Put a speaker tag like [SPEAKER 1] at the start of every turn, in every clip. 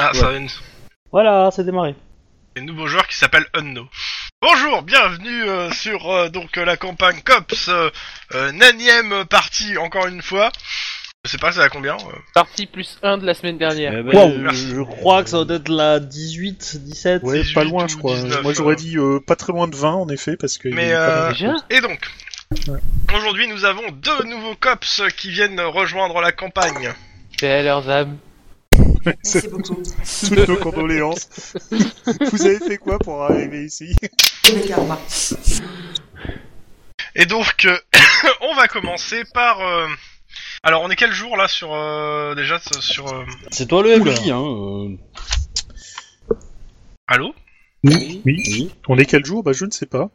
[SPEAKER 1] personne.
[SPEAKER 2] Voilà, c'est démarré.
[SPEAKER 1] Les nouveaux joueurs qui s'appellent Unno. Bonjour, bienvenue euh, sur euh, donc euh, la campagne Cops, euh, euh, nanième partie encore une fois. Je sais pas c'est à combien. euh.
[SPEAKER 3] Partie plus 1 de la semaine dernière.
[SPEAKER 4] Eh ben,
[SPEAKER 2] Wow,
[SPEAKER 4] euh,
[SPEAKER 1] merci.
[SPEAKER 2] je crois que ça doit être la 18, 17.
[SPEAKER 4] Ouais,
[SPEAKER 1] 18
[SPEAKER 4] pas loin,
[SPEAKER 1] ou
[SPEAKER 4] je crois.
[SPEAKER 1] 19,
[SPEAKER 4] Moi, j'aurais
[SPEAKER 2] hein.
[SPEAKER 1] euh.
[SPEAKER 4] dit euh, pas très loin de 20, en effet, parce que. il y
[SPEAKER 1] Mais, euh,
[SPEAKER 4] avait pas mal de-
[SPEAKER 3] Déjà
[SPEAKER 1] Et donc, aujourd'hui nous avons deux nouveaux Cops qui viennent rejoindre la campagne.
[SPEAKER 3] C'est à leurs âmes.
[SPEAKER 5] Merci beaucoup.
[SPEAKER 4] Toutes nos condoléances. Vous avez fait quoi pour arriver ici
[SPEAKER 5] Le karma.
[SPEAKER 1] Et donc, euh, on va commencer par. euh, Alors, on est quel jour là sur euh, déjà ce- sur euh,
[SPEAKER 2] C'est toi le
[SPEAKER 4] Oula.
[SPEAKER 2] MJ, hein. euh.
[SPEAKER 1] Allô
[SPEAKER 4] Oui, oui. On est quel jour Bah, je ne sais pas.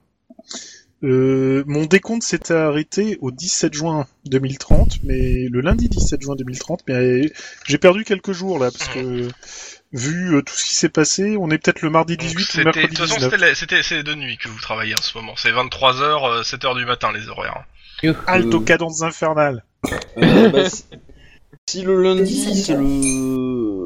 [SPEAKER 4] Euh, mon décompte s'était arrêté au 17 juin 2030, mais le lundi 17 juin 2030, mais euh, j'ai perdu quelques jours là, parce que vu euh, tout ce qui s'est passé, on est peut-être le mardi
[SPEAKER 1] Donc,
[SPEAKER 4] 18 ou le
[SPEAKER 1] c'était- De
[SPEAKER 4] mercredi
[SPEAKER 1] toute façon,
[SPEAKER 4] 19.
[SPEAKER 1] c'était la- c'était c'est de nuit que vous travaillez en ce moment. C'est 23h, 7h du matin les horaires.
[SPEAKER 4] Alto cadence infernale.
[SPEAKER 2] Euh, bah, si- si le
[SPEAKER 5] Le
[SPEAKER 2] lundi,
[SPEAKER 5] 17,
[SPEAKER 2] c'est le.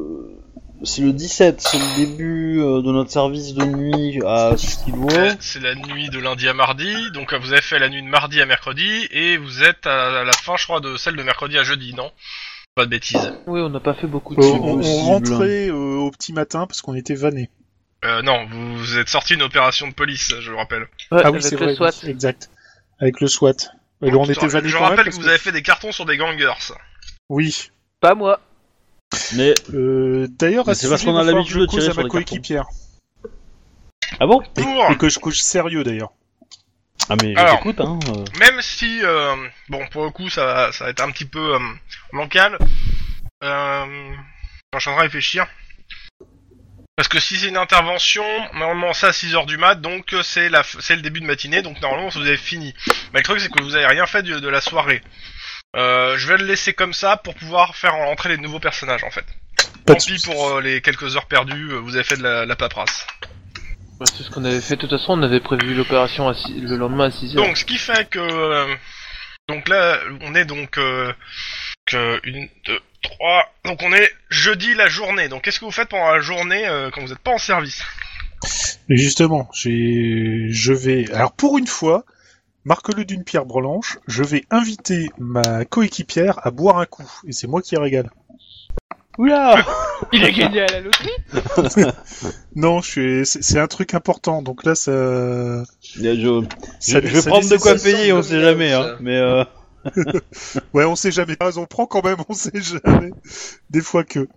[SPEAKER 2] Si le 17, c'est le début euh, de notre service de nuit à Skidmore.
[SPEAKER 1] Euh, C'est la nuit de lundi à mardi. Donc, euh, vous avez fait la nuit de mardi à mercredi et vous êtes à la fin, je crois, de celle de mercredi à jeudi, non Pas de bêtises.
[SPEAKER 3] Oui, on n'a pas fait beaucoup de
[SPEAKER 4] Euh,
[SPEAKER 2] C'est
[SPEAKER 4] on, on
[SPEAKER 2] possible.
[SPEAKER 4] rentrait euh, au petit matin parce qu'on était vanné.
[SPEAKER 1] Euh, non, vous, vous êtes sorti d'une opération de police, je le rappelle.
[SPEAKER 3] Ouais,
[SPEAKER 4] ah oui,
[SPEAKER 3] avec
[SPEAKER 4] c'est
[SPEAKER 3] le
[SPEAKER 4] vrai.
[SPEAKER 3] SWAT.
[SPEAKER 4] oui, Exact. Avec le SWAT. Et on était vanné
[SPEAKER 1] je
[SPEAKER 4] quand même
[SPEAKER 1] rappelle que
[SPEAKER 4] parce
[SPEAKER 1] vous avez fait des cartons sur des gangers.
[SPEAKER 4] Oui.
[SPEAKER 3] Pas moi.
[SPEAKER 2] Mais.
[SPEAKER 4] Euh, D'ailleurs,
[SPEAKER 2] Mais
[SPEAKER 4] à
[SPEAKER 2] c'est
[SPEAKER 4] ce
[SPEAKER 2] parce
[SPEAKER 4] sujet,
[SPEAKER 2] qu'on
[SPEAKER 4] il
[SPEAKER 2] a
[SPEAKER 4] va falloir
[SPEAKER 2] l'habitude
[SPEAKER 4] que je
[SPEAKER 2] de tirer
[SPEAKER 4] cause à
[SPEAKER 2] sur
[SPEAKER 4] ma
[SPEAKER 2] les cartons.
[SPEAKER 4] coéquipière.
[SPEAKER 2] Ah bon
[SPEAKER 1] Pour
[SPEAKER 4] Et que je couche sérieux d'ailleurs.
[SPEAKER 2] Ah, mais je
[SPEAKER 1] Alors.
[SPEAKER 2] t'écoute, hein. euh.
[SPEAKER 1] même si, euh, bon, pour le coup, ça, va- ça va être un petit peu euh, bancal, euh, je suis en train de réfléchir. Parce que si c'est une intervention, normalement ça à 6h du mat, donc euh, c'est la, f- c'est le début de matinée, donc normalement vous avez fini. Mais le truc c'est que vous avez rien fait du- de la soirée. Euh, je vais le laisser comme ça pour pouvoir faire entrer les nouveaux personnages en fait.
[SPEAKER 4] Pas
[SPEAKER 1] Tant
[SPEAKER 4] de
[SPEAKER 1] pis
[SPEAKER 4] soucis.
[SPEAKER 1] pour euh, les quelques heures perdues, euh, vous avez fait de la, la paperasse.
[SPEAKER 3] Bah, c'est ce qu'on avait fait. De toute façon, on avait prévu l'opération à six- le lendemain à 6h.
[SPEAKER 1] Donc, ce qui fait que. euh, donc là, on est donc. Euh, que une, deux, trois. Donc, on est jeudi la journée. Donc, qu'est-ce que vous faites pendant la journée euh, quand vous n'êtes pas en service
[SPEAKER 4] Mais justement, j'ai, je vais. Alors pour une fois, marque-le d'une pierre branche, je vais inviter ma coéquipière à boire un coup. Et c'est moi qui régale.
[SPEAKER 2] Oula
[SPEAKER 3] Il a gagné à la loterie
[SPEAKER 4] Non, je suis... c'est c'est un truc important, donc là ça.
[SPEAKER 2] Je, je
[SPEAKER 4] ça-
[SPEAKER 2] je vais
[SPEAKER 4] ça
[SPEAKER 2] prendre de quoi
[SPEAKER 4] nécessite-
[SPEAKER 5] nécessaire.
[SPEAKER 2] payer, on sait jamais, hein. Mais euh.
[SPEAKER 4] Ouais, on sait jamais. Ah, on prend quand même, on sait jamais. Des fois que.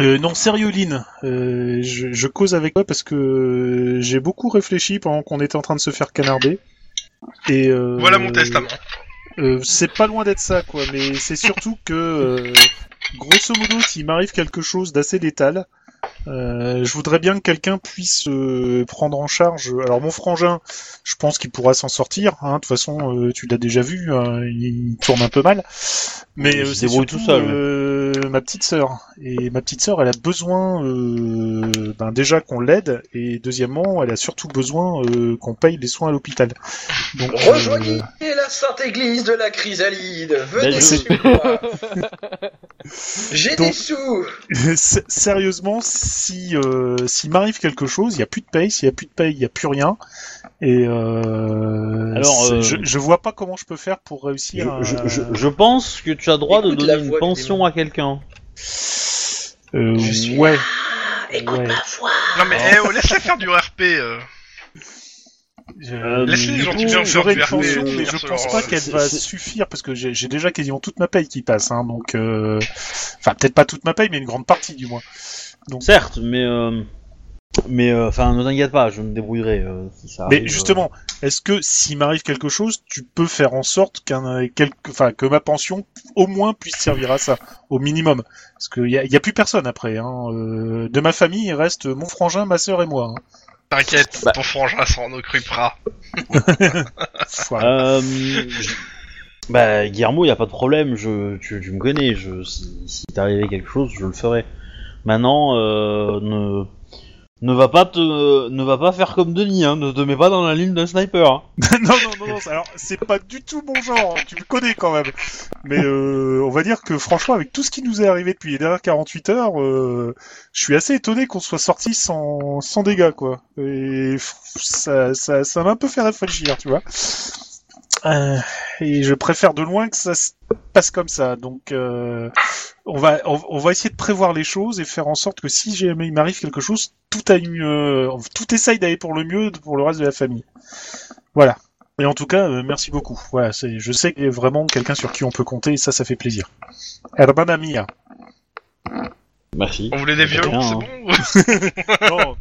[SPEAKER 4] Euh, non, sérieux, Lynn, euh, je, je cause avec toi parce que j'ai beaucoup réfléchi pendant qu'on était en train de se faire canarder. Et euh,
[SPEAKER 1] Voilà mon testament.
[SPEAKER 4] Euh, c'est pas loin d'être ça, quoi, mais c'est surtout que, euh, grosso modo, s'il m'arrive quelque chose d'assez létal, euh, je voudrais bien que quelqu'un puisse euh, prendre en charge. Alors, mon frangin, je pense qu'il pourra s'en sortir, hein, de toute façon, euh, tu l'as déjà vu, hein, il tourne un peu mal. Mais
[SPEAKER 2] Il
[SPEAKER 4] euh,
[SPEAKER 2] se
[SPEAKER 4] c'est
[SPEAKER 2] débrouille
[SPEAKER 4] surtout
[SPEAKER 2] tout seul, ouais.
[SPEAKER 4] euh, ma petite sœur. Et ma petite sœur, elle a besoin, euh, ben, déjà qu'on l'aide, et deuxièmement, elle a surtout besoin euh, qu'on paye les soins à l'hôpital. Donc, euh,
[SPEAKER 6] Rejoignez la Sainte Église de la Chrysalide. Venez
[SPEAKER 2] Ben, je-
[SPEAKER 6] sur moi. J'ai des
[SPEAKER 4] Donc-
[SPEAKER 6] sous.
[SPEAKER 4] S- Sérieusement, si euh, s'il m'arrive quelque chose, il n'y a plus de paye. S'il n'y a plus de paye, il n'y a plus rien. Et euh,
[SPEAKER 2] Alors,
[SPEAKER 4] c'est-
[SPEAKER 2] euh,
[SPEAKER 4] je, je vois pas comment je peux faire pour réussir. à-
[SPEAKER 2] Je, je- je- je pense que tu as droit de
[SPEAKER 6] Écoute la
[SPEAKER 2] donner une
[SPEAKER 6] voix du
[SPEAKER 2] pension
[SPEAKER 6] démon.
[SPEAKER 2] à quelqu'un.
[SPEAKER 4] Euh,
[SPEAKER 6] je suis
[SPEAKER 4] ouais.
[SPEAKER 6] Ah, écoute
[SPEAKER 4] Ouais.
[SPEAKER 6] ma voix.
[SPEAKER 1] Non,
[SPEAKER 4] ah.
[SPEAKER 1] mais eh, oh, laisse-les faire du RP. euh.
[SPEAKER 4] Je-
[SPEAKER 1] Laissez les
[SPEAKER 4] Euh, du
[SPEAKER 1] Euh, gens
[SPEAKER 4] coup,
[SPEAKER 1] qui viennent faire
[SPEAKER 4] j'aurai
[SPEAKER 1] du
[SPEAKER 4] une
[SPEAKER 1] RP,
[SPEAKER 4] pension,
[SPEAKER 1] euh,
[SPEAKER 4] mais je
[SPEAKER 1] sur
[SPEAKER 4] pense
[SPEAKER 1] leur-
[SPEAKER 4] pas qu'elle
[SPEAKER 2] C'est-
[SPEAKER 4] va
[SPEAKER 2] c'est-
[SPEAKER 4] suffire parce que j'ai j'ai déjà quasiment toute ma paye qui passe. Hein, donc, euh, enfin, peut-être pas toute ma paye, mais une grande partie du moins.
[SPEAKER 2] Certes, mais euh, mais euh, enfin ne t'inquiète pas, je me débrouillerai euh, si ça.
[SPEAKER 4] Mais
[SPEAKER 2] arrive,
[SPEAKER 4] justement, est-ce que s'il m'arrive quelque chose, tu peux faire en sorte qu'un, euh, quelque, enfin, que ma pension au moins puisse servir à ça, au minimum, parce qu'il y a, y a plus personne après. Hein. Euh, de ma famille, il reste mon frangin, ma sœur et moi. hein.
[SPEAKER 1] T'inquiète,
[SPEAKER 2] Bah.
[SPEAKER 1] ton frangin s'en occupera.
[SPEAKER 4] Foiré.
[SPEAKER 2] Euh, je- Bah Guillermo, y a pas de problème. Je, tu, tu me connais. Je, si, si t'arrivait quelque chose, je le ferai. Maintenant, euh, ne ne va pas te, ne va pas faire comme Denis, hein, ne te mets pas dans la ligne d'un sniper. hein.
[SPEAKER 4] non, non, non, non, c'est- alors c'est pas du tout mon genre, hein, tu me connais quand même. Mais euh, on va dire que franchement, avec tout ce qui nous est arrivé depuis les dernières 48 heures, euh, je suis assez étonné qu'on soit sorti sans, sans dégâts, quoi. Et f- ça, ça, ça m'a un peu fait réfléchir, tu vois. Euh, et je préfère de loin que ça se passe comme ça. Donc, euh, on, va, on, on va essayer de prévoir les choses et faire en sorte que si jamais il m'arrive quelque chose, tout aille mieux, euh, tout essaye d'aller pour le mieux pour le reste de la famille. Et en tout cas, euh, merci beaucoup. Voilà, c'est, je sais qu'il y a vraiment quelqu'un sur qui on peut compter et ça, ça fait plaisir. Hermana mia.
[SPEAKER 2] Merci.
[SPEAKER 1] On voulait des
[SPEAKER 2] C'est
[SPEAKER 1] violons,
[SPEAKER 2] bien,
[SPEAKER 1] c'est
[SPEAKER 2] hein.
[SPEAKER 1] bon
[SPEAKER 4] Non,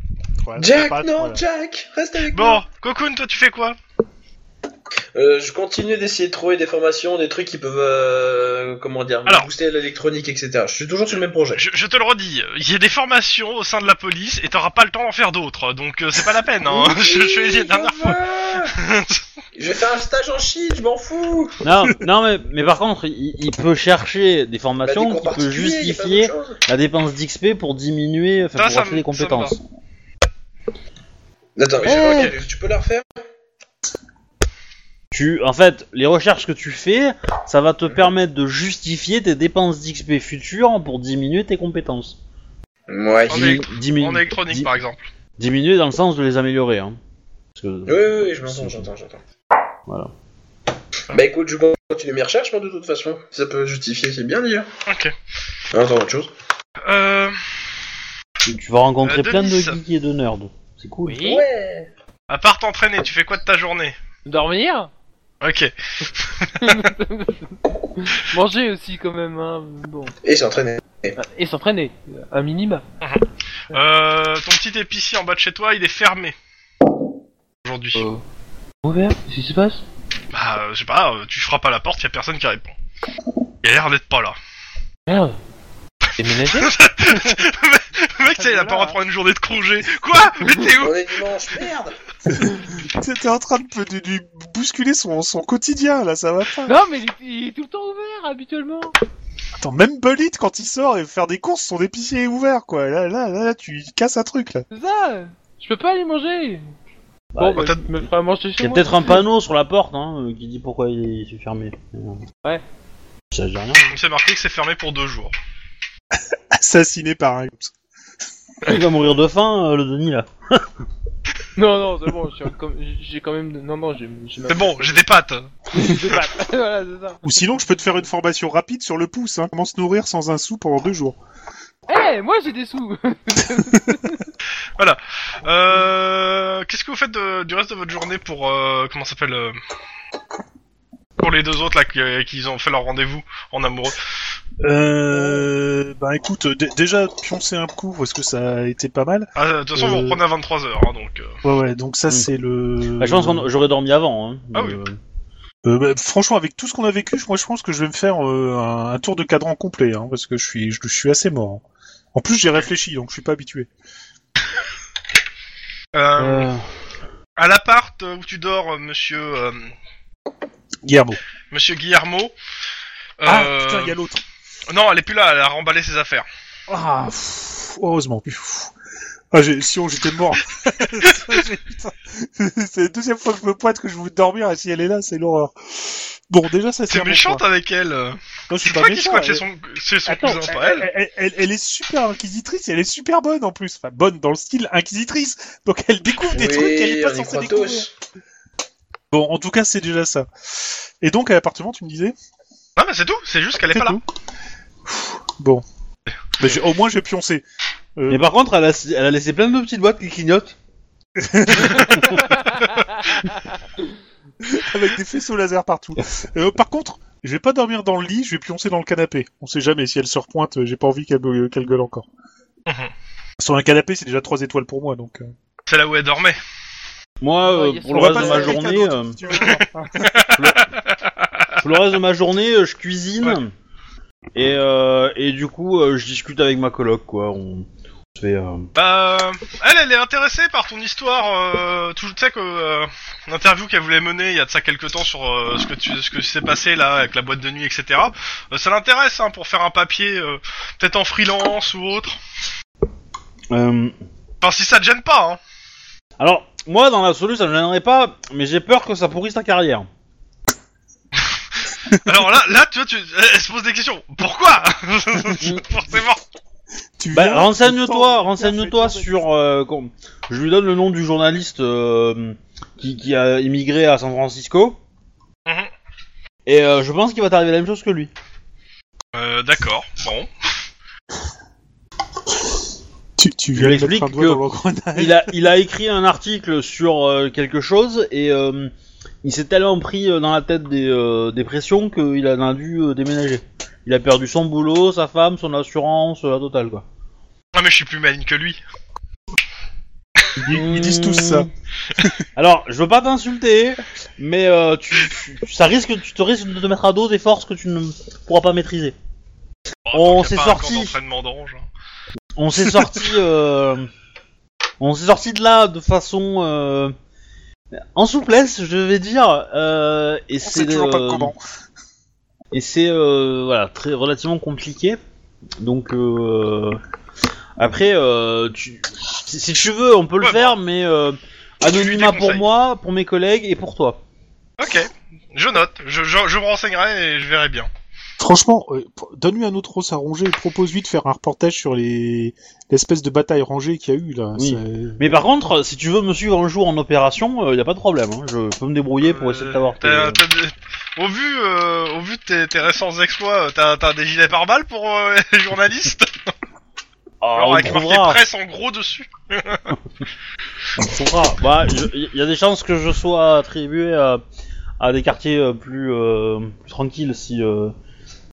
[SPEAKER 4] voilà,
[SPEAKER 6] Jack,
[SPEAKER 4] ah, pas-
[SPEAKER 6] non,
[SPEAKER 4] voilà.
[SPEAKER 6] Jack, reste avec moi.
[SPEAKER 1] Bon, Cocoon, toi tu fais quoi
[SPEAKER 6] Euh, je continue d'essayer de trouver des formations, des trucs qui peuvent, euh, comment dire,
[SPEAKER 1] Alors.
[SPEAKER 6] booster l'électronique, etc. Je suis toujours sur le même projet.
[SPEAKER 1] je, je te le redis, il y a des formations au sein de la police et t'auras pas le temps d'en faire d'autres, donc euh, c'est pas la peine, hein. je, je l'ai dit la dernière fois.
[SPEAKER 6] Je vais faire un stage en Chine, je m'en fous.
[SPEAKER 2] Non, non, mais, mais par contre, il, il peut chercher des
[SPEAKER 6] Bah, des
[SPEAKER 2] formations
[SPEAKER 6] cours
[SPEAKER 2] qui peuvent
[SPEAKER 6] particuliers, y a pas
[SPEAKER 2] justifier
[SPEAKER 6] d'autre chose.
[SPEAKER 2] la dépense d'XP pour diminuer, enfin,
[SPEAKER 1] Ça,
[SPEAKER 2] pour
[SPEAKER 1] ça
[SPEAKER 2] acheter
[SPEAKER 1] me-
[SPEAKER 2] des
[SPEAKER 1] ça me
[SPEAKER 2] compétences.
[SPEAKER 6] Attends, mais
[SPEAKER 2] Eh.
[SPEAKER 4] Oh.
[SPEAKER 6] je- ok, tu peux la refaire
[SPEAKER 2] Tu, en fait, les recherches que tu fais, ça va te permettre de justifier tes dépenses d'XP futures pour diminuer tes compétences.
[SPEAKER 6] Ouais.
[SPEAKER 1] En
[SPEAKER 2] Dimi-
[SPEAKER 1] électro-
[SPEAKER 2] dimi-
[SPEAKER 1] En électronique
[SPEAKER 2] di-
[SPEAKER 1] par exemple.
[SPEAKER 2] Diminuer dans le sens de les améliorer. Hein. Parce que-
[SPEAKER 6] Oui, oui, oui, je m'entends, j'entends, j'entends.
[SPEAKER 2] Voilà.
[SPEAKER 6] Bah écoute, je continue mes recherches, moi, de toute façon. Ça peut justifier, c'est bien hein. déjà.
[SPEAKER 1] Ok.
[SPEAKER 6] Attends, autre chose.
[SPEAKER 1] Euh,
[SPEAKER 2] tu- tu vas rencontrer
[SPEAKER 1] Euh,
[SPEAKER 2] plein de
[SPEAKER 1] Denis.
[SPEAKER 2] geeks et de nerds. C'est cool.
[SPEAKER 3] Oui
[SPEAKER 6] Ouais.
[SPEAKER 1] à part t'entraîner, tu fais quoi de ta journée
[SPEAKER 3] Dormir
[SPEAKER 1] Ok.
[SPEAKER 3] Manger aussi quand même, hein. Bon.
[SPEAKER 6] Et s'entraîner.
[SPEAKER 3] Et s'entraîner, un minima.
[SPEAKER 1] Euh, ton petit épicier en bas de chez toi, il est fermé. Aujourd'hui.
[SPEAKER 3] Robert, qu'est-ce qui se passe
[SPEAKER 1] Bah, euh, je sais pas, euh, tu frappes à la porte, y a personne qui répond. Il a l'air d'être pas là.
[SPEAKER 3] Merde. Déménager
[SPEAKER 1] Le mec, tu sais, il a
[SPEAKER 3] Voilà.
[SPEAKER 1] pas le droit de prendre une journée de congé. Quoi Mais t'es où
[SPEAKER 6] On est dimanche, merde
[SPEAKER 4] T'es en train de, peu- de- de bousculer son, son quotidien, là, ça va pas.
[SPEAKER 3] Non, mais il est, il est tout le temps ouvert habituellement.
[SPEAKER 4] Attends, même Bullet, quand il sort et faire des courses, son épicier est ouvert, quoi. Là, là, là, là, tu casses un truc, là.
[SPEAKER 3] C'est ça. Je peux pas aller manger.
[SPEAKER 2] Bah,
[SPEAKER 3] bon, bah,
[SPEAKER 1] t'as-
[SPEAKER 3] je me ferai à manger chez
[SPEAKER 2] Il y a
[SPEAKER 3] moi.
[SPEAKER 2] peut-être un panneau sur la porte hein, euh, qui dit pourquoi il est- c'est fermé.
[SPEAKER 3] Ouais.
[SPEAKER 2] Ça dit rien.
[SPEAKER 1] C'est marqué que c'est fermé pour deux jours.
[SPEAKER 4] Assassiné par un.
[SPEAKER 2] Il va mourir de faim, euh, le Denis là.
[SPEAKER 3] Non, non, c'est bon. je suis comme- J'ai quand même. Non, non, j'ai. j'ai ma-
[SPEAKER 1] C'est bon, j'ai des pattes.
[SPEAKER 3] J'ai pas- voilà, c'est ça.
[SPEAKER 4] Ou sinon, je peux te faire une formation rapide sur le pouce, hein. Comment se nourrir sans un sou pendant deux jours.
[SPEAKER 3] Eh, moi j'ai des sous.
[SPEAKER 1] Euh, qu'est-ce que vous faites de- du reste de votre journée pour euh, comment ça s'appelle euh, pour les deux autres là qui, euh, qui ont fait leur rendez-vous en amoureux
[SPEAKER 4] Euh, bah écoute, d- déjà, pioncer un coup, parce que ça a été pas mal.
[SPEAKER 1] Ah, De toute façon, vous
[SPEAKER 4] Euh.
[SPEAKER 1] reprenez à 23 h donc. euh.
[SPEAKER 4] Ouais, ouais, donc ça,
[SPEAKER 2] Mm.
[SPEAKER 4] c'est le...
[SPEAKER 2] Bah, je pense que j'aurais dormi avant. Hein,
[SPEAKER 1] Ah
[SPEAKER 2] mais,
[SPEAKER 1] oui.
[SPEAKER 2] euh,
[SPEAKER 4] Euh, bah, franchement, avec tout ce qu'on a vécu, moi je pense que je vais me faire euh, un, un tour de cadran complet, hein, parce que je suis, je, je suis assez mort. hein. En plus, j'ai réfléchi, donc je suis pas habitué.
[SPEAKER 1] Euh,
[SPEAKER 2] euh,
[SPEAKER 1] À l'appart euh, où tu dors, euh, Monsieur euh,
[SPEAKER 4] Guillermo.
[SPEAKER 1] Monsieur Guillermo.
[SPEAKER 4] Ah,
[SPEAKER 1] euh,
[SPEAKER 4] putain, il y a l'autre.
[SPEAKER 1] Non, elle est plus là. Elle a remballé ses affaires.
[SPEAKER 4] Ah, pff, heureusement. Pff. Ah, j'ai- sinon j'étais mort. J'ai- putain. c'est la deuxième fois que je me pointe que je veux dormir, et si elle est là, c'est l'horreur. Bon, déjà, ça c'est
[SPEAKER 1] T'es
[SPEAKER 4] un bon
[SPEAKER 1] méchante
[SPEAKER 4] point.
[SPEAKER 1] avec elle. euh.
[SPEAKER 4] Non, je suis
[SPEAKER 1] C'est
[SPEAKER 4] pas
[SPEAKER 1] toi qui
[SPEAKER 4] méchant.
[SPEAKER 1] squatte chez
[SPEAKER 4] elle-
[SPEAKER 1] son, chez son
[SPEAKER 4] Attends,
[SPEAKER 1] cousin, pas elle.
[SPEAKER 4] elle, elle- elle- elle est super inquisitrice, elle est super bonne en plus. Enfin, bonne dans le style inquisitrice. Donc elle découvre des
[SPEAKER 6] Oui,
[SPEAKER 4] trucs qu'elle est pas
[SPEAKER 6] on y
[SPEAKER 4] censée
[SPEAKER 6] croit
[SPEAKER 4] découvrir.
[SPEAKER 6] tous.
[SPEAKER 4] Bon, en tout cas, c'est déjà ça. Et donc, à l'appartement, tu me disais
[SPEAKER 1] Non, mais c'est tout. C'est juste qu'elle est
[SPEAKER 4] C'est
[SPEAKER 1] pas là.
[SPEAKER 4] tout. Bon. Mais j'ai- au moins, j'ai pioncé. Euh,
[SPEAKER 2] Mais par contre, elle a, elle a laissé plein de petites boîtes qui clignotent.
[SPEAKER 4] avec des faisceaux laser partout. Euh, par contre, je vais pas dormir dans le lit, je vais pioncer dans le canapé. On sait jamais si elle se repointe, euh, j'ai pas envie qu'elle euh, qu'elle gueule encore.
[SPEAKER 1] Mhm.
[SPEAKER 4] Sur un canapé, c'est déjà trois étoiles pour moi, donc. euh,
[SPEAKER 1] C'est là où elle dormait.
[SPEAKER 2] Moi,
[SPEAKER 3] Ouais,
[SPEAKER 2] euh,
[SPEAKER 3] il y a
[SPEAKER 2] pour
[SPEAKER 3] ça.
[SPEAKER 2] le
[SPEAKER 3] On va
[SPEAKER 2] reste
[SPEAKER 3] pas
[SPEAKER 2] de ma
[SPEAKER 3] faire
[SPEAKER 4] quelqu'un
[SPEAKER 2] journée,
[SPEAKER 4] d'autre,
[SPEAKER 2] euh,
[SPEAKER 4] si tu veux.
[SPEAKER 2] pour le reste de ma journée, euh, je cuisine et euh, et du coup, euh, je discute avec ma coloc quoi. On, on se fait. euh,
[SPEAKER 1] Bah, euh, elle, elle est intéressée par ton histoire. Euh, tu sais que euh, l'interview qu'elle voulait mener il y a de ça quelques temps sur euh, ce que tu, ce que s'est passé là avec la boîte de nuit, etc. Euh, ça l'intéresse hein, pour faire un papier, euh, peut-être en freelance ou autre.
[SPEAKER 2] Euh,
[SPEAKER 1] Enfin, si ça te gêne pas, hein.
[SPEAKER 2] Alors, moi, dans l'absolu, ça ne me gênerait pas, mais j'ai peur que ça pourrisse ta carrière.
[SPEAKER 1] Alors là, là, tu vois, tu, elle, elle se pose des questions. Pourquoi Forcément.
[SPEAKER 4] Tu
[SPEAKER 2] Bah,
[SPEAKER 4] viens, tu
[SPEAKER 2] renseigne-toi,
[SPEAKER 4] sors,
[SPEAKER 2] renseigne-toi
[SPEAKER 4] tu
[SPEAKER 2] sur. euh, com- je lui donne le nom du journaliste euh, qui, qui a immigré à San Francisco.
[SPEAKER 1] Mhm.
[SPEAKER 2] Et euh, je pense qu'il va t'arriver la même chose que lui.
[SPEAKER 1] Euh, d'accord. Bon.
[SPEAKER 4] Tu, tu
[SPEAKER 2] Je
[SPEAKER 4] viens de
[SPEAKER 2] l'explique
[SPEAKER 4] mettre un doigt
[SPEAKER 2] que-
[SPEAKER 4] dans l'engrenage.
[SPEAKER 2] Il a, il a écrit un article sur euh, quelque chose et euh, il s'est tellement pris euh, dans la tête des, euh, des pressions qu'il en a dû euh, déménager. Il a perdu son boulot, sa femme, son assurance, euh, la totale quoi.
[SPEAKER 1] Ah mais je suis plus maligne que lui.
[SPEAKER 4] Ils disent tous ça.
[SPEAKER 2] Alors, je veux pas t'insulter, mais euh, tu, tu- ça risque, tu te risques de te mettre à dos des forces que tu ne pourras pas maîtriser.
[SPEAKER 1] tant
[SPEAKER 2] On
[SPEAKER 1] qu'il y a pas
[SPEAKER 2] s'est
[SPEAKER 1] un camp
[SPEAKER 2] Oh, sorti.
[SPEAKER 1] d'entraînement d'orange, hein.
[SPEAKER 2] On s'est sorti, euh, on s'est sorti de là de façon euh, en souplesse, je vais dire, euh, et
[SPEAKER 4] On
[SPEAKER 2] c'est
[SPEAKER 4] sait toujours pas
[SPEAKER 2] euh,
[SPEAKER 4] comment.
[SPEAKER 2] et c'est euh, voilà très relativement compliqué. Donc euh, après, euh, tu, si, si tu veux, on peut le
[SPEAKER 1] Ouais,
[SPEAKER 2] faire,
[SPEAKER 4] bah,
[SPEAKER 2] mais euh, anonymat pour
[SPEAKER 1] déconseille.
[SPEAKER 2] moi, pour mes collègues et pour toi.
[SPEAKER 1] Ok. Je note. Je, je, je me renseignerai et je verrai bien.
[SPEAKER 4] Franchement, euh, pr- donne-lui un autre os à ronger et propose-lui de faire un reportage sur les l'espèce de bataille rangée qu'il y a eu là. euh,
[SPEAKER 2] Oui.
[SPEAKER 4] C'est-
[SPEAKER 2] Mais par contre, euh, si tu veux me suivre un jour en opération, il y a pas de problème. hein. Je peux me débrouiller pour essayer de t'avoir.
[SPEAKER 1] Euh,
[SPEAKER 2] tes-
[SPEAKER 1] t'as- t'as des- Au vu, euh, au vu de tes, tes récents exploits, euh, t'as t'as des gilets pare-balles pour euh, les journalistes
[SPEAKER 2] Ah,
[SPEAKER 1] Alors
[SPEAKER 2] on
[SPEAKER 1] avec marqué
[SPEAKER 2] trouvera,
[SPEAKER 1] presse en gros dessus.
[SPEAKER 2] on trouvera. Bah, il y a des chances que je sois attribué à, à des quartiers euh, plus, euh, plus tranquilles si, euh,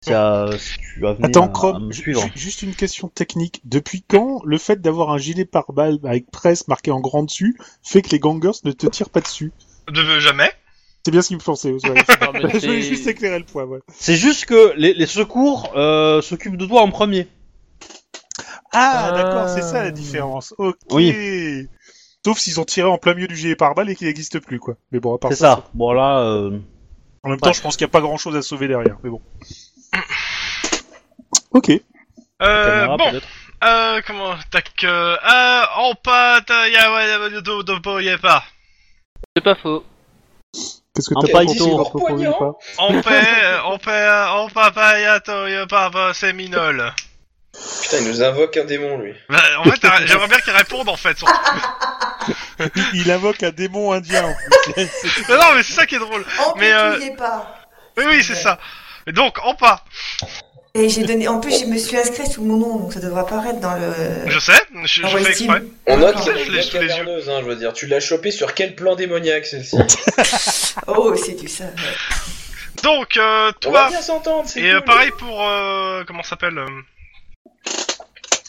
[SPEAKER 2] si, euh, si tu vas venir
[SPEAKER 4] Attends,
[SPEAKER 2] à- à
[SPEAKER 4] Chrome,
[SPEAKER 2] me
[SPEAKER 4] ju-
[SPEAKER 2] suivre.
[SPEAKER 4] ju- juste une question technique. Depuis quand le fait d'avoir un gilet pare-balles avec presse marqué en grand dessus fait que les gangers ne te tirent pas dessus
[SPEAKER 1] De de jamais.
[SPEAKER 4] C'est bien ce qu'il me pensait. ouais.
[SPEAKER 3] Non, mais
[SPEAKER 4] Je
[SPEAKER 3] c'est-
[SPEAKER 4] voulais juste éclairer le point. ouais.
[SPEAKER 2] C'est juste que les, les secours euh, s'occupent de toi en premier.
[SPEAKER 3] Ah.
[SPEAKER 4] Ah, d'accord, c'est ça la différence. Ok.
[SPEAKER 2] Oui.
[SPEAKER 4] Sauf s'ils ont tiré en plein milieu du gilet pare-balles et qu'il n'existe plus, quoi. Mais bon, à part
[SPEAKER 2] C'est
[SPEAKER 4] ça.
[SPEAKER 2] ça. Bon là, euh,
[SPEAKER 4] En même temps, je pense qu'il n'y a pas grand-chose à sauver derrière. Mais bon. Ok.
[SPEAKER 1] Euh,
[SPEAKER 2] caméra,
[SPEAKER 1] bon,
[SPEAKER 2] peut-être.
[SPEAKER 1] euh, comment, tac, euh, euh, en pâte, euh, y'a, ouais, y'a, de, de, de, y'a pas.
[SPEAKER 3] C'est pas faux.
[SPEAKER 4] Qu'est-ce que
[SPEAKER 2] Un
[SPEAKER 4] t'as
[SPEAKER 2] paille
[SPEAKER 4] proposé,
[SPEAKER 2] tour,
[SPEAKER 4] t'as proposé
[SPEAKER 6] poignant.
[SPEAKER 4] pas
[SPEAKER 1] En paix, euh, en paix, euh, en papa, y'a, to- y'a papa, c'est minol.
[SPEAKER 6] Putain, il nous invoque un démon, lui.
[SPEAKER 1] Bah, en fait, t'as- j'aimerais bien qu'il réponde, en fait. surtout.
[SPEAKER 4] Il invoque un démon indien. en plus.
[SPEAKER 1] Non, non, mais c'est ça qui est drôle. Mais, euh,
[SPEAKER 5] Amplifiez pas.
[SPEAKER 1] Oui, oui, c'est ça. Et donc, en pas.
[SPEAKER 5] Et j'ai donné. En plus, je me suis inscrite sous mon nom, donc ça devrait apparaître dans le.
[SPEAKER 1] Je sais, je, je
[SPEAKER 5] dans
[SPEAKER 1] fais
[SPEAKER 5] Steam.
[SPEAKER 1] exprès.
[SPEAKER 6] On note
[SPEAKER 5] Ah,
[SPEAKER 6] qu'elle
[SPEAKER 1] je
[SPEAKER 6] est
[SPEAKER 1] l'ai
[SPEAKER 6] bien
[SPEAKER 1] sous les yeux.
[SPEAKER 6] caverneuse, hein, je veux dire. Tu l'as chopée sur quel plan démoniaque, celle-ci
[SPEAKER 5] Oh, c'est du ça. ouais.
[SPEAKER 1] Donc, euh,
[SPEAKER 6] On va
[SPEAKER 1] toi,
[SPEAKER 6] bien s'entendre, c'est
[SPEAKER 1] et euh,
[SPEAKER 6] cool.
[SPEAKER 1] pareil pour, euh, comment ça s'appelle euh,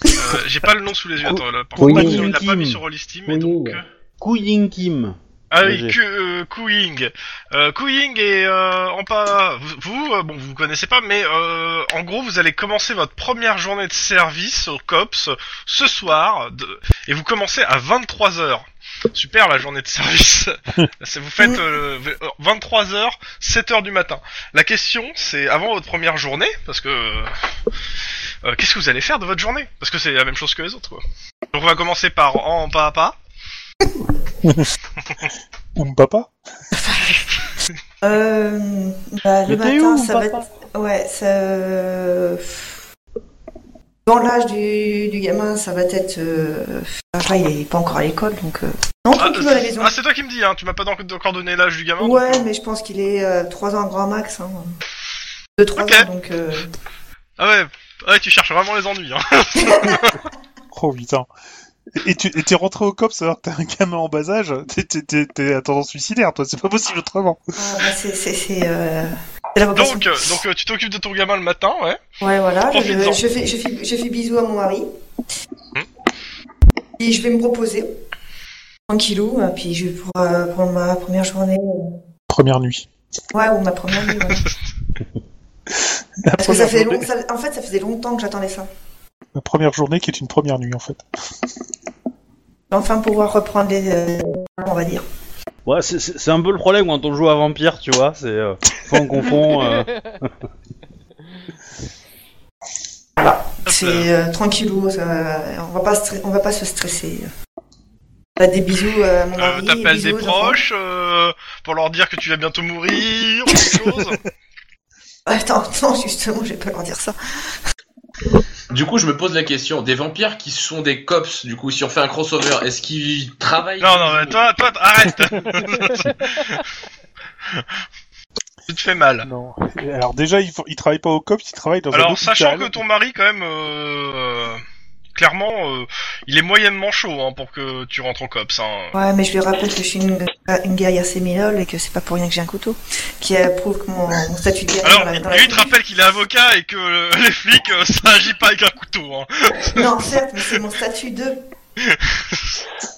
[SPEAKER 1] euh, j'ai pas le nom sous les yeux, attends, là, par
[SPEAKER 2] Oui,
[SPEAKER 1] contre,
[SPEAKER 2] oui,
[SPEAKER 1] il l'a
[SPEAKER 2] oui.
[SPEAKER 1] pas mis sur Rollistim, et
[SPEAKER 6] Oui,
[SPEAKER 1] donc...
[SPEAKER 6] oui.
[SPEAKER 1] euh,
[SPEAKER 2] Kujin Kim.
[SPEAKER 1] Ah oui,
[SPEAKER 2] Vas-y.
[SPEAKER 1] Ku- euh, Kooing. Euh, Kooing et euh, Ampa, vous, vous, euh, bon, vous connaissez pas, mais euh, en gros, vous allez commencer votre première journée de service au COPS ce soir, de- et vous commencez à 23h. Super la journée de service. C'est- vous faites euh, euh, 23h, 7h du matin. La question, c'est avant votre première journée, parce que... euh, Qu'est-ce que vous allez faire de votre journée Parce que c'est la même chose que les autres, quoi. Donc on va commencer par en pas à pas.
[SPEAKER 4] Ou papa
[SPEAKER 5] Euh, bah,
[SPEAKER 2] Mais
[SPEAKER 5] le
[SPEAKER 2] t'es
[SPEAKER 5] matin,
[SPEAKER 2] où,
[SPEAKER 5] ça va
[SPEAKER 2] papa
[SPEAKER 5] être. Ouais, ça. euh, Dans l'âge du, du gamin, ça va être. euh, Enfin, il est pas encore à l'école, donc. euh, Non,
[SPEAKER 1] Ah,
[SPEAKER 5] tranquille à la maison.
[SPEAKER 1] ah, c'est toi qui me dis, hein, tu m'as pas donc- encore donné l'âge du gamin. donc,
[SPEAKER 5] Ouais,
[SPEAKER 1] euh,
[SPEAKER 5] mais je pense qu'il est 3 ans grand max. Hein. 2-3
[SPEAKER 1] Ok.
[SPEAKER 5] ans, donc... euh,
[SPEAKER 1] Ah ouais, ouais, tu cherches vraiment les ennuis. Hein.
[SPEAKER 5] Ah,
[SPEAKER 4] Oh putain. Et tu et t'es rentré au COPS alors que t'as un gamin en bas âge T'es- t'es- T'es t'es à tendance suicidaire, toi, c'est pas possible autrement.
[SPEAKER 5] ah, bah, c'est c'est- c'est, euh, c'est la vocation.
[SPEAKER 1] Donc, euh, donc euh, tu t'occupes de ton gamin le matin, ouais.
[SPEAKER 5] ouais, voilà, je,
[SPEAKER 1] profites-en.
[SPEAKER 5] je fais, je, fais, je fais bisous à mon mari.
[SPEAKER 1] Hmm.
[SPEAKER 5] Et je vais me reposer. Tranquillou, euh, puis je vais pour, euh, pour ma première journée. euh,
[SPEAKER 4] Première nuit.
[SPEAKER 5] Ouais, ou ma première nuit. voilà.
[SPEAKER 4] La
[SPEAKER 5] Parce que ça
[SPEAKER 4] première,
[SPEAKER 5] faisait
[SPEAKER 4] journée,
[SPEAKER 5] long- ça- en fait, ça faisait longtemps que j'attendais ça.
[SPEAKER 4] la première journée qui est une première nuit en fait.
[SPEAKER 5] Enfin, pouvoir reprendre les. euh, on va dire.
[SPEAKER 2] Ouais, c'est- c'est c'est un peu le problème quand on joue à vampire, tu vois. C'est euh, faut on confond. euh,
[SPEAKER 5] C'est euh, tranquillou, ça- on va pas stre- on va pas se stresser. Bah, des bisous à mon
[SPEAKER 1] Euh,
[SPEAKER 5] mari.
[SPEAKER 1] T'appelles
[SPEAKER 5] bisous
[SPEAKER 1] des
[SPEAKER 5] aux enfants.
[SPEAKER 1] proches euh, pour leur dire que tu vas bientôt mourir, ou quelque chose.
[SPEAKER 5] Attends, attends, justement, je vais pas leur dire ça.
[SPEAKER 6] Du coup, je me pose la question des vampires qui sont des cops, du coup, si on fait un crossover, est-ce qu'ils travaillent
[SPEAKER 1] Non, non, mais toi, toi, t- arrête Tu te fais mal.
[SPEAKER 4] Non. Alors déjà, ils, font- ils travaillent pas au COPS, ils travaillent dans un
[SPEAKER 1] Alors,
[SPEAKER 4] hôpital.
[SPEAKER 1] sachant que ton mari, quand même, euh, clairement, euh, il est moyennement chaud hein, pour que tu rentres au COPS. Hein.
[SPEAKER 5] Ouais, mais je lui rappelle que je suis une, une guerrière séminole et que c'est pas pour rien que j'ai un couteau. Qui approuve que mon, mon statut de guerrière.
[SPEAKER 1] Alors,
[SPEAKER 5] dans la- dans la-
[SPEAKER 1] lui, il te rappelle qu'il est avocat et que euh, les flics, euh, ça agit pas avec un couteau. Hein.
[SPEAKER 5] Non, certes, mais c'est mon statut de.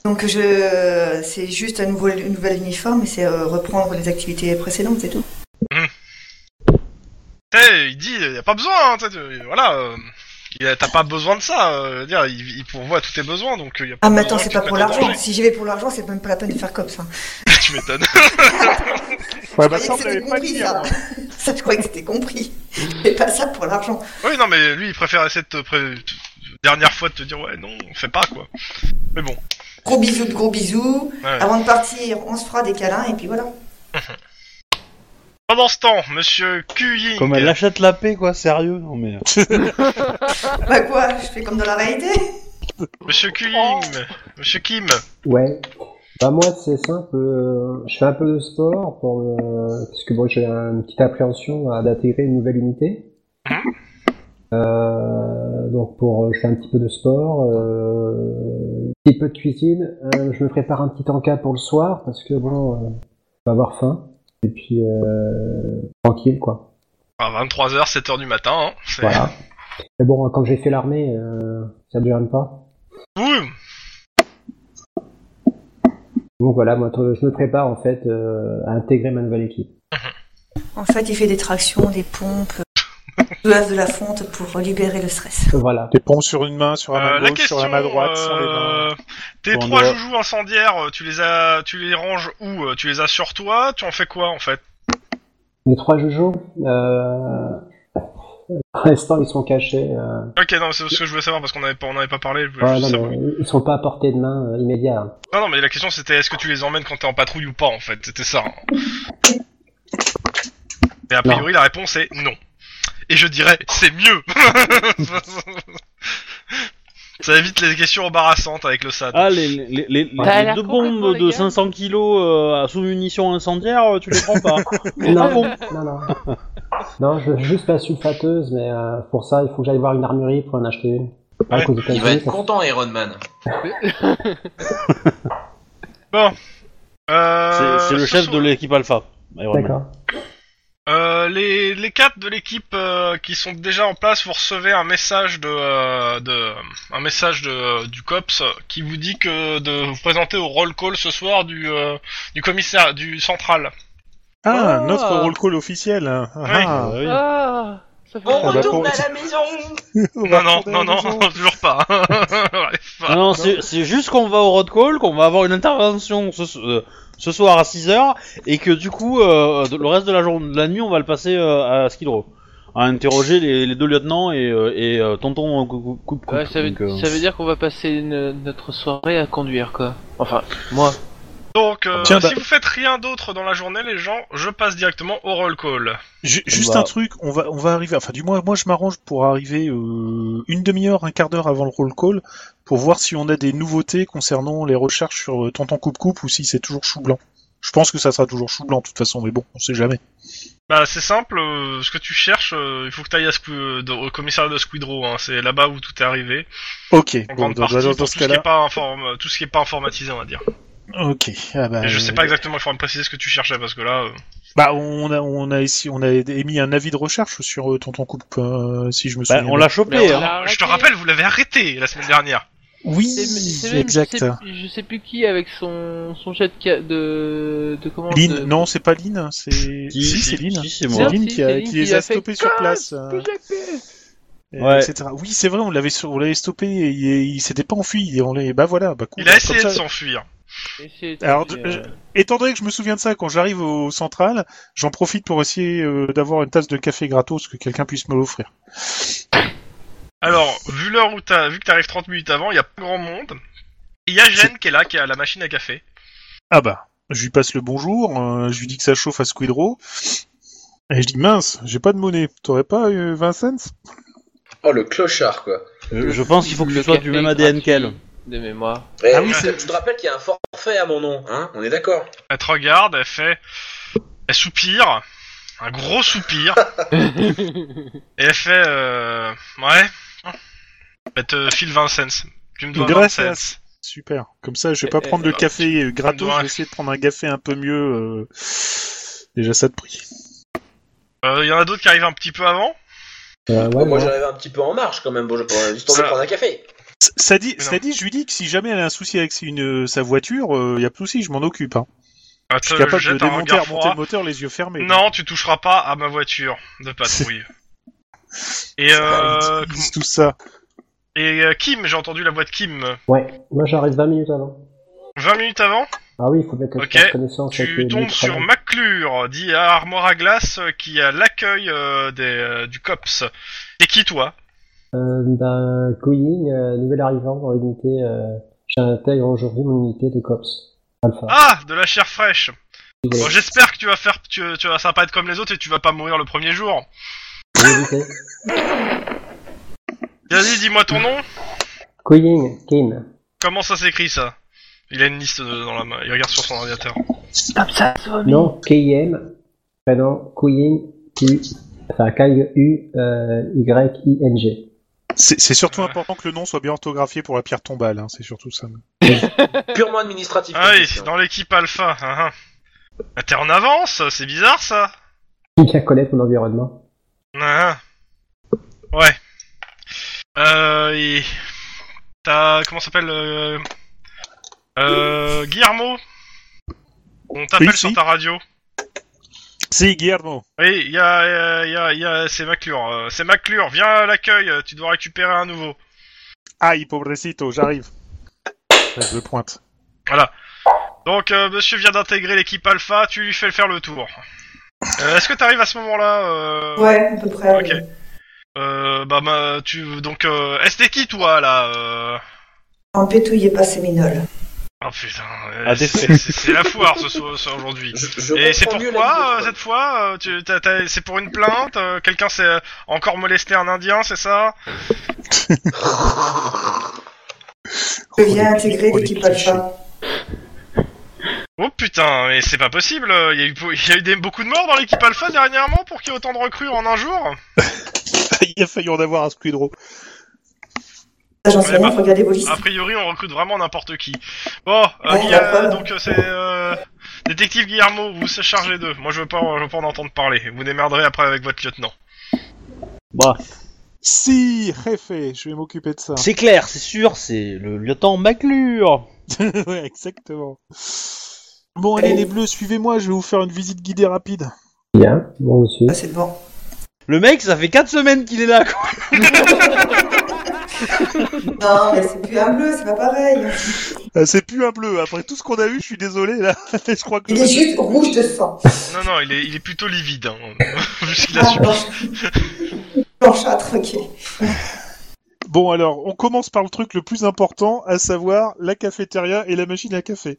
[SPEAKER 5] Donc, je, c'est juste un nouveau, une nouvelle uniforme et c'est euh, reprendre les activités précédentes, c'est tout.
[SPEAKER 1] Tu sais, Eh, il dit, il y a pas besoin, hein, tu sais, tu- voilà. euh, il a- T'as pas besoin de ça, euh, je veux dire, il, il pourvoit à tous tes besoins, donc il y a pas
[SPEAKER 5] Ah, mais
[SPEAKER 1] besoin
[SPEAKER 5] attends,
[SPEAKER 1] que
[SPEAKER 5] c'est
[SPEAKER 1] tu
[SPEAKER 5] pas
[SPEAKER 1] te
[SPEAKER 5] pour
[SPEAKER 1] mettes en
[SPEAKER 5] l'argent.
[SPEAKER 1] danger.
[SPEAKER 5] Si j'y vais pour l'argent, c'est même pas la peine de faire comme ça.
[SPEAKER 1] tu m'étonnes.
[SPEAKER 4] Ouais,
[SPEAKER 5] Je
[SPEAKER 4] bah
[SPEAKER 5] croyais
[SPEAKER 4] ça,
[SPEAKER 5] que
[SPEAKER 4] on l'avait
[SPEAKER 5] c'était
[SPEAKER 4] pas
[SPEAKER 5] compris,
[SPEAKER 4] dit.
[SPEAKER 5] ça.
[SPEAKER 4] hein.
[SPEAKER 5] Ça, je croyais que c'était compris. C'est pas ça pour l'argent.
[SPEAKER 1] Oui, non, mais lui, il préfère essayer de te pré- te- dernière fois de te dire, ouais, non, on fait pas, quoi. Mais bon.
[SPEAKER 5] Gros bisous, de gros bisous.
[SPEAKER 1] ouais.
[SPEAKER 5] Avant de partir, on se fera des câlins et puis voilà.
[SPEAKER 1] Pendant ce temps, monsieur Kuyi.
[SPEAKER 2] Comme elle achète la paix, quoi, sérieux Non, mais. euh.
[SPEAKER 5] Bah quoi, je fais comme dans la réalité
[SPEAKER 1] Monsieur Kuyi. Monsieur Kim.
[SPEAKER 7] Ouais. Bah moi c'est simple, euh, je fais un peu de sport pour me- parce que bon j'ai une petite appréhension à- d'intégrer une nouvelle unité. Euh, donc pour euh, je fais un petit peu de sport, euh, petit peu de cuisine, Euh, je me prépare un petit encas pour le soir parce que bon euh, on va avoir faim et puis euh, tranquille quoi.
[SPEAKER 1] Enfin, 23h, 7h du matin, hein. c'est-
[SPEAKER 7] Voilà. Mais bon quand j'ai fait l'armée euh, ça ne dure pas.
[SPEAKER 1] Oui,
[SPEAKER 7] Donc voilà, moi je me prépare en fait euh, à intégrer ma nouvelle équipe.
[SPEAKER 5] En fait, il fait des tractions, des pompes, euh, de la- de la fonte pour libérer le stress.
[SPEAKER 7] Voilà.
[SPEAKER 4] Des ponts sur une main, sur la main
[SPEAKER 1] Euh,
[SPEAKER 4] gauche,
[SPEAKER 1] la question.
[SPEAKER 4] sur la main droite, sur les mains.
[SPEAKER 1] euh, Tes
[SPEAKER 4] Bon,
[SPEAKER 1] trois
[SPEAKER 4] on doit-
[SPEAKER 1] joujoux incendiaires, euh, tu les as, tu les ranges où euh, Tu les as sur toi Tu en fais quoi en fait
[SPEAKER 7] Les trois jojo, euh... pour l'instant ils sont cachés. Euh...
[SPEAKER 1] Ok, non, mais c'est ce que je voulais savoir parce qu'on n'avait pas, on n'avait pas parlé. Ah, je voulais
[SPEAKER 7] ouais,
[SPEAKER 1] juste
[SPEAKER 7] non,
[SPEAKER 1] savoir.
[SPEAKER 7] mais ils sont pas à portée de main euh, immédiate. hein.
[SPEAKER 1] Non, non, mais la question c'était est-ce que tu les emmènes quand t'es en patrouille ou pas en fait C'était ça. hein. Et a priori la réponse est non. Et je dirais c'est mieux. ça évite les questions embarrassantes avec le SAD.
[SPEAKER 2] Ah, les, les, les,
[SPEAKER 3] Bah,
[SPEAKER 2] les-
[SPEAKER 8] a
[SPEAKER 2] les
[SPEAKER 8] l'air
[SPEAKER 2] deux
[SPEAKER 8] complètement
[SPEAKER 2] bombes de
[SPEAKER 8] légal.
[SPEAKER 2] 500 kilos euh, à sous-munitions incendiaires, euh, tu les prends pas.
[SPEAKER 7] Non, non, non. non, je veux juste la sulfateuse, mais euh, pour ça il faut que j'aille voir une armurerie pour en acheter une. Pas
[SPEAKER 1] Ouais,
[SPEAKER 7] aux
[SPEAKER 6] Il va
[SPEAKER 7] États-Unis,
[SPEAKER 6] être
[SPEAKER 7] parce-
[SPEAKER 6] content, Iron Man.
[SPEAKER 1] Euh,
[SPEAKER 2] C'est- C'est le
[SPEAKER 1] ce
[SPEAKER 2] chef
[SPEAKER 1] sont-
[SPEAKER 2] de l'équipe Alpha. Iron Man.
[SPEAKER 7] D'accord.
[SPEAKER 1] Euh, les, les quatre de l'équipe euh, qui sont déjà en place, vous recevez un message de, euh, de un message de, euh, du cops qui vous dit que de vous présenter au roll call ce soir du euh, du commissaire du central.
[SPEAKER 4] Ah,
[SPEAKER 8] Oh.
[SPEAKER 4] notre roll call officiel. hein. Ah,
[SPEAKER 2] Ah, oui.
[SPEAKER 3] Oh.
[SPEAKER 8] Ah, ça fait
[SPEAKER 4] Ah, bah,
[SPEAKER 5] retourne
[SPEAKER 4] pour-
[SPEAKER 5] à la maison
[SPEAKER 4] on
[SPEAKER 1] Non
[SPEAKER 4] va
[SPEAKER 1] non
[SPEAKER 4] retourner à
[SPEAKER 1] non
[SPEAKER 4] la
[SPEAKER 1] non,
[SPEAKER 4] maison.
[SPEAKER 1] toujours pas. Allez,
[SPEAKER 2] Non, non, c'est c'est juste qu'on va au road call, qu'on va avoir une intervention ce, euh, ce soir à 6h, et que du coup, euh, de- le reste de la, journée, de la nuit, on va le passer euh, à Skid Row. À interroger les, les deux lieutenants et, euh, et euh, tonton coupe coupe.
[SPEAKER 3] Ouais, ça veut,
[SPEAKER 2] Donc, euh,
[SPEAKER 3] ça veut dire qu'on va passer une- notre soirée à conduire, quoi. Enfin, moi.
[SPEAKER 1] Donc euh,
[SPEAKER 4] Tiens, bah-
[SPEAKER 1] si vous faites rien d'autre dans la journée les gens, je passe directement au roll call.
[SPEAKER 4] Ju- Juste
[SPEAKER 2] Bah.
[SPEAKER 4] un truc, on va, on va arriver, enfin du moins moi je m'arrange pour arriver euh, une demi-heure, un quart d'heure avant le roll call pour voir si on a des nouveautés concernant les recherches sur euh, Tonton Coupe-Coupe ou si c'est toujours chou blanc. Je pense que ça sera toujours chou blanc de toute façon, mais bon, on sait jamais.
[SPEAKER 1] Bah c'est simple, euh, ce que tu cherches, euh, il faut que tu ailles à Squi- euh, de- au commissariat de Squidrow, hein, c'est là-bas où tout est arrivé.
[SPEAKER 4] Ok,
[SPEAKER 1] En
[SPEAKER 4] bon, bah,
[SPEAKER 1] grande
[SPEAKER 4] dans,
[SPEAKER 1] partie
[SPEAKER 4] dans- dans
[SPEAKER 1] pour
[SPEAKER 4] ce
[SPEAKER 1] tout ce qui est
[SPEAKER 4] cas-là.
[SPEAKER 1] pas inform- tout ce qui est pas informatisé on va dire.
[SPEAKER 4] Ok, ah bah,
[SPEAKER 1] Mais je sais pas
[SPEAKER 4] euh,
[SPEAKER 1] exactement, il faudra me préciser ce que tu cherchais parce que là. euh,
[SPEAKER 4] Bah, on a, on a ici, on a émis un avis de recherche sur euh, Tonton Coupe, euh, si je me
[SPEAKER 2] bah, on
[SPEAKER 4] souviens. bien.
[SPEAKER 2] l'a chopé,
[SPEAKER 3] Mais on
[SPEAKER 2] hein.
[SPEAKER 1] Je
[SPEAKER 3] l'a arrêté.
[SPEAKER 1] te rappelle, vous l'avez arrêté la semaine dernière.
[SPEAKER 4] Oui,
[SPEAKER 3] C'est- c'est même-
[SPEAKER 4] exact.
[SPEAKER 3] Je sais, je sais plus qui avec son, son jet de, ca- de, de comment
[SPEAKER 4] Lynn,
[SPEAKER 3] de-
[SPEAKER 4] non, c'est pas Lynn, hein, c'est. Si,
[SPEAKER 2] si,
[SPEAKER 4] c'est Lynn.
[SPEAKER 2] si, c'est
[SPEAKER 4] C'est
[SPEAKER 2] moi.
[SPEAKER 3] Merci,
[SPEAKER 4] Lynn qui, a-
[SPEAKER 3] c'est Lynn
[SPEAKER 4] qui
[SPEAKER 3] qui
[SPEAKER 4] les
[SPEAKER 3] a
[SPEAKER 4] a
[SPEAKER 3] fait
[SPEAKER 4] stoppés sur
[SPEAKER 3] casse,
[SPEAKER 4] place. euh, et
[SPEAKER 2] Ouais.
[SPEAKER 4] etc. Oui, c'est vrai, on l'avait, sur- on l'avait stoppé et il, il s'était pas enfui. Et on l'est, bah voilà, bah cool.
[SPEAKER 1] Il a
[SPEAKER 4] comme
[SPEAKER 1] essayé de
[SPEAKER 4] ça.
[SPEAKER 1] s'enfuir.
[SPEAKER 3] Et c'est-
[SPEAKER 4] Alors,
[SPEAKER 3] euh,
[SPEAKER 4] je- Étant donné que je me souviens de ça, quand j'arrive au central, j'en profite pour essayer euh, d'avoir une tasse de café gratos que quelqu'un puisse me l'offrir.
[SPEAKER 1] Alors, vu l'heure où t'as, vu que t'arrives 30 minutes avant, il y a pas grand monde. Il y a Jeanne qui est là, qui a la machine à café.
[SPEAKER 4] Ah bah, je lui passe le bonjour, euh, je lui dis que ça chauffe à Squidrow. Et je dis mince, j'ai pas de monnaie. T'aurais pas euh, 20 cents
[SPEAKER 8] Oh, le clochard, quoi.
[SPEAKER 2] Euh, je pense qu'il faut que tu sois du même ADN qu'elle.
[SPEAKER 3] Des mémoires.
[SPEAKER 8] Eh,
[SPEAKER 1] Ah oui,
[SPEAKER 8] je,
[SPEAKER 1] c'est-
[SPEAKER 8] te- je te rappelle qu'il y a un forfait à mon nom, hein On est d'accord
[SPEAKER 1] Elle te regarde, elle fait. Elle soupire. Un gros soupir. et elle fait. Euh... Ouais. Elle te file 20 cents. Tu me dois 20
[SPEAKER 4] Gracias.
[SPEAKER 1] cents.
[SPEAKER 4] Super. Comme ça, je vais pas
[SPEAKER 3] Eh,
[SPEAKER 4] prendre
[SPEAKER 3] eh,
[SPEAKER 4] le
[SPEAKER 3] bah,
[SPEAKER 4] café euh, gratos, je
[SPEAKER 1] Ouais.
[SPEAKER 4] vais essayer de prendre un café un peu mieux. euh, Déjà ça de prix. hein.
[SPEAKER 1] Euh, Il y en a d'autres qui arrivent un petit peu avant.
[SPEAKER 7] Euh, ouais,
[SPEAKER 8] Bon, Moi,
[SPEAKER 7] ouais.
[SPEAKER 8] j'arrive un petit peu en marche quand même, bon, je prends- histoire
[SPEAKER 1] Ça-
[SPEAKER 8] de prendre un café.
[SPEAKER 4] C- Ça dit,
[SPEAKER 1] Mais
[SPEAKER 4] ça
[SPEAKER 1] non.
[SPEAKER 4] dit, je lui dis que si jamais elle a un souci avec une, euh, sa voiture, euh, y a pas de souci, je m'en occupe. Hein.
[SPEAKER 1] Elle
[SPEAKER 4] Je suis
[SPEAKER 1] te
[SPEAKER 4] capable de
[SPEAKER 1] Euh, jette un
[SPEAKER 4] démonter,
[SPEAKER 1] regard
[SPEAKER 4] remonter
[SPEAKER 1] froid.
[SPEAKER 4] le moteur les yeux fermés.
[SPEAKER 1] Non, tu toucheras pas à ma voiture de patrouille. et euh,
[SPEAKER 4] Ils disent tout ça.
[SPEAKER 1] et euh, Kim, j'ai entendu la voix de Kim.
[SPEAKER 7] Ouais, moi j'arrive 20 minutes avant.
[SPEAKER 1] 20 minutes avant,
[SPEAKER 7] Ah oui, il faut bien que
[SPEAKER 1] Ok,
[SPEAKER 7] je fasse connaissance avec les
[SPEAKER 1] tu tombes
[SPEAKER 7] les
[SPEAKER 1] sur
[SPEAKER 7] travaux.
[SPEAKER 1] McClure, dit à Armoire à glace euh, qui a l'accueil euh, des, euh, du COPS. Et qui toi
[SPEAKER 7] Euh, ben, Going, euh, nouvel arrivant dans l'unité. Euh, J'intègre aujourd'hui mon unité de COPS. Alpha.
[SPEAKER 1] Ah, de la chair fraîche.
[SPEAKER 7] J'ai
[SPEAKER 1] Bon, j'espère que tu vas faire, tu, tu vas, ça va pas être comme les autres et tu vas pas mourir le premier jour.
[SPEAKER 7] évité.
[SPEAKER 1] Vas-y, dis-moi ton nom.
[SPEAKER 7] Going, Kim.
[SPEAKER 1] Comment ça s'écrit ça Il a une liste de- dans la main. Il regarde sur son ordinateur.
[SPEAKER 7] Non, K-I-M. Prénom, Going, Q. Enfin, K-U-Y-I-N-G.
[SPEAKER 4] C'est c'est surtout
[SPEAKER 1] Ouais.
[SPEAKER 4] important que le nom soit bien orthographié pour la pierre tombale, hein, c'est surtout ça.
[SPEAKER 8] Purement administratif.
[SPEAKER 1] Ah
[SPEAKER 8] comme
[SPEAKER 1] oui,
[SPEAKER 8] question.
[SPEAKER 1] dans l'équipe Alpha. hein, hein. Ah, T'es en avance, c'est bizarre ça.
[SPEAKER 7] Bien connaître mon environnement.
[SPEAKER 1] Ah, ah. Ouais. Euh, et- T'as... Comment ça s'appelle euh... euh... Guillermo On t'appelle
[SPEAKER 4] Oui,
[SPEAKER 1] sur
[SPEAKER 4] si.
[SPEAKER 1] ta radio.
[SPEAKER 4] Si, Guillermo.
[SPEAKER 1] Oui, il y a, euh, y a, y a... C'est Maclure. euh, C'est Maclure, viens à l'accueil, euh, tu dois récupérer un nouveau.
[SPEAKER 4] Aïe, pobrecito, j'arrive. Je pointe.
[SPEAKER 1] Donc, euh, monsieur vient d'intégrer l'équipe Alpha, tu lui fais faire le tour. Euh, est-ce que t'arrives à ce moment-là euh...
[SPEAKER 5] Ouais, à peu près.
[SPEAKER 1] Ok.
[SPEAKER 5] ouais.
[SPEAKER 1] euh, bah, bah, tu... Donc, euh... est-ce que t'es qui, toi, là euh...
[SPEAKER 5] En pétouillez pas ces minoles.
[SPEAKER 1] Oh putain, euh,
[SPEAKER 2] Ah, des
[SPEAKER 1] c'est c'est- c'est la foire ce soir ce- aujourd'hui.
[SPEAKER 8] Je, je
[SPEAKER 1] Et c'est
[SPEAKER 8] comprends mieux
[SPEAKER 1] pourquoi euh,
[SPEAKER 8] l'anecdote,
[SPEAKER 1] cette fois euh, tu- t'as- t'as- C'est pour une plainte euh, Quelqu'un s'est euh, encore molesté un Indien, c'est ça
[SPEAKER 5] Je viens
[SPEAKER 4] Oh, les-
[SPEAKER 5] intégrer
[SPEAKER 4] oh, les
[SPEAKER 5] l'équipe
[SPEAKER 4] clichés.
[SPEAKER 5] Alpha.
[SPEAKER 1] Oh putain, mais c'est pas possible euh, Il y a eu, beau- il y a eu des, beaucoup de morts dans l'équipe Alpha dernièrement pour qu'il y ait autant de recrues en un jour
[SPEAKER 4] Il a failli en avoir un squidro.
[SPEAKER 5] Ça, J'en sais
[SPEAKER 1] Ouais,
[SPEAKER 5] rien,
[SPEAKER 1] bah,
[SPEAKER 5] faut regarder vos listes.
[SPEAKER 1] A priori, on recrute vraiment n'importe qui. Bon, euh,
[SPEAKER 5] Ouais,
[SPEAKER 1] Guilla-
[SPEAKER 5] y a pas de-
[SPEAKER 1] donc euh, c'est... euh, Détective Guillermo, vous vous chargez d'eux. Moi je veux pas, je veux pas en entendre parler. Vous démerderez après avec votre lieutenant.
[SPEAKER 2] Bah,
[SPEAKER 4] Si, réfé, je vais m'occuper de ça.
[SPEAKER 2] c'est clair, c'est sûr, c'est le lieutenant McClure.
[SPEAKER 4] ouais, exactement. Bon, allez, les bleus, suivez-moi, je vais vous faire une visite guidée rapide.
[SPEAKER 7] Bien, bon aussi.
[SPEAKER 5] Ah, c'est bon.
[SPEAKER 2] Le mec, ça fait 4 semaines qu'il est là, quoi.
[SPEAKER 5] Non, mais c'est plus un bleu, c'est pas pareil.
[SPEAKER 4] Euh, c'est plus un bleu, après tout ce qu'on a eu, je suis désolé, là. je crois que
[SPEAKER 5] Il est juste rouge de sang.
[SPEAKER 1] Non, non, il est, il est plutôt livide, hein, vu ce qu'il a
[SPEAKER 5] Ah,
[SPEAKER 1] subi.
[SPEAKER 5] blanche- Blanchâtre, ok.
[SPEAKER 4] Bon, alors, on commence par le truc le plus important, à savoir la cafétéria et la machine à café.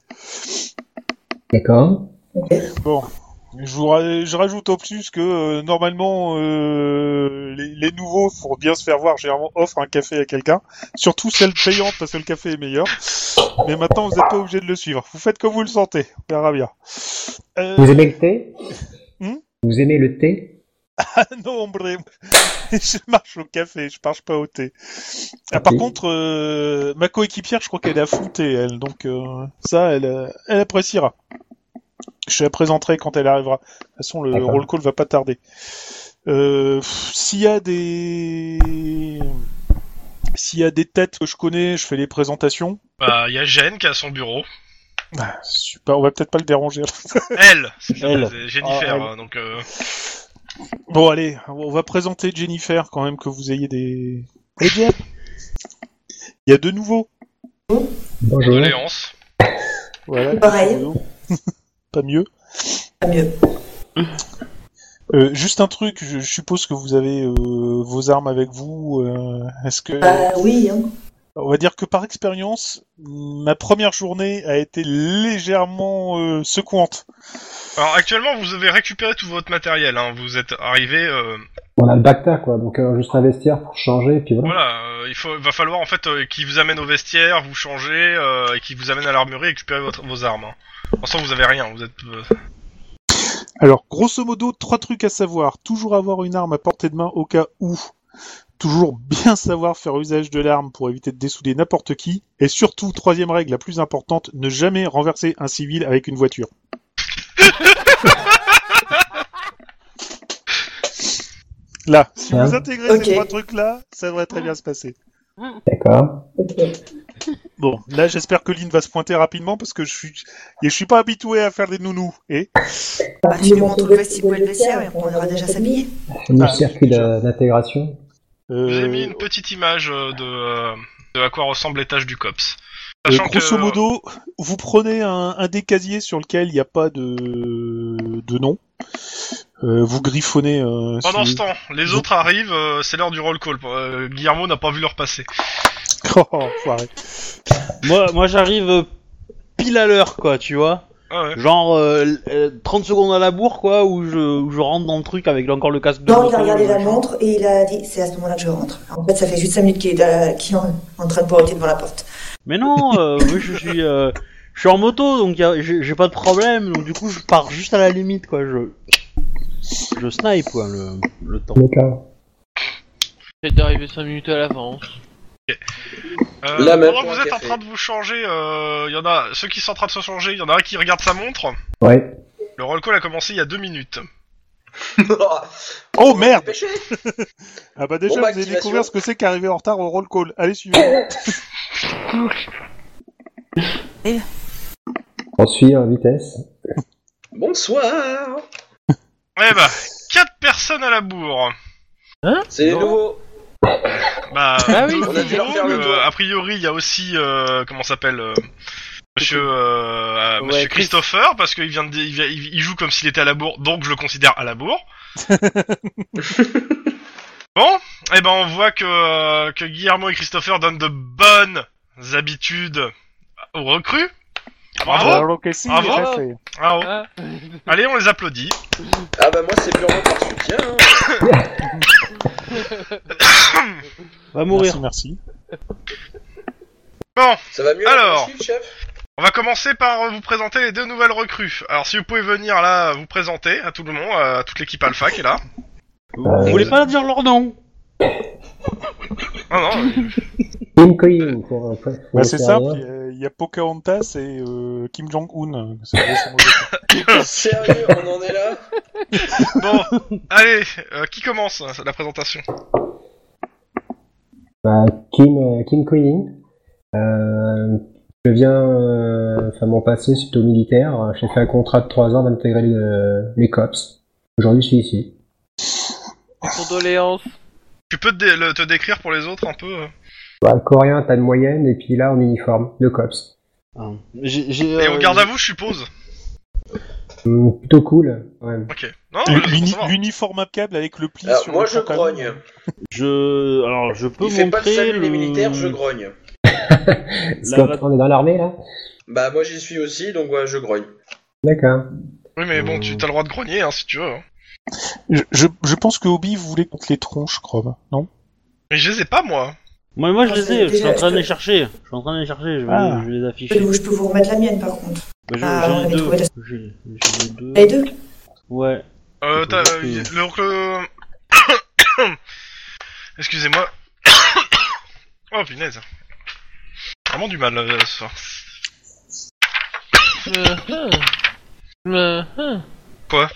[SPEAKER 7] D'accord.
[SPEAKER 4] Bon. Je, vous ra- je rajoute au plus que euh, normalement euh, les, les nouveaux pour bien se faire voir généralement offrent un café à quelqu'un, surtout celle payante parce que le café est meilleur. Mais maintenant vous n'êtes pas obligé de le suivre. Vous faites comme vous le sentez, on verra bien. Euh,
[SPEAKER 7] Vous aimez le thé
[SPEAKER 4] Hmm
[SPEAKER 7] Vous aimez le thé
[SPEAKER 4] non, hombre. je marche au café, je marche pas au thé. Ah, par
[SPEAKER 7] Ok.
[SPEAKER 4] contre, euh, ma coéquipière, je crois qu'elle a fouté, elle. Donc, euh, ça, elle, euh, elle appréciera. Je la présenterai quand elle arrivera. De toute façon, le
[SPEAKER 7] D'accord.
[SPEAKER 4] roll call va pas tarder. Euh, pff, S'il y a des. S'il y a des têtes que je connais, je fais les présentations. Ah,
[SPEAKER 1] Bah, il y a Jeanne qui a son bureau.
[SPEAKER 4] Super, on va peut-être pas le déranger.
[SPEAKER 1] Elle, c'est
[SPEAKER 2] Elle.
[SPEAKER 1] c'est Jennifer,
[SPEAKER 2] Ah, elle.
[SPEAKER 1] euh, donc euh,
[SPEAKER 4] Bon, allez, on va présenter Jennifer quand même que vous ayez des. Eh bien, il y a de nouveaux.
[SPEAKER 7] Bonjour.
[SPEAKER 1] doléance.
[SPEAKER 4] Voilà.
[SPEAKER 5] Pareil.
[SPEAKER 4] grosso modo. Pas mieux.
[SPEAKER 5] Pas mieux.
[SPEAKER 4] Euh, juste un truc, je, je suppose que vous avez euh, vos armes avec vous. euh, Est-ce que
[SPEAKER 5] Bah oui, hein.
[SPEAKER 4] on va dire que par expérience, ma première journée a été légèrement euh, secouante.
[SPEAKER 1] Alors actuellement, vous avez récupéré tout votre matériel. Hein. Vous êtes arrivé. euh,
[SPEAKER 7] On a le Bacta, quoi, donc euh, juste un vestiaire pour changer, et puis voilà.
[SPEAKER 1] voilà, euh, il faut, va falloir en fait euh, qu'ils vous amènent au vestiaire, vous changer, euh, et qu'ils vous amènent à l'armurerie et récupérer votre, vos armes. hein. Pour l'instant, vous avez rien. Vous êtes. euh,
[SPEAKER 4] Alors, grosso modo, trois trucs à savoir. Toujours avoir une arme à portée de main au cas où. Toujours bien savoir faire usage de l'arme pour éviter de dessouder n'importe qui. Et surtout, troisième règle, la plus importante, ne jamais renverser un civil avec une voiture. Là, si vous
[SPEAKER 7] Hein
[SPEAKER 4] intégrez
[SPEAKER 5] Ok.
[SPEAKER 4] ces trois trucs-là, ça devrait très bien se passer.
[SPEAKER 7] D'accord.
[SPEAKER 4] Bon, là j'espère que Lynn va se pointer rapidement parce que je suis, et je suis pas habitué à faire des nounous. Et
[SPEAKER 5] Bah, tu lui montres le vestibule et le vestiaire et on ira déjà s'habiller.
[SPEAKER 7] C'est le
[SPEAKER 4] Ah,
[SPEAKER 7] circuit
[SPEAKER 4] déjà.
[SPEAKER 7] d'a- d'intégration.
[SPEAKER 4] euh,
[SPEAKER 1] J'ai mis une petite image euh, de, euh, de à quoi ressemblent les tâches du COPS.
[SPEAKER 4] Euh,
[SPEAKER 1] Sachant
[SPEAKER 4] grosso
[SPEAKER 1] que-
[SPEAKER 4] modo, vous prenez un, un des casiers sur lequel il n'y a pas de, de nom. Euh, vous griffonnez. euh,
[SPEAKER 1] Pendant
[SPEAKER 4] si-
[SPEAKER 1] ce temps, les autres arrivent, euh, c'est l'heure du roll call. Euh, Guillermo n'a pas vu leur passer.
[SPEAKER 4] Oh, enfoiré.
[SPEAKER 2] Moi, moi j'arrive euh, pile à l'heure, quoi, tu vois.
[SPEAKER 1] Ah ouais.
[SPEAKER 2] Genre euh, l- euh, 30 secondes à la bourre, quoi, où je, où je rentre dans le truc avec encore le casque de
[SPEAKER 5] Non, il
[SPEAKER 2] moto,
[SPEAKER 5] a
[SPEAKER 2] euh,
[SPEAKER 5] regardé la
[SPEAKER 2] machin.
[SPEAKER 5] montre et il a dit c'est à ce moment-là que je rentre. En fait, ça fait juste 5 minutes qu'il est, euh, qu'il est en, en train de pointer devant la porte.
[SPEAKER 2] Mais non, euh, moi, je suis, euh, je suis en moto, donc y a- j'ai j'ai pas de problème. Donc du coup, je pars juste à la limite, quoi. Je, je snipe, quoi, le, le temps.
[SPEAKER 7] D'accord.
[SPEAKER 3] J'ai d'arriver 5 minutes à l'avance.
[SPEAKER 1] Euh,
[SPEAKER 8] Là, même
[SPEAKER 1] pendant que
[SPEAKER 8] pour
[SPEAKER 1] vous
[SPEAKER 8] un
[SPEAKER 1] êtes en
[SPEAKER 8] café.
[SPEAKER 1] train de vous changer, euh, il y en a ceux qui sont en train de se changer, il y en a un qui regarde sa montre.
[SPEAKER 7] Ouais.
[SPEAKER 1] Le roll call a commencé il y a deux minutes.
[SPEAKER 4] Oh merde
[SPEAKER 8] Dépêché
[SPEAKER 4] Ah bah déjà
[SPEAKER 8] Bon, bah,
[SPEAKER 4] vous avez
[SPEAKER 8] activation.
[SPEAKER 4] découvert ce que c'est qu'arriver en retard au roll call. Allez suivez.
[SPEAKER 7] On suit en vitesse.
[SPEAKER 8] Bonsoir
[SPEAKER 1] Eh bah, quatre personnes à la bourre.
[SPEAKER 8] C'est les nouveaux
[SPEAKER 1] Bah,
[SPEAKER 3] Ah oui,
[SPEAKER 1] deux
[SPEAKER 8] on a dû leur
[SPEAKER 1] nouveaux,
[SPEAKER 8] faire le
[SPEAKER 1] euh,
[SPEAKER 8] tour.
[SPEAKER 1] a priori, il y a aussi euh, comment ça s'appelle euh, Monsieur, euh, euh,
[SPEAKER 3] Ouais,
[SPEAKER 1] Monsieur
[SPEAKER 3] Chris-
[SPEAKER 1] Christopher parce qu'il vient de, il, vient- il- il joue comme s'il était à la bourre, donc je le considère à la bourre. bon, eh ben on voit que euh, que Guillermo et Christopher donnent de bonnes habitudes aux recrues. Bravo,
[SPEAKER 4] Ah, bah, Alors, ok, si,
[SPEAKER 1] Bravo.
[SPEAKER 4] déjà fait.
[SPEAKER 1] bravo.
[SPEAKER 3] Ah.
[SPEAKER 1] Allez, on les applaudit.
[SPEAKER 8] Ah bah moi c'est purement par soutien. hein.
[SPEAKER 2] Va mourir.
[SPEAKER 4] Merci, merci.
[SPEAKER 8] Ça va mieux
[SPEAKER 1] Alors.
[SPEAKER 8] la suite, chef
[SPEAKER 1] On va commencer par euh, vous présenter les deux nouvelles recrues. Alors si vous pouvez venir là, vous présenter à tout le monde, à toute l'équipe Alpha qui est là.
[SPEAKER 2] Vous voulez pas dire leur nom
[SPEAKER 1] Non, non. euh,
[SPEAKER 7] Team Calling pour, pour
[SPEAKER 4] Bah,
[SPEAKER 7] les
[SPEAKER 4] c'est
[SPEAKER 7] Syriens.
[SPEAKER 4] simple, il y a- il y, a Pocahontas et euh, Kim Jong-un. C'est grosso modo.
[SPEAKER 8] Sérieux, on en est là
[SPEAKER 1] Bon, allez, euh, qui commence euh, la présentation
[SPEAKER 7] Bah, Kim, euh, Kim Queen. Euh, je viens, euh, enfin mon passé, c'est plutôt militaire. J'ai fait un contrat de 3 ans d'intégrer le- les COPS. Aujourd'hui, je suis ici.
[SPEAKER 3] Condoléances.
[SPEAKER 1] Tu peux te, dé- le- te décrire pour les autres un peu euh
[SPEAKER 7] Bah, coréen, tas de moyenne, et puis là, en uniforme, le COPS.
[SPEAKER 2] Ah. J'ai- j'ai,
[SPEAKER 1] Et
[SPEAKER 2] euh,
[SPEAKER 1] on garde à vous, je suppose.
[SPEAKER 7] Hum, plutôt cool, ouais.
[SPEAKER 1] Ok. Non, non, je veux
[SPEAKER 4] L'uni-
[SPEAKER 1] savoir.
[SPEAKER 4] L'uniforme câble avec le pli
[SPEAKER 8] Alors,
[SPEAKER 4] sur
[SPEAKER 8] Moi
[SPEAKER 4] le
[SPEAKER 8] je
[SPEAKER 4] pantalon.
[SPEAKER 8] grogne.
[SPEAKER 2] Je, alors je peux
[SPEAKER 8] Il fait pas le
[SPEAKER 2] montrer
[SPEAKER 8] salut les
[SPEAKER 2] le-
[SPEAKER 8] militaires, je grogne.
[SPEAKER 7] Parce
[SPEAKER 2] La-
[SPEAKER 7] qu'on- on est dans l'armée, là
[SPEAKER 8] Bah moi j'y suis aussi, donc ouais, je grogne.
[SPEAKER 7] D'accord.
[SPEAKER 1] Oui, mais bon, tu as le droit de grogner hein, si tu veux. hein.
[SPEAKER 4] Je, je, je pense que Obi vous voulez contre les tronches, Chrome, non
[SPEAKER 1] Mais je les ai pas, moi.
[SPEAKER 2] Moi, moi je
[SPEAKER 5] Ah,
[SPEAKER 2] les
[SPEAKER 5] c'est-
[SPEAKER 2] ai. Je suis en
[SPEAKER 5] déjà,
[SPEAKER 2] train de
[SPEAKER 5] je-
[SPEAKER 2] les chercher. Je suis en train de les chercher. Je vais,
[SPEAKER 4] Ah.
[SPEAKER 2] je vais les
[SPEAKER 5] Je peux,
[SPEAKER 2] afficher.
[SPEAKER 5] vous- je peux vous remettre la mienne par contre.
[SPEAKER 2] Bah, je-
[SPEAKER 5] Ah, on
[SPEAKER 2] J'en ai
[SPEAKER 5] avait
[SPEAKER 2] deux.
[SPEAKER 5] trouvé la-
[SPEAKER 2] J'ai- J'en ai deux.
[SPEAKER 5] Les deux
[SPEAKER 2] Ouais.
[SPEAKER 1] Euh, t'as, euh,
[SPEAKER 2] Oui.
[SPEAKER 1] le- donc, le- Excusez-moi. oh, punaise. Vraiment du mal euh, ce soir.
[SPEAKER 3] Euh, hein. Euh, hein.
[SPEAKER 1] Quoi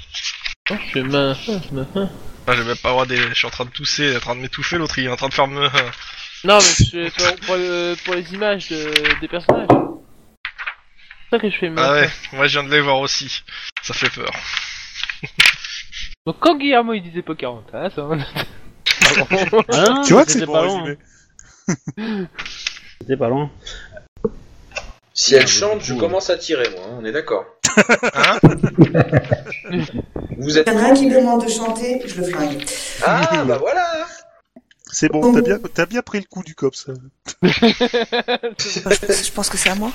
[SPEAKER 3] Oh, je fais ma- hein, ma- hein.
[SPEAKER 1] Ah, j'ai même pas le droit des... Je suis en train de tousser, en train de m'étouffer, l'autre il est en train de faire me...
[SPEAKER 3] Non, mais je fais pour, pour, le- pour les images de- des personnages. C'est ça que je fais ma-
[SPEAKER 1] Ah ouais, moi je viens de les voir aussi. Ça fait peur.
[SPEAKER 3] Donc quand Guillermo il disait Pocahontas, hein,
[SPEAKER 2] Ah, non,
[SPEAKER 4] Tu vois que c'est
[SPEAKER 2] c'était
[SPEAKER 4] pour
[SPEAKER 2] pas
[SPEAKER 4] résumer.
[SPEAKER 2] loin. hein. C'était pas loin.
[SPEAKER 8] Si elle
[SPEAKER 2] Ah,
[SPEAKER 8] chante,
[SPEAKER 2] oui,
[SPEAKER 8] je
[SPEAKER 2] oui.
[SPEAKER 8] commence à tirer moi, hein, on est d'accord.
[SPEAKER 1] Hein
[SPEAKER 8] Vous êtes...
[SPEAKER 5] Il y en a un qui me demande de chanter, je le flingue.
[SPEAKER 8] Ah bah voilà
[SPEAKER 4] C'est bon, t'as bien, t'as bien pris le coup du copse.
[SPEAKER 5] Euh, Je pense que c'est à moi.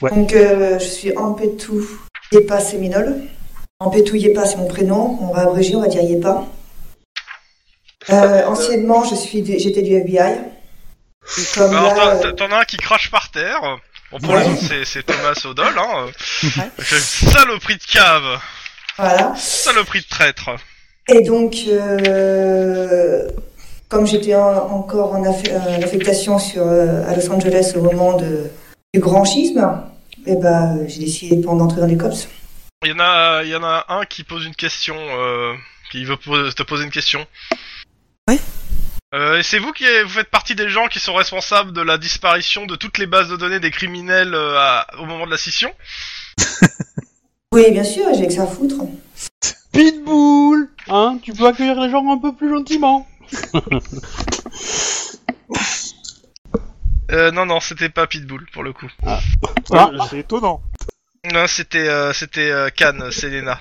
[SPEAKER 4] Ouais.
[SPEAKER 5] Donc, euh, je suis Ampetou Yepa Séminole. Ampetou Yepa, c'est mon prénom. On va abréger, on va dire Yepa. Euh, anciennement, je suis du- j'étais du FBI. Et comme
[SPEAKER 1] Alors,
[SPEAKER 5] là,
[SPEAKER 1] t'en-
[SPEAKER 5] euh,
[SPEAKER 1] t'en- t'en as un qui crache par terre. Bon, pour
[SPEAKER 5] Ouais.
[SPEAKER 1] les autres, c'est- c'est Thomas Odol. Hein.
[SPEAKER 5] Ouais.
[SPEAKER 1] C'est une Saloperie de cave.
[SPEAKER 5] voilà.
[SPEAKER 1] Saloperie de traître.
[SPEAKER 5] Et donc, euh, comme j'étais en- encore en aff- euh, en affectation sur, euh, à Los Angeles au moment de, du grand schisme, eh ben, euh, j'ai décidé de pas d'entrer dans les cops.
[SPEAKER 1] Il y en a, il y en a un qui pose une question, euh, qui veut pose- te poser une question.
[SPEAKER 5] Oui.
[SPEAKER 1] Euh, et c'est vous qui vous faites partie des gens qui sont responsables de la disparition de toutes les bases de données des criminels euh, à- au moment de la scission.
[SPEAKER 5] Oui, bien sûr, j'ai que ça à foutre.
[SPEAKER 2] Pitbull Hein Tu peux accueillir les gens un peu plus gentiment
[SPEAKER 1] Euh, non, non, c'était pas Pitbull pour le coup.
[SPEAKER 2] Ah.
[SPEAKER 4] Ouais, C'est étonnant.
[SPEAKER 1] Non, c'était, euh, c'était euh, Cannes, Selena.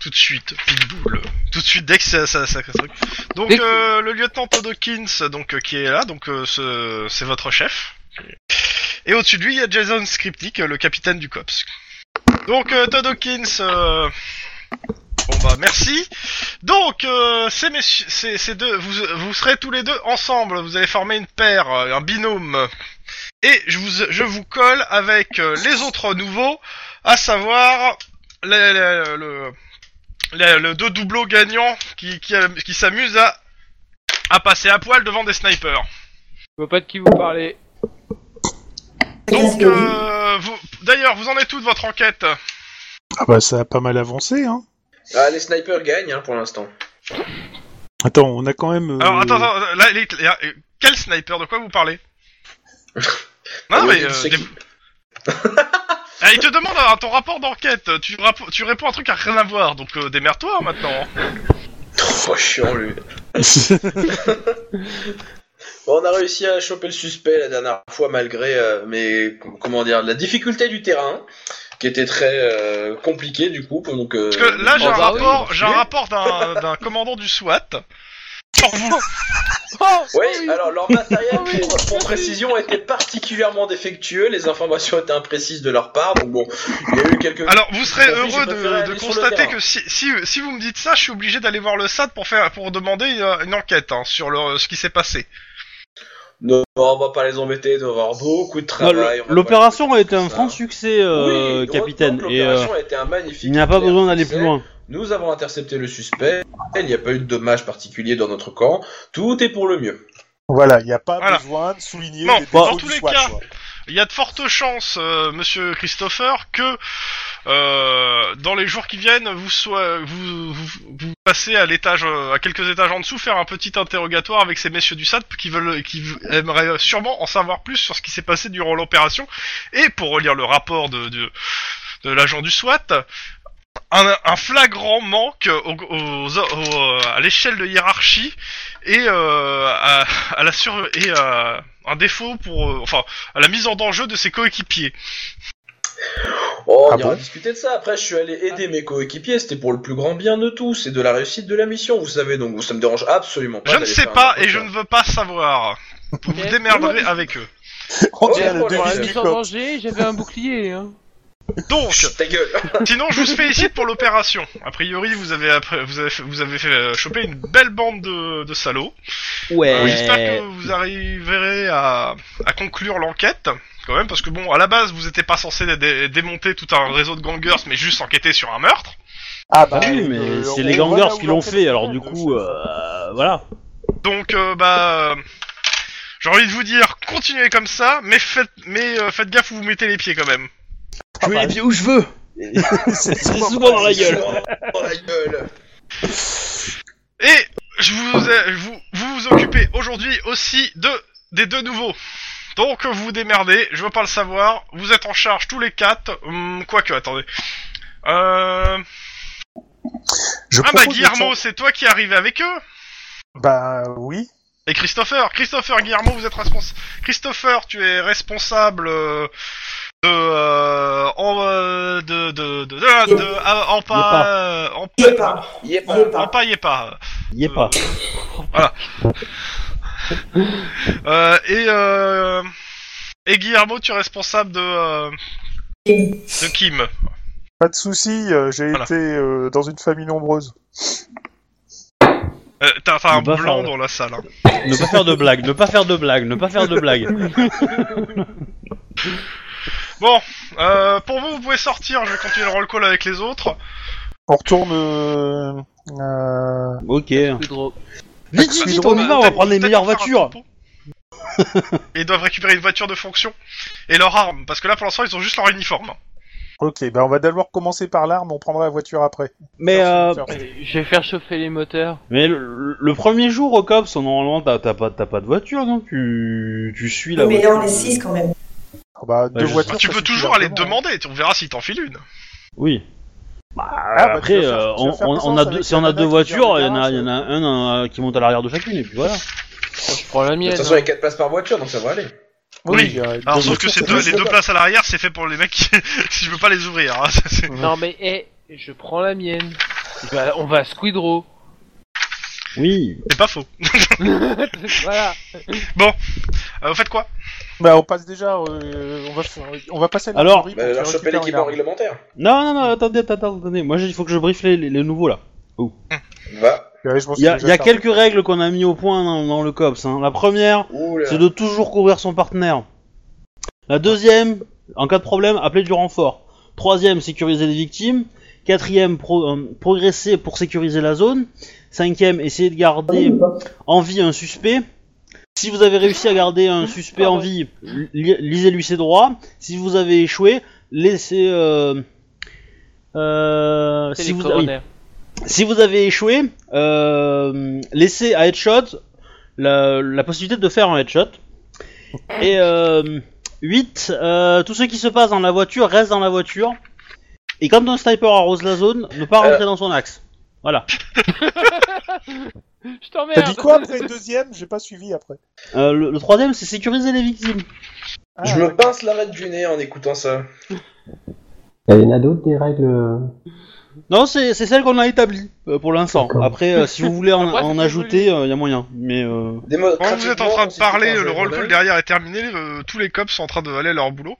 [SPEAKER 1] Tout de suite, Pitbull. Tout de suite, dès que ça, ça, ça- ça- truc. Donc,
[SPEAKER 3] Dès que-
[SPEAKER 1] euh, le lieutenant Todd Hawkins, donc, euh, qui est là, donc, euh, ce- c'est votre chef. Et au-dessus de lui, il y a Jason Skripnik, euh, le capitaine du COPS. Donc, euh, Todd Hawkins, euh, bon bah, merci. Donc, euh, ces, messieurs- ces, ces deux, vous, vous serez tous les deux ensemble, vous allez former une paire, euh, un binôme. Et je vous, je vous colle avec euh, les autres nouveaux, à savoir le, le, le- le- le deux doubleaux gagnants qui, qui, euh, qui s'amusent à, à passer à poil devant des snipers.
[SPEAKER 3] Je vois pas de qui vous parlez.
[SPEAKER 5] Chacun
[SPEAKER 1] Donc,
[SPEAKER 5] ses hobbies.
[SPEAKER 1] euh, vous- d'ailleurs, vous en êtes tous de votre enquête
[SPEAKER 4] Ah bah ça a pas mal avancé, hein.
[SPEAKER 8] Ah, les snipers gagnent hein, pour l'instant.
[SPEAKER 4] Attends, on a quand même. euh,
[SPEAKER 1] Alors, attends, attends, là, les- les- euh, quel sniper De quoi vous parlez Non,
[SPEAKER 8] Oui,
[SPEAKER 1] mais.
[SPEAKER 8] je
[SPEAKER 1] euh,
[SPEAKER 8] sais
[SPEAKER 1] des-
[SPEAKER 8] qui.
[SPEAKER 1] Ah, il te demande euh, ton rapport d'enquête, tu, rapo- tu réponds à un truc à rien à voir, donc euh, démerde-toi maintenant.
[SPEAKER 8] Oh, chiant, lui. Bon, on a réussi à choper le suspect la dernière fois malgré euh, mes, com- comment dire, la difficulté du terrain qui était très euh, compliqué du coup. Donc euh,
[SPEAKER 1] Parce que là, j'ai
[SPEAKER 3] Oh,
[SPEAKER 1] un
[SPEAKER 3] bah oui,
[SPEAKER 1] rapport, j'ai un
[SPEAKER 8] oui.
[SPEAKER 1] rapport d'un d'un commandant du SWAT. Sur vous.
[SPEAKER 3] Oh
[SPEAKER 8] Oui, alors leur matériel,
[SPEAKER 3] Oh oui,
[SPEAKER 8] pour, pour
[SPEAKER 3] oui.
[SPEAKER 8] précision, était particulièrement défectueux, les informations étaient imprécises de leur part, donc bon, il y a eu quelques...
[SPEAKER 1] Alors, vous serez
[SPEAKER 8] Tant pis,
[SPEAKER 1] heureux
[SPEAKER 8] j'ai préféré
[SPEAKER 1] de, de
[SPEAKER 8] aller sur le
[SPEAKER 1] constater
[SPEAKER 8] terrain.
[SPEAKER 1] que si, si, si vous me dites ça, je suis obligé d'aller voir le SAT pour faire pour demander euh, une enquête hein, sur le, ce qui s'est passé.
[SPEAKER 8] Non, on va pas les embêter, il doit y avoir beaucoup
[SPEAKER 2] Non,
[SPEAKER 8] de travail.
[SPEAKER 2] le-
[SPEAKER 8] on va pas
[SPEAKER 2] L'opération a été un
[SPEAKER 8] ça.
[SPEAKER 2] franc succès, euh,
[SPEAKER 8] Oui,
[SPEAKER 2] capitaine,
[SPEAKER 8] heureusement que
[SPEAKER 2] et euh,
[SPEAKER 8] l'opération a été un magnifique
[SPEAKER 2] il n'y a pas
[SPEAKER 8] succès.
[SPEAKER 2] besoin d'aller plus loin.
[SPEAKER 8] Nous avons intercepté le suspect, il n'y a pas eu de dommages particuliers dans notre camp, tout est pour le mieux.
[SPEAKER 4] Voilà, il n'y a pas
[SPEAKER 1] Voilà.
[SPEAKER 4] besoin de souligner
[SPEAKER 1] Non,
[SPEAKER 4] les
[SPEAKER 1] dans
[SPEAKER 4] défauts
[SPEAKER 1] tous
[SPEAKER 4] du hein.
[SPEAKER 1] les
[SPEAKER 4] SWAT,
[SPEAKER 1] cas.
[SPEAKER 4] quoi.
[SPEAKER 1] Il y a de fortes chances, euh, Monsieur Christopher, que euh, dans les jours qui viennent, vous soyez vous, vous, vous passez à l'étage, euh, à quelques étages en dessous, faire un petit interrogatoire avec ces messieurs du SAT qui veulent, qui v- aimeraient sûrement en savoir plus sur ce qui s'est passé durant l'opération et pour relire le rapport de de, de l'agent du SWAT. Un, un flagrant manque aux, aux- aux- euh, à l'échelle de hiérarchie et euh, à, à la sur et à, un défaut pour euh, enfin à la mise en danger de ses coéquipiers.
[SPEAKER 8] Oh,
[SPEAKER 4] Ah
[SPEAKER 8] on ira
[SPEAKER 4] bon
[SPEAKER 8] discuter de ça. Après, je suis allé aider mes coéquipiers. C'était pour le plus grand bien de tous et de la réussite de la mission, vous savez. Donc, ça me dérange absolument pas.
[SPEAKER 1] je ne
[SPEAKER 8] d'aller
[SPEAKER 1] sais
[SPEAKER 8] bah, faire un
[SPEAKER 1] pas et je
[SPEAKER 8] entretien.
[SPEAKER 1] ne veux pas savoir. Vous vous démerderez avec eux.
[SPEAKER 4] On
[SPEAKER 8] Oh,
[SPEAKER 4] dirait la
[SPEAKER 8] pour le
[SPEAKER 3] Pour la
[SPEAKER 4] devise
[SPEAKER 8] reste,
[SPEAKER 4] du
[SPEAKER 3] mise en
[SPEAKER 4] cop.
[SPEAKER 3] danger, j'avais un bouclier. Hein.
[SPEAKER 1] Donc,
[SPEAKER 8] Chut, ta gueule.
[SPEAKER 1] sinon je vous félicite pour l'opération. A priori, vous avez appré- vous avez fait- vous avez fait, euh, choper une belle bande de, de salauds. Euh, J'espère que vous arriverez à, à conclure l'enquête quand même parce que bon, à la base, vous n'étiez pas censé dé- dé- démonter tout un réseau de gangers, mais juste enquêter sur un meurtre.
[SPEAKER 4] Ah bah
[SPEAKER 2] Oui, mais
[SPEAKER 4] euh,
[SPEAKER 2] c'est
[SPEAKER 4] on
[SPEAKER 2] les
[SPEAKER 4] voit là
[SPEAKER 2] gangers
[SPEAKER 4] où
[SPEAKER 2] qui l'ont
[SPEAKER 4] l'enquête
[SPEAKER 2] fait,
[SPEAKER 4] est
[SPEAKER 2] alors
[SPEAKER 4] faite,
[SPEAKER 2] du
[SPEAKER 4] je
[SPEAKER 2] coup,
[SPEAKER 4] sais.
[SPEAKER 2] euh, voilà.
[SPEAKER 1] Donc euh, bah euh, j'ai envie de vous dire continuez comme ça, mais faites mais euh, faites gaffe où vous mettez les pieds quand même.
[SPEAKER 2] Je mets les pieds où je veux
[SPEAKER 4] C'est
[SPEAKER 2] Ah, C'est souvent dans la gueule
[SPEAKER 8] Dans la gueule.
[SPEAKER 1] Et je vous, ai- vous, vous vous occupez aujourd'hui aussi de des deux nouveaux. Donc vous vous démerdez, je veux pas le savoir. Vous êtes en charge tous les quatre. Hum, Quoique, attendez. Euh...
[SPEAKER 4] Je
[SPEAKER 1] Ah bah
[SPEAKER 4] propose de
[SPEAKER 1] Guillermo, c'est toi qui es arrivé avec eux
[SPEAKER 4] faire- Bah oui.
[SPEAKER 1] Et Christopher, Christopher Guillermo, vous êtes responsable. Christopher, tu es responsable euh, de euh, en euh, de de de, de, de, ah, en pas euh, en
[SPEAKER 5] Il est pas.
[SPEAKER 8] Il est
[SPEAKER 5] Il est
[SPEAKER 1] en
[SPEAKER 5] pas.
[SPEAKER 1] pas y est pas.
[SPEAKER 2] Y est pas.
[SPEAKER 1] Euh, et euh, et Guillermo, tu es responsable de euh,
[SPEAKER 5] Kim.
[SPEAKER 1] de Kim. Euh,
[SPEAKER 4] Pas de souci, euh, j'ai
[SPEAKER 1] Voilà.
[SPEAKER 4] été euh, dans une famille nombreuse.
[SPEAKER 1] Euh, T'as t'as un
[SPEAKER 2] On va
[SPEAKER 1] blanc
[SPEAKER 2] faire-
[SPEAKER 1] dans la salle. hein.
[SPEAKER 2] Ne pas faire de blagues, ne pas faire de blagues, ne pas faire de blagues.
[SPEAKER 1] Bon, euh, pour vous, vous pouvez sortir. Je vais continuer le roll call avec les autres.
[SPEAKER 4] On retourne. euh, euh,
[SPEAKER 2] Ok.
[SPEAKER 3] C'est drôle.
[SPEAKER 2] Vite, vite, vite, on y va, on va prendre les
[SPEAKER 1] Euh, Peut-être
[SPEAKER 2] meilleures
[SPEAKER 1] faire un
[SPEAKER 2] voitures.
[SPEAKER 1] topo. Et ils doivent récupérer une voiture de fonction et leur arme, parce que là pour l'instant ils ont juste leur uniforme.
[SPEAKER 4] Ok, bah on va d'abord commencer par l'arme, on prendra la voiture après.
[SPEAKER 2] Mais euh,
[SPEAKER 4] Faire-
[SPEAKER 3] Euh, Je vais faire chauffer les moteurs.
[SPEAKER 2] mais le, le premier jour au cops, normalement t'as t'as pas t'as pas de voiture, non Tu tu suis la
[SPEAKER 5] Mais
[SPEAKER 2] voiture.
[SPEAKER 5] là, on est 6 quand même.
[SPEAKER 4] Bah, deux
[SPEAKER 2] je-
[SPEAKER 4] voitures,
[SPEAKER 1] tu
[SPEAKER 4] ça hein.
[SPEAKER 1] peux
[SPEAKER 4] suffit
[SPEAKER 1] toujours aller te
[SPEAKER 4] largement,
[SPEAKER 1] demander, on verra si t'en files une.
[SPEAKER 2] Oui. Bah,
[SPEAKER 4] bah,
[SPEAKER 2] après,
[SPEAKER 4] tu vas faire-
[SPEAKER 2] euh,
[SPEAKER 4] tu vas
[SPEAKER 2] on,
[SPEAKER 4] faire
[SPEAKER 2] on- on
[SPEAKER 4] connaissance
[SPEAKER 2] a deux,
[SPEAKER 4] avec
[SPEAKER 2] si on a
[SPEAKER 4] la
[SPEAKER 2] deux
[SPEAKER 4] nana qui vient
[SPEAKER 2] voitures,
[SPEAKER 4] de
[SPEAKER 2] il y en a,
[SPEAKER 4] Grasse,
[SPEAKER 2] il y en a un euh, qui monte à l'arrière de chacune et puis voilà.
[SPEAKER 3] Moi, je prends la
[SPEAKER 8] De
[SPEAKER 3] mienne.
[SPEAKER 8] toute façon, il y a
[SPEAKER 3] hein.
[SPEAKER 8] 4 places par voiture, donc ça va aller.
[SPEAKER 4] hein.
[SPEAKER 1] Oui.
[SPEAKER 4] il y a deux
[SPEAKER 1] Alors sauf que
[SPEAKER 4] voitures,
[SPEAKER 1] ces
[SPEAKER 4] ça
[SPEAKER 1] deux,
[SPEAKER 4] suffit
[SPEAKER 1] les deux
[SPEAKER 4] pas.
[SPEAKER 1] places à l'arrière, c'est fait pour les mecs qui, si je veux pas les ouvrir. hein, ça, c'est-
[SPEAKER 3] Non mais hé, je prends la mienne. Je vais- on va à Squidrow.
[SPEAKER 2] Oui.
[SPEAKER 1] c'est pas faux.
[SPEAKER 3] voilà.
[SPEAKER 1] Euh, vous faites quoi
[SPEAKER 4] Bah on passe déjà, euh, on, va, faire- on va passer à
[SPEAKER 2] Alors,
[SPEAKER 4] l'armurerie pour
[SPEAKER 8] Bah,
[SPEAKER 4] qu'ils
[SPEAKER 8] alors choper
[SPEAKER 4] récupèrent une
[SPEAKER 8] l'équipement
[SPEAKER 4] arme.
[SPEAKER 8] réglementaire.
[SPEAKER 2] Non, non, non, attendez, attendez, attendez. Moi, j'ai- il faut que je briefe les, les, les nouveaux là.
[SPEAKER 8] Va.
[SPEAKER 4] Ouais, je m'en
[SPEAKER 2] Il y a,
[SPEAKER 4] suis
[SPEAKER 2] il y a
[SPEAKER 4] déjà tardé.
[SPEAKER 2] quelques règles qu'on a mis au point dans, dans le cops. hein. La première,
[SPEAKER 8] Oula.
[SPEAKER 2] c'est de toujours couvrir son partenaire. La deuxième, en cas de problème, appeler du renfort. Troisième, sécuriser les victimes. Quatrième, pro- euh, progresser pour sécuriser la zone. Cinquième, essayer de garder en vie un suspect. Si vous avez réussi à garder un suspect en vie, li- lisez-lui ses droits. Si vous avez échoué, laissez. euh, euh,
[SPEAKER 3] C'est
[SPEAKER 2] si,
[SPEAKER 3] les
[SPEAKER 2] vous, ah oui.
[SPEAKER 3] coronaires.
[SPEAKER 2] Si vous avez échoué, euh, laissez à headshot la, la possibilité de faire un headshot. Et euh, 8, euh, tout ce qui se passe dans la voiture reste dans la voiture. Et quand un sniper arrose la zone, ne
[SPEAKER 4] Euh.
[SPEAKER 2] pas rentrer dans son axe. Voilà.
[SPEAKER 3] Je t'emmerde.
[SPEAKER 4] T'as dit quoi après le deuxième J'ai pas suivi après.
[SPEAKER 2] Euh, le, le troisième, c'est sécuriser les victimes.
[SPEAKER 4] Ah,
[SPEAKER 8] Je me pince l'arête du nez en écoutant ça.
[SPEAKER 7] Il y en a d'autres des règles. euh,
[SPEAKER 2] Non, c'est c'est celle qu'on a établie euh, pour l'instant.
[SPEAKER 7] D'accord.
[SPEAKER 2] Après, euh, si vous voulez en,
[SPEAKER 3] Après,
[SPEAKER 2] en
[SPEAKER 3] si vous
[SPEAKER 2] ajouter, il y a moyen. Mais euh,
[SPEAKER 1] Quand vous êtes en train de parler, le roll call
[SPEAKER 8] call
[SPEAKER 1] derrière est terminé, euh, tous les cops sont en train de aller à leur boulot.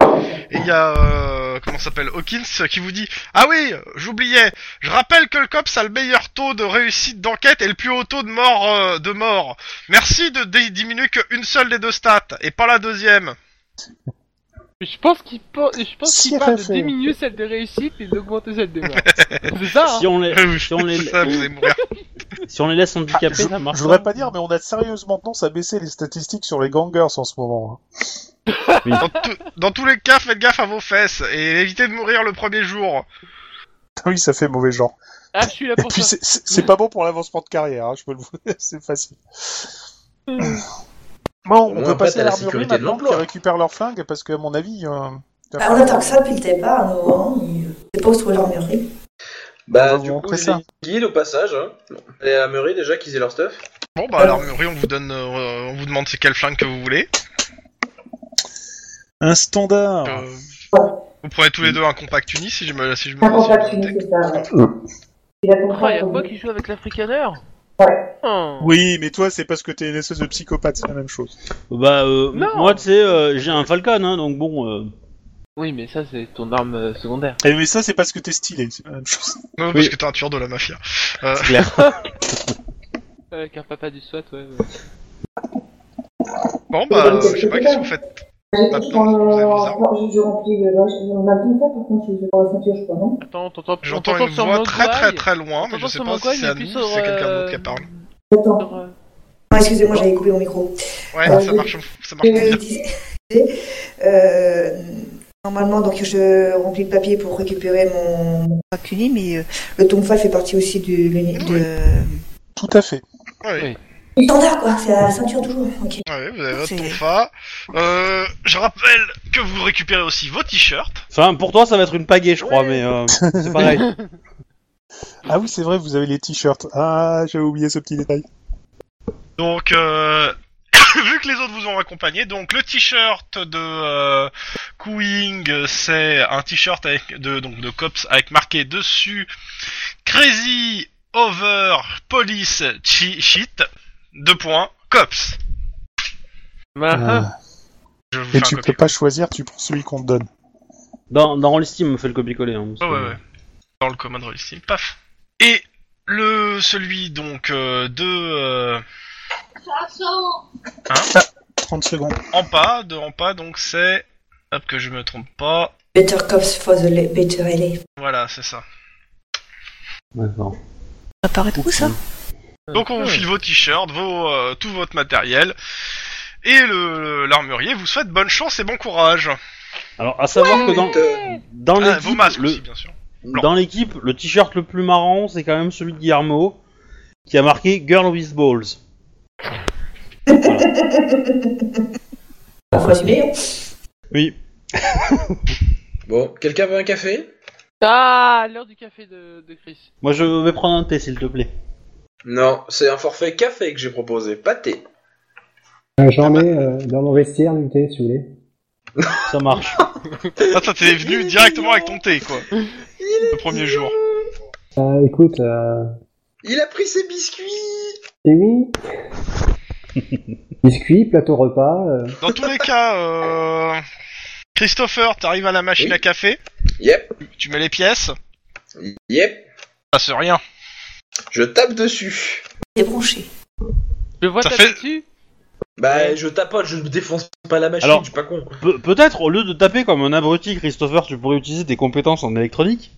[SPEAKER 1] Et il y a, euh, comment ça s'appelle, Hawkins qui vous dit Ah oui, j'oubliais, je rappelle que le cops a le meilleur taux de réussite d'enquête et le plus haut taux de mort. euh, de mort. Merci de dé- diminuer qu'une seule des deux stats et pas la deuxième.
[SPEAKER 3] Je pense qu'il po- je pense qu'il
[SPEAKER 4] Si,
[SPEAKER 3] parle de
[SPEAKER 4] Raphaël.
[SPEAKER 3] diminuer celle de réussite et d'augmenter celle de mort. C'est ça hein
[SPEAKER 2] si on les, si on les,
[SPEAKER 1] ça, vous allez mourir.
[SPEAKER 2] si on les laisse handicapés,
[SPEAKER 4] Ah, je,
[SPEAKER 2] ça marche.
[SPEAKER 4] je voudrais pas dire, mais on a sérieusement tendance à baisser les statistiques sur les gangers en ce moment. hein.
[SPEAKER 1] Dans, tout- dans tous les cas, faites gaffe à vos fesses et évitez de mourir le premier jour.
[SPEAKER 4] Oui, ça fait mauvais genre.
[SPEAKER 3] Ah, je suis là
[SPEAKER 4] Et
[SPEAKER 3] pour
[SPEAKER 4] puis
[SPEAKER 3] ça.
[SPEAKER 4] c'est- c'est c'est pas bon pour l'avancement de carrière, hein, je peux le vous c'est facile.
[SPEAKER 3] Hum,
[SPEAKER 4] Bon, on
[SPEAKER 8] moins,
[SPEAKER 4] peut
[SPEAKER 8] après,
[SPEAKER 4] passer
[SPEAKER 8] t'as
[SPEAKER 4] à
[SPEAKER 8] la
[SPEAKER 4] l'armurerie
[SPEAKER 8] sécurité de
[SPEAKER 4] maintenant
[SPEAKER 8] l'emploi.
[SPEAKER 4] qui récupère leurs flingues, parce qu'à mon avis... euh,
[SPEAKER 5] Bah, on attend que ça depuis le départ, nous. Hein. mais, euh, C'est pas où se trouve l'armurerie.
[SPEAKER 4] On va
[SPEAKER 8] Bah,
[SPEAKER 4] vous
[SPEAKER 8] du coup,
[SPEAKER 4] montrer
[SPEAKER 8] je
[SPEAKER 4] ça.
[SPEAKER 8] les guide au passage. Hein. Allez à la mairie déjà qu'ils aient leur stuff.
[SPEAKER 1] Bon, bah, à l'armurerie, on vous donne, euh, on vous demande c'est quelle flingue que vous voulez.
[SPEAKER 4] Un standard
[SPEAKER 1] Euh, vous prenez tous les deux un compact uni si je me, si je me
[SPEAKER 5] Un
[SPEAKER 1] si je me
[SPEAKER 5] compact
[SPEAKER 1] notais.
[SPEAKER 5] uni, c'est ça, ouais.
[SPEAKER 7] Hum.
[SPEAKER 5] Il a compris.
[SPEAKER 3] Ah, y'a moi qui joue avec l'Africaner
[SPEAKER 5] Ouais.
[SPEAKER 3] Hum.
[SPEAKER 4] Oui, mais toi, c'est parce que t'es une espèce de psychopathe, c'est la même chose.
[SPEAKER 2] Bah, euh,
[SPEAKER 3] Non.
[SPEAKER 2] moi, tu sais, euh, j'ai un Falcon, hein, donc bon. euh,
[SPEAKER 3] Oui, mais ça, c'est ton arme euh, secondaire.
[SPEAKER 4] Et, Eh, mais ça, c'est parce que t'es stylé, c'est la même chose.
[SPEAKER 1] Non, parce que t'es un tueur de la mafia.
[SPEAKER 2] c'est clair.
[SPEAKER 3] Avec un papa du SWAT, ouais. ouais.
[SPEAKER 1] Bon, bah, euh, je sais pas qu'est-ce que vous faites. Maintenant, vous avez vos armes.
[SPEAKER 5] je, je remplis le loge. Je ne pas, par contre, je vais la ceinture, je crois, non
[SPEAKER 3] Attends, t'entends
[SPEAKER 1] J'entends
[SPEAKER 3] t'entends
[SPEAKER 1] une
[SPEAKER 3] sur
[SPEAKER 1] voix
[SPEAKER 3] mon
[SPEAKER 1] très
[SPEAKER 3] doigt,
[SPEAKER 1] très
[SPEAKER 3] il-
[SPEAKER 1] très loin, mais je sais
[SPEAKER 3] t'entends sur
[SPEAKER 1] pas
[SPEAKER 3] mon doigt,
[SPEAKER 1] si
[SPEAKER 3] il
[SPEAKER 1] c'est
[SPEAKER 3] est
[SPEAKER 1] à
[SPEAKER 3] plus
[SPEAKER 1] nous ou
[SPEAKER 3] sur,
[SPEAKER 1] si c'est quelqu'un
[SPEAKER 3] euh,
[SPEAKER 1] d'autre qui parle.
[SPEAKER 5] Attends.
[SPEAKER 3] sur, euh,
[SPEAKER 5] Ah, Excusez-moi, j'avais coupé mon micro.
[SPEAKER 1] Ouais,
[SPEAKER 5] euh,
[SPEAKER 1] ça marche, ça marche
[SPEAKER 5] Je
[SPEAKER 1] bien.
[SPEAKER 5] disais, euh, normalement, donc je remplis le papier pour récupérer mon pacuni, mais euh, le tomfal fait partie aussi du. l'uni- de- euh,
[SPEAKER 4] Tout à fait.
[SPEAKER 1] Ouais,
[SPEAKER 3] Oui.
[SPEAKER 5] Du standard, quoi. C'est à la ceinture toujours. Ok.
[SPEAKER 1] ouais, vous avez votre
[SPEAKER 5] C'est-
[SPEAKER 1] tonfa. Euh, je rappelle que vous récupérez aussi vos t-shirts.
[SPEAKER 2] Enfin, pour toi, ça va être une pagaie, je crois, mais euh, c'est pareil.
[SPEAKER 4] Ah oui, c'est vrai, vous avez les t-shirts. Ah, j'avais oublié ce petit détail.
[SPEAKER 1] Donc, euh, vu que les autres vous ont accompagné, donc le t-shirt de euh, Cooing, euh, c'est un t-shirt avec de donc de cops avec marqué dessus Crazy Over Police Chi- Shit deux points cops. Euh.
[SPEAKER 3] Bah,
[SPEAKER 1] Je vous fais
[SPEAKER 4] Et tu
[SPEAKER 1] un
[SPEAKER 4] peux
[SPEAKER 1] copier.
[SPEAKER 4] pas choisir, tu prends celui qu'on te donne.
[SPEAKER 2] Dans, dans Roll Steam, on fait le copier-coller. hein, parce
[SPEAKER 1] Ouais,
[SPEAKER 2] que-
[SPEAKER 1] ouais, ouais. Dans le command Roll Steam, paf. Et le celui donc euh, de euh,
[SPEAKER 4] 30 secondes.
[SPEAKER 1] Ampa, de Ampa donc c'est hop que je me trompe pas.
[SPEAKER 5] Better cops for the le- better LA.
[SPEAKER 1] Voilà, c'est ça.
[SPEAKER 2] D'accord.
[SPEAKER 9] Ça paraît de où ça
[SPEAKER 1] Donc on vous file vos t-shirts, vos euh, tout votre matériel et le l'armurier vous souhaite bonne chance et bon courage.
[SPEAKER 2] Alors, à savoir que dans, dans
[SPEAKER 1] Ah, vos
[SPEAKER 2] l'équipe,
[SPEAKER 1] masques
[SPEAKER 2] le-
[SPEAKER 1] aussi bien sûr. blanc.
[SPEAKER 2] dans l'équipe, le t-shirt le plus marrant, c'est quand même celui de Guillermo, qui a marqué Girl with Balls.
[SPEAKER 5] Enfin, c'est bien.
[SPEAKER 2] Oui.
[SPEAKER 8] Bon, quelqu'un veut un café
[SPEAKER 3] Ah, l'heure du café de, de Chris.
[SPEAKER 2] Moi, je vais prendre un thé, s'il te plaît.
[SPEAKER 8] Non, c'est un forfait café que j'ai proposé, pas thé.
[SPEAKER 7] Euh, J'en mets euh, dans mon vestiaire, du thé, si vous voulez.
[SPEAKER 2] Ça marche.
[SPEAKER 1] Attends, Ah, t'es venu directement avec ton thé quoi. Le premier jour.
[SPEAKER 7] Euh, écoute, euh,
[SPEAKER 8] Il a pris ses biscuits
[SPEAKER 7] et oui Biscuits, plateau repas, euh,
[SPEAKER 1] Dans tous les cas, euh... Christopher, t'arrives à la machine
[SPEAKER 8] Oui.
[SPEAKER 1] à café,
[SPEAKER 8] Yep,
[SPEAKER 1] tu mets les pièces,
[SPEAKER 8] yep,
[SPEAKER 1] passe rien.
[SPEAKER 8] je tape dessus.
[SPEAKER 9] Débranché.
[SPEAKER 3] Je vois
[SPEAKER 1] Ça
[SPEAKER 3] ta
[SPEAKER 1] fait-
[SPEAKER 3] dessus.
[SPEAKER 8] Bah, je tapote, je me défonce pas la machine,
[SPEAKER 2] Alors-
[SPEAKER 8] je suis pas con.
[SPEAKER 2] Pe- Peut-être, au lieu de taper comme un abruti, Christopher, tu pourrais utiliser tes compétences en électronique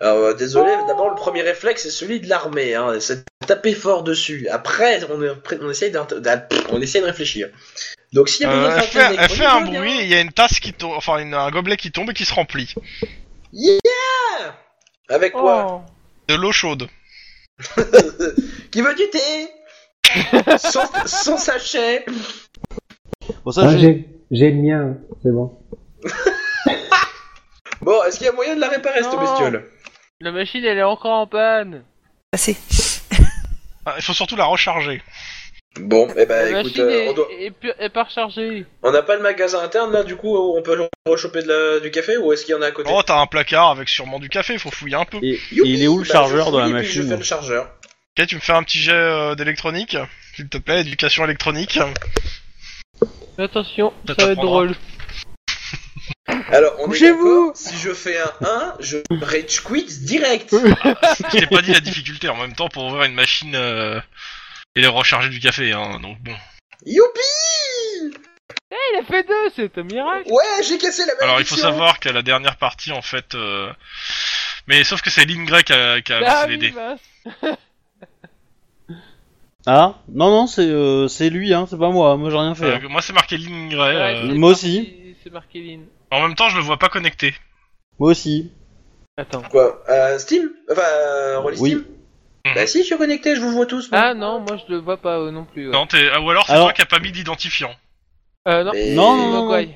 [SPEAKER 8] Alors, euh, désolé, d'abord, le premier réflexe, c'est celui de l'armée, hein, c'est de taper fort dessus. Après, on, est- après, on, essaye, d'int- d'in- on essaye de réfléchir. Donc, s'il y a
[SPEAKER 1] Euh,
[SPEAKER 8] moyen de
[SPEAKER 1] elle,
[SPEAKER 8] faire
[SPEAKER 1] fait,
[SPEAKER 8] des
[SPEAKER 1] elle fait un
[SPEAKER 8] électroniques,
[SPEAKER 1] bruit, et il y a une tasse qui tombe, enfin une- un gobelet qui tombe et qui se remplit.
[SPEAKER 8] Yeah Avec quoi
[SPEAKER 3] Oh.
[SPEAKER 1] De l'eau chaude.
[SPEAKER 8] Qui veut du thé sans, sans sachet
[SPEAKER 2] Bon, ça,
[SPEAKER 7] ah,
[SPEAKER 2] j'ai-
[SPEAKER 7] j'ai j'ai le mien, c'est bon.
[SPEAKER 8] Bon, est-ce qu'il y a moyen de la réparer, cette
[SPEAKER 3] Non.
[SPEAKER 8] bestiole
[SPEAKER 3] La machine, elle est encore en panne.
[SPEAKER 9] Passé.
[SPEAKER 1] Ah, Il faut surtout la recharger.
[SPEAKER 8] Bon, eh
[SPEAKER 3] la
[SPEAKER 8] ben, écoute,
[SPEAKER 3] machine
[SPEAKER 8] euh,
[SPEAKER 3] est,
[SPEAKER 8] on doit...
[SPEAKER 3] est pu- est pas rechargée.
[SPEAKER 8] On n'a pas le magasin interne là, du coup on peut rechoper de la- du café ou est-ce qu'il y en a à côté
[SPEAKER 1] Oh, t'as un placard avec sûrement du café, faut fouiller un peu.
[SPEAKER 2] Et,
[SPEAKER 8] Youpi
[SPEAKER 2] et il est où le
[SPEAKER 8] Bah, je
[SPEAKER 2] chargeur de la
[SPEAKER 8] fouille et puis Je
[SPEAKER 2] machine
[SPEAKER 8] fais le chargeur.
[SPEAKER 1] Ok, tu me fais un petit jet euh, d'électronique, s'il te plaît, éducation électronique.
[SPEAKER 3] Mais attention,
[SPEAKER 1] Ça
[SPEAKER 3] ça, va être
[SPEAKER 1] t'apprendra.
[SPEAKER 3] drôle.
[SPEAKER 8] Alors on est
[SPEAKER 3] Bougez-vous
[SPEAKER 8] d'accord, si je fais un 1, je rage quit direct.
[SPEAKER 1] Je t'ai pas dit la difficulté en même temps pour ouvrir une machine euh, et les recharger du café, hein, donc bon.
[SPEAKER 8] Youpi
[SPEAKER 3] Il a fait deux, c'est un miracle.
[SPEAKER 8] Ouais, j'ai cassé la
[SPEAKER 1] Alors il faut
[SPEAKER 8] malédiction.
[SPEAKER 1] savoir qu'à la dernière partie en fait, euh, mais sauf que c'est Lingray qui a, qui a lancé
[SPEAKER 3] Ah
[SPEAKER 1] les
[SPEAKER 3] oui,
[SPEAKER 1] dés.
[SPEAKER 3] mince.
[SPEAKER 2] Ah Non, non, c'est euh, c'est lui, hein, c'est pas moi, moi j'ai rien fait. hein.
[SPEAKER 1] Euh, moi c'est marqué Lingray.
[SPEAKER 3] Ouais,
[SPEAKER 1] euh,
[SPEAKER 3] c'est
[SPEAKER 2] moi
[SPEAKER 3] marqué- C'est marqué Lynn.
[SPEAKER 1] En même temps je le vois pas connecté.
[SPEAKER 2] Moi aussi.
[SPEAKER 3] Attends.
[SPEAKER 8] Quoi euh, Steam Enfin, euh, Rolly
[SPEAKER 2] Oui.
[SPEAKER 8] Steam
[SPEAKER 1] Mhm.
[SPEAKER 8] Bah si, je suis connecté, je vous vois tous. moi.
[SPEAKER 3] Ah non, moi je le vois pas euh, non plus. ouais.
[SPEAKER 1] Non, t'es- ah, ou alors c'est
[SPEAKER 2] Alors-
[SPEAKER 1] toi qui a pas mis d'identifiant.
[SPEAKER 3] Euh, non.
[SPEAKER 8] Mais-
[SPEAKER 2] Non,
[SPEAKER 3] c'est
[SPEAKER 2] non, non.
[SPEAKER 3] Mogwai.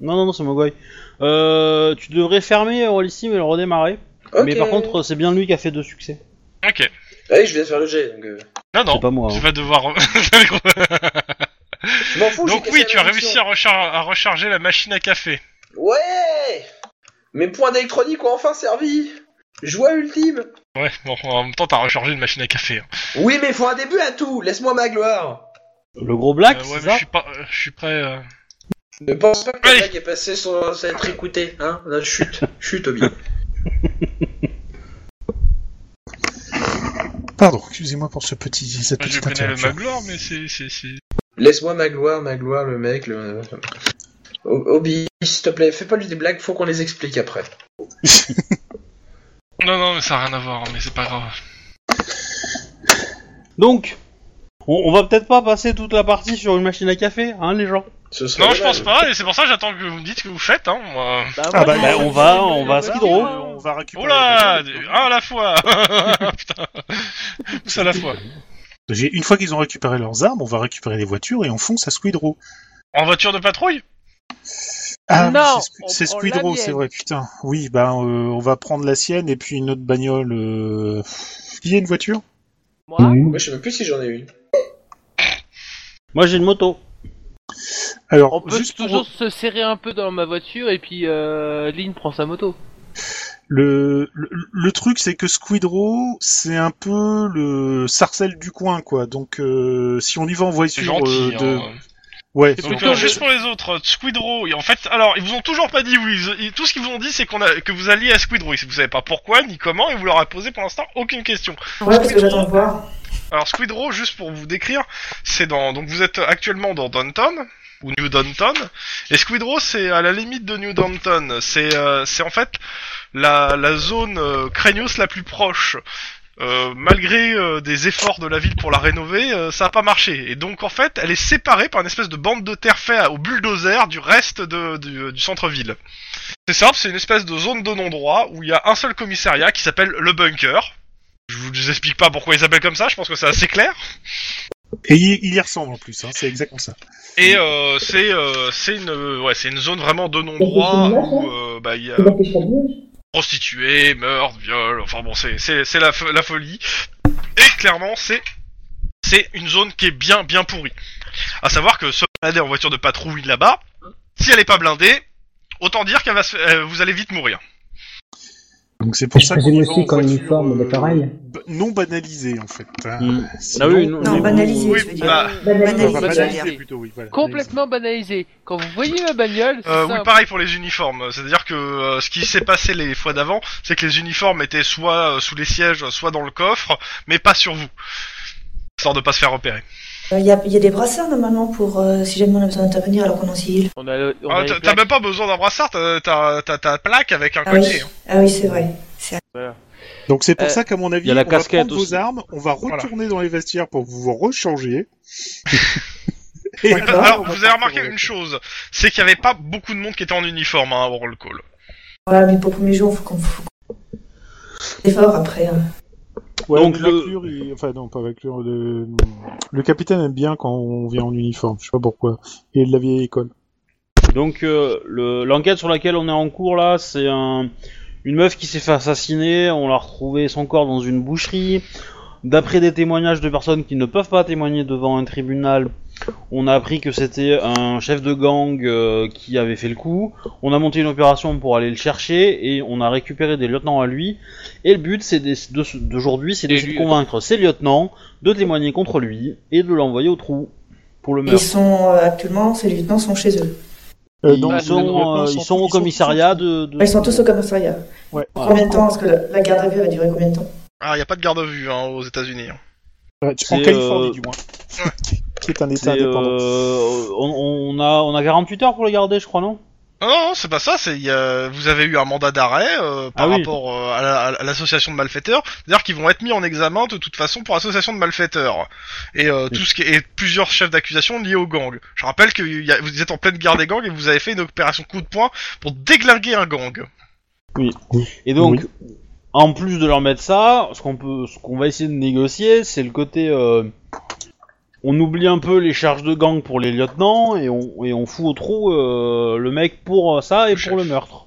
[SPEAKER 2] Non, non, non, c'est Mogwai. Euh, tu devrais fermer Rollissim et le redémarrer.
[SPEAKER 8] Ok.
[SPEAKER 2] Ah, Mais par contre, c'est bien lui qui a fait deux succès.
[SPEAKER 1] Ok.
[SPEAKER 8] Ah oui, je viens de faire le jet, donc... euh,
[SPEAKER 1] Non non.
[SPEAKER 2] C'est pas moi.
[SPEAKER 1] Tu
[SPEAKER 2] hein.
[SPEAKER 1] vas devoir.
[SPEAKER 8] Je m'en fous, j'ai
[SPEAKER 1] donc
[SPEAKER 8] cassé
[SPEAKER 1] oui,
[SPEAKER 8] la
[SPEAKER 1] tu as
[SPEAKER 8] malédiction.
[SPEAKER 1] réussi à, rechar- à recharger la machine à café.
[SPEAKER 8] Ouais Mes points d'électronique ont enfin servi Joie ultime
[SPEAKER 1] Ouais. Bon, en même temps t'as rechargé une machine à café. hein.
[SPEAKER 8] Oui, mais faut un début à tout Laisse-moi ma gloire
[SPEAKER 2] Le gros black,
[SPEAKER 1] Euh, ouais,
[SPEAKER 2] Ah, c'est
[SPEAKER 1] mais je
[SPEAKER 2] ça
[SPEAKER 1] suis pas, euh, je suis prêt. euh.
[SPEAKER 8] Ne pense pas que
[SPEAKER 1] Allez.
[SPEAKER 8] la blague est passée sans sans être écoutée, hein Là, Chute, chute, Obi.
[SPEAKER 4] Pardon, excusez-moi pour ce petit, cette
[SPEAKER 1] Je
[SPEAKER 4] petite
[SPEAKER 1] Ah, connais le
[SPEAKER 4] interruption.
[SPEAKER 1] Maglor, mais c'est, c'est, c'est.
[SPEAKER 8] Laisse-moi ma gloire, ma gloire, le mec, le... O- Obi, s'il te plaît, fais pas lui des blagues, faut qu'on les explique après.
[SPEAKER 1] Non non, mais ça a rien à voir. Mais c'est pas grave.
[SPEAKER 2] Donc, on, on va peut-être pas passer toute la partie sur une machine à café, hein, les gens.
[SPEAKER 8] Ce serait
[SPEAKER 1] Non, je pense
[SPEAKER 4] euh,
[SPEAKER 8] dommage.
[SPEAKER 1] pas. Et c'est pour ça que j'attends que vous me dites ce que vous faites. Hein. Moi.
[SPEAKER 4] Ah bah,
[SPEAKER 3] moi,
[SPEAKER 4] bah,
[SPEAKER 3] je-
[SPEAKER 4] on
[SPEAKER 2] va-
[SPEAKER 3] je-
[SPEAKER 2] on va à
[SPEAKER 3] je- euh,
[SPEAKER 2] ski de
[SPEAKER 4] Skidrow,
[SPEAKER 2] Skidrow.
[SPEAKER 4] on va récupérer.
[SPEAKER 1] Oh là
[SPEAKER 4] la
[SPEAKER 1] des-
[SPEAKER 4] bagnole.
[SPEAKER 1] Un à la fois Putain Tous à la fois.
[SPEAKER 4] J'ai- Une fois qu'ils ont récupéré leurs armes, on va récupérer les voitures et on fonce à Squidrow.
[SPEAKER 1] En voiture de patrouille
[SPEAKER 4] Ah,
[SPEAKER 3] Non,
[SPEAKER 4] oui, c'est Squ-
[SPEAKER 3] on
[SPEAKER 4] c'est
[SPEAKER 3] prend
[SPEAKER 4] Squidrow,
[SPEAKER 3] la
[SPEAKER 4] c'est
[SPEAKER 3] mienne.
[SPEAKER 4] vrai, putain. Oui, bah euh, on va prendre la sienne et puis une autre bagnole. euh, Il y a une voiture
[SPEAKER 3] Moi
[SPEAKER 7] Oui.
[SPEAKER 4] Mm.
[SPEAKER 8] Moi, je sais même plus si j'en ai une.
[SPEAKER 2] Moi j'ai une moto.
[SPEAKER 4] Alors,
[SPEAKER 3] On peut
[SPEAKER 4] juste pour-
[SPEAKER 3] toujours se serrer un peu dans ma voiture et puis euh, Lynn prend sa moto.
[SPEAKER 4] le, le, le truc, c'est que Squidrow, c'est un peu le sarcelle du coin, quoi. Donc, euh, si on y va en
[SPEAKER 1] C'est
[SPEAKER 4] voiture
[SPEAKER 1] gentil.
[SPEAKER 4] euh, de,
[SPEAKER 1] hein.
[SPEAKER 4] ouais,
[SPEAKER 1] Donc,
[SPEAKER 3] plutôt
[SPEAKER 1] euh,
[SPEAKER 3] le-
[SPEAKER 1] juste pour les autres, euh, Squidrow, et en fait, alors, ils vous ont toujours pas dit oui. Ils- ils- tout ce qu'ils vous ont dit, c'est qu'on a, que vous alliez à Squidrow. Vous savez pas pourquoi, ni comment, et vous leur avez posé pour l'instant aucune question.
[SPEAKER 5] Ouais, parce que j'attends de voir.
[SPEAKER 1] Alors, Squidrow, juste pour vous décrire, c'est dans, donc vous êtes actuellement dans Downtown, ou New Downtown, et Squidrow, c'est à la limite de New Downtown. C'est, euh, c'est en fait la, la zone euh, Cranios la plus proche. Euh, malgré euh, des efforts de la ville pour la rénover, euh, ça n'a pas marché. Et donc en fait, elle est séparée par une espèce de bande de terre faite au bulldozer du reste de- du, du centre-ville. C'est simple, c'est une espèce de zone de non-droit où il y a un seul commissariat qui s'appelle le bunker. Je vous explique pas pourquoi ils s'appellent comme ça, je pense que c'est assez clair.
[SPEAKER 4] et il, il y ressemble en plus, hein, c'est exactement ça.
[SPEAKER 1] Et euh, c'est euh, c'est une euh, ouais c'est une zone vraiment de non-droit où euh, bah il y a
[SPEAKER 5] Il a fait chaque
[SPEAKER 1] prostituées, meurtres, viols, enfin bon, c'est c'est c'est la, fo- la folie. Et clairement, c'est c'est une zone qui est bien bien pourrie. À savoir que se balader en voiture de patrouille là-bas, si elle est pas blindée, autant dire qu'elle va se- euh, vous allez vite mourir.
[SPEAKER 4] Donc, c'est pour
[SPEAKER 7] Je
[SPEAKER 4] ça qu'on
[SPEAKER 7] présume
[SPEAKER 4] y va
[SPEAKER 7] aussi
[SPEAKER 4] en
[SPEAKER 7] qu'en
[SPEAKER 4] voiture, euh,
[SPEAKER 7] uniforme, on est pareil.
[SPEAKER 4] ba- non banalisé, en fait. hein.
[SPEAKER 2] Hmm.
[SPEAKER 4] Sinon-
[SPEAKER 5] Ah Non, banalisé,
[SPEAKER 1] Oui,
[SPEAKER 5] je veux dire.
[SPEAKER 1] bah,
[SPEAKER 4] Enfin,
[SPEAKER 5] Banalisé,
[SPEAKER 3] Banalisé.
[SPEAKER 5] je veux dire.
[SPEAKER 4] banalisé plutôt, oui, voilà.
[SPEAKER 3] Complètement banalisé. Quand vous voyez ma bagnole, c'est
[SPEAKER 1] Euh, oui,
[SPEAKER 3] simple.
[SPEAKER 1] pareil pour les uniformes. C'est-à-dire que euh, ce qui s'est passé les fois d'avant, c'est que les uniformes étaient soit euh, sous les sièges, soit dans le coffre, mais pas sur vous. Histoire de pas se faire repérer.
[SPEAKER 5] Euh, Il y, a, il y a des brassards normalement pour euh, si jamais on a besoin d'intervenir alors qu'on est en civil.
[SPEAKER 3] On a, le- on a
[SPEAKER 1] Ah,
[SPEAKER 3] les
[SPEAKER 1] t'as- T'as
[SPEAKER 3] plaques.
[SPEAKER 1] même pas besoin d'un brassard, t'as- t'as t'as ta plaque avec un
[SPEAKER 5] Ah oui,
[SPEAKER 1] collier. hein.
[SPEAKER 5] ah oui c'est vrai.
[SPEAKER 4] Donc c'est pour
[SPEAKER 3] Euh,
[SPEAKER 4] ça qu'à mon avis,
[SPEAKER 2] y a la
[SPEAKER 4] on va
[SPEAKER 2] casquette
[SPEAKER 4] prendre
[SPEAKER 2] aussi.
[SPEAKER 4] vos armes, on va
[SPEAKER 1] Voilà.
[SPEAKER 4] retourner dans les vestiaires pour vous vous rechanger. Et
[SPEAKER 5] Oui,
[SPEAKER 1] Bah,
[SPEAKER 5] Ah,
[SPEAKER 1] Alors,
[SPEAKER 4] on va
[SPEAKER 1] vous avez
[SPEAKER 4] partir
[SPEAKER 1] remarqué
[SPEAKER 4] avec
[SPEAKER 1] une
[SPEAKER 4] ça.
[SPEAKER 1] chose, c'est qu'il n'y avait pas beaucoup de monde qui était en uniforme hein, avant le call.
[SPEAKER 5] Ouais, mais pour le premier jour, faut qu'on faut qu'on- effort après. hein.
[SPEAKER 4] Ouais,
[SPEAKER 2] Donc,
[SPEAKER 4] Donc
[SPEAKER 2] le-
[SPEAKER 4] le... enfin non, pas Vaclure, le... le capitaine aime bien quand on vient en uniforme, je sais pas pourquoi. Il est de la vieille école.
[SPEAKER 2] Donc euh, le- l'enquête sur laquelle on est en cours là, c'est un, une meuf qui s'est fait assassiner, on l'a retrouvé son corps dans une boucherie. D'après des témoignages de personnes qui ne peuvent pas témoigner devant un tribunal, on a appris que c'était un chef de gang euh, qui avait fait le coup. On a monté une opération pour aller le chercher et on a récupéré des lieutenants à lui. Et le but c'est d'ess- de ce- d'aujourd'hui, c'est
[SPEAKER 3] Et
[SPEAKER 2] d'essayer de
[SPEAKER 3] lui- euh,
[SPEAKER 2] convaincre ces lieutenants de témoigner contre lui et de l'envoyer au trou pour le
[SPEAKER 5] Ils
[SPEAKER 2] meurtre.
[SPEAKER 5] sont euh, actuellement, ces lieutenants sont chez eux.
[SPEAKER 4] Euh,
[SPEAKER 2] ils,
[SPEAKER 4] non,
[SPEAKER 2] sont,
[SPEAKER 4] le- le-
[SPEAKER 2] euh, ils sont au commissariat de. de-
[SPEAKER 5] Ils sont tous au commissariat.
[SPEAKER 4] Ouais.
[SPEAKER 5] Pour Combien de temps Parce que la la garde à vue va durer combien de temps
[SPEAKER 1] Ah, il n'y a pas de garde à vue hein, aux États-Unis. hein.
[SPEAKER 4] Ouais, En
[SPEAKER 2] C'est,
[SPEAKER 4] Californie
[SPEAKER 2] euh,
[SPEAKER 4] du moins. Qui est un
[SPEAKER 2] C'est,
[SPEAKER 4] état indépendant.
[SPEAKER 2] euh, on, on a, on a 48 heures pour le garder, je crois, non
[SPEAKER 1] Non, non, non, c'est pas ça. C'est il y a- vous avez eu un mandat d'arrêt euh, par
[SPEAKER 2] Ah oui.
[SPEAKER 1] rapport euh, à la- à l'association de malfaiteurs. C'est-à-dire qu'ils vont être mis en examen de toute façon pour association de malfaiteurs et euh, tout ce qui est et plusieurs chefs d'accusation liés au gang. Je rappelle que il y a- vous êtes en pleine guerre des gangs et vous avez fait une opération coup de poing pour déglinguer un gang.
[SPEAKER 2] Et donc, en plus de leur mettre ça, ce qu'on peut, ce qu'on va essayer de négocier, c'est le côté. euh, on oublie un peu les charges de gang pour les lieutenants et on, et on fout au trou euh, le mec pour euh, ça et
[SPEAKER 1] Le
[SPEAKER 2] pour le meurtre.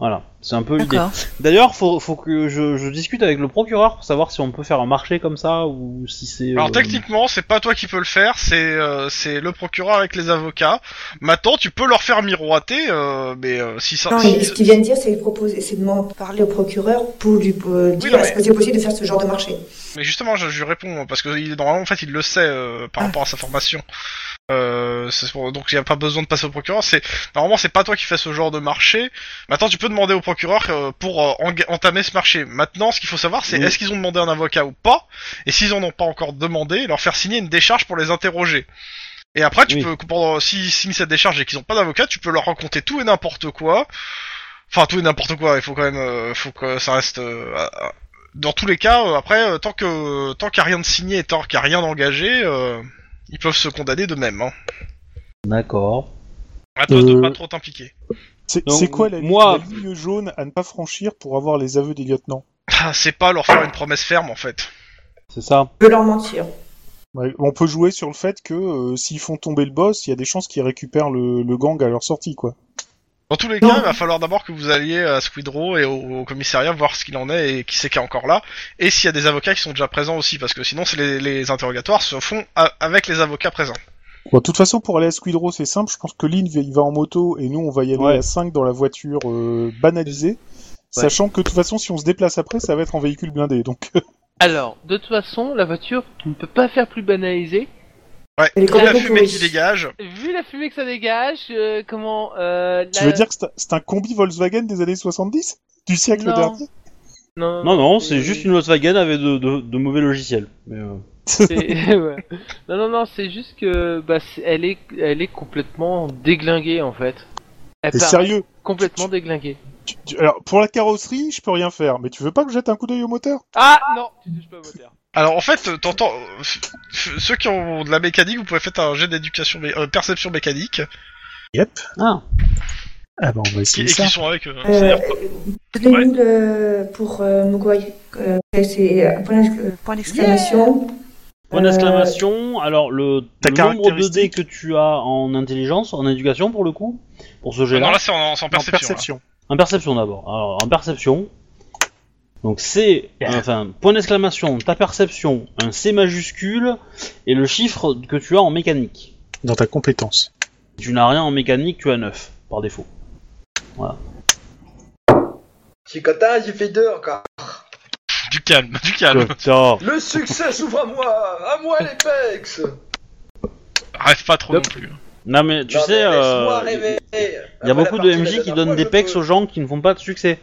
[SPEAKER 2] Voilà, c'est un peu l'idée.
[SPEAKER 9] D'accord.
[SPEAKER 2] D'ailleurs, faut, faut que je, je discute avec le procureur pour savoir si on peut faire un marché comme ça ou si c'est.
[SPEAKER 1] Alors
[SPEAKER 2] euh,
[SPEAKER 1] techniquement, c'est pas toi qui peux le faire, c'est euh, c'est le procureur avec les avocats. Maintenant, tu peux leur faire miroiter, euh, mais euh, si ça.
[SPEAKER 5] Non,
[SPEAKER 1] si-
[SPEAKER 5] il- ce qu'ils viennent dire, c'est proposer, c'est de m'en parler au procureur pour lui euh, dire
[SPEAKER 1] non, mais-
[SPEAKER 5] est-ce que c'est possible de faire ce genre de marché.
[SPEAKER 1] Mais justement, je, je lui réponds parce que il, normalement, en fait, il le sait euh, par
[SPEAKER 5] Ah.
[SPEAKER 1] rapport à sa formation. Euh, c'est pour- donc il n'y a pas besoin de passer au procureur. C'est normalement, c'est pas toi qui fais ce genre de marché. Maintenant, tu peux demander au procureur euh, pour euh, enga- entamer ce marché. Maintenant, ce qu'il faut savoir, c'est
[SPEAKER 2] Oui.
[SPEAKER 1] est-ce qu'ils ont demandé un avocat ou pas, et s'ils en ont pas encore demandé, leur faire signer une décharge pour les interroger. Et après, tu
[SPEAKER 2] Oui.
[SPEAKER 1] peux comprendre s'ils signent cette décharge et qu'ils ont pas d'avocat, tu peux leur raconter tout et n'importe quoi. Enfin, tout et n'importe quoi. Il faut quand même, euh, faut que ça reste euh, à- à- dans tous les cas, euh, après, euh, tant que tant qu'il n'y a rien de signé, et tant qu'il n'y a rien d'engagé, euh, ils peuvent se condamner de même. Hein.
[SPEAKER 2] D'accord.
[SPEAKER 1] À toi de
[SPEAKER 4] Euh.
[SPEAKER 1] pas trop t'impliquer.
[SPEAKER 4] C'est
[SPEAKER 2] donc,
[SPEAKER 4] c'est quoi la,
[SPEAKER 2] moi-
[SPEAKER 4] la ligne jaune à ne pas franchir pour avoir les aveux des lieutenants
[SPEAKER 1] Ah, c'est pas leur faire une promesse ferme en fait.
[SPEAKER 2] C'est ça.
[SPEAKER 5] Je peux leur mentir.
[SPEAKER 4] Ouais, On peut jouer sur le fait que euh, s'ils font tomber le boss, il y a des chances qu'ils récupèrent le, le gang à leur sortie, quoi.
[SPEAKER 1] Dans tous les
[SPEAKER 5] Non.
[SPEAKER 1] cas, il va falloir d'abord que vous alliez à Squidrow et au, au commissariat voir ce qu'il en est et qui c'est qui est encore là, et s'il y a des avocats qui sont déjà présents aussi, parce que sinon, c'est les, les interrogatoires se font a- avec les avocats présents.
[SPEAKER 4] Bon, de toute façon, pour aller à Squidrow, c'est simple. Je pense que Lynn, il va en moto et nous, on va y aller
[SPEAKER 2] Ouais.
[SPEAKER 4] à 5 dans la voiture euh, banalisée. Sachant que de toute façon, si on se déplace après, ça va être en véhicule blindé. Donc,
[SPEAKER 3] Alors, de toute façon, la voiture, tu ne peux pas faire plus banalisé.
[SPEAKER 1] Ouais,
[SPEAKER 5] Elle est
[SPEAKER 1] vu la
[SPEAKER 5] complètement
[SPEAKER 1] fumée qui
[SPEAKER 5] pourrie.
[SPEAKER 1] dégage.
[SPEAKER 3] Vu la fumée que ça dégage, euh, comment... Euh,
[SPEAKER 4] tu
[SPEAKER 3] la-
[SPEAKER 4] veux dire que c'est un- c'est un combi Volkswagen des années 70 Du siècle
[SPEAKER 3] Non.
[SPEAKER 4] dernier
[SPEAKER 3] Non,
[SPEAKER 2] Non, non, c'est juste une Volkswagen avec de, de- de mauvais logiciels. Mais, euh,
[SPEAKER 3] C'est- ouais. Non, non, non, c'est juste que bah, c'est- elle, est, elle est complètement déglinguée en fait. Elle
[SPEAKER 4] T'es
[SPEAKER 3] part
[SPEAKER 4] sérieux
[SPEAKER 3] Complètement déglinguée.
[SPEAKER 4] Tu- tu- Alors, pour la carrosserie, je peux rien faire. Mais tu veux pas que je jette un coup d'œil au moteur
[SPEAKER 3] Ah non, tu touches pas au moteur.
[SPEAKER 1] Alors en fait, euh, t'entends euh, f- f- ceux qui ont de la mécanique, vous pouvez faire un jet d'éducation, mé- euh, perception mécanique,
[SPEAKER 2] Ah,
[SPEAKER 4] Ah bah, on va
[SPEAKER 1] qui,
[SPEAKER 4] essayer
[SPEAKER 1] et qui sont avec. euh,
[SPEAKER 5] Euh,
[SPEAKER 1] c'est-à-dire-
[SPEAKER 5] Donnez-nous le pour euh, Mogwai. Euh, c'est un point d'exc-
[SPEAKER 9] Point
[SPEAKER 5] d'exclamation.
[SPEAKER 2] point
[SPEAKER 5] Euh,
[SPEAKER 2] d'exclamation. Alors, le,
[SPEAKER 4] Ta
[SPEAKER 2] le nombre de dés
[SPEAKER 4] caractéristique.
[SPEAKER 2] que tu as en intelligence, en éducation pour le coup, pour ce
[SPEAKER 1] non
[SPEAKER 2] jet-là.
[SPEAKER 1] là c'est en, c'est en perception.
[SPEAKER 4] En
[SPEAKER 1] là.
[SPEAKER 4] perception.
[SPEAKER 2] En perception d'abord. Alors, en perception. Donc, c'est. Enfin, point d'exclamation, ta perception, un C majuscule et le chiffre que tu as en mécanique.
[SPEAKER 4] Dans ta compétence.
[SPEAKER 2] Si tu n'as rien en mécanique, tu as 9 par défaut.
[SPEAKER 8] Je suis content, j'ai fait deux encore.
[SPEAKER 1] hein. Du calme, du calme.
[SPEAKER 2] Putain.
[SPEAKER 8] Le succès s'ouvre à moi À moi les pecs
[SPEAKER 1] Rêve pas trop
[SPEAKER 2] Hop.
[SPEAKER 1] non plus.
[SPEAKER 2] Non, mais tu
[SPEAKER 8] Non,
[SPEAKER 2] sais.
[SPEAKER 8] mais laisse-moi
[SPEAKER 2] euh,
[SPEAKER 8] rêver. Ah,
[SPEAKER 2] Il y a
[SPEAKER 8] Après la
[SPEAKER 2] beaucoup de
[SPEAKER 8] partie de la
[SPEAKER 2] MJ qui
[SPEAKER 8] dernière
[SPEAKER 2] donnent
[SPEAKER 8] fois,
[SPEAKER 2] des
[SPEAKER 8] je
[SPEAKER 2] pecs
[SPEAKER 8] peux.
[SPEAKER 2] aux gens qui ne font pas de succès.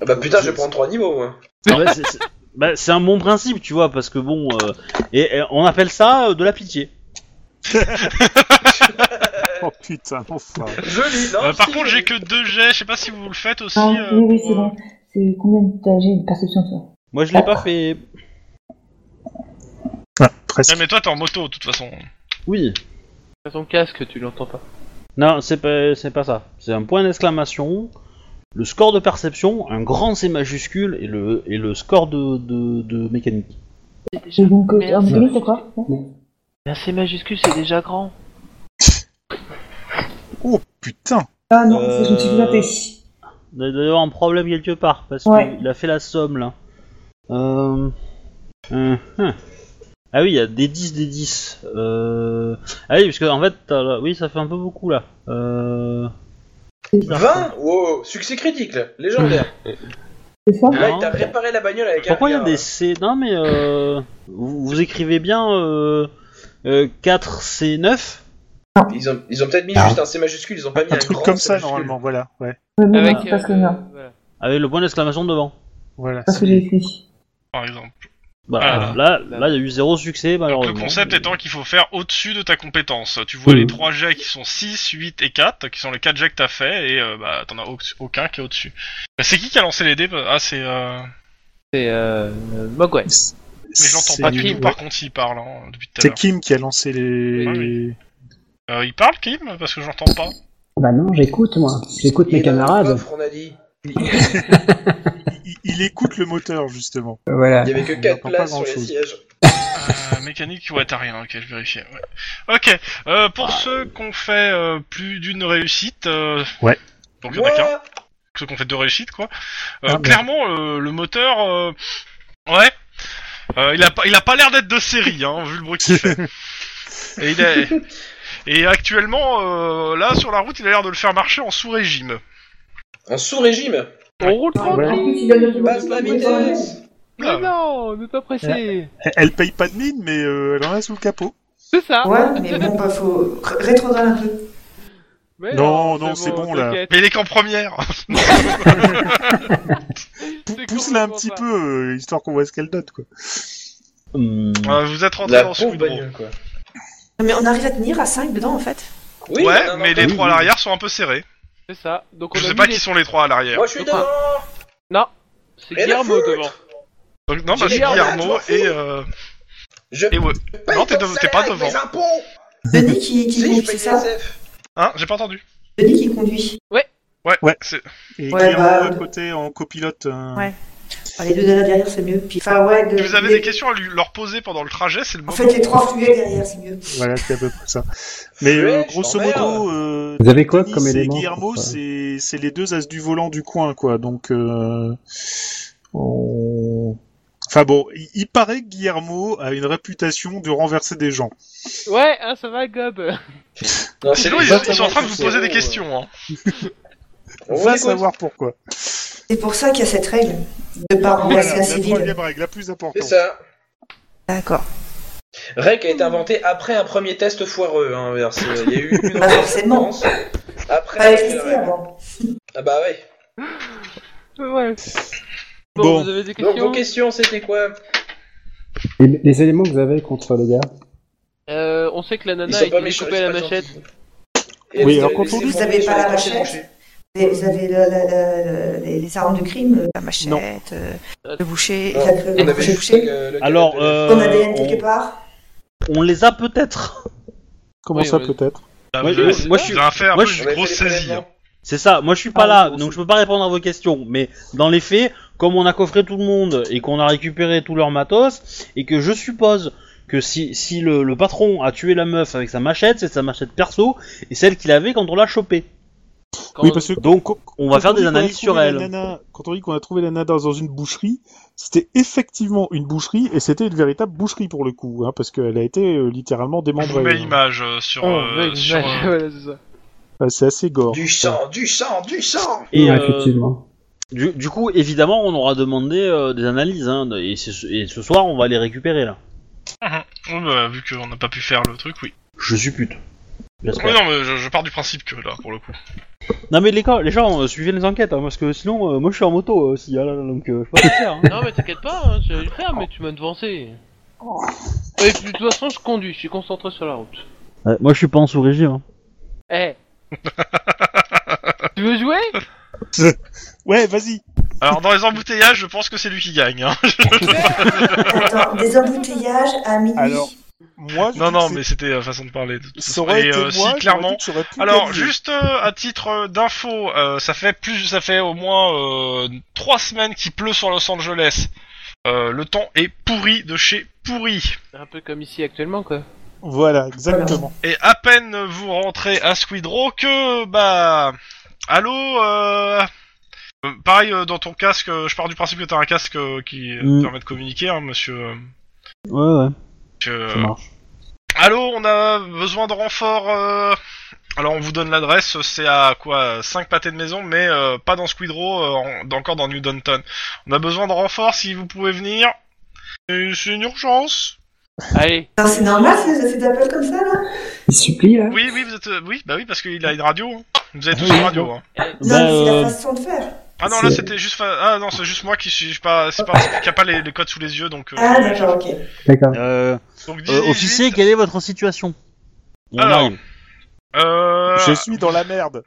[SPEAKER 8] Ah Bah putain, je vais prendre trois niveaux, moi.
[SPEAKER 2] Ah ouais, c'est- c'est- bah, c'est un bon principe, tu vois, parce que bon, euh, et, et on appelle ça euh, de la pitié.
[SPEAKER 4] Oh putain, enfoiré.
[SPEAKER 8] Joli, non
[SPEAKER 1] Euh, par
[SPEAKER 8] si,
[SPEAKER 1] contre,
[SPEAKER 8] joli.
[SPEAKER 1] j'ai que deux jets. Je sais pas si vous le faites aussi.
[SPEAKER 10] Ah,
[SPEAKER 1] euh,
[SPEAKER 10] oui, oui,
[SPEAKER 1] pour,
[SPEAKER 10] c'est
[SPEAKER 1] euh,
[SPEAKER 10] bon. C'est combien t'as j'ai une perception, toi
[SPEAKER 2] Moi, je l'ai pas fait.
[SPEAKER 4] Ah,
[SPEAKER 1] Ouais,
[SPEAKER 4] presque.
[SPEAKER 1] mais toi, t'es en moto, de toute façon.
[SPEAKER 2] Oui.
[SPEAKER 3] T'as Ton casque, tu l'entends pas.
[SPEAKER 2] Non, c'est pas, c'est pas ça. C'est un point d'exclamation, le score de perception, un grand C majuscule et le, et le score de, de, de mécanique.
[SPEAKER 10] Et donc, euh, en
[SPEAKER 3] Merde.
[SPEAKER 10] mécanique, c'est quoi
[SPEAKER 3] Mais C'est majuscule, c'est déjà grand.
[SPEAKER 4] Oh putain
[SPEAKER 10] Ah non, c'est- je me suis
[SPEAKER 2] Euh,
[SPEAKER 10] planté.
[SPEAKER 2] Il doit y avoir un problème quelque part, parce
[SPEAKER 10] Ouais.
[SPEAKER 2] qu'il a fait la somme là. Euh... hum, hum. Ah oui, il y a des 10, des 10. Euh... Ah oui, parce que en fait, t'as la- oui, ça fait un peu beaucoup là. Euh...
[SPEAKER 8] 20 Wow, succès critique, là. légendaire.
[SPEAKER 10] C'est ça
[SPEAKER 8] Là, il
[SPEAKER 2] Non.
[SPEAKER 8] t'a réparé la bagnole avec un
[SPEAKER 2] Pourquoi il y a
[SPEAKER 8] gars.
[SPEAKER 2] des C Non, mais euh, vous, vous écrivez bien euh, 4C9
[SPEAKER 8] Ils ont, ils ont peut-être mis juste un C majuscule, ils ont pas mis
[SPEAKER 4] Ah.
[SPEAKER 8] un,
[SPEAKER 4] Un truc
[SPEAKER 8] grand
[SPEAKER 4] comme
[SPEAKER 8] C
[SPEAKER 4] ça,
[SPEAKER 8] majuscule.
[SPEAKER 4] normalement, voilà. Ouais,
[SPEAKER 10] Ouais, mais
[SPEAKER 3] Avec,
[SPEAKER 10] non, c'est pas ce que
[SPEAKER 3] euh,
[SPEAKER 10] non,
[SPEAKER 3] voilà.
[SPEAKER 2] avec le point d'exclamation devant.
[SPEAKER 4] voilà.
[SPEAKER 10] c'est pas ce que j'ai écrit.
[SPEAKER 1] Par exemple.
[SPEAKER 2] Voilà.
[SPEAKER 1] Ah.
[SPEAKER 2] Bah, Là, là, il y a eu zéro succès
[SPEAKER 1] Donc,
[SPEAKER 2] malheureusement.
[SPEAKER 1] le concept étant qu'il faut faire au-dessus de ta compétence. Tu vois
[SPEAKER 7] Mhm.
[SPEAKER 1] les trois jets qui sont 6, 8 et 4, qui sont les quatre jets que t'as fait, et euh, bah, t'en as au- aucun qui est au-dessus. Bah, C'est qui qui a lancé les dés Ah, c'est. euh,
[SPEAKER 3] C'est euh, euh, Mogwai.
[SPEAKER 1] Mais j'entends pas
[SPEAKER 4] C'est-
[SPEAKER 1] Kim,
[SPEAKER 4] ouais.
[SPEAKER 1] par contre, s'il parle hein, depuis tout à
[SPEAKER 4] C'est
[SPEAKER 1] l'heure.
[SPEAKER 4] Kim qui a lancé les.
[SPEAKER 1] Euh, il parle, Kim Parce que j'entends pas.
[SPEAKER 7] Bah non, j'écoute moi. J'écoute
[SPEAKER 8] Il
[SPEAKER 7] mes
[SPEAKER 8] est dans le
[SPEAKER 7] camarades.
[SPEAKER 8] coffre, on a dit.
[SPEAKER 4] Il, il écoute le moteur, justement.
[SPEAKER 7] Euh, Voilà.
[SPEAKER 8] Il y avait que
[SPEAKER 4] On
[SPEAKER 8] 4
[SPEAKER 4] n'entend pas
[SPEAKER 8] places sur les
[SPEAKER 4] grand-chose.
[SPEAKER 8] sièges.
[SPEAKER 1] Euh, mécanique, ouais, t'as rien, ok, je vérifie. ouais. Ok, euh, pour
[SPEAKER 8] Ah.
[SPEAKER 1] ceux qu'on fait euh, plus d'une réussite, euh,
[SPEAKER 4] Ouais.
[SPEAKER 1] donc il y en a qu'un,
[SPEAKER 8] Moi,
[SPEAKER 1] ceux qu'on fait deux réussites, quoi. Euh,
[SPEAKER 4] Ah, merde.
[SPEAKER 1] clairement, euh, le moteur, euh, ouais, Euh, il a pas, il a pas l'air d'être de série, hein, vu le bruit qu'il fait. Et, il est- et actuellement, euh, là, sur la route, il a l'air de le faire marcher en sous-régime.
[SPEAKER 8] en sous-régime,
[SPEAKER 3] On roule
[SPEAKER 10] En
[SPEAKER 3] tranquille
[SPEAKER 10] plus, il donne le
[SPEAKER 8] passe la vitesse
[SPEAKER 3] Mais non, ne pas presser
[SPEAKER 4] Elle- Elle paye pas de mine, mais euh, elle en a sous le capot.
[SPEAKER 3] C'est
[SPEAKER 9] Ah.
[SPEAKER 3] ça
[SPEAKER 5] Ouais, mais bon, bah, faut ré- rétrograde un peu.
[SPEAKER 3] Mais
[SPEAKER 4] Non, non, c'est bon, là.
[SPEAKER 3] t'inquiète.
[SPEAKER 1] Mais il est qu'en première.
[SPEAKER 4] Pou-
[SPEAKER 3] C'est
[SPEAKER 4] Pousse-la un
[SPEAKER 3] complètement
[SPEAKER 4] petit
[SPEAKER 3] pas.
[SPEAKER 4] peu, euh, histoire qu'on voit ce qu'elle donne, quoi.
[SPEAKER 2] Hmm.
[SPEAKER 1] Euh, vous êtes rentré
[SPEAKER 8] La
[SPEAKER 1] dans
[SPEAKER 8] pauvre
[SPEAKER 1] Squidrow.
[SPEAKER 8] bagnole, quoi.
[SPEAKER 9] Mais on arrive à tenir à 5 dedans en fait.
[SPEAKER 8] Oui,
[SPEAKER 1] ouais,
[SPEAKER 8] non, non,
[SPEAKER 1] mais
[SPEAKER 8] non.
[SPEAKER 1] les trois à l'arrière sont un peu serrés.
[SPEAKER 3] C'est ça. Donc on
[SPEAKER 1] Je
[SPEAKER 3] a
[SPEAKER 1] sais
[SPEAKER 3] mis
[SPEAKER 1] pas
[SPEAKER 3] les-
[SPEAKER 1] qui sont les trois à l'arrière.
[SPEAKER 5] Ah.
[SPEAKER 8] Moi, je suis
[SPEAKER 3] Pourquoi
[SPEAKER 8] devant
[SPEAKER 3] C'est
[SPEAKER 8] Et la
[SPEAKER 3] Guillermo
[SPEAKER 8] foutre
[SPEAKER 3] devant.
[SPEAKER 1] Donc, non, bah, c'est
[SPEAKER 8] Guillermo,
[SPEAKER 1] Guillermo
[SPEAKER 8] toi, fou.
[SPEAKER 1] et, euh,
[SPEAKER 8] Je
[SPEAKER 1] et ouais.
[SPEAKER 8] paye
[SPEAKER 1] Non, t'es
[SPEAKER 8] ton
[SPEAKER 1] devant- t'es pas
[SPEAKER 8] salaire avec
[SPEAKER 1] devant.
[SPEAKER 8] mes impôts
[SPEAKER 5] Denis qui, qui
[SPEAKER 8] Si,
[SPEAKER 5] conduit,
[SPEAKER 8] je
[SPEAKER 5] c'est
[SPEAKER 8] paye
[SPEAKER 5] ça
[SPEAKER 8] l'ISF.
[SPEAKER 1] Hein J'ai pas entendu.
[SPEAKER 5] Denis qui conduit.
[SPEAKER 1] Ouais.
[SPEAKER 4] Ouais.
[SPEAKER 1] c'est-
[SPEAKER 4] Et
[SPEAKER 5] Ouais,
[SPEAKER 4] Guillermo
[SPEAKER 5] bah,
[SPEAKER 4] à côté en copilote. euh,
[SPEAKER 9] Ouais.
[SPEAKER 5] Enfin, les deux nanas derrière, c'est mieux. Puis, enfin, ouais, de-
[SPEAKER 1] Si vous avez
[SPEAKER 5] les-
[SPEAKER 1] des questions à lui- leur poser pendant le trajet, c'est le
[SPEAKER 5] En
[SPEAKER 1] moment.
[SPEAKER 5] fait, les trois fluets derrière, c'est mieux.
[SPEAKER 4] Voilà, c'est à peu près ça. Mais
[SPEAKER 8] Ouais,
[SPEAKER 4] euh,
[SPEAKER 8] je
[SPEAKER 4] grosso
[SPEAKER 8] t'emmerde.
[SPEAKER 4] modo, euh,
[SPEAKER 7] Vous avez quoi
[SPEAKER 4] Denis
[SPEAKER 7] comme
[SPEAKER 4] et
[SPEAKER 7] élément
[SPEAKER 4] Guillermo,
[SPEAKER 7] pour ça
[SPEAKER 4] c'est c'est les deux as du volant du coin, quoi. Donc, euh, on- Enfin bon, il, il paraît que Guillermo a une réputation de renverser des gens.
[SPEAKER 3] Ouais, hein, ça va, Gob.
[SPEAKER 8] Non,
[SPEAKER 1] C'est nous, ils, ils sont en train de vous poser des questions. Hein.
[SPEAKER 4] On
[SPEAKER 8] On
[SPEAKER 4] va
[SPEAKER 8] l'écoute.
[SPEAKER 4] savoir pourquoi.
[SPEAKER 5] C'est pour ça qu'il y a cette règle de par
[SPEAKER 4] Voilà,
[SPEAKER 5] un
[SPEAKER 4] la
[SPEAKER 5] civil.
[SPEAKER 4] troisième règle, la plus
[SPEAKER 8] C'est
[SPEAKER 4] importante.
[SPEAKER 8] ça.
[SPEAKER 9] D'accord.
[SPEAKER 8] REC a été inventé après un premier test foireux. Hein, parce que il y a eu une
[SPEAKER 5] Ah, forcément.
[SPEAKER 8] réponse. Après.
[SPEAKER 5] Pas
[SPEAKER 8] la
[SPEAKER 5] existé
[SPEAKER 8] première règle.
[SPEAKER 5] avant.
[SPEAKER 8] Ah bah ouais.
[SPEAKER 3] Ouais. Bon,
[SPEAKER 4] Bon.
[SPEAKER 3] vous avez des questions
[SPEAKER 8] Donc vos questions, c'était quoi
[SPEAKER 7] Et euh, les éléments que vous avez contre les gars
[SPEAKER 3] Euh, On sait que la
[SPEAKER 8] Ils
[SPEAKER 3] nana a
[SPEAKER 8] sont pas
[SPEAKER 3] été
[SPEAKER 8] méchants.
[SPEAKER 3] découpée à
[SPEAKER 8] ils
[SPEAKER 3] la
[SPEAKER 8] sont pas
[SPEAKER 3] machette.
[SPEAKER 8] gentils.
[SPEAKER 4] Oui,
[SPEAKER 8] Et
[SPEAKER 4] alors quand on
[SPEAKER 8] laissez
[SPEAKER 4] dit-
[SPEAKER 5] Vous avez
[SPEAKER 8] tomber,
[SPEAKER 5] pas la
[SPEAKER 8] je laisse
[SPEAKER 5] machette
[SPEAKER 8] tomber.
[SPEAKER 5] Et Vous avez la- la- la- les, les armes du crime,
[SPEAKER 9] La
[SPEAKER 4] Non.
[SPEAKER 9] machette, euh, le boucher.
[SPEAKER 8] Non,
[SPEAKER 5] la queue,
[SPEAKER 8] On
[SPEAKER 5] le
[SPEAKER 8] avait
[SPEAKER 5] crochet
[SPEAKER 8] juste
[SPEAKER 5] couché,
[SPEAKER 8] le- le-
[SPEAKER 2] Alors,
[SPEAKER 8] le-
[SPEAKER 2] euh,
[SPEAKER 5] ton ADN quelque
[SPEAKER 2] on-
[SPEAKER 5] part.
[SPEAKER 2] On les a peut-être.
[SPEAKER 4] Comment
[SPEAKER 3] Oui,
[SPEAKER 4] ça
[SPEAKER 3] oui.
[SPEAKER 4] peut-être
[SPEAKER 1] Bah,
[SPEAKER 2] Moi,
[SPEAKER 1] vous avez-
[SPEAKER 2] je- moi, je
[SPEAKER 1] vous
[SPEAKER 2] suis-
[SPEAKER 1] avez fait un
[SPEAKER 2] moi,
[SPEAKER 1] peu
[SPEAKER 2] je-
[SPEAKER 1] une
[SPEAKER 8] on avait
[SPEAKER 1] grosse
[SPEAKER 8] fait les
[SPEAKER 1] saisie. hein.
[SPEAKER 8] prélèvements.
[SPEAKER 2] C'est ça. Moi, je suis pas
[SPEAKER 4] Ah,
[SPEAKER 2] là,
[SPEAKER 4] oui,
[SPEAKER 2] donc je peux pas répondre à vos questions. Mais dans les faits, comme on a coffré tout le monde et qu'on a récupéré tout leur matos, et que je suppose que si, si le, le patron a tué la meuf avec sa machette, c'est sa machette perso et celle qu'il avait quand on l'a chopée.
[SPEAKER 3] Quand-
[SPEAKER 4] Oui, parce que
[SPEAKER 2] Donc,
[SPEAKER 4] quand-
[SPEAKER 2] on va
[SPEAKER 4] quand
[SPEAKER 2] faire des
[SPEAKER 4] dit qu'on a
[SPEAKER 2] analyses
[SPEAKER 4] trouvé
[SPEAKER 2] sur
[SPEAKER 4] la
[SPEAKER 2] elle.
[SPEAKER 4] nana- quand on dit qu'on a trouvé la nana dans une boucherie, c'était effectivement une boucherie et c'était une véritable boucherie pour le coup, hein, parce qu'elle a été euh, littéralement
[SPEAKER 1] Je vous mets
[SPEAKER 4] démembrée. hein.
[SPEAKER 1] l'image euh, sur.
[SPEAKER 3] Oh,
[SPEAKER 1] euh,
[SPEAKER 3] ouais,
[SPEAKER 1] sur,
[SPEAKER 3] ouais,
[SPEAKER 1] euh,
[SPEAKER 3] voilà, c'est ça.
[SPEAKER 4] Enfin, c'est assez gore.
[SPEAKER 8] Du sang, du sang, du sang
[SPEAKER 2] Et,
[SPEAKER 7] Ouais,
[SPEAKER 2] euh,
[SPEAKER 7] Effectivement.
[SPEAKER 2] du, du coup, évidemment, on aura demandé euh, des analyses, hein, et, ce- et ce soir, on va les récupérer là.
[SPEAKER 1] oui, bah, vu qu'on n'a pas pu faire le truc, oui.
[SPEAKER 2] Je suppute.
[SPEAKER 1] Oui,
[SPEAKER 2] J'espère.
[SPEAKER 1] non, mais je, je pars du principe que là, pour le coup.
[SPEAKER 2] Non mais les gars, les gens, euh, suivez les enquêtes, hein, parce que sinon, euh, moi je suis en moto euh, aussi, hein, là, là, donc euh, je peux pas le faire. hein.
[SPEAKER 3] Non, mais t'inquiète pas, hein, j'allais le faire, mais tu m'as devancé. Et puis, de toute façon, je conduis, je suis concentré sur la route.
[SPEAKER 2] Ouais, moi je suis pas en sous-régime. hein.
[SPEAKER 3] Eh Tu veux jouer
[SPEAKER 4] Ouais, vas-y.
[SPEAKER 1] Alors, dans les embouteillages, je pense que c'est lui qui gagne. Hein.
[SPEAKER 5] Attends, des embouteillages à minuit.
[SPEAKER 4] Alors, moi, je
[SPEAKER 1] Non,
[SPEAKER 4] dis
[SPEAKER 1] non,
[SPEAKER 4] que
[SPEAKER 1] mais
[SPEAKER 4] c'est-
[SPEAKER 1] c'était euh, façon de parler. De toute
[SPEAKER 4] ça
[SPEAKER 1] façon.
[SPEAKER 4] aurait
[SPEAKER 1] Et,
[SPEAKER 4] été
[SPEAKER 1] euh,
[SPEAKER 4] moi,
[SPEAKER 1] si,
[SPEAKER 4] j'aurais
[SPEAKER 1] clairement.
[SPEAKER 4] dit que j'aurais pu
[SPEAKER 1] Alors,
[SPEAKER 4] gagner.
[SPEAKER 1] juste euh, à titre euh, d'info, euh, ça fait plus, ça fait au moins euh, trois semaines qu'il pleut sur Los Angeles. Euh, le temps est pourri de chez pourri.
[SPEAKER 3] Un peu comme ici actuellement, quoi.
[SPEAKER 4] Voilà, exactement.
[SPEAKER 1] Et à peine vous rentrez à Squid Row que bah allô euh, euh, pareil euh, dans ton casque euh, je pars du principe que t'as un casque euh, qui euh,
[SPEAKER 2] Mm.
[SPEAKER 1] permet de communiquer hein, monsieur, euh,
[SPEAKER 2] Ouais ouais,
[SPEAKER 1] monsieur, euh,
[SPEAKER 2] ça marche.
[SPEAKER 1] allô on a besoin de renfort euh, alors on vous donne l'adresse c'est à quoi 5 pâtés de maison mais euh, pas dans Squid Row euh, en- encore dans New Downton on a besoin de renfort si vous pouvez venir Euh, c'est une urgence
[SPEAKER 3] Allez,
[SPEAKER 5] Attends, C'est normal, c'est c'est d'appel comme ça là
[SPEAKER 7] Il supplie là
[SPEAKER 1] oui oui vous êtes euh, oui bah oui parce qu'il a une radio hein. vous avez tous une radio hein.
[SPEAKER 5] Non,
[SPEAKER 2] Bah,
[SPEAKER 5] mais c'est
[SPEAKER 2] euh,
[SPEAKER 5] la façon de faire.
[SPEAKER 1] Ah non, là
[SPEAKER 7] C'est-
[SPEAKER 1] c'était juste. fa- Ah non, c'est juste moi qui suis pas. C'est pas. qui a pas les, les codes sous les yeux donc. euh,
[SPEAKER 5] Ah, d'accord, ok.
[SPEAKER 7] D'accord.
[SPEAKER 2] Euh,
[SPEAKER 1] donc
[SPEAKER 2] euh,
[SPEAKER 1] 18,
[SPEAKER 2] officier, quelle est votre situation On
[SPEAKER 1] Alors.
[SPEAKER 2] arrive.
[SPEAKER 1] euh,
[SPEAKER 4] Je suis dans la merde.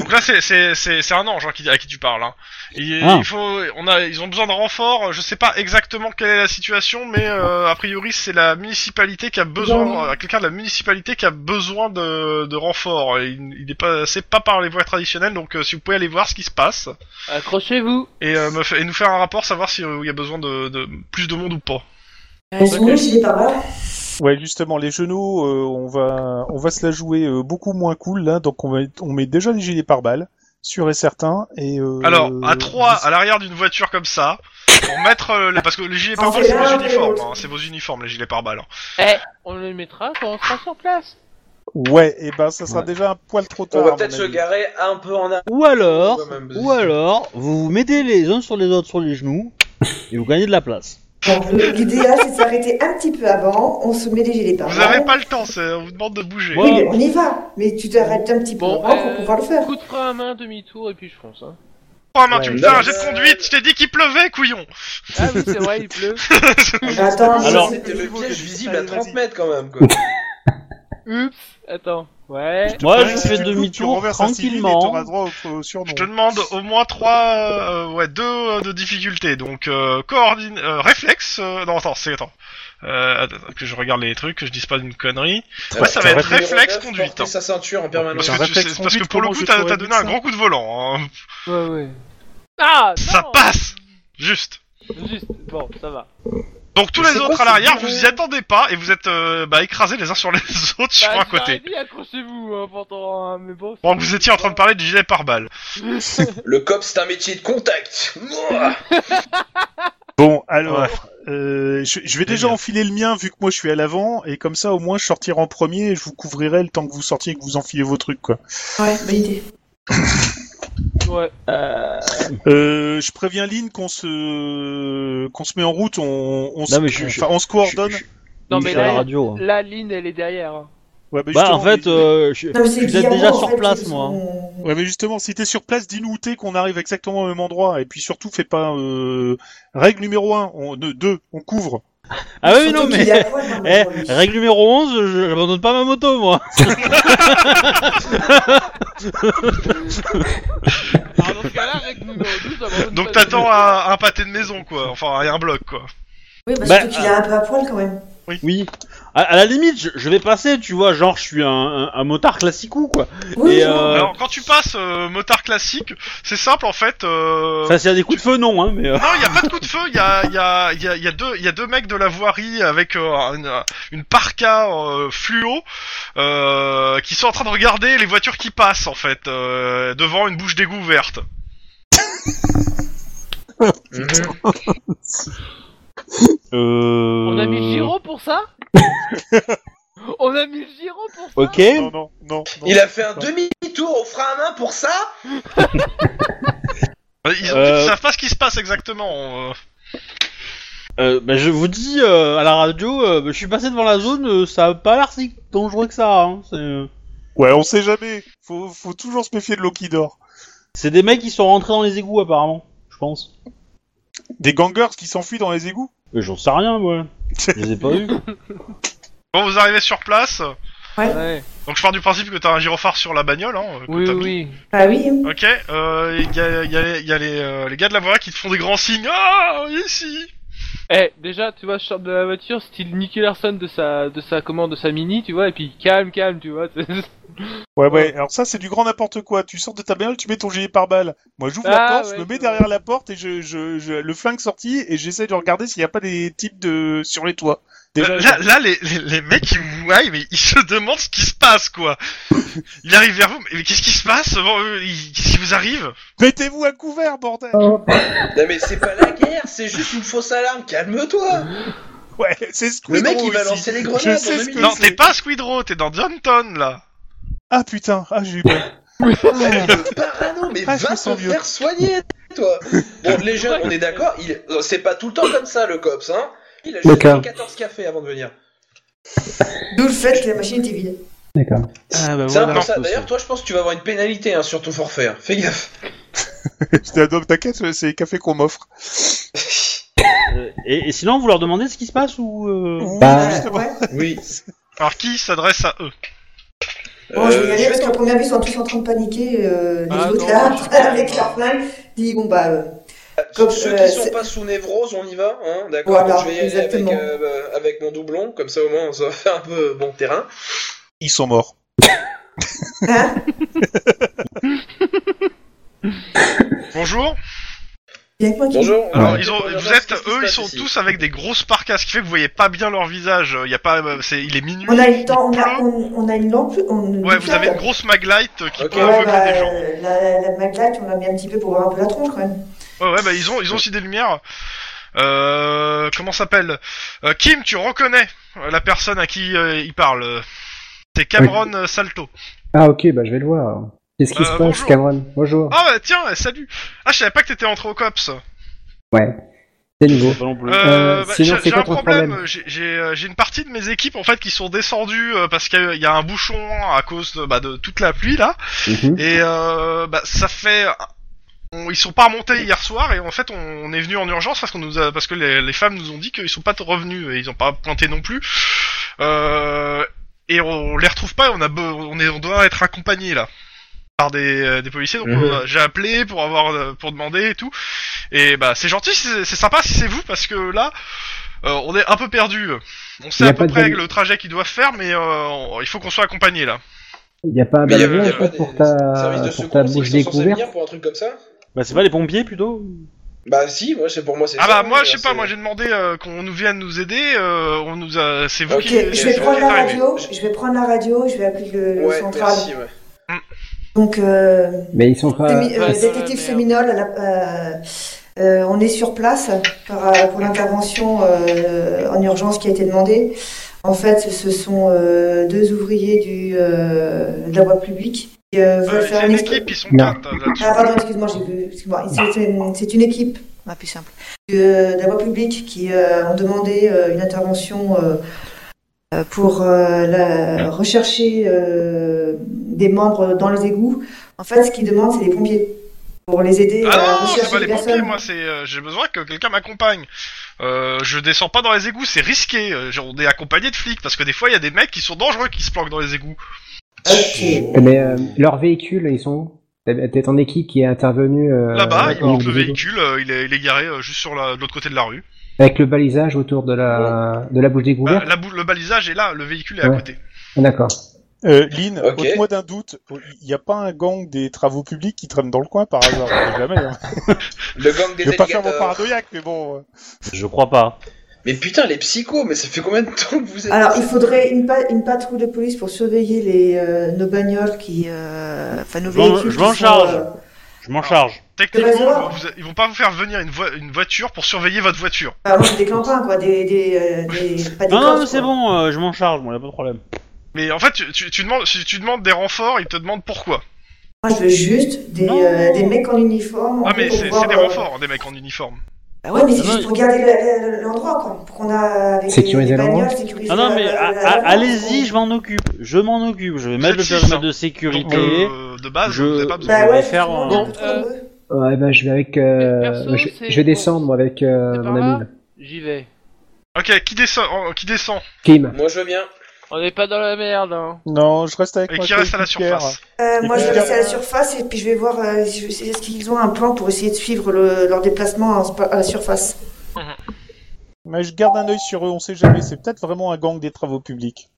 [SPEAKER 1] Donc là c'est c'est c'est c'est un ange hein, qui, à qui tu parles. Hein. Il,
[SPEAKER 2] Ah.
[SPEAKER 1] il faut. On a. Ils ont besoin de renfort. Je sais pas exactement quelle est la situation, mais euh, a priori c'est la municipalité qui a besoin. euh, Quelqu'un de la municipalité qui a besoin de de renfort. Et il, il est pas. C'est pas par les voies traditionnelles. Donc euh, si vous pouvez aller voir ce qui se passe
[SPEAKER 3] accrochez-vous
[SPEAKER 1] et, euh, me fa- et nous faire un rapport, savoir si euh, il y a besoin de, de plus de monde ou pas.
[SPEAKER 5] On se mouille, il est pas mal.
[SPEAKER 4] Ouais, justement, les genoux, euh, on va, on va se la jouer euh, beaucoup moins cool là, donc on, va, on met déjà les gilets pare-balles, sûr et certain. Et euh,
[SPEAKER 1] Alors, à 3,
[SPEAKER 4] vous-
[SPEAKER 1] à l'arrière d'une voiture comme ça, pour mettre... euh, le- parce que les gilets
[SPEAKER 5] On
[SPEAKER 1] pare-balles,
[SPEAKER 5] fait
[SPEAKER 1] c'est
[SPEAKER 5] là,
[SPEAKER 1] vos
[SPEAKER 5] on fait
[SPEAKER 1] uniformes,
[SPEAKER 5] l'autre.
[SPEAKER 1] hein, c'est vos uniformes, les gilets pare-balles. hein.
[SPEAKER 3] Eh On le mettra quand on sera sur place
[SPEAKER 4] Ouais, et ben ça sera déjà un poil trop tard.
[SPEAKER 8] On
[SPEAKER 4] à
[SPEAKER 8] va
[SPEAKER 4] mon
[SPEAKER 8] peut-être se
[SPEAKER 4] avis.
[SPEAKER 8] garer un peu en avant.
[SPEAKER 2] Ou alors,
[SPEAKER 8] Ouais, même,
[SPEAKER 2] ou alors, vous vous mettez les uns sur les autres sur les genoux et vous gagnez de la place.
[SPEAKER 5] Bon, le- l'idéal, c'est de s'arrêter un petit peu avant. On se met les gilets par
[SPEAKER 1] Vous avez pas le temps, c'est- on vous demande de bouger.
[SPEAKER 5] Oui, mais on y va. Mais tu t'arrêtes un petit peu
[SPEAKER 3] Bon,
[SPEAKER 5] avant
[SPEAKER 3] euh,
[SPEAKER 5] pour pouvoir Oh, le faire.
[SPEAKER 3] Coup de frein à main, demi-tour, et puis je fonce. Hein.
[SPEAKER 1] Prends la main, Oh, tu me fais
[SPEAKER 8] Ouais.
[SPEAKER 1] un jet de conduite, je t'ai dit qu'il pleuvait, couillon
[SPEAKER 3] Ah oui, c'est vrai, il pleut.
[SPEAKER 5] Attends,
[SPEAKER 2] Alors-
[SPEAKER 8] C'était le piège visible à
[SPEAKER 4] Allez,
[SPEAKER 8] 30
[SPEAKER 4] vas-y.
[SPEAKER 8] mètres quand même. Quoi.
[SPEAKER 3] Oups Attends. Ouais.
[SPEAKER 2] Moi,
[SPEAKER 4] Ouais,
[SPEAKER 2] je
[SPEAKER 4] si
[SPEAKER 2] fais
[SPEAKER 4] tu coupes, tu
[SPEAKER 2] demi-tour
[SPEAKER 4] renverses un civil et
[SPEAKER 2] tranquillement.
[SPEAKER 4] t'auras droit au, au surnom.
[SPEAKER 1] Je te demande au moins 3, ouais, 2 de difficulté, donc euh, coordine, euh, réflexe, euh, non attends, c'est, attends, euh, attends, que je regarde les trucs, que je dise pas d'une connerie, ouais, ça va être
[SPEAKER 8] Numéro
[SPEAKER 1] réflexe,
[SPEAKER 8] neuf,
[SPEAKER 1] conduite,
[SPEAKER 8] porter
[SPEAKER 1] hein.
[SPEAKER 8] sa ceinture en
[SPEAKER 1] parce
[SPEAKER 8] permanence.
[SPEAKER 4] Putain,
[SPEAKER 1] que, tu-
[SPEAKER 4] réflexe,
[SPEAKER 1] c'est- parce que
[SPEAKER 4] conduite,
[SPEAKER 1] pour le
[SPEAKER 4] comment
[SPEAKER 1] coup
[SPEAKER 4] je
[SPEAKER 1] t'as
[SPEAKER 4] saurais
[SPEAKER 1] t'as
[SPEAKER 4] dire
[SPEAKER 1] donné un
[SPEAKER 4] ça
[SPEAKER 1] grand coup de volant, hein.
[SPEAKER 3] Ouais, ouais. Ah non
[SPEAKER 1] ça passe Juste
[SPEAKER 3] Juste, bon, ça va.
[SPEAKER 1] Donc tous
[SPEAKER 8] Mais
[SPEAKER 1] les
[SPEAKER 8] c'est
[SPEAKER 1] autres
[SPEAKER 8] quoi
[SPEAKER 1] à l'arrière, vous
[SPEAKER 8] ce boulet
[SPEAKER 1] y attendez pas et vous êtes euh, bah, écrasés les uns sur les autres sur
[SPEAKER 3] Bah,
[SPEAKER 1] un
[SPEAKER 3] je leur ai
[SPEAKER 1] côté.
[SPEAKER 3] dit, accrochez-vous, hein, pourtant, hein, mais bon...
[SPEAKER 1] Bon, vous étiez en train de parler de gilet par balles
[SPEAKER 8] Le cop, c'est un métier de contact. Mouah
[SPEAKER 4] Bon, alors, euh, je, je vais déjà enfiler le mien vu que moi je suis à l'avant, et comme ça au moins je sortirai en premier et je vous couvrirai le temps que vous sortiez et que vous enfilez vos trucs, quoi.
[SPEAKER 10] Ouais, bonne idée.
[SPEAKER 3] Ouais.
[SPEAKER 4] Euh, je préviens Lynn qu'on se qu'on se met en route, on, on, se...
[SPEAKER 2] Non, mais je- je-
[SPEAKER 4] enfin, on se coordonne.
[SPEAKER 2] je- je-
[SPEAKER 3] Non,
[SPEAKER 2] Il
[SPEAKER 3] mais
[SPEAKER 2] fait la
[SPEAKER 3] là,
[SPEAKER 2] radio. hein.
[SPEAKER 3] la ligne, elle est derrière. hein.
[SPEAKER 4] Ouais, bah,
[SPEAKER 2] Bah
[SPEAKER 4] justement,
[SPEAKER 2] en fait, euh, je,
[SPEAKER 5] Non,
[SPEAKER 2] je
[SPEAKER 5] mais c'est
[SPEAKER 2] suis peut-être
[SPEAKER 5] Guillermo,
[SPEAKER 2] déjà
[SPEAKER 5] en
[SPEAKER 2] sur
[SPEAKER 5] fait,
[SPEAKER 2] place
[SPEAKER 5] c'est
[SPEAKER 2] moi. hein.
[SPEAKER 5] son-
[SPEAKER 4] Ouais, mais justement, si t'es sur place, dis-nous où t'es, qu'on arrive exactement au même endroit, et puis surtout, fais pas. Euh... Règle numéro un, on... de- deux, on couvre.
[SPEAKER 2] Ah oui
[SPEAKER 5] Surtout
[SPEAKER 2] non
[SPEAKER 5] qu'il y
[SPEAKER 2] mais
[SPEAKER 5] a- ouais, non,
[SPEAKER 2] eh,
[SPEAKER 5] mais bon,
[SPEAKER 2] règle numéro 11, je- j'abandonne pas ma moto moi.
[SPEAKER 3] Alors, Bah, dans ce cas-là, règle numéro 12, abandonne
[SPEAKER 1] Donc
[SPEAKER 3] pas-
[SPEAKER 1] t'attends un, un pâté de maison, quoi. Enfin, un bloc, quoi.
[SPEAKER 5] Oui, bah,
[SPEAKER 2] Bah,
[SPEAKER 5] surtout qu'il est un peu à poil quand même.
[SPEAKER 2] Oui. À, à la limite, je, je vais passer, tu vois, genre je suis un, un, un motard classico quoi.
[SPEAKER 5] Oui,
[SPEAKER 2] Et,
[SPEAKER 5] genre,
[SPEAKER 2] euh,
[SPEAKER 1] Alors, quand tu passes euh, motard classique, c'est simple, en fait. euh,
[SPEAKER 2] Enfin s'il y a des coups de feu non hein, mais. euh,
[SPEAKER 1] Non, il y a pas de coup de feu. Il y a, il y a, il y a, il y a deux, il y a deux mecs de la voirie avec euh, une, une parka euh, fluo euh, qui sont en train de regarder les voitures qui passent en fait euh, devant une bouche d'égout verte.
[SPEAKER 2] Euh...
[SPEAKER 3] On a mis Giro pour ça On a mis Giro pour ça
[SPEAKER 2] Ok.
[SPEAKER 4] Non, non, non. non.
[SPEAKER 8] Il a fait un demi-tour au frein à main pour ça
[SPEAKER 1] Ils,
[SPEAKER 2] Euh.
[SPEAKER 1] ils savent pas ce qui se passe exactement. euh.
[SPEAKER 2] Euh, bah, je vous dis euh, à la radio, euh, bah, je suis passé devant la zone, euh, ça a pas l'air si dangereux que ça. Hein. C'est-
[SPEAKER 4] Ouais, on sait jamais. Faut, faut toujours se méfier de l'eau qui dort.
[SPEAKER 2] C'est des mecs qui sont rentrés dans les égouts apparemment, je pense.
[SPEAKER 4] Des gangers qui s'enfuient dans les égouts
[SPEAKER 2] Mais j'en sais rien moi. Je les ai pas vus.
[SPEAKER 1] Bon, vous arrivez sur place.
[SPEAKER 3] Ouais.
[SPEAKER 1] Donc je pars du principe que t'as un gyrophare sur la bagnole. Hein, que
[SPEAKER 3] Oui,
[SPEAKER 1] t'as mis.
[SPEAKER 3] oui, oui.
[SPEAKER 5] Ah oui, hein.
[SPEAKER 1] Ok. euh, Il y a, il y a- il y a les, euh, les gars de la voirie qui te font des grands signes. Ah, ici.
[SPEAKER 3] Eh, déjà, tu vois, je sors de la voiture, style Nicky Larson de sa, de sa commande, de sa mini, tu vois, et puis calme, calme, tu vois. c'est-
[SPEAKER 4] Ouais, ouais, Alors ça, c'est du grand n'importe quoi. Tu sors de ta bagnole, tu mets ton gilet pare-balles. Moi, j'ouvre la
[SPEAKER 3] Ah,
[SPEAKER 4] porte,
[SPEAKER 3] ouais,
[SPEAKER 4] je me mets
[SPEAKER 3] c'est
[SPEAKER 4] derrière la porte et je, je, je- le flingue sorti et j'essaie de regarder s'il n'y a pas des types de sur les toits. Déjà,
[SPEAKER 1] Là, là, là, les, les, les mecs, ils vous voient, mais ils se demandent ce qui se passe, quoi. Il arrive vers vous, mais qu'est-ce qui se passe bon, euh, il- Qu'est-ce qui vous arrive
[SPEAKER 4] mettez-vous à couvert, bordel.
[SPEAKER 10] Oh,
[SPEAKER 8] Non mais c'est pas la guerre, c'est juste une fausse alarme, calme-toi
[SPEAKER 2] Ah,
[SPEAKER 4] Ouais, c'est ce
[SPEAKER 8] Le mec, il va lancer les grenades
[SPEAKER 4] Je sais
[SPEAKER 8] en
[SPEAKER 4] ce
[SPEAKER 8] deux
[SPEAKER 4] que
[SPEAKER 1] Non,
[SPEAKER 4] c'est.
[SPEAKER 1] t'es pas à Squidrow, t'es dans Downton, là.
[SPEAKER 4] Ah putain, ah j'ai eu peur. Ah.
[SPEAKER 8] Parano, mais
[SPEAKER 4] Ah, je
[SPEAKER 8] va
[SPEAKER 4] me
[SPEAKER 8] te
[SPEAKER 4] sens vieux.
[SPEAKER 8] faire soigner, toi Bon, les jeunes, on est d'accord, il... euh, c'est pas tout le temps comme ça, le COPS, hein Il a juste
[SPEAKER 7] D'accord.
[SPEAKER 8] pris 14 cafés avant de venir.
[SPEAKER 5] d'où le fait que la machine était vide.
[SPEAKER 7] D'accord.
[SPEAKER 2] Ah, bah,
[SPEAKER 8] C'est un
[SPEAKER 2] voilà.
[SPEAKER 8] peu ça. D'ailleurs, toi, je pense que tu vas avoir une pénalité hein, sur ton forfait. hein. Fais gaffe.
[SPEAKER 4] Putain, donc t'inquiète, c'est les cafés qu'on m'offre.
[SPEAKER 2] Euh, et, et sinon, vous leur demandez ce qui se passe ou. euh,
[SPEAKER 4] Oui,
[SPEAKER 7] Bah.
[SPEAKER 4] justement.
[SPEAKER 5] Ouais.
[SPEAKER 8] Oui.
[SPEAKER 1] Alors, qui s'adresse à eux
[SPEAKER 5] Bon,
[SPEAKER 8] Euh,
[SPEAKER 5] je vais y aller parce qu'à première vue, ils sont tous en train de paniquer. euh, les
[SPEAKER 3] Ah,
[SPEAKER 5] autres
[SPEAKER 3] non,
[SPEAKER 5] là,
[SPEAKER 3] je suis pas-
[SPEAKER 5] avec leur flingue, disent bon bah. euh, Comme,
[SPEAKER 8] Ceux
[SPEAKER 5] euh,
[SPEAKER 8] qui sont
[SPEAKER 5] c'est-
[SPEAKER 8] pas sous névrose, on y va, hein, d'accord
[SPEAKER 5] Voilà,
[SPEAKER 8] Donc, Je vais y aller avec,
[SPEAKER 5] exactement.
[SPEAKER 8] euh, bah, avec mon doublon, comme ça au moins on se fait un peu bon terrain.
[SPEAKER 4] Ils sont morts.
[SPEAKER 5] hein
[SPEAKER 1] Bonjour.
[SPEAKER 5] Il y a que moi qui.
[SPEAKER 8] Bonjour. on
[SPEAKER 1] Alors,
[SPEAKER 8] va
[SPEAKER 1] ils ont,
[SPEAKER 8] répondre à
[SPEAKER 1] vous
[SPEAKER 8] ce
[SPEAKER 1] êtes,
[SPEAKER 8] qui se
[SPEAKER 1] eux, ils
[SPEAKER 8] passe
[SPEAKER 1] sont
[SPEAKER 8] ici.
[SPEAKER 1] tous avec des grosses parkas, ce qui fait que vous voyez pas bien leur visage. Il y a pas, euh, c'est, il est minuit.
[SPEAKER 5] On a une temps, on
[SPEAKER 1] il
[SPEAKER 5] a,
[SPEAKER 1] pleut.
[SPEAKER 5] on, on a une lampe. On,
[SPEAKER 1] Ouais, vous avez une grosse maglite euh, qui
[SPEAKER 8] Ok.
[SPEAKER 1] peut
[SPEAKER 5] Ouais,
[SPEAKER 1] aveugler
[SPEAKER 5] bah,
[SPEAKER 1] des gens.
[SPEAKER 5] euh, la, la, la maglite, on l'a mis un petit peu pour voir un peu la tronche quand même.
[SPEAKER 1] Ouais, ouais, bah ils ont, ils ont aussi des lumières. Euh, comment ça s'appelle Euh, Kim, tu reconnais euh, la personne à qui euh, il parle. euh, C'est Cameron euh, Salto.
[SPEAKER 7] Ah ok, bah je vais le voir. Qu'est-ce qui
[SPEAKER 1] Euh,
[SPEAKER 7] se passe,
[SPEAKER 1] bonjour.
[SPEAKER 7] Cameron Bonjour.
[SPEAKER 1] Ah bah tiens, euh, salut Ah, je savais pas que t'étais entré au COPS.
[SPEAKER 7] Ouais. C'est nouveau.
[SPEAKER 2] pas non plus.
[SPEAKER 1] Euh, bah,
[SPEAKER 7] sinon,
[SPEAKER 1] j'ai-
[SPEAKER 7] c'est
[SPEAKER 1] j'ai
[SPEAKER 7] quoi
[SPEAKER 1] un
[SPEAKER 7] ton
[SPEAKER 1] problème,
[SPEAKER 7] problème
[SPEAKER 1] J'ai- j'ai euh, j'ai une partie de mes équipes en fait qui sont descendues euh, parce qu'il y a- il y a un bouchon à cause de, bah, de toute la pluie là.
[SPEAKER 7] Mhm.
[SPEAKER 1] Et euh, bah, ça fait. on- ils sont pas remontés hier soir et en fait on, on est venu en urgence parce qu'on nous a, parce que les, les femmes nous ont dit qu'ils sont pas revenus et ils ont pas pointé non plus. Euh, et on les retrouve pas. On a be- on est on doit être accompagné là par des, euh, des policiers. Donc
[SPEAKER 8] Mhm.
[SPEAKER 1] on a- j'ai appelé pour avoir euh, pour demander et tout. Et bah c'est gentil, c'est c'est sympa si c'est vous parce que là. euh, on est un peu perdu. On sait
[SPEAKER 7] Y a
[SPEAKER 1] à peu
[SPEAKER 7] pas de
[SPEAKER 1] près
[SPEAKER 7] bagnole.
[SPEAKER 1] le trajet qu'ils doivent faire, mais euh, on- il faut qu'on soit accompagné là.
[SPEAKER 7] Il n'y a pas un
[SPEAKER 8] Mais y a- y
[SPEAKER 7] ballon
[SPEAKER 8] a
[SPEAKER 7] bah, je
[SPEAKER 8] pas
[SPEAKER 7] crois,
[SPEAKER 8] des-
[SPEAKER 7] pour
[SPEAKER 8] des services
[SPEAKER 7] ta,
[SPEAKER 8] de
[SPEAKER 7] pour ta
[SPEAKER 8] secours,
[SPEAKER 7] bouche
[SPEAKER 8] c'est qu'ils sont censés
[SPEAKER 7] découverte
[SPEAKER 8] venir pour un truc comme ça
[SPEAKER 2] Bah, c'est pas les pompiers plutôt
[SPEAKER 8] Bah si, moi c'est pour moi c'est
[SPEAKER 1] Ah
[SPEAKER 8] ça,
[SPEAKER 1] bah
[SPEAKER 8] hein,
[SPEAKER 1] moi je sais
[SPEAKER 8] c'est-
[SPEAKER 1] pas, moi j'ai demandé euh, qu'on nous vienne nous aider, euh, on nous a, c'est vous
[SPEAKER 8] Ok,
[SPEAKER 5] Ok,
[SPEAKER 1] qui.
[SPEAKER 5] je
[SPEAKER 1] c'est
[SPEAKER 5] vais
[SPEAKER 1] vous
[SPEAKER 5] prendre
[SPEAKER 1] qui
[SPEAKER 5] la
[SPEAKER 1] êtes arrivés.
[SPEAKER 5] radio. Je vais prendre la radio. Je vais appeler le, le
[SPEAKER 8] Ouais,
[SPEAKER 5] central.
[SPEAKER 8] merci, ouais.
[SPEAKER 5] Donc, euh,
[SPEAKER 7] Mais ils sont pas...
[SPEAKER 5] Fémi- euh,
[SPEAKER 3] ouais, dans la
[SPEAKER 5] détective
[SPEAKER 3] merde.
[SPEAKER 5] Féminol à la, euh, Euh, on est sur place par- pour l'intervention euh, en urgence qui a été demandée. En fait, ce sont euh, deux ouvriers du, euh, de la voie publique qui euh, veulent
[SPEAKER 1] Euh,
[SPEAKER 5] faire
[SPEAKER 1] c'est
[SPEAKER 5] une
[SPEAKER 1] une
[SPEAKER 5] expo-
[SPEAKER 1] équipe, ils sont
[SPEAKER 7] Non.
[SPEAKER 1] quatre là-dessus.
[SPEAKER 5] Ah, pardon, excuse-moi, j'ai vu. Excuse-moi. C'est une, c'est une équipe
[SPEAKER 1] Ah,
[SPEAKER 9] Bah, plus simple.
[SPEAKER 5] du, euh, de la voie publique qui euh, ont demandé euh, une intervention euh, euh, pour euh, la- rechercher euh, des membres dans les égouts. En fait, ce qu'ils demandent, c'est des pompiers pour les aider euh, à
[SPEAKER 1] Ah non, c'est
[SPEAKER 5] rechercher
[SPEAKER 1] pas
[SPEAKER 5] des
[SPEAKER 1] les
[SPEAKER 5] personnes.
[SPEAKER 1] pompiers, moi, c'est euh, j'ai besoin que quelqu'un m'accompagne. Euh, je descends pas dans les égouts, c'est risqué. Euh, genre, on est accompagné de flics parce que des fois, il y a des mecs qui sont dangereux qui se planquent dans les égouts.
[SPEAKER 5] Ok.
[SPEAKER 7] Mais euh, leurs véhicules, ils sont où T'es t'es ton équipe qui est intervenue euh,
[SPEAKER 1] Là-bas,
[SPEAKER 7] avec
[SPEAKER 1] ils montent
[SPEAKER 7] le
[SPEAKER 1] le véhicule, euh, il, est, il est garé euh, juste sur la- de l'autre côté de la rue.
[SPEAKER 7] avec le balisage autour de la de la bouche
[SPEAKER 1] Bah,
[SPEAKER 7] découverte.
[SPEAKER 1] la bou- le balisage est là, le véhicule est à
[SPEAKER 7] Ouais.
[SPEAKER 1] côté.
[SPEAKER 7] D'accord.
[SPEAKER 4] Euh, Lynn,
[SPEAKER 8] Ok.
[SPEAKER 4] ôte-moi d'un doute, il n'y a pas un gang des travaux publics qui traîne dans le coin par hasard on sait Jamais. hein.
[SPEAKER 8] Le gang des
[SPEAKER 4] Je vais pas faire mon
[SPEAKER 8] alligators.
[SPEAKER 4] paradouillac, mais bon. euh,
[SPEAKER 2] Je crois pas.
[SPEAKER 8] Mais putain, les psychos, mais ça fait combien de temps que vous êtes
[SPEAKER 5] Alors, il faudrait une, pa- une patrouille de police pour surveiller les, euh, nos bagnoles qui. euh, Enfin, nos
[SPEAKER 2] Je m'en-
[SPEAKER 5] véhicules.
[SPEAKER 2] je
[SPEAKER 5] qui
[SPEAKER 2] m'en
[SPEAKER 5] sont,
[SPEAKER 2] charge.
[SPEAKER 5] euh,
[SPEAKER 2] Je m'en charge.
[SPEAKER 1] Techniquement,
[SPEAKER 5] Raison.
[SPEAKER 1] vous- vous- ils vont pas vous faire venir une, voi- une voiture pour surveiller votre voiture.
[SPEAKER 5] Enfin, moi, c'est des clampins, quoi. Des, des, euh, des- pas des
[SPEAKER 2] Non, non,
[SPEAKER 5] corses,
[SPEAKER 2] mais c'est
[SPEAKER 5] quoi.
[SPEAKER 2] bon, euh, je m'en charge, bon, y a pas de problème.
[SPEAKER 1] Mais en fait, tu, tu- tu demandes, si tu demandes des renforts, ils te demandent pourquoi.
[SPEAKER 5] Moi, je veux juste des,
[SPEAKER 2] Non.
[SPEAKER 5] euh, des mecs en uniforme. en
[SPEAKER 1] Ah,
[SPEAKER 5] fait,
[SPEAKER 1] mais
[SPEAKER 5] pour
[SPEAKER 1] c'est
[SPEAKER 5] pouvoir,
[SPEAKER 1] c'est des
[SPEAKER 5] euh,
[SPEAKER 1] renforts, hein, des mecs en uniforme.
[SPEAKER 5] Bah ouais, mais c'est
[SPEAKER 2] Ah non,
[SPEAKER 5] juste
[SPEAKER 2] il-
[SPEAKER 5] pour garder la- la- l'endroit, quoi. Pour qu'on a. Avec
[SPEAKER 7] Sécuriser
[SPEAKER 5] les- les
[SPEAKER 7] l'endroit.
[SPEAKER 5] bagnoles, sécuriser
[SPEAKER 2] Ah non,
[SPEAKER 5] la-
[SPEAKER 2] mais
[SPEAKER 5] la-
[SPEAKER 2] a-
[SPEAKER 5] la-
[SPEAKER 2] a-
[SPEAKER 5] la-
[SPEAKER 2] allez-y, je m'en occupe. Je m'en occupe. Je vais mettre
[SPEAKER 1] Vous
[SPEAKER 2] le
[SPEAKER 1] êtes six,
[SPEAKER 2] périmètre
[SPEAKER 1] hein.
[SPEAKER 2] de
[SPEAKER 1] Donc,
[SPEAKER 2] sécurité.
[SPEAKER 1] euh, de base,
[SPEAKER 2] Je-
[SPEAKER 1] vous avez pas besoin.
[SPEAKER 5] Bah
[SPEAKER 2] Je vais
[SPEAKER 5] ouais,
[SPEAKER 2] faire
[SPEAKER 5] justement,
[SPEAKER 2] un-
[SPEAKER 5] on est un peu trop
[SPEAKER 3] Euh,
[SPEAKER 5] nombreux.
[SPEAKER 7] Ouais, ben je vais avec. euh,
[SPEAKER 3] Perso,
[SPEAKER 7] je,
[SPEAKER 3] c'est-
[SPEAKER 7] je vais descendre moi avec euh,
[SPEAKER 3] C'est par
[SPEAKER 7] mon
[SPEAKER 3] là
[SPEAKER 7] ami là.
[SPEAKER 3] J'y vais.
[SPEAKER 1] Ok, qui descend, oh, qui descend
[SPEAKER 7] Kim.
[SPEAKER 8] Moi je viens.
[SPEAKER 3] On n'est pas dans la merde, hein.
[SPEAKER 4] Non, je reste avec
[SPEAKER 1] et
[SPEAKER 4] moi.
[SPEAKER 1] qui reste à la surface.
[SPEAKER 5] Euh,
[SPEAKER 4] Et
[SPEAKER 5] moi, je
[SPEAKER 4] puis,
[SPEAKER 5] vais rester à la
[SPEAKER 3] euh,
[SPEAKER 5] surface et puis je vais voir euh, si je- si- est-ce qu'ils ont un plan pour essayer de suivre le- leur déplacement en spa- à la surface.
[SPEAKER 4] Mais je garde un œil sur eux, on sait jamais. C'est peut-être vraiment un gang des travaux publics.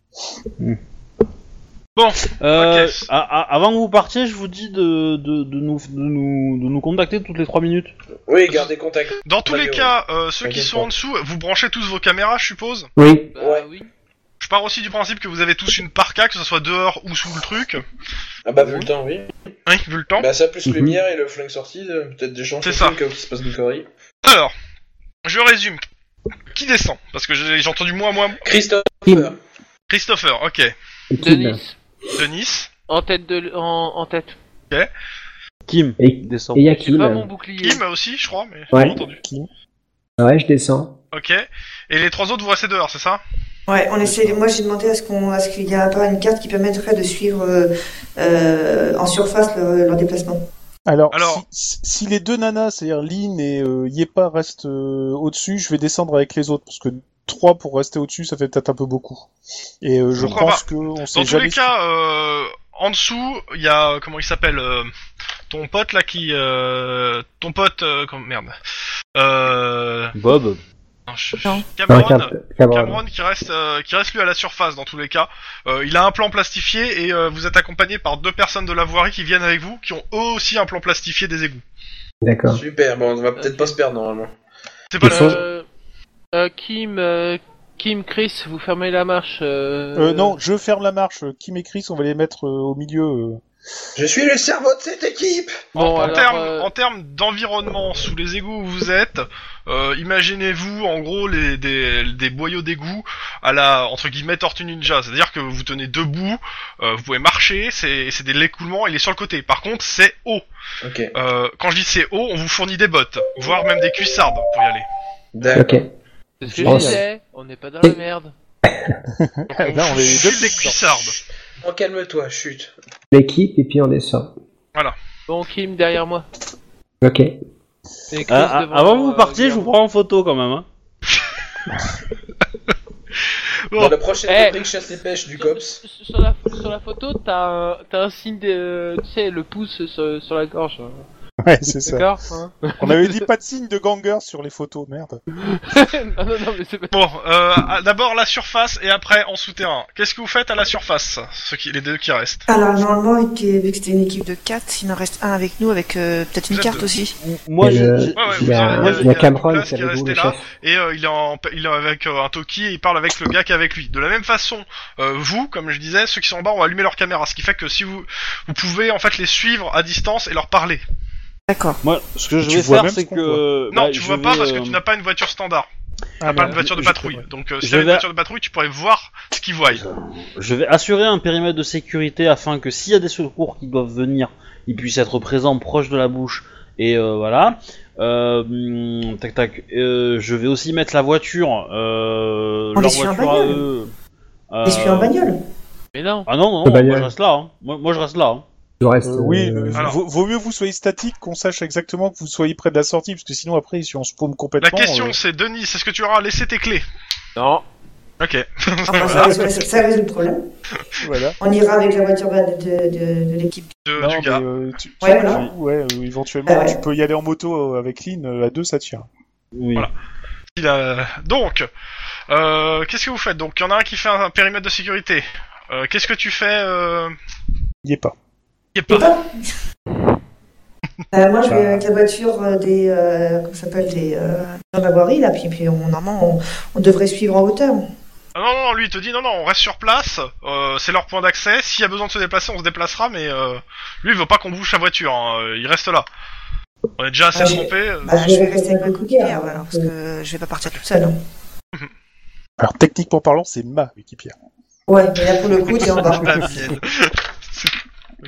[SPEAKER 2] Euh,
[SPEAKER 1] Ok.
[SPEAKER 2] a- a- avant que vous partiez, je vous dis de, de, de nous, de, nous, de nous contacter toutes les 3 minutes.
[SPEAKER 8] Oui, gardez contact.
[SPEAKER 1] Dans tous
[SPEAKER 8] Allez,
[SPEAKER 1] les
[SPEAKER 8] ouais.
[SPEAKER 1] cas, euh, ceux qui
[SPEAKER 8] T'inquiète
[SPEAKER 1] sont
[SPEAKER 8] pas.
[SPEAKER 1] en dessous, vous branchez tous vos caméras, je suppose.
[SPEAKER 7] Oui.
[SPEAKER 3] Bah
[SPEAKER 8] Ouais.
[SPEAKER 3] oui.
[SPEAKER 1] Je pars aussi du principe que vous avez tous une parka, que ce soit dehors ou sous le truc.
[SPEAKER 8] Ah bah, vu le temps, oui.
[SPEAKER 1] Oui, vu le temps.
[SPEAKER 8] Bah, ça plus
[SPEAKER 7] Mhm.
[SPEAKER 8] lumière et le flingue sorti, euh, peut-être des chances
[SPEAKER 1] C'est
[SPEAKER 8] au
[SPEAKER 1] ça.
[SPEAKER 8] flingue comme qu'il se passe une connerie.
[SPEAKER 1] Alors, je résume. Qui descend Parce que j'ai j'ai entendu moi, moi,
[SPEAKER 8] Christophe,
[SPEAKER 7] Kim.
[SPEAKER 1] Christopher, ok.
[SPEAKER 7] Et Kim.
[SPEAKER 3] Denis,
[SPEAKER 1] Denis,
[SPEAKER 3] en tête de. En, en tête.
[SPEAKER 2] Kim,
[SPEAKER 7] Et
[SPEAKER 2] descends.
[SPEAKER 7] et y a
[SPEAKER 3] J'ai pas mon
[SPEAKER 7] Kim.
[SPEAKER 3] bouclier.
[SPEAKER 1] Kim aussi, je crois, mais j'ai
[SPEAKER 7] Ouais.
[SPEAKER 1] pas entendu.
[SPEAKER 7] Ouais, je descends.
[SPEAKER 1] Ok. Et les trois autres, vous restez dehors, c'est ça
[SPEAKER 5] Ouais, on essaie. Moi, j'ai demandé à ce qu'on, à ce qu'il y a pas une carte qui permettrait de suivre euh, euh, en surface leur, leur déplacement.
[SPEAKER 4] Alors,
[SPEAKER 1] Alors-
[SPEAKER 4] Si, si les deux nanas, c'est-à-dire Lynn et euh, Yepa, restent euh, au-dessus, je vais descendre avec les autres parce que trois pour rester au-dessus, ça fait peut-être un peu beaucoup. Et euh, je
[SPEAKER 1] Pourquoi
[SPEAKER 4] pense que on sait
[SPEAKER 1] Dans tous
[SPEAKER 4] jamais.
[SPEAKER 1] les cas, euh, en dessous, il y a euh, comment il s'appelle euh, ton pote là qui euh, ton pote euh, comme- merde. Euh,
[SPEAKER 2] Bob.
[SPEAKER 1] non, je- je-
[SPEAKER 9] Non.
[SPEAKER 7] Ah,
[SPEAKER 1] Cameron.
[SPEAKER 7] Cap- Cameron.
[SPEAKER 1] Cameron qui reste euh, qui reste lui à la surface dans tous les cas. Euh, il a un plan plastifié et euh, vous êtes accompagné par deux personnes de la voirie qui viennent avec vous qui ont eux aussi un plan plastifié des égouts.
[SPEAKER 7] D'accord.
[SPEAKER 8] Super, bon, on va peut-être pas se perdre normalement.
[SPEAKER 1] C'est pas
[SPEAKER 7] Ils sont-
[SPEAKER 1] le
[SPEAKER 3] Euh, euh, Kim, euh, Kim, Chris, vous fermez la marche. Euh,
[SPEAKER 4] Euh, non, je ferme la marche. Kim et Chris, on va les mettre euh, au milieu. euh.
[SPEAKER 8] Je suis le cerveau de cette équipe
[SPEAKER 3] Bon,
[SPEAKER 1] en
[SPEAKER 3] alors,
[SPEAKER 1] termes
[SPEAKER 3] euh,
[SPEAKER 1] en termes d'environnement sous les égouts où vous êtes, euh, imaginez-vous en gros les, des, des boyaux d'égouts à la entre guillemets tortue ninja, c'est-à-dire que vous tenez debout, euh, vous pouvez marcher, c'est c'est de l'écoulement, il est sur le côté. Par contre, c'est haut.
[SPEAKER 8] Ok,
[SPEAKER 1] Euh, quand je dis c'est haut, on vous fournit des bottes, voire même des cuissardes pour y aller.
[SPEAKER 8] d'accord.
[SPEAKER 7] Ok.
[SPEAKER 3] c'est ce que je
[SPEAKER 7] Grosse.
[SPEAKER 3] disais, on n'est pas dans la merde.
[SPEAKER 1] Donc,
[SPEAKER 4] Ah,
[SPEAKER 1] on
[SPEAKER 4] là,
[SPEAKER 1] vous
[SPEAKER 4] on est les deux
[SPEAKER 1] file des cuissardes.
[SPEAKER 8] Oh, calme-toi, chute.
[SPEAKER 7] L'équipe et puis on descend.
[SPEAKER 3] Bon, Kim, derrière moi.
[SPEAKER 7] Ok.
[SPEAKER 3] Et Chris
[SPEAKER 2] Ah, ah,
[SPEAKER 3] devant,
[SPEAKER 2] avant que vous
[SPEAKER 3] euh,
[SPEAKER 2] partiez, je
[SPEAKER 3] Guillermo.
[SPEAKER 2] vous prends en photo quand même. Hein.
[SPEAKER 1] Bon.
[SPEAKER 8] Dans la prochaine
[SPEAKER 3] Eh.
[SPEAKER 8] rubrique chasse et pêche du COPS.
[SPEAKER 3] Sur, sur la, sur la photo, t'as un, t'as un signe de. Tu sais, le pouce sur, sur la gorge. hein.
[SPEAKER 4] Ouais, c'est ça.
[SPEAKER 3] D'accord hein
[SPEAKER 4] On avait dit pas de signe de gangers sur les photos, merde. Euh,
[SPEAKER 3] Non, non, non, mais c'est pas.
[SPEAKER 1] Bon, euh, à- d'abord la surface et après en souterrain. Qu'est-ce que vous faites à la surface, ceux qui, les deux qui restent
[SPEAKER 5] Alors normalement, vu que vu que c'était une équipe,
[SPEAKER 9] Équipe de 4, il en reste un avec nous, avec euh, peut-être une
[SPEAKER 1] Vous êtes
[SPEAKER 9] carte
[SPEAKER 1] deux.
[SPEAKER 9] aussi.
[SPEAKER 2] M- Moi,
[SPEAKER 7] Et
[SPEAKER 2] j'ai-
[SPEAKER 7] le-
[SPEAKER 2] j'ai-
[SPEAKER 1] Ouais, ouais,
[SPEAKER 7] Il
[SPEAKER 1] vous
[SPEAKER 7] y
[SPEAKER 1] avez-
[SPEAKER 7] a,
[SPEAKER 1] vous avez-
[SPEAKER 7] il y a Cameron
[SPEAKER 1] Douglas
[SPEAKER 7] qui est
[SPEAKER 1] qui
[SPEAKER 7] avec
[SPEAKER 1] est
[SPEAKER 7] vous, le
[SPEAKER 1] resté là.
[SPEAKER 7] chef.
[SPEAKER 1] et euh, il, est en, il est avec euh, un toki et il parle avec le gars qui est avec lui. De la même façon, euh, vous, comme je disais, ceux qui sont en bas ont allumé leur caméra, ce qui fait que si vous vous pouvez en fait les suivre à distance et leur parler.
[SPEAKER 9] D'accord.
[SPEAKER 2] Moi, ce que je
[SPEAKER 4] Tu
[SPEAKER 2] vais
[SPEAKER 4] vois
[SPEAKER 2] faire,
[SPEAKER 4] même
[SPEAKER 2] c'est
[SPEAKER 4] ce qu'on
[SPEAKER 2] que.
[SPEAKER 1] Non,
[SPEAKER 2] bah,
[SPEAKER 1] tu
[SPEAKER 2] je
[SPEAKER 1] vois pas
[SPEAKER 2] vais,
[SPEAKER 1] parce que
[SPEAKER 2] euh,
[SPEAKER 1] tu n'as pas une voiture standard.
[SPEAKER 4] Ah,
[SPEAKER 1] pas
[SPEAKER 4] merde.
[SPEAKER 1] une voiture de
[SPEAKER 4] Je
[SPEAKER 1] patrouille.
[SPEAKER 4] comprends.
[SPEAKER 1] Donc euh, si
[SPEAKER 2] Je
[SPEAKER 1] t'avais une
[SPEAKER 2] vais-
[SPEAKER 1] voiture de patrouille, tu pourrais voir ce qu'ils voient.
[SPEAKER 2] Je vais assurer un périmètre de sécurité afin que s'il y a des secours qui doivent venir, ils puissent être présents proche de la bouche. Et euh, voilà. Euh, hum, tac tac. Euh, je vais aussi mettre la voiture. Euh,
[SPEAKER 5] On les
[SPEAKER 2] leur
[SPEAKER 5] suit en
[SPEAKER 2] voiture à
[SPEAKER 5] bagnole.
[SPEAKER 2] eux.
[SPEAKER 5] Je suis en
[SPEAKER 2] Euh,
[SPEAKER 5] bagnole.
[SPEAKER 3] Mais non.
[SPEAKER 2] Ah non, non,
[SPEAKER 7] En
[SPEAKER 2] moi
[SPEAKER 7] bagnole.
[SPEAKER 2] je reste là. hein. Moi, moi, je reste là. hein.
[SPEAKER 7] Je reste.
[SPEAKER 4] Euh, oui,
[SPEAKER 7] euh,
[SPEAKER 4] mais
[SPEAKER 1] alors-
[SPEAKER 4] vaut, vaut mieux vous soyez statique, qu'on sache exactement que vous soyez près de la sortie, parce que sinon après, si on se paume
[SPEAKER 1] La
[SPEAKER 4] complètement.
[SPEAKER 1] question
[SPEAKER 4] euh,
[SPEAKER 1] c'est, Denis, est-ce que tu auras laissé tes clés
[SPEAKER 3] Non.
[SPEAKER 1] Ok.
[SPEAKER 5] Enfin, ça, résout, ça résout le problème.
[SPEAKER 4] voilà.
[SPEAKER 5] On ira avec la voiture de, de- de- de l'équipe.
[SPEAKER 1] De-
[SPEAKER 4] Non,
[SPEAKER 1] du gars.
[SPEAKER 4] mais, euh, tu- tu-
[SPEAKER 5] Ouais, voilà.
[SPEAKER 4] ouais, euh, éventuellement,
[SPEAKER 5] Ouais.
[SPEAKER 4] tu peux y aller en moto euh, avec Lynn, euh, à deux ça tient.
[SPEAKER 2] Oui.
[SPEAKER 1] Voilà. Il a- Donc, euh, qu'est-ce que vous faites Donc, il y en a un qui fait un, un périmètre de sécurité. Euh, qu'est-ce que tu fais euh...
[SPEAKER 4] Il est pas.
[SPEAKER 1] il est
[SPEAKER 5] Et
[SPEAKER 1] pas-
[SPEAKER 5] toi Euh, moi, je vais avec la voiture euh, des. Euh, comment ça s'appelle Des. Euh, de la voirie, là. Puis, puis on, normalement, on, on devrait suivre en hauteur.
[SPEAKER 1] Ah non, non, lui il te dit non, non, on reste sur place, euh, c'est leur point d'accès, s'il y a besoin de se déplacer, on se déplacera, mais euh, lui il veut pas qu'on bouge sa voiture, hein, euh, il reste là. On est déjà assez
[SPEAKER 5] Ah, j'ai-
[SPEAKER 1] trompé. euh.
[SPEAKER 5] Bah, je vais rester avec le cookie,
[SPEAKER 9] Pierre,
[SPEAKER 5] alors,
[SPEAKER 9] voilà,
[SPEAKER 5] alors,
[SPEAKER 9] parce
[SPEAKER 5] que-
[SPEAKER 9] que je vais pas partir toute
[SPEAKER 5] hein.
[SPEAKER 9] seule.
[SPEAKER 4] Alors techniquement parlant, c'est ma équipière.
[SPEAKER 5] Ouais, mais là, pour le coup, t'es en bas.
[SPEAKER 1] La mienne.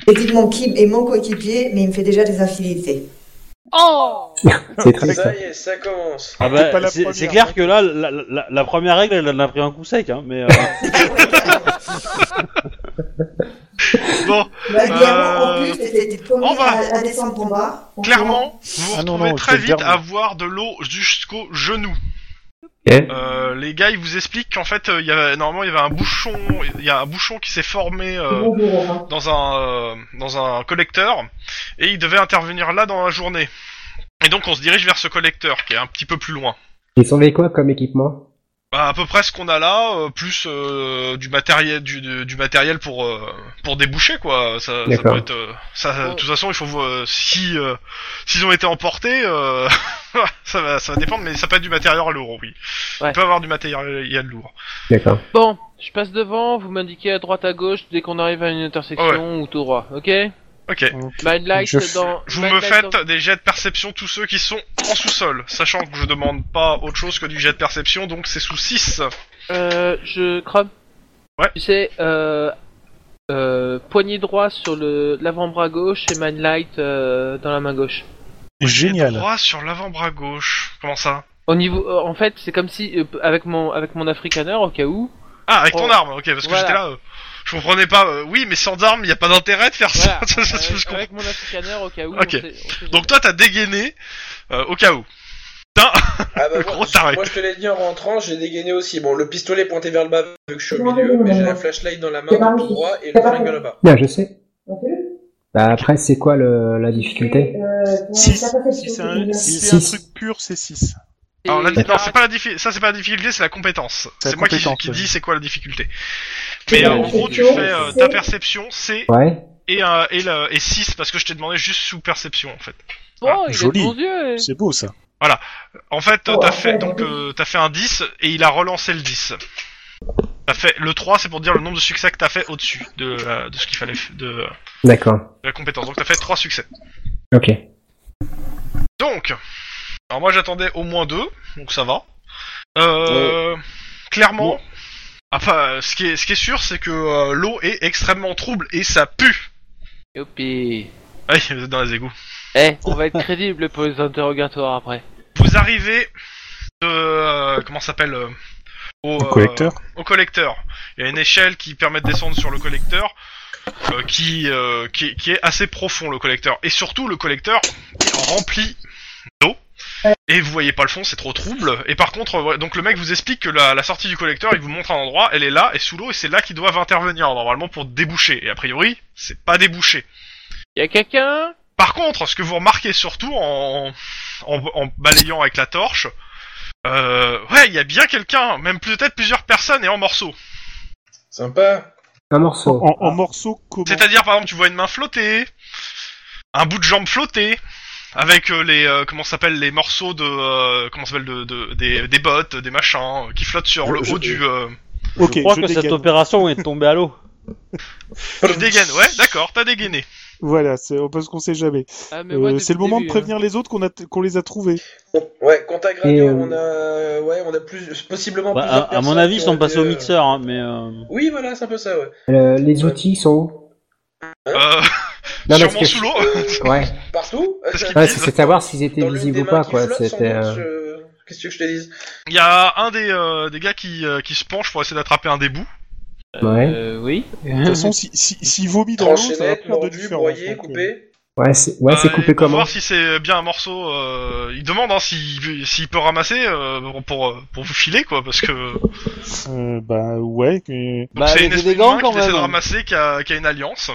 [SPEAKER 5] Et dites mon qui est mon coéquipier, mais il me fait déjà des infidélités.
[SPEAKER 3] Oh
[SPEAKER 7] C'est très
[SPEAKER 8] Ça
[SPEAKER 7] ça.
[SPEAKER 8] y est, ça commence.
[SPEAKER 2] Ah
[SPEAKER 4] T'es pas
[SPEAKER 2] bah,
[SPEAKER 4] la
[SPEAKER 2] c'est
[SPEAKER 4] première,
[SPEAKER 2] c'est clair
[SPEAKER 4] hein.
[SPEAKER 2] que là, la, la- la première règle, elle en a pris un coup sec. Hein, mais euh,
[SPEAKER 1] Bon,
[SPEAKER 5] Bah, clairement, en
[SPEAKER 1] Euh,
[SPEAKER 5] plus, t'étais t'étais promis
[SPEAKER 1] on va.
[SPEAKER 5] à, à descendre pour moi.
[SPEAKER 1] clairement, vous vous
[SPEAKER 4] Ah non,
[SPEAKER 1] retrouvez
[SPEAKER 4] non,
[SPEAKER 1] très
[SPEAKER 4] c'est le
[SPEAKER 1] vite
[SPEAKER 4] dernier.
[SPEAKER 1] à voir de l'eau jusqu'au genou. Euh, les gars, ils vous expliquent qu'en fait, euh, il y avait, normalement, il y avait un bouchon, il y a un bouchon qui s'est formé euh,
[SPEAKER 10] Bonjour, hein.
[SPEAKER 1] dans un euh, dans un collecteur et il devait intervenir là dans la journée. Et donc on se dirige vers ce collecteur qui est un petit peu plus loin.
[SPEAKER 7] Ils surveillent quoi comme équipement
[SPEAKER 1] Bah, à peu près ce qu'on a là, euh, plus euh, du matériel du, du- du matériel pour euh, pour déboucher quoi. Ça, ça
[SPEAKER 7] D'accord.
[SPEAKER 1] doit être euh, ça. De toute façon, il faut voir euh, si euh, s'ils ont été emportés, euh, ça va ça va dépendre, mais ça peut être du matériel lourd, oui.
[SPEAKER 3] Ouais.
[SPEAKER 1] Il peut avoir du matériel lourd.
[SPEAKER 7] D'accord.
[SPEAKER 3] Bon, je passe devant, vous m'indiquez à droite à gauche dès qu'on arrive à une intersection ou tout droit, ok
[SPEAKER 1] Ok.
[SPEAKER 3] Mind light
[SPEAKER 4] Je f-
[SPEAKER 3] dans.
[SPEAKER 1] Vous
[SPEAKER 3] mind
[SPEAKER 1] me
[SPEAKER 3] light
[SPEAKER 1] faites
[SPEAKER 3] dans-
[SPEAKER 1] des jets de perception tous ceux qui sont en sous-sol, sachant que je demande pas autre chose que du jet de perception, donc c'est sous 6.
[SPEAKER 3] Euh, je crame.
[SPEAKER 1] Ouais.
[SPEAKER 3] Tu sais, euh, euh, poignet droit sur le l'avant-bras gauche et mind light euh, dans la main gauche.
[SPEAKER 4] Génial.
[SPEAKER 1] Droit sur l'avant-bras gauche. Comment ça
[SPEAKER 3] Au niveau, euh, en fait, c'est comme si euh, avec mon avec mon africaner au cas où.
[SPEAKER 1] Ah, avec ton
[SPEAKER 3] Oh.
[SPEAKER 1] arme, ok, parce que
[SPEAKER 3] Voilà.
[SPEAKER 1] j'étais là. euh, je comprenais pas. euh, oui, mais sans arme, y a pas d'intérêt de faire
[SPEAKER 3] Voilà. Ah,
[SPEAKER 1] ça. Je
[SPEAKER 3] avec,
[SPEAKER 1] comprends.
[SPEAKER 3] avec mon africaner au cas où.
[SPEAKER 1] Ok.
[SPEAKER 3] on sait- on sait jamais.
[SPEAKER 1] Donc toi, t'as dégainé euh, au cas où.
[SPEAKER 8] Ah bah,
[SPEAKER 1] Gros
[SPEAKER 8] moi,
[SPEAKER 1] taré.
[SPEAKER 8] moi, je te l'ai dit en rentrant, j'ai dégainé aussi. Bon, le pistolet pointé vers le bas vu que je suis au
[SPEAKER 10] Non,
[SPEAKER 8] milieu,
[SPEAKER 10] non,
[SPEAKER 8] mais
[SPEAKER 10] non,
[SPEAKER 8] j'ai
[SPEAKER 10] non.
[SPEAKER 8] la flashlight dans la main
[SPEAKER 10] C'est pas
[SPEAKER 8] dans le
[SPEAKER 10] réussi.
[SPEAKER 8] droit et
[SPEAKER 10] C'est
[SPEAKER 8] le
[SPEAKER 10] pas
[SPEAKER 8] fringue
[SPEAKER 10] réussi.
[SPEAKER 8] là-bas.
[SPEAKER 7] Bien, je sais.
[SPEAKER 10] Non plus
[SPEAKER 7] Bah, après, c'est quoi le, la difficulté
[SPEAKER 10] Euh, ton-
[SPEAKER 4] Si,
[SPEAKER 10] ta
[SPEAKER 4] si
[SPEAKER 10] perception,
[SPEAKER 4] c'est
[SPEAKER 10] c'est
[SPEAKER 4] un,
[SPEAKER 10] combien
[SPEAKER 4] si
[SPEAKER 7] Six.
[SPEAKER 4] c'est un truc pur, c'est 6.
[SPEAKER 3] Et-
[SPEAKER 1] Alors, la di- non,
[SPEAKER 3] Ah,
[SPEAKER 1] c'est pas la difficulté. Ça, c'est pas la difficulté, c'est la compétence.
[SPEAKER 4] C'est la
[SPEAKER 1] C'est moi qui,
[SPEAKER 4] compétence,
[SPEAKER 1] qui
[SPEAKER 4] ouais.
[SPEAKER 1] dis c'est quoi la difficulté.
[SPEAKER 10] C'est
[SPEAKER 1] Mais
[SPEAKER 10] la
[SPEAKER 1] euh, en gros, tu
[SPEAKER 10] difficulté,
[SPEAKER 1] fais euh,
[SPEAKER 10] c'est-
[SPEAKER 1] ta perception, c'est
[SPEAKER 7] Ouais.
[SPEAKER 1] et un- et, la- et 6 parce que je t'ai demandé juste sous perception en fait.
[SPEAKER 3] bon, il
[SPEAKER 4] Ah, Joli.
[SPEAKER 3] a de bons yeux.
[SPEAKER 4] C'est beau ça.
[SPEAKER 1] En fait,
[SPEAKER 10] Oh,
[SPEAKER 1] t'as
[SPEAKER 10] ouais,
[SPEAKER 1] fait
[SPEAKER 10] ouais.
[SPEAKER 1] donc euh, t'as fait un 10 et il a relancé le 10. T'as fait le 3, c'est pour dire le nombre de succès que t'as fait au-dessus de, la- de ce qu'il fallait f- de, euh,
[SPEAKER 7] D'accord.
[SPEAKER 1] de la compétence. Donc t'as fait 3 succès.
[SPEAKER 7] Ok.
[SPEAKER 1] Donc, alors moi j'attendais au moins 2, donc ça va. Euh, Clairement, enfin, ce qui est ce qui est sûr, c'est que euh, l'eau est extrêmement trouble et ça pue.
[SPEAKER 3] Youpi.
[SPEAKER 1] Ah oui, vous êtes dans les égouts.
[SPEAKER 3] Eh, on va être crédible pour les interrogatoires après.
[SPEAKER 1] Vous arrivez de euh, comment ça s'appelle euh, au,
[SPEAKER 4] Le
[SPEAKER 1] euh,
[SPEAKER 4] collecteur.
[SPEAKER 1] au collecteur. Il y a une échelle qui permet de descendre sur le collecteur, euh, qui, euh, qui, qui est assez profond le collecteur. Et surtout le collecteur est rempli d'eau. Et vous voyez pas le fond, c'est trop trouble. Et par contre, ouais, donc le mec vous explique que la, la sortie du collecteur, il vous montre un endroit, elle est là, et sous l'eau, et c'est là qu'ils doivent intervenir normalement pour déboucher. Et a priori, c'est pas débouché.
[SPEAKER 3] Y a quelqu'un
[SPEAKER 1] Par contre, ce que vous remarquez surtout en, en, en balayant avec la torche, euh, ouais, il y a bien quelqu'un, même peut-être plusieurs personnes et en morceaux.
[SPEAKER 8] Sympa.
[SPEAKER 7] Un morceau.
[SPEAKER 4] En, en morceaux, comment
[SPEAKER 1] C'est-à-dire, par exemple, tu vois une main flotter, un bout de jambe flotter, avec euh, les euh, comment ça s'appelle les morceaux de euh, comment ça s'appelle de, de- des, des bottes, des machins euh, qui flottent sur
[SPEAKER 2] Je-
[SPEAKER 1] le
[SPEAKER 2] je-
[SPEAKER 1] haut du. euh,
[SPEAKER 4] Ok,
[SPEAKER 2] je crois
[SPEAKER 4] je
[SPEAKER 2] que cette
[SPEAKER 4] dégaine.
[SPEAKER 2] opération est tombée à l'eau.
[SPEAKER 1] tu dégaines, ouais, d'accord, t'as dégainé.
[SPEAKER 4] Voilà, c'est parce qu'on sait jamais.
[SPEAKER 3] Ah, mais
[SPEAKER 4] Euh,
[SPEAKER 3] ouais,
[SPEAKER 4] c'est le
[SPEAKER 3] depuis
[SPEAKER 4] moment de
[SPEAKER 3] début, hein.
[SPEAKER 4] prévenir les autres qu'on a t- qu'on les a trouvés.
[SPEAKER 8] Ouais, contact
[SPEAKER 7] Et,
[SPEAKER 8] radio,
[SPEAKER 7] euh,
[SPEAKER 8] on a, ouais, on a plus, possiblement
[SPEAKER 2] Bah, à,
[SPEAKER 8] plusieurs
[SPEAKER 2] à mon
[SPEAKER 8] personnes
[SPEAKER 2] avis, ils
[SPEAKER 8] qui
[SPEAKER 2] sont
[SPEAKER 8] ont
[SPEAKER 2] passés
[SPEAKER 8] été,
[SPEAKER 2] au
[SPEAKER 8] euh,
[SPEAKER 2] mixeur, hein, mais. euh,
[SPEAKER 8] Oui, voilà, c'est un peu ça, ouais.
[SPEAKER 4] oh.
[SPEAKER 7] Euh, les outils sont où
[SPEAKER 1] Euh,
[SPEAKER 7] Non, mais
[SPEAKER 1] sûrement
[SPEAKER 7] parce que-
[SPEAKER 1] sous l'eau.
[SPEAKER 7] Ouais,
[SPEAKER 8] Partout euh,
[SPEAKER 1] Oh, Parce
[SPEAKER 8] ça-
[SPEAKER 1] qu'ils
[SPEAKER 7] ouais
[SPEAKER 1] disent-
[SPEAKER 7] c'est c'est de savoir s'ils étaient
[SPEAKER 8] dans l'une
[SPEAKER 7] visibles
[SPEAKER 8] des
[SPEAKER 7] ou
[SPEAKER 8] mains
[SPEAKER 7] pas,
[SPEAKER 8] qui
[SPEAKER 7] quoi.
[SPEAKER 8] flotte, sans
[SPEAKER 7] C'était.
[SPEAKER 8] doute,
[SPEAKER 7] euh,
[SPEAKER 8] je- Qu'est-ce que je te dise
[SPEAKER 1] Il y a un des, euh, des gars qui, euh, qui se penche pour essayer d'attraper un des bouts.
[SPEAKER 7] Ouais,
[SPEAKER 3] Euh, oui.
[SPEAKER 4] De toute façon, si, si, s'il vomit dans l'eau, ça va
[SPEAKER 8] Tranchée
[SPEAKER 4] faire de
[SPEAKER 8] mordu,
[SPEAKER 4] différence.
[SPEAKER 8] broyé,
[SPEAKER 4] donc, euh,
[SPEAKER 8] coupé.
[SPEAKER 7] ouais, c'est ouais, c'est
[SPEAKER 1] Euh,
[SPEAKER 7] coupé
[SPEAKER 1] et Pour
[SPEAKER 7] comment
[SPEAKER 1] voir si c'est bien un morceau. euh, il demande hein, s'il s'il peut ramasser euh, pour, pour, pour vous filer, quoi, parce que.
[SPEAKER 4] euh, bah ouais, que-
[SPEAKER 1] Donc,
[SPEAKER 2] Bah,
[SPEAKER 1] c'est
[SPEAKER 2] mais
[SPEAKER 1] une
[SPEAKER 2] c'est
[SPEAKER 1] espèce
[SPEAKER 2] des
[SPEAKER 1] de
[SPEAKER 2] gants,
[SPEAKER 1] main
[SPEAKER 2] quand
[SPEAKER 1] qui essaie de
[SPEAKER 2] même.
[SPEAKER 1] ramasser, qui a, qui a une alliance.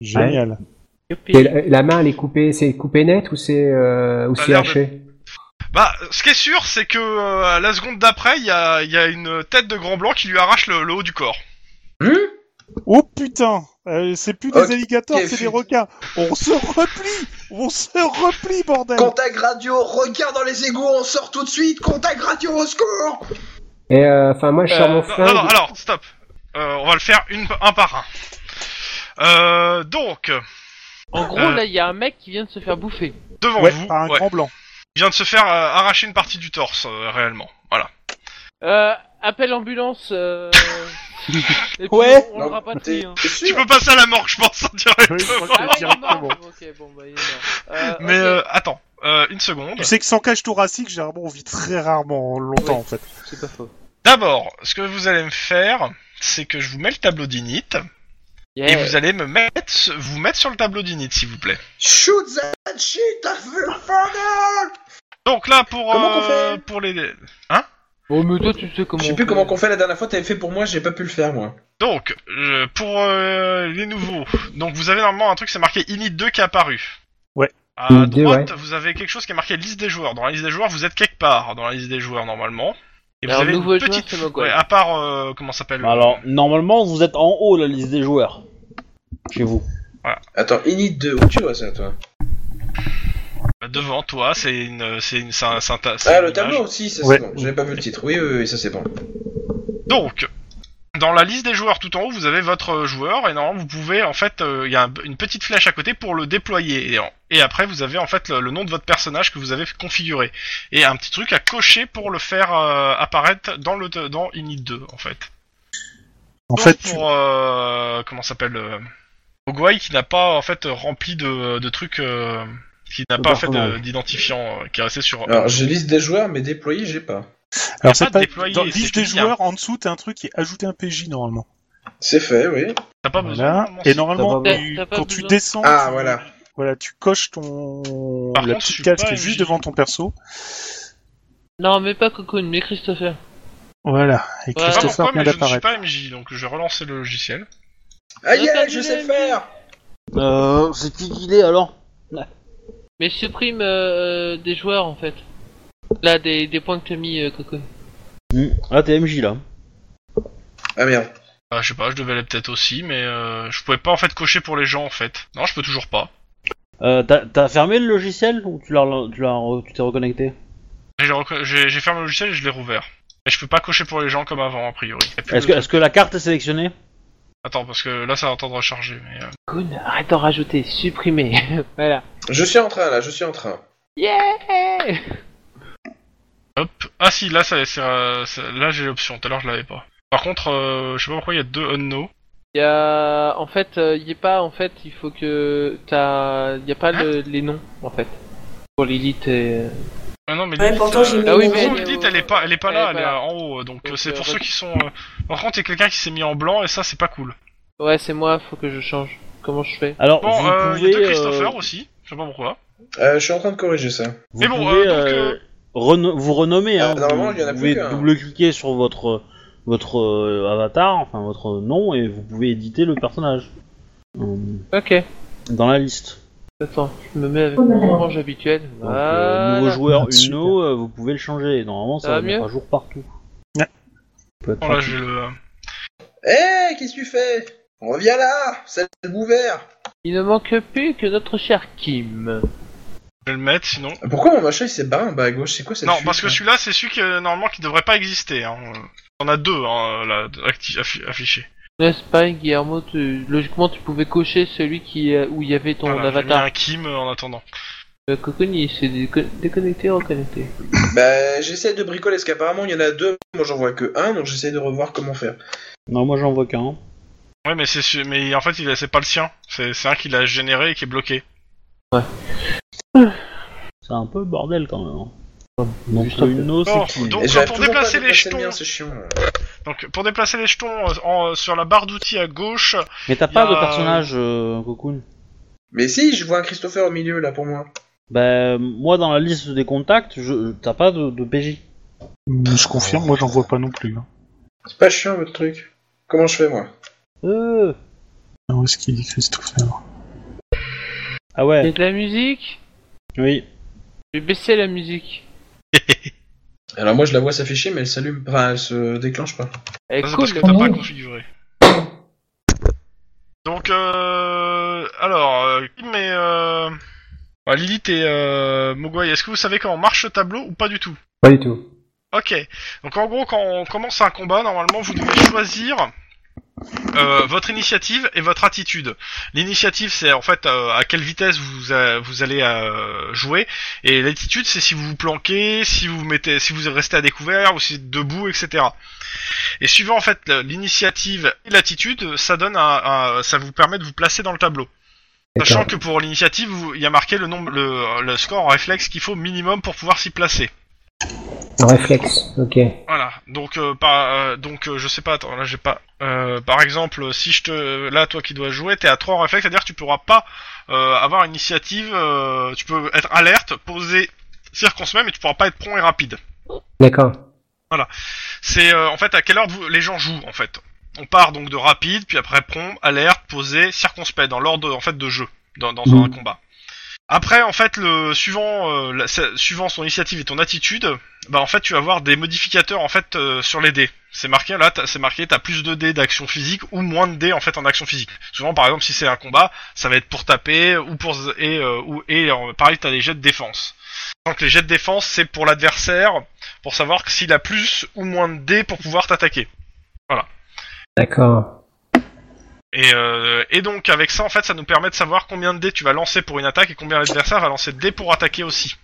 [SPEAKER 4] génial.
[SPEAKER 3] Youpi.
[SPEAKER 7] Et la, la main, elle est coupée, c'est coupé net ou c'est euh, ou
[SPEAKER 1] Ça a
[SPEAKER 7] c'est
[SPEAKER 1] l'air de-
[SPEAKER 7] haché
[SPEAKER 1] Bah, ce qui est sûr, c'est que euh, à la seconde d'après, il y a, il y a une tête de grand blanc qui lui arrache le, le haut du corps.
[SPEAKER 7] Hmm
[SPEAKER 8] Hmm
[SPEAKER 4] Oh putain, euh, c'est plus
[SPEAKER 8] Ok,
[SPEAKER 4] des alligators, c'est
[SPEAKER 8] fut-
[SPEAKER 4] des requins. On se replie, on se replie, bordel.
[SPEAKER 8] Contact radio, regarde dans les égouts, on sort tout de suite. Contact radio, au secours
[SPEAKER 7] Et euh, enfin, moi, je sors
[SPEAKER 1] Non,
[SPEAKER 3] Euh,
[SPEAKER 7] mon
[SPEAKER 1] non, non,
[SPEAKER 7] flingue.
[SPEAKER 1] alors, stop. Euh, on va le faire une, un par un. Euh, donc,
[SPEAKER 3] En gros,
[SPEAKER 1] Euh.
[SPEAKER 3] là, il y a un mec qui vient de se faire bouffer.
[SPEAKER 1] devant
[SPEAKER 4] Ouais,
[SPEAKER 1] vous,
[SPEAKER 4] par un
[SPEAKER 1] ouais,
[SPEAKER 4] grand blanc.
[SPEAKER 1] il vient de se faire euh, arracher une partie du torse, euh, réellement. Voilà.
[SPEAKER 3] Euh, appel ambulance. Euh... Et puis,
[SPEAKER 2] Ouais.
[SPEAKER 3] On, on le
[SPEAKER 8] Non,
[SPEAKER 3] rapatrie.
[SPEAKER 8] t'es-
[SPEAKER 3] Hein.
[SPEAKER 8] t'es
[SPEAKER 1] Tu
[SPEAKER 8] sûr
[SPEAKER 1] peux passer à la mort, je pense,
[SPEAKER 4] Oui,
[SPEAKER 1] direct.
[SPEAKER 4] je crois
[SPEAKER 3] Ah, oui, il
[SPEAKER 4] que
[SPEAKER 3] est mort.
[SPEAKER 4] directement.
[SPEAKER 3] Ok, bon, bah, il est mort. Euh,
[SPEAKER 1] Mais
[SPEAKER 3] ok,
[SPEAKER 1] euh, attends, euh, une seconde.
[SPEAKER 4] Tu sais que sans cage thoracique, généralement, on vit très rarement longtemps, en fait.
[SPEAKER 3] C'est pas faux.
[SPEAKER 1] D'abord, ce que vous allez me faire, c'est que je vous mets le tableau d'init et
[SPEAKER 3] Yeah.
[SPEAKER 1] vous allez me mettre, vous mettre sur le tableau d'init, s'il vous plaît.
[SPEAKER 8] Shoot that shit, t'as vu le bordel
[SPEAKER 1] Donc là, pour
[SPEAKER 8] Comment qu'on
[SPEAKER 1] euh,
[SPEAKER 8] fait
[SPEAKER 1] pour les
[SPEAKER 3] Oh, mais toi, tu sais comment.
[SPEAKER 8] Je sais
[SPEAKER 3] on
[SPEAKER 8] plus
[SPEAKER 3] fait.
[SPEAKER 8] comment qu'on fait la dernière fois, t'avais fait pour moi, j'ai pas pu le faire, moi.
[SPEAKER 1] donc euh, pour euh, les nouveaux, donc vous avez normalement un truc, c'est marqué init 2 qui est apparu.
[SPEAKER 4] Ouais.
[SPEAKER 1] À
[SPEAKER 7] Init deux,
[SPEAKER 1] droite,
[SPEAKER 7] ouais.
[SPEAKER 1] vous avez quelque chose qui est marqué liste des joueurs. Dans la liste des joueurs, vous êtes quelque part dans la liste des joueurs normalement. Et vous
[SPEAKER 3] Alors,
[SPEAKER 1] avez
[SPEAKER 3] nouveau
[SPEAKER 1] une
[SPEAKER 3] joueur,
[SPEAKER 1] petite,
[SPEAKER 3] c'est moi, quoi.
[SPEAKER 1] ouais, à part euh, comment ça s'appelle
[SPEAKER 2] Bah, Alors, normalement, vous êtes en haut la liste des joueurs. Chez vous.
[SPEAKER 8] Attends, init 2, où tu vois ça, toi
[SPEAKER 1] Bah, devant toi, c'est une, c'est une, c'est un, c'est un ta- c'est
[SPEAKER 8] Ah,
[SPEAKER 1] une
[SPEAKER 8] le
[SPEAKER 1] image.
[SPEAKER 8] tableau aussi, ça
[SPEAKER 4] Ouais.
[SPEAKER 8] c'est bon. J'avais pas vu le titre. Oui, oui, oui, ça c'est bon.
[SPEAKER 1] Donc, dans la liste des joueurs tout en haut, vous avez votre euh, joueur et normalement vous pouvez en fait, euh, il y a un- une petite flèche à côté pour le déployer et, en- et après vous avez en fait le, le nom de votre personnage que vous avez configuré et un petit truc à cocher pour le faire euh, apparaître dans le dans Init 2 en fait.
[SPEAKER 4] En
[SPEAKER 1] Sauf
[SPEAKER 4] fait, tu-
[SPEAKER 1] pour euh, comment ça s'appelle euh, Ogwai qui n'a pas en fait rempli de, de trucs euh, qui n'a
[SPEAKER 2] De
[SPEAKER 1] pas fait de-
[SPEAKER 2] personnage.
[SPEAKER 1] d'identifiant euh, qui est resté sur
[SPEAKER 8] Alors, j'ai liste des joueurs, mais déployés, j'ai pas.
[SPEAKER 4] alors
[SPEAKER 1] pas
[SPEAKER 4] c'est pas,
[SPEAKER 1] déployé,
[SPEAKER 4] dans
[SPEAKER 1] c'est
[SPEAKER 4] liste des
[SPEAKER 1] fini, hein.
[SPEAKER 4] joueurs en dessous, t'as un truc qui est ajouté un PJ normalement.
[SPEAKER 8] C'est fait, oui.
[SPEAKER 1] t'as pas besoin
[SPEAKER 4] Voilà.
[SPEAKER 1] normalement,
[SPEAKER 4] Et
[SPEAKER 1] si-
[SPEAKER 4] normalement,
[SPEAKER 2] T'as
[SPEAKER 3] pas-
[SPEAKER 4] tu-
[SPEAKER 3] t'as pas
[SPEAKER 4] quand tu
[SPEAKER 3] besoin.
[SPEAKER 4] descends,
[SPEAKER 8] Ah,
[SPEAKER 4] tu-
[SPEAKER 8] voilà.
[SPEAKER 4] voilà, tu coches ton
[SPEAKER 1] Par
[SPEAKER 4] la
[SPEAKER 1] contre, je suis
[SPEAKER 4] petite case
[SPEAKER 1] pas
[SPEAKER 4] qui est juste
[SPEAKER 1] MJ.
[SPEAKER 4] devant ton perso.
[SPEAKER 3] Non, mais pas Cocoon, mais Christopher.
[SPEAKER 4] Voilà. Et
[SPEAKER 3] Ouais.
[SPEAKER 1] Je sais pas
[SPEAKER 4] Christopher
[SPEAKER 1] pourquoi,
[SPEAKER 4] vient
[SPEAKER 1] mais je ne suis
[SPEAKER 4] hein, d'apparaître.
[SPEAKER 1] pas MJ, donc je vais relancer le logiciel.
[SPEAKER 8] Ah,
[SPEAKER 3] Attends,
[SPEAKER 8] yeah,
[SPEAKER 3] je
[SPEAKER 8] je
[SPEAKER 3] l'ai
[SPEAKER 8] sais
[SPEAKER 3] mis.
[SPEAKER 8] faire
[SPEAKER 2] Euh, c'est qui qu'il est alors
[SPEAKER 3] Mais supprime euh, des joueurs en fait. Là, des, des points que t'as mis, euh, Cocoon.
[SPEAKER 2] Hmm, Ah, t'es MJ là.
[SPEAKER 8] Ah merde.
[SPEAKER 1] Ah, je sais pas, je devais aller peut-être aussi, mais euh, je pouvais pas en fait cocher pour les gens en fait. Non, je peux toujours pas.
[SPEAKER 2] Euh, t'as- t'as fermé le logiciel ou tu l'as, rela- tu l'as re- tu t'es reconnecté
[SPEAKER 1] J'ai reco- J'ai j'ai fermé le logiciel et je l'ai rouvert. Et je peux pas cocher pour les gens comme avant, a priori. Y a plus
[SPEAKER 2] Est-ce
[SPEAKER 1] de-
[SPEAKER 2] que, est-ce que la carte est sélectionnée
[SPEAKER 1] Attends, parce que là ça va attendre à charger. Mais, euh,
[SPEAKER 3] Cocoon, arrête d'en rajouter, supprimer. voilà. Eh
[SPEAKER 8] Je suis en train, là, je suis en train.
[SPEAKER 3] Yeah
[SPEAKER 1] Hop. Ah si, là ça, c'est, euh, ça- là j'ai l'option, tout à l'heure je l'avais pas. Par contre, euh, je sais pas pourquoi il y a deux unknown.
[SPEAKER 3] y a... En fait, euh, y est pas, en fait, il faut que... T'as... Y a pas le- les noms, en fait. Pour l'élite et... euh,
[SPEAKER 1] Ah non, mais
[SPEAKER 5] Ouais,
[SPEAKER 1] Lilith,
[SPEAKER 5] pourtant,
[SPEAKER 1] euh,
[SPEAKER 5] j'ai mis
[SPEAKER 3] Ah oui,
[SPEAKER 5] mon
[SPEAKER 3] mais
[SPEAKER 5] nom.
[SPEAKER 1] Lilith, Lilith, elle est pas, elle est pas
[SPEAKER 3] Elle
[SPEAKER 1] là,
[SPEAKER 3] est
[SPEAKER 1] elle
[SPEAKER 3] pas
[SPEAKER 1] est
[SPEAKER 3] là.
[SPEAKER 1] euh, en haut, euh, donc euh,
[SPEAKER 3] Donc,
[SPEAKER 1] c'est
[SPEAKER 3] euh,
[SPEAKER 1] pour
[SPEAKER 3] re-
[SPEAKER 1] ceux qui sont. euh, Par contre, il y a quelqu'un qui s'est mis en blanc et ça c'est pas cool.
[SPEAKER 3] Ouais, c'est moi, faut que je change. Comment je fais
[SPEAKER 2] Alors,
[SPEAKER 1] Bon,
[SPEAKER 2] vous
[SPEAKER 1] euh, il y
[SPEAKER 2] pouvez,
[SPEAKER 1] a deux Christopher
[SPEAKER 2] euh,
[SPEAKER 1] aussi, je sais pas pourquoi.
[SPEAKER 8] Euh, je suis en train de corriger ça.
[SPEAKER 2] vous
[SPEAKER 1] Mais bon,
[SPEAKER 2] pouvez,
[SPEAKER 1] euh, donc,
[SPEAKER 2] euh, reno- vous renommer.
[SPEAKER 8] Euh,
[SPEAKER 2] hein,
[SPEAKER 8] normalement,
[SPEAKER 2] vous
[SPEAKER 8] il y en a
[SPEAKER 2] pouvez
[SPEAKER 8] plus qu'un.
[SPEAKER 2] double-cliquer sur votre votre euh, avatar, enfin votre nom, et vous pouvez éditer le personnage Euh,
[SPEAKER 3] Ok.
[SPEAKER 2] dans la liste.
[SPEAKER 3] Attends, je me mets avec mon orange habituel.
[SPEAKER 2] Donc, euh,
[SPEAKER 3] Voilà.
[SPEAKER 2] nouveau joueur
[SPEAKER 4] Super.
[SPEAKER 2] Uno, euh, vous pouvez le changer. Normalement, ça,
[SPEAKER 3] Ah, Ça va
[SPEAKER 2] va mettre
[SPEAKER 3] mieux
[SPEAKER 2] à jour partout.
[SPEAKER 4] Ouais.
[SPEAKER 2] Peut être
[SPEAKER 1] Bon, là
[SPEAKER 2] rapide.
[SPEAKER 1] j'ai le.
[SPEAKER 8] Eh, qu'est-ce que tu fais Reviens là C'est le bouvert
[SPEAKER 3] Il ne manque plus que notre cher Kim.
[SPEAKER 1] Je vais le mettre sinon.
[SPEAKER 8] Pourquoi mon machin il s'est barré en bas à gauche C'est quoi cette
[SPEAKER 1] Non,
[SPEAKER 8] fuite,
[SPEAKER 1] parce que
[SPEAKER 8] là
[SPEAKER 1] celui-là, c'est celui qui euh, normalement qui devrait pas exister. Hein. On a deux hein, là, acti- affi- affichés.
[SPEAKER 3] N'est-ce pas, Guillermo tu- Logiquement, tu pouvais cocher celui qui euh, où il y avait ton
[SPEAKER 1] Voilà, j'ai mis
[SPEAKER 3] avatar.
[SPEAKER 1] un Kim euh, en attendant.
[SPEAKER 3] Euh, Coconi, c'est déco- déconnecté, reconnecté.
[SPEAKER 8] Bah, j'essaie de bricoler parce qu'apparemment il y en a deux. Moi j'en vois que un, donc j'essaie de revoir comment faire.
[SPEAKER 2] Non, moi j'en vois qu'un.
[SPEAKER 1] Ouais, mais c'est su- mais en fait, il a- c'est pas le sien. C'est c'est un qui l'a généré et qui est bloqué.
[SPEAKER 2] C'est un peu bordel quand même. hein.
[SPEAKER 3] Juste
[SPEAKER 2] Donc
[SPEAKER 3] un
[SPEAKER 2] le Uno,
[SPEAKER 1] Bon,
[SPEAKER 2] c'est qui
[SPEAKER 1] donc-
[SPEAKER 8] Et
[SPEAKER 1] quand
[SPEAKER 8] j'arrive
[SPEAKER 1] on
[SPEAKER 8] toujours pas à
[SPEAKER 1] déplaçait les
[SPEAKER 8] déplacer le
[SPEAKER 1] jetons-
[SPEAKER 8] mien, c'est chiant.
[SPEAKER 1] Donc, pour déplacer les jetons euh, en- euh, sur la barre d'outils à gauche,
[SPEAKER 2] Mais t'as
[SPEAKER 1] y
[SPEAKER 2] pas
[SPEAKER 1] a-
[SPEAKER 2] de personnage, euh, Cocoon.
[SPEAKER 8] Mais si, je vois un Christopher au milieu là pour moi.
[SPEAKER 2] Bah, moi dans la liste des contacts, je... t'as pas de, de PJ.
[SPEAKER 4] Hmm, Je confirme, moi j'en vois pas non plus. hein.
[SPEAKER 8] C'est pas chiant votre truc. Comment je fais moi
[SPEAKER 2] Euh...
[SPEAKER 4] Ah, Où est-ce qu'il dit Christopher
[SPEAKER 2] Ah
[SPEAKER 3] Il y a
[SPEAKER 2] ouais,
[SPEAKER 3] de la musique
[SPEAKER 2] oui.
[SPEAKER 3] Je vais baisser la musique.
[SPEAKER 8] Alors moi je la vois s'afficher mais elle s'allume, enfin elle se déclenche pas.
[SPEAKER 3] Elle est
[SPEAKER 1] ça, c'est
[SPEAKER 3] cool, hein.
[SPEAKER 1] parce que t'as
[SPEAKER 3] le
[SPEAKER 10] mec.
[SPEAKER 1] pas configuré. Donc, euh... alors, euh, Kim et euh... bah, Lilith et euh... Mogwai, est-ce que vous savez comment marche le tableau ou pas du tout
[SPEAKER 7] Pas du tout.
[SPEAKER 1] Ok. Donc en gros, quand on commence un combat, normalement, vous devez choisir euh, votre initiative et votre attitude. L'initiative, c'est en fait euh, à quelle vitesse vous euh, vous allez euh, jouer, et l'attitude, c'est si vous vous planquez, si vous vous mettez, si vous restez à découvert ou si vous êtes debout, etc. Et suivant en fait le- l'initiative et l'attitude, ça donne un, un- ça vous permet de vous placer dans le tableau. Sachant que pour l'initiative, vous- il y a marqué le nombre, le, le score en réflexe qu'il faut minimum pour pouvoir s'y placer.
[SPEAKER 7] Un réflexe, ok.
[SPEAKER 1] Voilà. Donc euh, par- euh, donc euh, je sais pas. Attends, là j'ai pas. euh, par exemple, si je te, là toi qui dois jouer, t'es à trois réflexes, c'est-à-dire que tu pourras pas euh, avoir une initiative. euh, tu peux être alerte, posé, circonspect, mais tu pourras pas être prompt et rapide.
[SPEAKER 7] D'accord.
[SPEAKER 1] C'est euh, en fait à quelle heure vous- les gens jouent en fait. On part donc de rapide, puis après prompt, alerte, posé, circonspect dans l'ordre en fait de jeu dans, dans un
[SPEAKER 7] Mhm.
[SPEAKER 1] combat. Après en fait le suivant euh, la- sa- suivant son initiative et ton attitude, bah en fait tu vas avoir des modificateurs en fait euh, sur les dés. C'est marqué là, t'as- c'est marqué t'as plus de dés d'action physique ou moins de dés en fait en action physique. Souvent par exemple si c'est un combat, ça va être pour taper ou pour z- et euh, ou et euh, pareil t'as des jets de défense. Donc les jets de défense c'est pour l'adversaire pour savoir que s'il a plus ou moins de dés pour pouvoir t'attaquer.
[SPEAKER 7] D'accord.
[SPEAKER 1] Et, euh, et donc avec ça en fait ça nous permet de savoir combien de dés tu vas lancer pour une attaque et combien l'adversaire va lancer de dés pour attaquer aussi.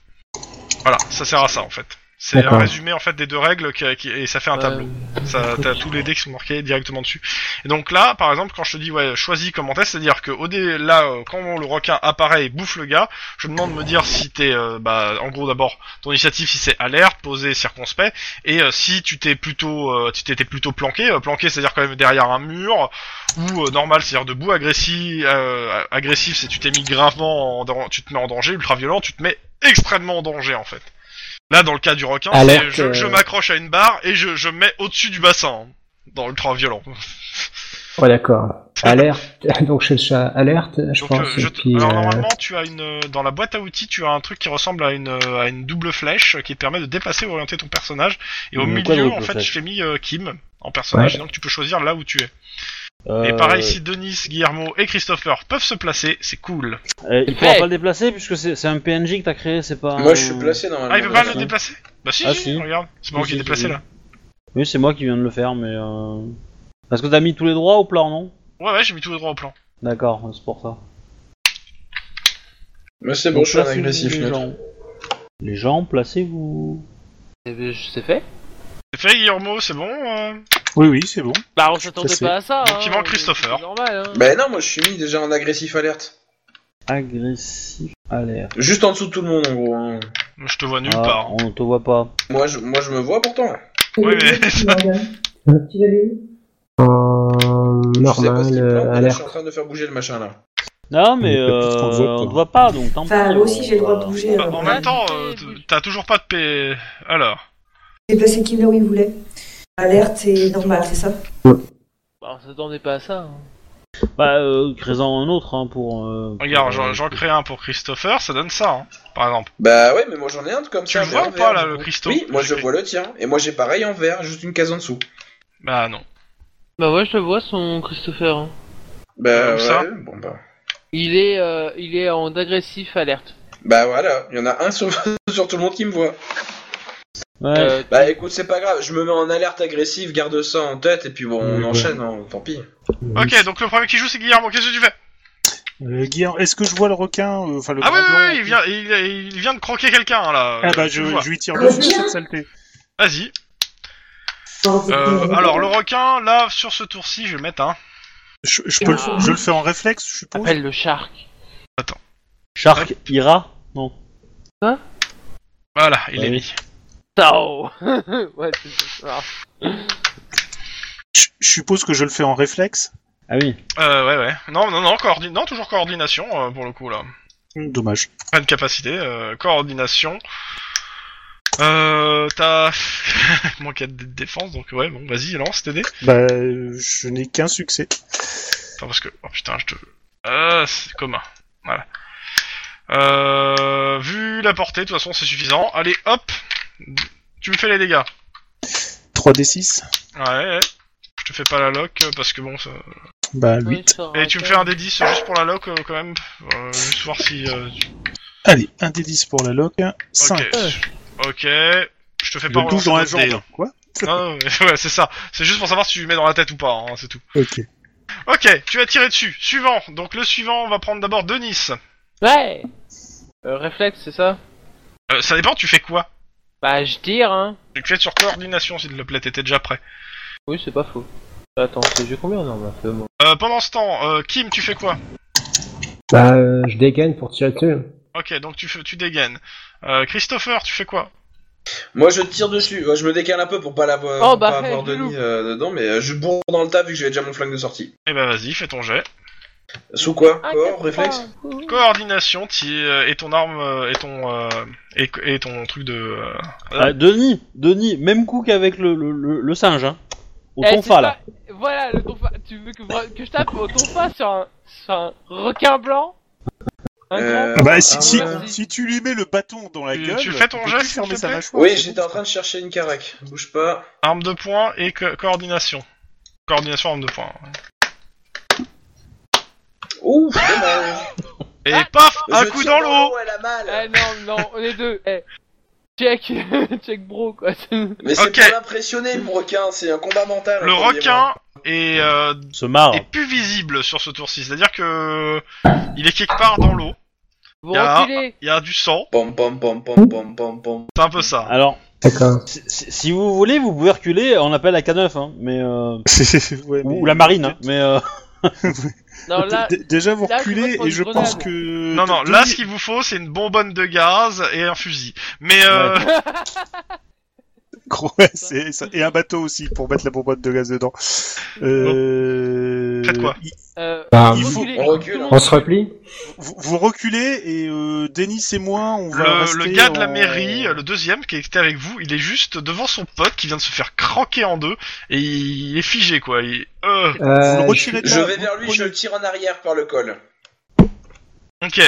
[SPEAKER 1] Voilà, ça sert à ça en fait. C'est un
[SPEAKER 7] D'accord.
[SPEAKER 1] résumé en fait des deux règles qui, qui- et ça fait
[SPEAKER 3] Euh,
[SPEAKER 1] un tableau. Ça, t'as tous les dés qui sont marqués directement dessus. Et donc là, par exemple, quand je te dis ouais, choisis comment t'es, c'est-à-dire que au dé, là, euh, quand le requin apparaît et bouffe le gars, je te demande de me dire si t'es, euh, bah, en gros d'abord ton initiative si c'est alerte, posé, circonspect, et euh, si tu t'es plutôt, euh, tu t'étais plutôt planqué, euh, planqué c'est-à-dire quand même derrière un mur, ou euh, normal c'est-à-dire debout, agressif, euh, agressif c'est tu t'es mis gravement, en, dan- tu te mets en danger, ultra violent, tu te mets extrêmement en danger en fait. Là, dans le cas du requin,
[SPEAKER 7] Alerte,
[SPEAKER 1] c'est je,
[SPEAKER 7] euh,
[SPEAKER 1] je m'accroche à une barre et je, je me mets au-dessus du bassin. hein, Dans ultra violent.
[SPEAKER 7] Ouais, d'accord. Alerte, donc chez le chat, alerte, je
[SPEAKER 1] Donc, euh,
[SPEAKER 7] pense.
[SPEAKER 1] je
[SPEAKER 7] et
[SPEAKER 1] te-
[SPEAKER 7] puis,
[SPEAKER 1] Alors
[SPEAKER 7] euh,
[SPEAKER 1] normalement, tu as une euh, dans la boîte à outils, tu as un truc qui ressemble à une euh, à une double flèche euh, qui te permet de déplacer ou orienter ton personnage. Et au
[SPEAKER 2] Une
[SPEAKER 1] milieu,
[SPEAKER 2] quadruple
[SPEAKER 1] en fait,
[SPEAKER 2] flèche.
[SPEAKER 1] je t'ai mis euh, Kim en personnage,
[SPEAKER 7] Ouais.
[SPEAKER 1] et donc tu peux choisir là où tu es.
[SPEAKER 2] Euh,
[SPEAKER 1] Et pareil, si Denis, Guillermo et Christopher peuvent se placer, c'est cool.
[SPEAKER 2] euh, il
[SPEAKER 3] Hey.
[SPEAKER 2] pourra pas le déplacer puisque c'est c'est un PNJ que t'as créé, c'est pas.
[SPEAKER 8] Moi
[SPEAKER 2] un-
[SPEAKER 8] je suis placé normalement.
[SPEAKER 1] Ah, il peut pas le
[SPEAKER 2] si.
[SPEAKER 1] déplacer Bah si,
[SPEAKER 2] Ah,
[SPEAKER 1] si,
[SPEAKER 2] si.
[SPEAKER 1] regarde, c'est moi
[SPEAKER 2] Si,
[SPEAKER 1] qui est
[SPEAKER 2] si,
[SPEAKER 1] déplacé
[SPEAKER 2] si.
[SPEAKER 1] là.
[SPEAKER 2] Oui, c'est moi qui viens de le faire, mais. Euh... Parce que t'as mis tous les droits au plan, non
[SPEAKER 1] Ouais, ouais, j'ai mis tout droit au plan.
[SPEAKER 2] D'accord, c'est pour ça.
[SPEAKER 8] Mais c'est bon,
[SPEAKER 2] Donc,
[SPEAKER 8] je suis un
[SPEAKER 2] placez-vous,
[SPEAKER 8] agressif.
[SPEAKER 2] les
[SPEAKER 8] neutre.
[SPEAKER 2] gens. Les gens, placez-vous.
[SPEAKER 3] Eh ben, je- C'est fait.
[SPEAKER 1] C'est fait, Guillermo, c'est bon euh
[SPEAKER 4] Oui, oui, c'est bon.
[SPEAKER 3] Bah, on s'attendait
[SPEAKER 4] Placé.
[SPEAKER 3] pas à ça.
[SPEAKER 1] Donc, il
[SPEAKER 3] hein,
[SPEAKER 1] manque
[SPEAKER 3] euh,
[SPEAKER 1] Christopher.
[SPEAKER 3] C'est normal, hein.
[SPEAKER 8] Bah non, moi je suis mis déjà en agressif alerte.
[SPEAKER 2] Agressif à l'air.
[SPEAKER 8] Juste en dessous de tout le monde en gros. hein.
[SPEAKER 1] Je te vois nulle
[SPEAKER 2] Ah,
[SPEAKER 1] part. hein.
[SPEAKER 2] On te voit pas.
[SPEAKER 8] Moi, je, moi je me vois pourtant.
[SPEAKER 10] Tu
[SPEAKER 1] Ouais,
[SPEAKER 10] l'avais
[SPEAKER 1] mais-
[SPEAKER 10] où, Morgane
[SPEAKER 7] Hein
[SPEAKER 10] Tu l'avais où
[SPEAKER 7] en
[SPEAKER 8] je sais pas ce qui
[SPEAKER 7] normal,
[SPEAKER 8] me
[SPEAKER 7] euh,
[SPEAKER 8] plante, mais là, je
[SPEAKER 7] alerte.
[SPEAKER 8] suis en train de faire bouger le machin là.
[SPEAKER 2] Non, mais
[SPEAKER 4] Mais peut-être
[SPEAKER 2] euh,
[SPEAKER 4] qu'on
[SPEAKER 2] on
[SPEAKER 4] le voit pas.
[SPEAKER 2] te voit pas, donc tant
[SPEAKER 5] Enfin,
[SPEAKER 2] pis,
[SPEAKER 5] moi aussi,
[SPEAKER 2] on
[SPEAKER 5] j'ai le droit
[SPEAKER 2] va-
[SPEAKER 5] de bouger.
[SPEAKER 1] Bah,
[SPEAKER 5] euh,
[SPEAKER 1] en
[SPEAKER 5] ouais.
[SPEAKER 1] même temps, euh, t- t'as toujours pas de P... Alors...
[SPEAKER 5] J'ai placé Kim là où il voulait. Alerte, c'est normal, c'est ça
[SPEAKER 3] Bah, on s'attendait pas à ça. hein.
[SPEAKER 2] Bah, euh, crée-en un autre hein, pour. euh,
[SPEAKER 1] Regarde,
[SPEAKER 2] pour,
[SPEAKER 1] j'en-
[SPEAKER 2] euh,
[SPEAKER 1] j'en crée un pour Christopher, ça donne ça, hein, par exemple.
[SPEAKER 8] Bah ouais, mais moi j'en ai un comme
[SPEAKER 1] Tu
[SPEAKER 8] ça.
[SPEAKER 1] le
[SPEAKER 8] mais
[SPEAKER 1] vois
[SPEAKER 8] en
[SPEAKER 1] ou pas,
[SPEAKER 8] vert,
[SPEAKER 1] là,
[SPEAKER 8] du
[SPEAKER 1] le
[SPEAKER 8] coup.
[SPEAKER 1] Christo
[SPEAKER 8] Oui, moi
[SPEAKER 1] Je
[SPEAKER 8] je
[SPEAKER 1] l'ai.
[SPEAKER 8] vois le tien. Et moi j'ai pareil en vert, juste une case en dessous.
[SPEAKER 1] Bah non.
[SPEAKER 3] Bah, ouais, je le vois, son Christopher. hein.
[SPEAKER 8] Bah
[SPEAKER 1] Comme ça.
[SPEAKER 8] ouais, bon bah.
[SPEAKER 3] Il est, euh, il est en agressif alerte.
[SPEAKER 8] Bah voilà, il y en a un sur, sur tout le monde qui me voit.
[SPEAKER 2] Ouais.
[SPEAKER 3] Euh,
[SPEAKER 8] Bah écoute, c'est pas grave, je me mets en alerte agressive, garde ça en tête, et puis bon, on
[SPEAKER 7] Ouais.
[SPEAKER 8] enchaîne, hein, tant pis.
[SPEAKER 1] Ok, donc le premier qui joue c'est Guillermo, qu'est-ce que tu fais
[SPEAKER 4] Euh, Guillaume, est-ce que je vois le requin euh, Enfin, le
[SPEAKER 1] Ah oui,
[SPEAKER 4] grand
[SPEAKER 1] oui,
[SPEAKER 4] blanc
[SPEAKER 1] oui, il vient, il, il vient de croquer quelqu'un là.
[SPEAKER 4] Ah bah,
[SPEAKER 1] Tu
[SPEAKER 4] je,
[SPEAKER 1] le vois.
[SPEAKER 4] je lui tire dessus cette saleté.
[SPEAKER 1] Vas-y. Euh, alors le requin, là, sur ce tour-ci, je vais mettre hein. un.
[SPEAKER 4] Je, je peux, le- je le fais en réflexe, je suppose.
[SPEAKER 3] Appelle le shark.
[SPEAKER 2] Shark Ira Non.
[SPEAKER 1] Voilà, il
[SPEAKER 2] Bah
[SPEAKER 1] est
[SPEAKER 2] oui.
[SPEAKER 1] mis.
[SPEAKER 3] Tao. ouais, c'est ça.
[SPEAKER 4] Je, je suppose que je le fais en réflexe.
[SPEAKER 2] Ah oui.
[SPEAKER 1] Euh, ouais, ouais. Non, non, non, coordin... non toujours coordination euh, pour le coup là.
[SPEAKER 4] Hum, Dommage.
[SPEAKER 1] Pas de capacité, euh, coordination. Euh, t'as. Manque de défense, donc ouais, bon, vas-y, lance tes dés.
[SPEAKER 4] Bah, euh, je n'ai qu'un succès.
[SPEAKER 1] Attends, parce que. Oh putain, je te. Euh, c'est commun. Voilà. Euh, vu la portée, de toute façon, c'est suffisant. Allez, hop Tu me fais les dégâts.
[SPEAKER 4] 3d6.
[SPEAKER 1] Ouais, ouais. Je te fais pas la lock, euh, parce que bon, ça...
[SPEAKER 4] Bah,
[SPEAKER 3] Oui,
[SPEAKER 4] 8.
[SPEAKER 3] ça,
[SPEAKER 1] Et tu me fais un des 10 juste pour la lock, euh, quand même. Euh, juste voir si... euh, tu-
[SPEAKER 4] Allez, un d10 pour la lock. 5.
[SPEAKER 1] Ok. Ok. Je te fais pas
[SPEAKER 4] Le 12 dans la
[SPEAKER 1] relancer de dés,
[SPEAKER 4] jambe. Quoi
[SPEAKER 1] hein. Non, mais- ouais, c'est ça. C'est juste pour savoir si tu lui mets dans la tête ou pas, hein, c'est tout.
[SPEAKER 4] Ok.
[SPEAKER 1] Ok, tu as tiré dessus. Suivant. Donc le suivant, on va prendre d'abord Denis.
[SPEAKER 3] Ouais. Euh, réflexe, c'est ça
[SPEAKER 1] Euh, ça dépend, tu fais quoi
[SPEAKER 3] Bah, je tire, hein.
[SPEAKER 1] Tu fais sur coordination, s'il te plaît, t'étais déjà prêt.
[SPEAKER 3] Oui, c'est pas faux. Attends, c'est j'ai combien non, bah, c'est bon.
[SPEAKER 1] Euh, pendant ce temps, euh, Kim, tu fais quoi
[SPEAKER 7] Bah, euh, je dégaine pour tirer dessus.
[SPEAKER 1] Ok, donc tu, fais, tu dégaines. Euh, Christopher, tu fais quoi
[SPEAKER 8] Moi je tire dessus, Ouais, je me décale un peu pour pas, la voir,
[SPEAKER 3] Oh,
[SPEAKER 8] pour
[SPEAKER 3] bah,
[SPEAKER 8] pas
[SPEAKER 3] fais,
[SPEAKER 8] avoir
[SPEAKER 3] je le
[SPEAKER 8] Denis
[SPEAKER 3] loupe.
[SPEAKER 8] euh, dedans, mais euh, je bourre dans le tas vu que j'avais déjà mon flingue de sortie.
[SPEAKER 1] Eh ben vas-y, fais ton jet.
[SPEAKER 8] Sous quoi
[SPEAKER 3] Ah,
[SPEAKER 8] Corps
[SPEAKER 3] quatre,
[SPEAKER 8] Réflexe
[SPEAKER 3] trois. Ouh.
[SPEAKER 1] Coordination, ti- euh, et ton arme, euh, et ton, euh, et, et ton truc de... euh,
[SPEAKER 2] Ah, Denis, Denis, même coup qu'avec le, le, le, le singe, hein. Au
[SPEAKER 3] Eh,
[SPEAKER 2] tonfa
[SPEAKER 3] c'est
[SPEAKER 2] là.
[SPEAKER 3] pas- Voilà, le tonfa. Tu veux que, vra- que je tape au tonfa sur un, sur un requin blanc Un
[SPEAKER 8] Euh,
[SPEAKER 3] grand
[SPEAKER 4] Bah, si,
[SPEAKER 8] Ah,
[SPEAKER 4] si,
[SPEAKER 8] ouais.
[SPEAKER 4] si tu lui mets le bâton dans la
[SPEAKER 1] Tu-
[SPEAKER 4] gueule,
[SPEAKER 1] tu fais ton
[SPEAKER 4] il peut
[SPEAKER 1] geste,
[SPEAKER 4] plus
[SPEAKER 1] s'il
[SPEAKER 4] fermer
[SPEAKER 1] te
[SPEAKER 4] sa
[SPEAKER 1] plaît
[SPEAKER 4] mâchoire.
[SPEAKER 8] Oui,
[SPEAKER 4] hein. c'est
[SPEAKER 8] j'étais en train de chercher une carac. Bouge pas.
[SPEAKER 1] Arme de poing et co- coordination. Coordination, arme de poing.
[SPEAKER 8] Ouf, dommage.
[SPEAKER 1] Et paf Un
[SPEAKER 8] Je
[SPEAKER 1] coup
[SPEAKER 8] tire
[SPEAKER 1] dans l'eau
[SPEAKER 8] Elle a mal.
[SPEAKER 3] Eh non, non, on est deux. Eh. Check, check bro quoi.
[SPEAKER 8] Mais c'est
[SPEAKER 1] Ok.
[SPEAKER 8] pas l'impressionner, mon requin, c'est un combat mental. hein,
[SPEAKER 1] Le
[SPEAKER 8] croyez-moi.
[SPEAKER 1] requin est, euh,
[SPEAKER 2] Se marre.
[SPEAKER 1] est plus visible sur ce tour-ci, c'est-à-dire que... Il est quelque part dans l'eau,
[SPEAKER 3] Vous
[SPEAKER 1] Y a-
[SPEAKER 3] reculez.
[SPEAKER 1] il y a du sang,
[SPEAKER 8] Pom pom pom pom pom pom pom.
[SPEAKER 1] c'est un peu ça.
[SPEAKER 2] Alors,
[SPEAKER 7] D'accord.
[SPEAKER 2] si, si- si vous voulez, vous pouvez reculer, on appelle la K9, hein. Mais euh...
[SPEAKER 4] Ouais, mais-
[SPEAKER 2] Ou la marine, hein. Mais euh...
[SPEAKER 3] Non, là,
[SPEAKER 4] D- Déjà, vous
[SPEAKER 3] là, je vais
[SPEAKER 4] reculez
[SPEAKER 3] prendre
[SPEAKER 4] et je
[SPEAKER 3] une
[SPEAKER 4] pense
[SPEAKER 3] grenade.
[SPEAKER 4] que.
[SPEAKER 1] Non, non,
[SPEAKER 4] Denis-
[SPEAKER 1] là, ce qu'il vous faut, c'est une bonbonne de gaz et un fusil. Mais euh,
[SPEAKER 4] Gros, ouais, c'est ça. Et un bateau aussi pour mettre la bombotte de gaz dedans. Euh...
[SPEAKER 1] Faites quoi
[SPEAKER 4] il-
[SPEAKER 3] euh,
[SPEAKER 7] Bah,
[SPEAKER 4] Il
[SPEAKER 3] vous
[SPEAKER 4] faut-
[SPEAKER 3] reculez.
[SPEAKER 8] on recule, hein.
[SPEAKER 7] on se replie
[SPEAKER 4] Vous, vous reculez et euh, Denis et moi, on va.
[SPEAKER 1] le,
[SPEAKER 4] rester
[SPEAKER 1] le gars de la
[SPEAKER 4] en-
[SPEAKER 1] mairie, euh, le deuxième qui était avec vous, il est juste devant son pote qui vient de se faire croquer en deux et il est figé, quoi. Il... Euh,
[SPEAKER 4] Vous
[SPEAKER 7] euh,
[SPEAKER 4] le retirez de
[SPEAKER 8] Je
[SPEAKER 4] là,
[SPEAKER 8] vais
[SPEAKER 4] vous
[SPEAKER 8] vers lui,
[SPEAKER 4] prenez-
[SPEAKER 8] je le tire en arrière par le col.
[SPEAKER 1] ok.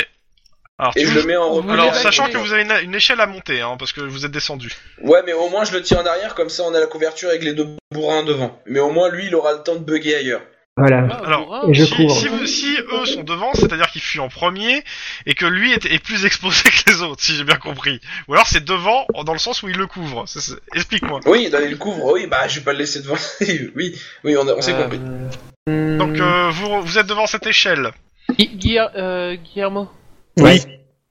[SPEAKER 1] Alors,
[SPEAKER 8] Et
[SPEAKER 1] tout-
[SPEAKER 8] je le mets en
[SPEAKER 3] Vous
[SPEAKER 8] recul.
[SPEAKER 1] Alors,
[SPEAKER 3] voulez
[SPEAKER 1] sachant
[SPEAKER 3] la-
[SPEAKER 1] que vous avez une, une échelle à monter, hein, parce que vous êtes descendu.
[SPEAKER 8] Ouais, mais au moins je le tire en arrière, comme ça on a la couverture avec les deux bourrins devant. Mais au moins lui, il aura le temps de bugger ailleurs.
[SPEAKER 7] Voilà.
[SPEAKER 3] Ah,
[SPEAKER 1] Alors,
[SPEAKER 3] bourrin.
[SPEAKER 7] Et je
[SPEAKER 1] si,
[SPEAKER 7] cours.
[SPEAKER 1] si vous- si eux sont devant, c'est-à-dire qu'ils fuient en premier et que lui est, est plus exposé que les autres, si j'ai bien compris. Ou alors c'est devant dans le sens où il le couvre. C'est- c'est- Explique-moi.
[SPEAKER 8] Oui, d'aller le couvre, oui, bah je vais pas le laisser devant. oui, oui, on, a- on s'est
[SPEAKER 3] Euh,
[SPEAKER 8] compris.
[SPEAKER 1] Donc, euh, vous, vous êtes devant cette échelle.
[SPEAKER 3] Gui- Guilla- euh, Guillermo,
[SPEAKER 4] Oui.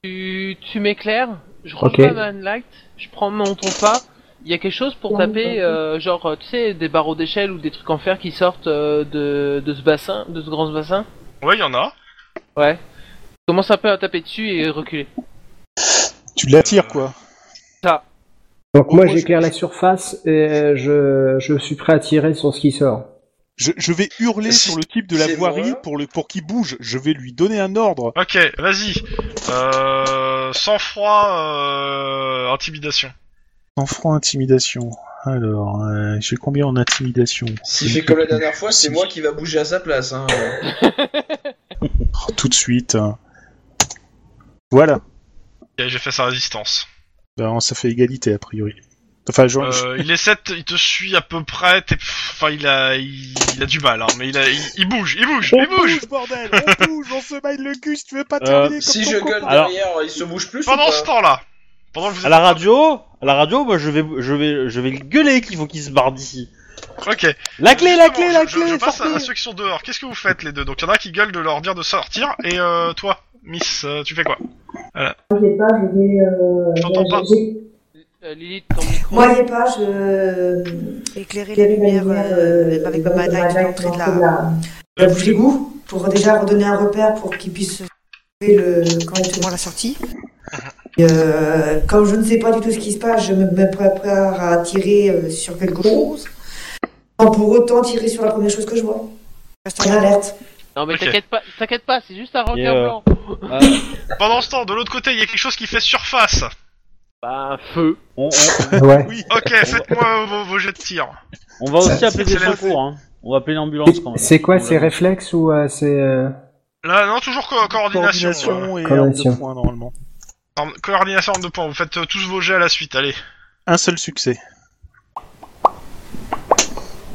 [SPEAKER 3] tu, tu m'éclaires, je range
[SPEAKER 7] Ok.
[SPEAKER 3] ma manlight, je prends mon tonfa. Il y a quelque chose pour taper, euh, genre, euh, tu sais, des barreaux d'échelle ou des trucs en fer qui sortent euh, de, de ce bassin, de ce grand bassin
[SPEAKER 1] Ouais, il y en a.
[SPEAKER 3] Ouais. Commence un peu à taper dessus et reculer.
[SPEAKER 4] Tu
[SPEAKER 8] Euh,
[SPEAKER 4] l'attires quoi.
[SPEAKER 7] Donc moi
[SPEAKER 4] Moi, je-
[SPEAKER 7] j'éclaire la surface et euh, je, je suis prêt à tirer sur ce qui sort.
[SPEAKER 4] Je, je vais hurler
[SPEAKER 8] Si-
[SPEAKER 4] sur le type de la
[SPEAKER 8] c'est
[SPEAKER 4] voirie
[SPEAKER 8] moi.
[SPEAKER 4] pour le pour qu'il bouge. Je vais lui donner un ordre.
[SPEAKER 1] Ok, vas-y. Euh, sans froid, euh, intimidation.
[SPEAKER 4] Sans franc intimidation. Alors, euh, j'ai combien en intimidation
[SPEAKER 8] S'il fait comme la dernière fois, c'est moi qui va bouger à sa place. Hein.
[SPEAKER 4] Oh, tout de suite. hein. Voilà.
[SPEAKER 1] Ok, j'ai fait sa résistance.
[SPEAKER 4] Ben, ça fait égalité a priori. Enfin, genre, je-
[SPEAKER 1] Euh, il essaie, de te- il te suit à peu près. t'es- pff, Enfin, il a, il, il a du mal, hein, mais il, a, il, il bouge, il bouge,
[SPEAKER 4] on
[SPEAKER 1] il bouge.
[SPEAKER 4] bouge, bordel,
[SPEAKER 3] Euh,
[SPEAKER 4] on bouge, on se maille le cul si tu veux pas terminer comme
[SPEAKER 8] si
[SPEAKER 4] ton
[SPEAKER 8] je
[SPEAKER 4] copain.
[SPEAKER 8] gueule
[SPEAKER 2] Alors-
[SPEAKER 8] derrière, il se bouge plus ou
[SPEAKER 1] Pendant
[SPEAKER 8] pas
[SPEAKER 1] ce temps-là, Pendant que vous
[SPEAKER 2] À la radio, à la radio, moi je vais, je vais, je vais le gueuler qu'il faut qu'il se barre d'ici.
[SPEAKER 1] Ok.
[SPEAKER 2] La clé, la
[SPEAKER 1] Justement,
[SPEAKER 2] clé,
[SPEAKER 1] je-
[SPEAKER 2] la
[SPEAKER 1] je-
[SPEAKER 2] clé.
[SPEAKER 1] Je, passe à,
[SPEAKER 2] sortez.
[SPEAKER 1] à ceux qui sont dehors. Qu'est-ce que vous faites les deux Donc il y en a qui gueulent de leur dire de sortir et euh, toi, Miss, euh, tu fais quoi
[SPEAKER 10] Moi, j'ai pas, je vais. Euh,
[SPEAKER 1] Je t'entends pas.
[SPEAKER 10] j'ai-
[SPEAKER 3] Euh, Lilith, ton micro.
[SPEAKER 5] Moi, j'ai pas,
[SPEAKER 10] euh,
[SPEAKER 5] je.
[SPEAKER 9] Éclairer la
[SPEAKER 5] J'avais
[SPEAKER 9] lumière euh, avec ma light de l'entrée de la...
[SPEAKER 5] de la bouche d'égout Euh, pour déjà redonner un repère pour qu'il puisse trouver le correctement.
[SPEAKER 9] Comment la sortie
[SPEAKER 5] Et, euh, comme je ne sais pas du tout ce qui se passe, je me, me prépare à tirer euh, sur quelque chose, sans pour autant tirer sur la première chose que je vois.
[SPEAKER 9] Reste
[SPEAKER 5] Une
[SPEAKER 9] rien.
[SPEAKER 5] alerte.
[SPEAKER 3] Non, mais
[SPEAKER 1] Ok.
[SPEAKER 3] t'inquiète pas, t'inquiète pas, c'est juste un requin
[SPEAKER 2] euh,
[SPEAKER 3] blanc.
[SPEAKER 2] Euh,
[SPEAKER 1] Pendant ce temps, de l'autre côté, il y a quelque chose qui fait surface.
[SPEAKER 3] Bah, un feu.
[SPEAKER 2] on, on-
[SPEAKER 7] Ouais.
[SPEAKER 1] Ok, faites-moi vos, vos jets de tir.
[SPEAKER 2] on va aussi
[SPEAKER 4] Ça,
[SPEAKER 2] appeler des
[SPEAKER 1] c'est la-
[SPEAKER 2] secours. Hein. On va appeler l'ambulance quand même. Oh
[SPEAKER 7] C'est quoi
[SPEAKER 2] On
[SPEAKER 7] C'est
[SPEAKER 2] l'a-
[SPEAKER 7] réflexe ou euh, c'est. euh,
[SPEAKER 1] Là, non, toujours co- coordination. euh,
[SPEAKER 4] Coordination et arme
[SPEAKER 7] Coordination.
[SPEAKER 4] de poing normalement.
[SPEAKER 1] arme- coordination arme de points. Vous faites euh, tous vos jets à la suite. Allez.
[SPEAKER 4] Un seul succès.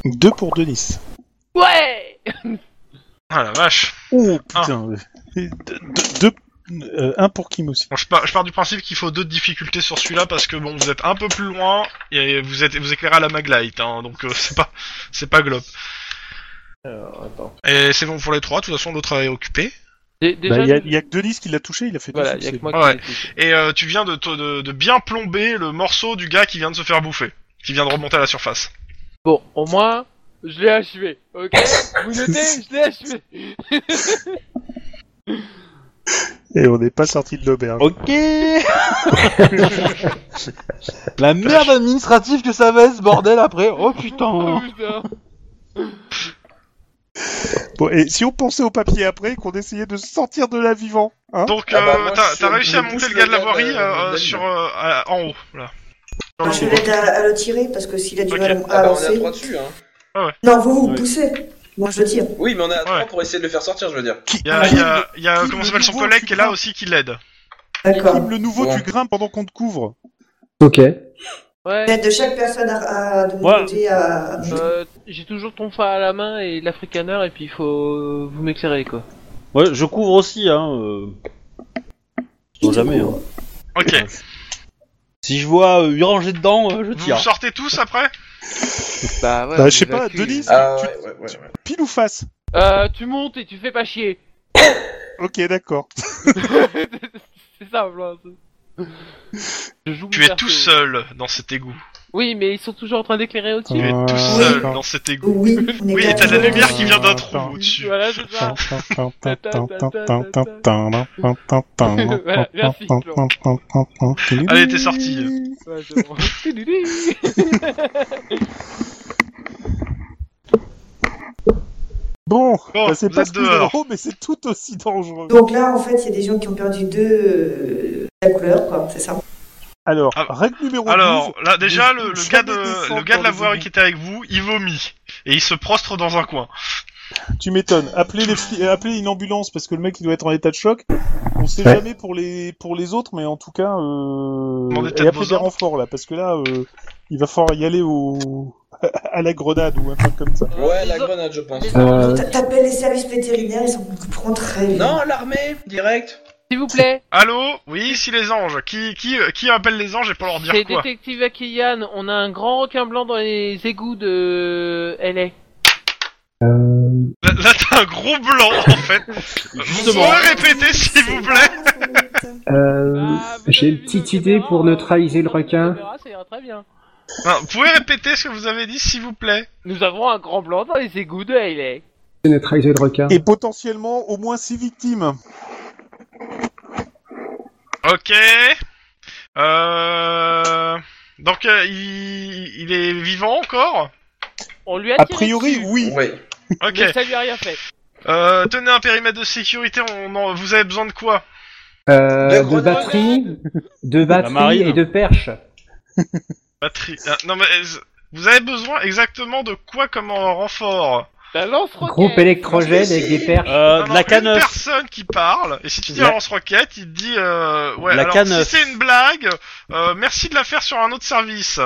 [SPEAKER 4] Deux pour Denis.
[SPEAKER 3] Ouais
[SPEAKER 1] Ah la vache.
[SPEAKER 4] Oh
[SPEAKER 3] Ah.
[SPEAKER 4] putain. Et deux- deux- deux- euh, un pour Kim aussi.
[SPEAKER 1] Bon, je, pars, je pars du principe qu'il faut deux difficultés sur celui-là parce que bon, vous êtes un peu plus loin et vous êtes vous éclairez à la maglite, hein, donc euh, c'est pas c'est pas globe. Et c'est bon pour les trois. De toute façon, l'autre est occupé.
[SPEAKER 3] Dé-
[SPEAKER 4] Bah, Il
[SPEAKER 3] Déjà,
[SPEAKER 4] y, a-
[SPEAKER 3] nous-
[SPEAKER 4] y a que Denis qui l'a touché, il a fait deux
[SPEAKER 3] voilà, il y a
[SPEAKER 4] succès.
[SPEAKER 3] que moi
[SPEAKER 1] Ouais.
[SPEAKER 3] qui l'ai touché.
[SPEAKER 1] et euh, tu viens de, te- de, de bien plomber le morceau du gars qui vient de se faire bouffer, qui vient de remonter à la surface.
[SPEAKER 3] Bon, au moins, je l'ai achevé, ok Vous notez, je l'ai achevé
[SPEAKER 4] Et on n'est pas sorti de l'auberge.
[SPEAKER 2] Ok. la merde administrative que ça va être ce bordel après.
[SPEAKER 1] Ah
[SPEAKER 2] Oh
[SPEAKER 3] Oh,
[SPEAKER 2] putain.
[SPEAKER 3] putain.
[SPEAKER 4] Bon, et si on pensait au papier après, qu'on essayait de sortir de là vivant, hein
[SPEAKER 1] Donc
[SPEAKER 6] Ah bah,
[SPEAKER 1] euh,
[SPEAKER 6] moi,
[SPEAKER 1] t'as-
[SPEAKER 6] je-
[SPEAKER 1] t'as réussi
[SPEAKER 6] je
[SPEAKER 1] à monter
[SPEAKER 6] pousse
[SPEAKER 1] le gars de la
[SPEAKER 6] le gars
[SPEAKER 1] voirie
[SPEAKER 6] de-
[SPEAKER 1] euh,
[SPEAKER 6] de la
[SPEAKER 1] sur
[SPEAKER 6] ligne.
[SPEAKER 1] euh, à- en haut, là. Sur le
[SPEAKER 5] je
[SPEAKER 1] haut.
[SPEAKER 5] l'aide à, à le tirer parce que s'il a du
[SPEAKER 1] Ok.
[SPEAKER 5] mal
[SPEAKER 6] Ah
[SPEAKER 5] à
[SPEAKER 6] bah, on est à
[SPEAKER 5] avancer.
[SPEAKER 6] trois dessus, hein.
[SPEAKER 5] Non, vous vous
[SPEAKER 2] Oui.
[SPEAKER 5] poussez. Moi, je le tire.
[SPEAKER 6] Oui, mais on est à trois
[SPEAKER 1] Ouais.
[SPEAKER 6] pour essayer de le faire sortir, je veux dire.
[SPEAKER 4] Qui-
[SPEAKER 1] Il y a, il y a, il y a-
[SPEAKER 4] Qui-
[SPEAKER 1] comment
[SPEAKER 4] le
[SPEAKER 1] s'appelle son
[SPEAKER 4] nouveau,
[SPEAKER 1] collègue
[SPEAKER 4] Ah, tu
[SPEAKER 1] qui est là
[SPEAKER 4] grimpes.
[SPEAKER 1] aussi qui l'aide.
[SPEAKER 5] D'accord.
[SPEAKER 4] Kim, le nouveau,
[SPEAKER 6] Bon.
[SPEAKER 4] tu grimpes pendant qu'on te couvre.
[SPEAKER 7] Ok.
[SPEAKER 3] Ouais,
[SPEAKER 5] L'aide de chaque personne à, à- de mon
[SPEAKER 2] Ouais.
[SPEAKER 5] côté à.
[SPEAKER 3] euh, j'ai toujours ton fa à la main et l'africaneur, et puis il faut... Vous m'éclairer, quoi.
[SPEAKER 2] Ouais, je couvre aussi. Hein. Euh... je dors jamais. Hein.
[SPEAKER 1] Ok.
[SPEAKER 2] Si je vois euh, huit rangées dedans, euh, je
[SPEAKER 4] hein
[SPEAKER 1] Vous
[SPEAKER 2] tire.
[SPEAKER 1] sortez tous après
[SPEAKER 3] Bah, ouais,
[SPEAKER 4] Bah,
[SPEAKER 3] on
[SPEAKER 4] je sais pas,
[SPEAKER 3] évacue.
[SPEAKER 4] Denis
[SPEAKER 6] Ah
[SPEAKER 4] tu-
[SPEAKER 6] ouais, ouais, ouais. ouais.
[SPEAKER 4] Pile ou face
[SPEAKER 3] Euh, tu montes et tu fais pas chier
[SPEAKER 4] Ok, d'accord.
[SPEAKER 3] C'est simple, hein. c'est- Je joue
[SPEAKER 1] Tu
[SPEAKER 3] mon
[SPEAKER 1] es
[SPEAKER 3] perso.
[SPEAKER 1] tout seul dans cet égout.
[SPEAKER 3] Oui, mais ils sont toujours en train d'éclairer au-dessus.
[SPEAKER 1] Tu es
[SPEAKER 4] Ouais,
[SPEAKER 1] tout seul
[SPEAKER 4] Ah, d'accord.
[SPEAKER 1] dans cet égout.
[SPEAKER 5] Oui, on est
[SPEAKER 1] Oui, et
[SPEAKER 5] bien
[SPEAKER 1] t'as de la
[SPEAKER 5] toujours-
[SPEAKER 1] lumière qui vient d'un trou
[SPEAKER 4] Attends.
[SPEAKER 1] au-dessus.
[SPEAKER 3] Voilà, c'est ça. Voilà, merci,
[SPEAKER 4] Merci,
[SPEAKER 1] Allez, t'es sorti.
[SPEAKER 3] Ouais, c'est bon. Tududu.
[SPEAKER 4] Bon,
[SPEAKER 1] Bon,
[SPEAKER 4] bah, c'est
[SPEAKER 1] Oh, vous
[SPEAKER 4] pas
[SPEAKER 1] êtes
[SPEAKER 4] ce numéro,
[SPEAKER 1] dehors.
[SPEAKER 4] mais c'est tout aussi dangereux.
[SPEAKER 5] Donc là, en fait, il y a des gens qui ont perdu deux euh, la couleur, quoi, c'est ça
[SPEAKER 4] Alors,
[SPEAKER 1] Ah,
[SPEAKER 4] règle numéro 12.
[SPEAKER 1] Alors, là, déjà,
[SPEAKER 4] ne
[SPEAKER 1] le, le
[SPEAKER 4] jamais
[SPEAKER 1] gars de,
[SPEAKER 4] descendre
[SPEAKER 1] le gars de
[SPEAKER 4] dans
[SPEAKER 1] la
[SPEAKER 4] les
[SPEAKER 1] voirie
[SPEAKER 4] égouts.
[SPEAKER 1] qui était avec vous, il vomit. Et il se prostre dans un coin.
[SPEAKER 4] Tu m'étonnes. Appeler, les fli- euh, appeler une ambulance parce que le mec il doit être en état de choc. On sait
[SPEAKER 7] Ouais.
[SPEAKER 4] jamais pour les pour les autres, mais en tout cas, euh...
[SPEAKER 1] Demandez
[SPEAKER 4] et
[SPEAKER 1] peut-être
[SPEAKER 4] appeler
[SPEAKER 1] vos
[SPEAKER 4] des
[SPEAKER 1] ordres.
[SPEAKER 4] renforts là, parce que là, euh, il va falloir y aller au à la grenade ou un truc comme ça.
[SPEAKER 6] Ouais, la grenade, je pense.
[SPEAKER 7] Euh,
[SPEAKER 5] T'a- T'appelles les services vétérinaires, ils s'en prennent très bien.
[SPEAKER 6] Non, l'armée, direct.
[SPEAKER 3] S'il vous plaît,
[SPEAKER 1] Allô Oui, ici les anges. Qui, qui, qui appelle les anges et pour leur dire
[SPEAKER 3] c'est
[SPEAKER 1] quoi
[SPEAKER 3] détective Akiyan. On a un grand requin blanc dans les égouts de LA.
[SPEAKER 7] euh,
[SPEAKER 1] Là, là, t'as un gros blanc en fait. Vous
[SPEAKER 2] Justement.
[SPEAKER 1] pouvez répéter s'il vous plaît
[SPEAKER 7] euh,
[SPEAKER 3] Ah, vous
[SPEAKER 7] J'ai
[SPEAKER 3] avez
[SPEAKER 7] une
[SPEAKER 3] vu
[SPEAKER 7] petite
[SPEAKER 3] nos
[SPEAKER 7] idée
[SPEAKER 3] caméras,
[SPEAKER 7] pour
[SPEAKER 3] euh,
[SPEAKER 7] neutraliser le
[SPEAKER 3] nos
[SPEAKER 7] requin.
[SPEAKER 3] caméras, ça ira très bien.
[SPEAKER 4] Ah.
[SPEAKER 1] Non, Vous pouvez répéter ce que vous avez dit s'il vous plaît
[SPEAKER 3] Nous avons un grand blanc dans les égouts de LA.
[SPEAKER 7] C'est neutraliser le requin.
[SPEAKER 4] Et potentiellement au moins six victimes.
[SPEAKER 1] Ok. Euh... Donc euh, il... il est vivant encore
[SPEAKER 3] On lui a
[SPEAKER 4] A
[SPEAKER 3] tiré
[SPEAKER 4] priori,
[SPEAKER 3] dessus,
[SPEAKER 4] oui.
[SPEAKER 6] Oui.
[SPEAKER 1] Ok.
[SPEAKER 3] mais ça lui a rien fait.
[SPEAKER 1] Euh, tenez un périmètre de sécurité, on en- vous avez besoin de quoi
[SPEAKER 6] La
[SPEAKER 7] Euh, de
[SPEAKER 6] grenade.
[SPEAKER 7] batterie, de batterie
[SPEAKER 2] marine.
[SPEAKER 7] et de perche.
[SPEAKER 1] Batterie. Ah, non mais euh, vous avez besoin exactement de quoi comme en renfort
[SPEAKER 3] La lance
[SPEAKER 7] Groupe électrogène avec des perches.
[SPEAKER 2] Euh, de la
[SPEAKER 1] canne.
[SPEAKER 2] canne.
[SPEAKER 1] Une personne qui parle, et si tu dis
[SPEAKER 2] La-
[SPEAKER 1] un lance-roquette, il te dit euh, ouais,
[SPEAKER 2] La
[SPEAKER 1] alors
[SPEAKER 2] canne.
[SPEAKER 1] si c'est une blague, euh, merci de la faire sur un autre service.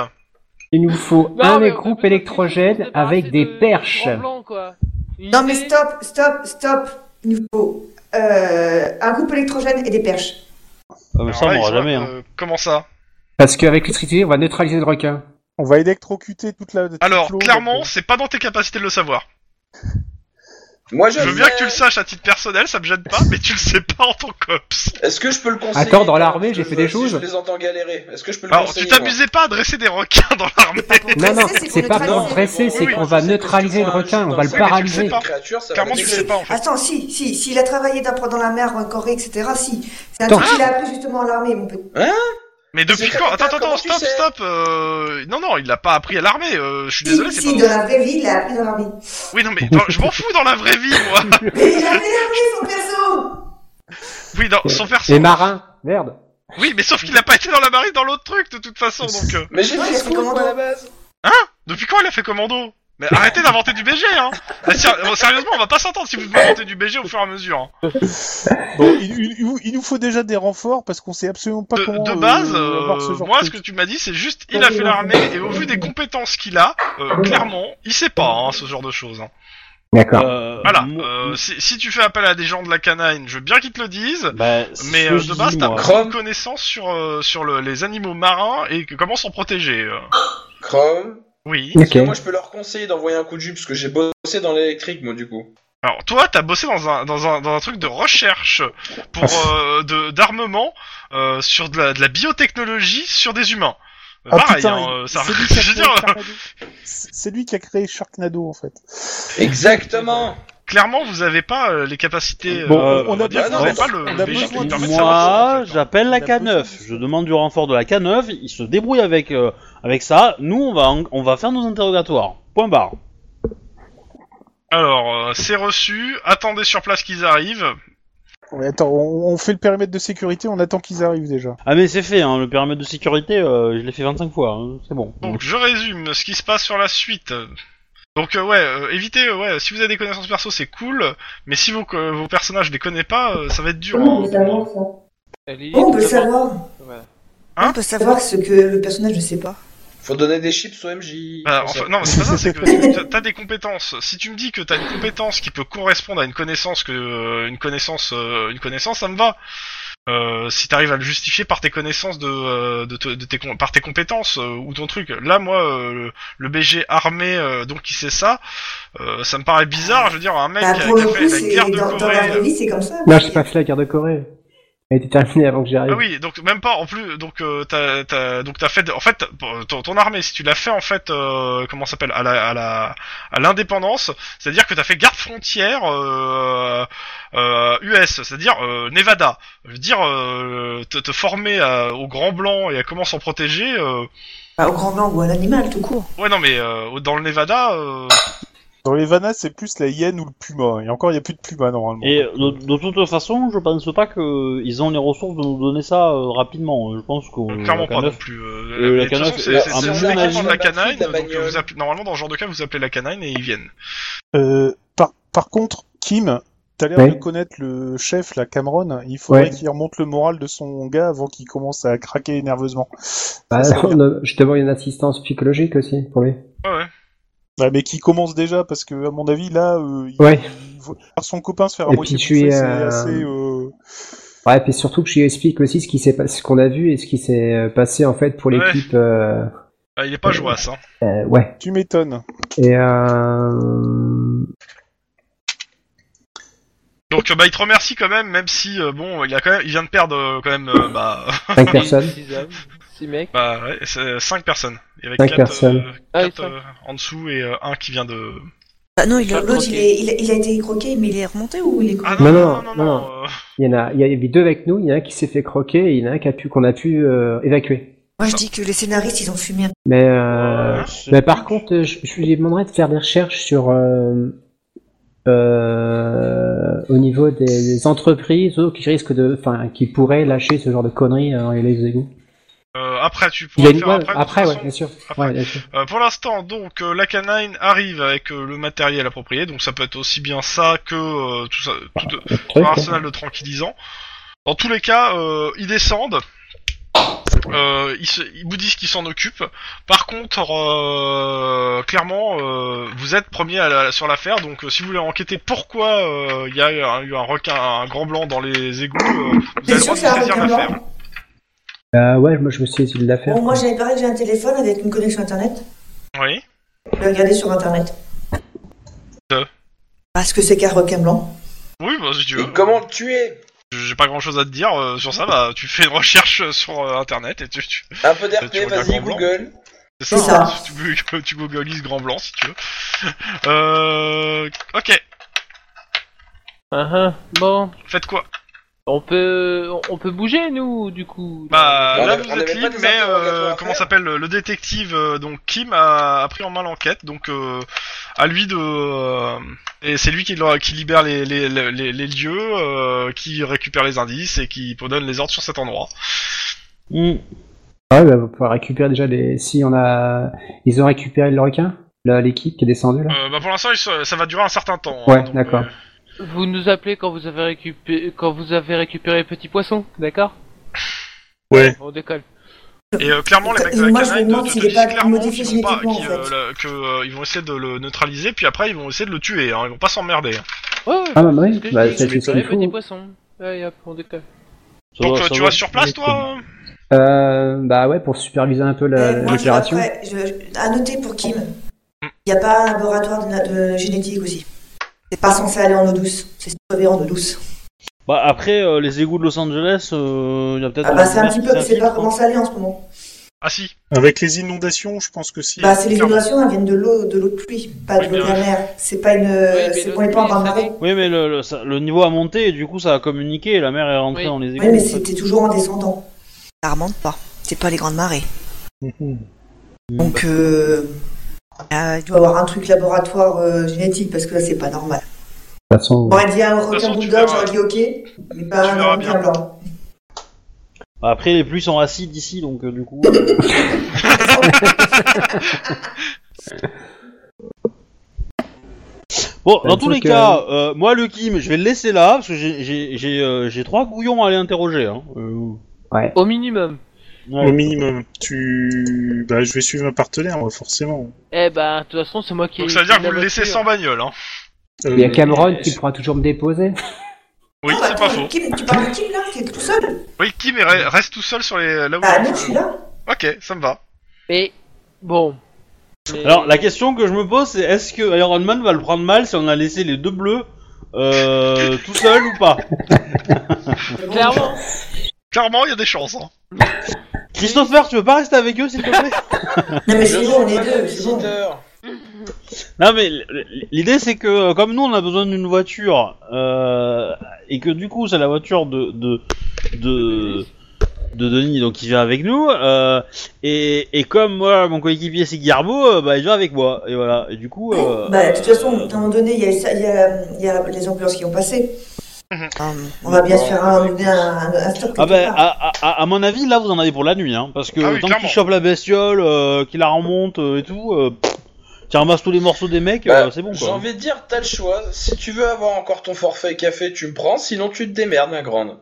[SPEAKER 7] Il nous faut
[SPEAKER 3] Non,
[SPEAKER 7] un
[SPEAKER 3] mais on a
[SPEAKER 7] groupe
[SPEAKER 3] besoin de quelque chose
[SPEAKER 7] électrogène
[SPEAKER 3] pour se
[SPEAKER 7] avec des
[SPEAKER 3] débarrasser de-
[SPEAKER 7] perches.
[SPEAKER 3] du grand blanc, quoi. Une
[SPEAKER 5] Non mais
[SPEAKER 3] idée.
[SPEAKER 5] stop, stop, stop. Il nous faut euh, un groupe électrogène et des perches.
[SPEAKER 2] Ah, mais
[SPEAKER 1] Alors
[SPEAKER 2] Ah, ça, on
[SPEAKER 1] là, ils
[SPEAKER 2] m'aura
[SPEAKER 1] sont
[SPEAKER 2] jamais.
[SPEAKER 1] là,
[SPEAKER 2] Hein.
[SPEAKER 1] euh, comment ça
[SPEAKER 7] Parce qu'avec l'électricité, on va neutraliser le requin.
[SPEAKER 4] On va électrocuter toute la. toute
[SPEAKER 1] Alors,
[SPEAKER 4] l'eau,
[SPEAKER 1] clairement,
[SPEAKER 4] donc,
[SPEAKER 1] c'est pas dans tes capacités de le savoir.
[SPEAKER 8] Moi,
[SPEAKER 1] Je veux bien que tu le saches à titre personnel, ça me gêne pas, mais tu le sais pas en tant qu'ops.
[SPEAKER 8] Est-ce que je peux le conseiller
[SPEAKER 7] Attends, dans
[SPEAKER 8] moi,
[SPEAKER 7] l'armée, j'ai
[SPEAKER 8] si
[SPEAKER 7] fait des
[SPEAKER 8] je-
[SPEAKER 7] choses.
[SPEAKER 8] si Je les entends galérer. Est-ce que je peux le
[SPEAKER 1] Alors,
[SPEAKER 8] conseiller
[SPEAKER 1] tu t'amusais pas à dresser des requins dans l'armée.
[SPEAKER 7] Non, non,
[SPEAKER 9] Dresser, c'est
[SPEAKER 7] c'est
[SPEAKER 9] pour
[SPEAKER 7] pas
[SPEAKER 9] neutraliser.
[SPEAKER 7] pour le dresser, c'est
[SPEAKER 1] Oui,
[SPEAKER 7] qu'on
[SPEAKER 1] oui,
[SPEAKER 7] va
[SPEAKER 8] je sais,
[SPEAKER 7] neutraliser le
[SPEAKER 8] parce que c'est
[SPEAKER 7] requin,
[SPEAKER 8] un-
[SPEAKER 7] on va le
[SPEAKER 8] c'est un-
[SPEAKER 7] paralyser.
[SPEAKER 1] c'est pas-
[SPEAKER 8] créature, ça va Ah,
[SPEAKER 1] Clairement,
[SPEAKER 8] les
[SPEAKER 1] tu le
[SPEAKER 8] tuer.
[SPEAKER 1] sais pas en fait.
[SPEAKER 5] Ah, Attends, si, si, s'il a travaillé d'abord dans la mer, encore, etc., si. C'est un
[SPEAKER 7] Attends.
[SPEAKER 5] truc qu'il a appris justement à l'armée, mon petit.
[SPEAKER 1] Mais depuis
[SPEAKER 8] C'est
[SPEAKER 1] quand Attends, attends,
[SPEAKER 8] comment
[SPEAKER 1] attends,
[SPEAKER 8] tu
[SPEAKER 1] stop,
[SPEAKER 8] sais
[SPEAKER 1] stop. euh, Non, non, il l'a pas appris à l'armée. euh, Je suis désolé,
[SPEAKER 5] Si,
[SPEAKER 1] c'est
[SPEAKER 5] si,
[SPEAKER 1] pas.
[SPEAKER 5] dans la vraie vie, il a appris dans l'armée.
[SPEAKER 1] Oui, non, mais dans- je m'en fous dans la vraie vie, moi.
[SPEAKER 5] Mais il a appris dans l'armée, son perso
[SPEAKER 1] Oui, dans... sans faire ça.
[SPEAKER 7] Les marins, merde.
[SPEAKER 1] Oui, mais sauf qu'il a pas été dans la marine dans l'autre truc de toute façon, donc. euh,
[SPEAKER 8] Mais j'ai
[SPEAKER 5] Ouais,
[SPEAKER 8] fait
[SPEAKER 5] c'est
[SPEAKER 8] ce coup,
[SPEAKER 5] commando.
[SPEAKER 8] moi, à la base.
[SPEAKER 1] Depuis quand il a fait commando Mais arrêtez d'inventer du BG, hein Bah, ser- euh, Sérieusement, on va pas s'entendre si vous inventez du BG au fur et à mesure. hein.
[SPEAKER 4] bon, il, il- il- il nous faut déjà des renforts parce qu'on sait absolument pas
[SPEAKER 1] De,
[SPEAKER 4] comment.
[SPEAKER 1] de
[SPEAKER 4] euh,
[SPEAKER 1] base,
[SPEAKER 4] avoir
[SPEAKER 1] euh,
[SPEAKER 4] ce genre
[SPEAKER 1] moi,
[SPEAKER 4] de
[SPEAKER 1] ce que
[SPEAKER 4] truc. Euh,
[SPEAKER 1] tu m'as dit, c'est juste, il a fait l'armée, et au vu des compétences qu'il a, euh, clairement, il sait pas, hein, ce genre de choses. hein.
[SPEAKER 7] D'accord.
[SPEAKER 2] Euh,
[SPEAKER 1] Voilà,
[SPEAKER 2] mo-
[SPEAKER 1] euh, si, si tu fais appel à des gens de la canine, je veux bien qu'ils te le disent,
[SPEAKER 2] bah, c'est ce
[SPEAKER 1] mais
[SPEAKER 2] que
[SPEAKER 1] euh,
[SPEAKER 2] je
[SPEAKER 1] de
[SPEAKER 2] dis,
[SPEAKER 1] base, t'as
[SPEAKER 2] moi.
[SPEAKER 1] aucune connaissance sur, euh, sur le- les animaux marins et que- comment s'en protéger. euh.
[SPEAKER 8] Chrome.
[SPEAKER 1] Oui.
[SPEAKER 8] Est-ce que
[SPEAKER 7] Ok.
[SPEAKER 8] moi, je peux leur conseiller d'envoyer un coup de jus parce que j'ai bossé dans l'électrique, moi, du coup.
[SPEAKER 1] Alors toi, t'as bossé dans un, dans un dans un truc de recherche pour
[SPEAKER 4] Ah,
[SPEAKER 1] euh, de d'armement euh, sur de la, de la biotechnologie sur des humains. Euh,
[SPEAKER 4] Ah,
[SPEAKER 1] pareil,
[SPEAKER 4] putain,
[SPEAKER 1] hein,
[SPEAKER 4] il-
[SPEAKER 1] euh, ça.
[SPEAKER 4] c'est lui qui a
[SPEAKER 1] je veux
[SPEAKER 4] créé
[SPEAKER 1] dire,
[SPEAKER 4] Sharknado. C'est c'est lui qui a créé Sharknado en fait.
[SPEAKER 8] Exactement.
[SPEAKER 1] clairement, vous avez pas euh, les capacités.
[SPEAKER 2] Bon,
[SPEAKER 1] euh,
[SPEAKER 4] on a
[SPEAKER 1] vous avez
[SPEAKER 4] besoin-
[SPEAKER 1] pas le
[SPEAKER 4] on a
[SPEAKER 1] BG qui
[SPEAKER 4] besoin
[SPEAKER 1] te
[SPEAKER 4] de-
[SPEAKER 1] permet de savoir
[SPEAKER 2] Moi,
[SPEAKER 1] ça, en fait, hein.
[SPEAKER 2] j'appelle la
[SPEAKER 4] Il a besoin de
[SPEAKER 2] K9.
[SPEAKER 4] ça.
[SPEAKER 2] Je demande du renfort de la K9. Ils se débrouillent avec, euh, avec ça. Nous, on va, en- on va faire nos interrogatoires. Point barre.
[SPEAKER 1] Alors, euh, c'est reçu. Attendez sur place qu'ils arrivent.
[SPEAKER 4] Ouais, attends, on, on fait le périmètre de sécurité, on attend qu'ils arrivent déjà.
[SPEAKER 2] Ah mais c'est fait, hein, le périmètre de sécurité, euh, je l'ai fait 25 fois, hein, c'est bon.
[SPEAKER 1] Donc je résume ce qui se passe sur la suite. Donc euh, ouais, euh, évitez, euh, ouais, si vous avez des connaissances perso, c'est cool, mais si vos, co- vos personnages les connaissent pas, euh, ça va être dur.
[SPEAKER 10] Comment on
[SPEAKER 1] hein.
[SPEAKER 10] peut savoir ça
[SPEAKER 3] Elle est-
[SPEAKER 5] On peut le savoir.
[SPEAKER 3] Voilà.
[SPEAKER 1] Hein
[SPEAKER 9] On peut
[SPEAKER 5] Savoir
[SPEAKER 9] savoir.
[SPEAKER 5] ce que le personnage ne sait pas.
[SPEAKER 8] Faut donner des chips au MJ.
[SPEAKER 1] Bah,
[SPEAKER 8] Comme ça.
[SPEAKER 1] enfin, non, c'est pas ça, c'est que tu- t'as- t'as des compétences. Si tu me dis que t'as une compétence qui peut correspondre à une connaissance que euh, une connaissance euh, une connaissance, ça me va. Euh, si t'arrives à le justifier par tes connaissances de, euh, de, te- de tes com- par tes compétences euh, ou ton truc. Là, moi, euh, le, le BG armé, euh, donc il sait ça, euh, ça me paraît bizarre. Je veux dire, un mec
[SPEAKER 5] Bah,
[SPEAKER 1] qui a
[SPEAKER 5] pour
[SPEAKER 1] qui
[SPEAKER 5] le
[SPEAKER 1] a fait
[SPEAKER 5] coup,
[SPEAKER 1] la
[SPEAKER 5] c'est
[SPEAKER 1] guerre de hein.
[SPEAKER 5] dans, dans la
[SPEAKER 1] Corée. euh,
[SPEAKER 5] vraie vie, c'est comme ça.
[SPEAKER 7] Non, j'ai pas fait la guerre de Corée. Elle était terminée avant que j'arrive.
[SPEAKER 1] Ah oui, donc même pas en plus donc euh, t'as t'as donc t'as fait en fait bon, ton, ton armée si tu l'as fait en fait euh, comment ça s'appelle à la à la à l'indépendance, c'est-à-dire que t'as fait garde frontière euh, euh, US, c'est-à-dire euh, Nevada. Je veux dire euh, te, te former à- au grand blanc et à comment s'en protéger. euh,
[SPEAKER 5] Bah, au grand blanc ou à l'animal, tout court.
[SPEAKER 1] Ouais non mais euh, dans le Nevada euh,
[SPEAKER 4] Dans les vanas, c'est plus la hyène ou le puma. hein. Et encore, il n'y a plus de puma normalement.
[SPEAKER 2] Et euh, de, de toute façon, je pense pas qu'ils ont les ressources de nous donner ça euh, rapidement. Je pense que
[SPEAKER 1] clairement
[SPEAKER 2] Mmh, la
[SPEAKER 1] pas non
[SPEAKER 2] K9
[SPEAKER 1] plus.
[SPEAKER 2] Euh, la
[SPEAKER 1] mais de toute
[SPEAKER 2] canne-
[SPEAKER 1] façon, c'est-
[SPEAKER 2] euh,
[SPEAKER 1] c'est-
[SPEAKER 2] à
[SPEAKER 1] c'est
[SPEAKER 2] mon
[SPEAKER 1] c'est l'équivalent
[SPEAKER 8] avis,
[SPEAKER 1] de la
[SPEAKER 8] la batterie,
[SPEAKER 1] canine, donc
[SPEAKER 8] la
[SPEAKER 1] euh,
[SPEAKER 8] bagnole.
[SPEAKER 1] vous appelez- normalement dans ce genre de cas vous appelez la canine et ils viennent.
[SPEAKER 4] Euh, par, par contre, Kim, t'as l'air
[SPEAKER 7] Ouais.
[SPEAKER 4] de connaître le chef, la Cameron. Il faudrait
[SPEAKER 7] Ouais.
[SPEAKER 4] qu'il remonte le moral de son gars avant qu'il commence à craquer nerveusement.
[SPEAKER 7] Bah,
[SPEAKER 4] Ça, ça va
[SPEAKER 7] on a- justement, il y a une assistance psychologique aussi pour lui.
[SPEAKER 1] Ouais, ouais.
[SPEAKER 4] Ouais, mais qui commence déjà parce que, à mon avis, là, euh, il,
[SPEAKER 7] Ouais.
[SPEAKER 4] il voit voir son copain se faire à
[SPEAKER 7] Et
[SPEAKER 4] moitié
[SPEAKER 7] puis, je suis,
[SPEAKER 4] bouffer, c'est
[SPEAKER 7] euh,
[SPEAKER 4] assez. euh,
[SPEAKER 7] Ouais, puis surtout que je lui explique aussi ce qui s'est pas- ce qu'on a vu et ce qui s'est euh, passé en fait pour
[SPEAKER 1] Ouais.
[SPEAKER 7] l'équipe. Euh...
[SPEAKER 1] Ah, il est pas jouasse hein.
[SPEAKER 7] euh, ouais.
[SPEAKER 4] Tu m'étonnes.
[SPEAKER 7] Et euh...
[SPEAKER 1] Donc euh, bah il te remercie quand même, même si euh, bon il a quand même, il vient de perdre euh, quand même euh, bah,
[SPEAKER 7] cinq personnes.
[SPEAKER 3] Six hommes, six mecs.
[SPEAKER 1] bah ouais, c'est 5 personnes. Il y avait
[SPEAKER 7] Cinq
[SPEAKER 1] quatre,
[SPEAKER 7] personnes.
[SPEAKER 1] euh,
[SPEAKER 3] Ah,
[SPEAKER 1] quatre,
[SPEAKER 3] et cinq.
[SPEAKER 1] euh, en dessous et euh, un qui vient de.
[SPEAKER 9] Bah non, il a
[SPEAKER 5] L'autre, il, est- il, a- il a été croqué, mais il est remonté ou il est
[SPEAKER 1] Ah
[SPEAKER 5] croqué
[SPEAKER 1] non
[SPEAKER 7] Non,
[SPEAKER 1] non non non.
[SPEAKER 7] non,
[SPEAKER 1] non, euh,
[SPEAKER 7] Il y en a, il y a eu deux avec nous. Il y en a un qui s'est fait croquer et il y en a un qui a pu qu'on a pu euh, évacuer.
[SPEAKER 9] Moi,
[SPEAKER 1] je
[SPEAKER 9] je
[SPEAKER 1] dis
[SPEAKER 9] dis
[SPEAKER 5] Que les scénaristes, ils ont fumé un
[SPEAKER 7] Mais euh...
[SPEAKER 2] Euh, c'est-
[SPEAKER 7] Mais par contre, je, je lui demanderais de faire des recherches sur euh, euh, au niveau des, des entreprises euh, qui risquent de, enfin, qui pourraient lâcher ce genre de conneries euh, dans les égouts.
[SPEAKER 1] euh, après tu
[SPEAKER 7] Il y
[SPEAKER 1] pourras
[SPEAKER 7] a
[SPEAKER 1] le
[SPEAKER 7] une-
[SPEAKER 1] faire
[SPEAKER 7] ouais,
[SPEAKER 1] après. de
[SPEAKER 7] après,
[SPEAKER 1] toute
[SPEAKER 7] ouais,
[SPEAKER 1] façon.
[SPEAKER 7] bien sûr.
[SPEAKER 1] Après.
[SPEAKER 7] Ouais, bien sûr.
[SPEAKER 1] Euh, pour l'instant donc euh, la canine arrive avec euh, le matériel approprié, donc ça peut être aussi bien ça que euh, tout ça, tout,
[SPEAKER 7] Le
[SPEAKER 1] un
[SPEAKER 7] truc, hein.
[SPEAKER 1] arsenal de tranquillisants. Dans tous les cas, euh, ils descendent. Euh, ils, se- ils vous disent qu'ils s'en occupent. Par contre, euh, clairement, euh, vous êtes premier à la- sur l'affaire, donc euh, si vous voulez enquêter pourquoi euh, il y a eu un, eu un requin, un grand blanc dans les égouts, euh, vous
[SPEAKER 5] C'est
[SPEAKER 1] avez le droit
[SPEAKER 5] sûr
[SPEAKER 1] de
[SPEAKER 5] que c'est un
[SPEAKER 1] saisir
[SPEAKER 5] requin
[SPEAKER 1] l'affaire.
[SPEAKER 5] blanc.
[SPEAKER 7] Ah ouais, moi je me suis essayé de la faire.
[SPEAKER 5] Bon, moi j'avais parlé que j'ai un téléphone avec une connexion internet.
[SPEAKER 1] Oui.
[SPEAKER 5] Je vais regarder sur internet.
[SPEAKER 1] Euh.
[SPEAKER 5] Parce que c'est qu'un requin blanc.
[SPEAKER 1] Oui, bah, si tu veux.
[SPEAKER 8] Et comment le tuer
[SPEAKER 1] J'ai pas grand chose à te dire euh, sur ça. Bah, tu fais une recherche euh, sur euh, internet et tu. tu...
[SPEAKER 8] Un peu d'RP,
[SPEAKER 1] Tu regardes
[SPEAKER 8] vas-y,
[SPEAKER 1] en blanc.
[SPEAKER 8] Google.
[SPEAKER 5] C'est ça.
[SPEAKER 1] hein, tu, tu- tu googlises grand blanc si tu veux. Euh, ok,
[SPEAKER 3] Ah ah, Bon,
[SPEAKER 1] faites quoi
[SPEAKER 3] on peut, on peut bouger nous, du coup.
[SPEAKER 1] Bah
[SPEAKER 8] On
[SPEAKER 1] là
[SPEAKER 8] avait-
[SPEAKER 1] vous
[SPEAKER 8] on
[SPEAKER 1] êtes
[SPEAKER 8] avait pas
[SPEAKER 1] libre,
[SPEAKER 8] des
[SPEAKER 1] mais
[SPEAKER 8] interrogatoires
[SPEAKER 1] euh,
[SPEAKER 8] à
[SPEAKER 1] comment
[SPEAKER 8] faire
[SPEAKER 1] s'appelle le détective euh, donc Kim a, a pris en main l'enquête donc euh, à lui de euh, et c'est lui qui, leur- qui libère les, les, les, les lieux, euh, qui récupère les indices et qui donne les ordres sur cet endroit.
[SPEAKER 2] Hmm.
[SPEAKER 7] Ah ouais, bah, on pouvoir récupérer déjà les. Si on a. Ils ont récupéré le requin là, L'équipe qui est descendue là
[SPEAKER 1] Euh, bah pour l'instant ils se- ça va durer un certain temps.
[SPEAKER 7] Ouais,
[SPEAKER 1] donc,
[SPEAKER 7] d'accord.
[SPEAKER 1] euh,
[SPEAKER 3] Vous nous appelez quand vous avez récupéré, quand vous avez récupéré petit poisson, d'accord
[SPEAKER 4] Ouais.
[SPEAKER 3] On décolle.
[SPEAKER 1] et euh, clairement les mecs de
[SPEAKER 5] Moi,
[SPEAKER 1] la
[SPEAKER 5] je me
[SPEAKER 1] canaille
[SPEAKER 5] demande
[SPEAKER 1] te, te
[SPEAKER 5] s'il est
[SPEAKER 1] disent
[SPEAKER 5] pas
[SPEAKER 1] clairement
[SPEAKER 5] modifié
[SPEAKER 1] qu'ils vont pas-
[SPEAKER 5] génétiquement,
[SPEAKER 1] qu'ils,
[SPEAKER 5] en fait.
[SPEAKER 1] euh, le- que, euh, ils vont essayer de le neutraliser puis après ils vont essayer de le tuer. Hein, ils vont pas s'emmerder. hein.
[SPEAKER 3] Ouais, ouais,
[SPEAKER 7] Ah bah oui,
[SPEAKER 3] c'est ce que je
[SPEAKER 7] bah,
[SPEAKER 3] dis,
[SPEAKER 7] c'est-
[SPEAKER 3] vous
[SPEAKER 7] c'est ce
[SPEAKER 3] récupérez
[SPEAKER 7] qu'il faut.
[SPEAKER 3] petit poisson. Ouais, hop, on décolle.
[SPEAKER 2] Ça
[SPEAKER 1] Donc
[SPEAKER 2] va,
[SPEAKER 1] euh,
[SPEAKER 2] ça
[SPEAKER 1] tu
[SPEAKER 2] va.
[SPEAKER 1] restes sur place toi
[SPEAKER 7] euh, Bah ouais, pour superviser un peu la-
[SPEAKER 5] Eh, moi, je-
[SPEAKER 7] l'opération.
[SPEAKER 5] après, je- à noter pour Kim, il n'y a pas un laboratoire de, na- de génétique aussi. C'est pas censé aller en eau douce, c'est sauvé en eau douce.
[SPEAKER 2] Bah après, euh, les égouts de Los Angeles, euh, il y a peut-être...
[SPEAKER 5] Ah bah c'est un petit peu,
[SPEAKER 2] qui
[SPEAKER 5] je sais pas
[SPEAKER 2] s'infiltre,
[SPEAKER 5] comment ça allait en ce moment.
[SPEAKER 1] Ah si.
[SPEAKER 4] Avec les inondations, je pense que si.
[SPEAKER 5] Bah c'est les
[SPEAKER 1] clairement.
[SPEAKER 5] inondations, elles viennent de l'eau, de l'eau de pluie, pas
[SPEAKER 1] Oui,
[SPEAKER 5] de l'eau de
[SPEAKER 1] mais-
[SPEAKER 5] la mer. C'est pas une,
[SPEAKER 3] mais
[SPEAKER 5] c'est
[SPEAKER 3] l'eau
[SPEAKER 5] on est
[SPEAKER 3] de
[SPEAKER 5] pas en
[SPEAKER 3] pluie,
[SPEAKER 5] bas de
[SPEAKER 3] ça
[SPEAKER 5] marée.
[SPEAKER 3] dé-
[SPEAKER 2] hein. Oui, mais le, le- ça- le niveau a monté, et du coup, ça a communiqué, et la mer est rentrée
[SPEAKER 3] Oui.
[SPEAKER 2] dans les égouts.
[SPEAKER 5] Oui, mais c'était toujours en descendant.
[SPEAKER 9] Ça remonte pas. C'est pas les grandes marées.
[SPEAKER 4] Mhm.
[SPEAKER 2] Mm.
[SPEAKER 5] Donc euh, euh, il doit y avoir un truc laboratoire euh, génétique parce que là c'est pas normal.
[SPEAKER 7] Oh. De toute façon,
[SPEAKER 5] Bon, elle dit un
[SPEAKER 1] toute façon,
[SPEAKER 5] requin
[SPEAKER 1] tu
[SPEAKER 5] bulldog,
[SPEAKER 1] verras.
[SPEAKER 5] j'aurais dit ok, mais pas
[SPEAKER 1] Tu verras
[SPEAKER 5] un requin
[SPEAKER 1] bien.
[SPEAKER 5] blanc.
[SPEAKER 2] Bah, Après, les pluies sont acides ici, donc euh, du coup... euh, Bon,
[SPEAKER 7] Bah,
[SPEAKER 2] dans
[SPEAKER 7] il
[SPEAKER 2] tous
[SPEAKER 7] faut
[SPEAKER 2] les
[SPEAKER 7] que-
[SPEAKER 2] cas, euh, moi, le Kim, je vais le laisser là, parce que j'ai- j'ai j'ai, euh, j'ai trois couillons à aller interroger. Hein. Euh,
[SPEAKER 3] Au minimum.
[SPEAKER 4] Au minimum. Tu. Bah, je vais suivre un partenaire, moi, forcément.
[SPEAKER 3] Eh bah, de toute façon, c'est moi qui.
[SPEAKER 1] Donc ça veut dire
[SPEAKER 3] qui
[SPEAKER 1] que vous
[SPEAKER 3] la
[SPEAKER 1] le laissez
[SPEAKER 3] voiture.
[SPEAKER 1] sans bagnole. Hein.
[SPEAKER 4] Euh,
[SPEAKER 7] il y a Cameron qui pourra toujours me déposer.
[SPEAKER 1] Oui
[SPEAKER 5] Ah,
[SPEAKER 1] c'est pas
[SPEAKER 5] attends,
[SPEAKER 1] faux.
[SPEAKER 5] Kim, tu parles de Kim là, qui est tout seul
[SPEAKER 1] Oui, Kim est- reste tout seul sur les. Là où
[SPEAKER 5] Bah non, je suis là.
[SPEAKER 1] Ok, ça me va.
[SPEAKER 3] Mais bon. Mais-
[SPEAKER 2] Alors, la question que je me pose, c'est est-ce que Iron Man va le prendre mal si on a laissé les deux bleus euh, tout seuls ou pas
[SPEAKER 3] Clairement.
[SPEAKER 1] Clairement, il y a des chances. Hein.
[SPEAKER 2] Christopher, tu veux pas rester avec eux, s'il te plaît
[SPEAKER 5] Non mais
[SPEAKER 8] Je
[SPEAKER 5] c'est
[SPEAKER 8] suis
[SPEAKER 5] bon, on est
[SPEAKER 8] pas
[SPEAKER 5] deux, c'est bon.
[SPEAKER 8] visiteur.
[SPEAKER 2] Non, mais l- l- l'idée, c'est que euh, comme nous, on a besoin d'une voiture, euh, et que du coup, c'est la voiture de... de, de de Denis donc il vient avec nous euh, et, et comme moi mon coéquipier c'est Guillermo euh, bah il vient avec moi et voilà et du coup euh,
[SPEAKER 5] Bah, de toute façon,
[SPEAKER 2] euh,
[SPEAKER 5] à un moment donné, il y, a ça- il y a- il y a les ambulances qui ont passé.
[SPEAKER 9] Hum,
[SPEAKER 5] On va bien se faire un, un, un stop.
[SPEAKER 2] Mm-hmm. Ah
[SPEAKER 5] quelque
[SPEAKER 2] bah,
[SPEAKER 5] part.
[SPEAKER 2] à, à- à mon avis, là, vous en avez pour la nuit, hein, parce que
[SPEAKER 1] Ah oui,
[SPEAKER 2] tant
[SPEAKER 1] clairement.
[SPEAKER 2] qu'il chope la bestiole, euh, qu'il la remonte euh, et tout, euh, pff, qu'il ramasse tous les morceaux des mecs,
[SPEAKER 8] Bah,
[SPEAKER 2] euh, c'est bon,
[SPEAKER 8] J'ai
[SPEAKER 2] quoi.
[SPEAKER 8] envie de dire, t'as le choix. Si tu veux avoir encore ton forfait café, tu me prends, sinon tu te démerdes, ma grande.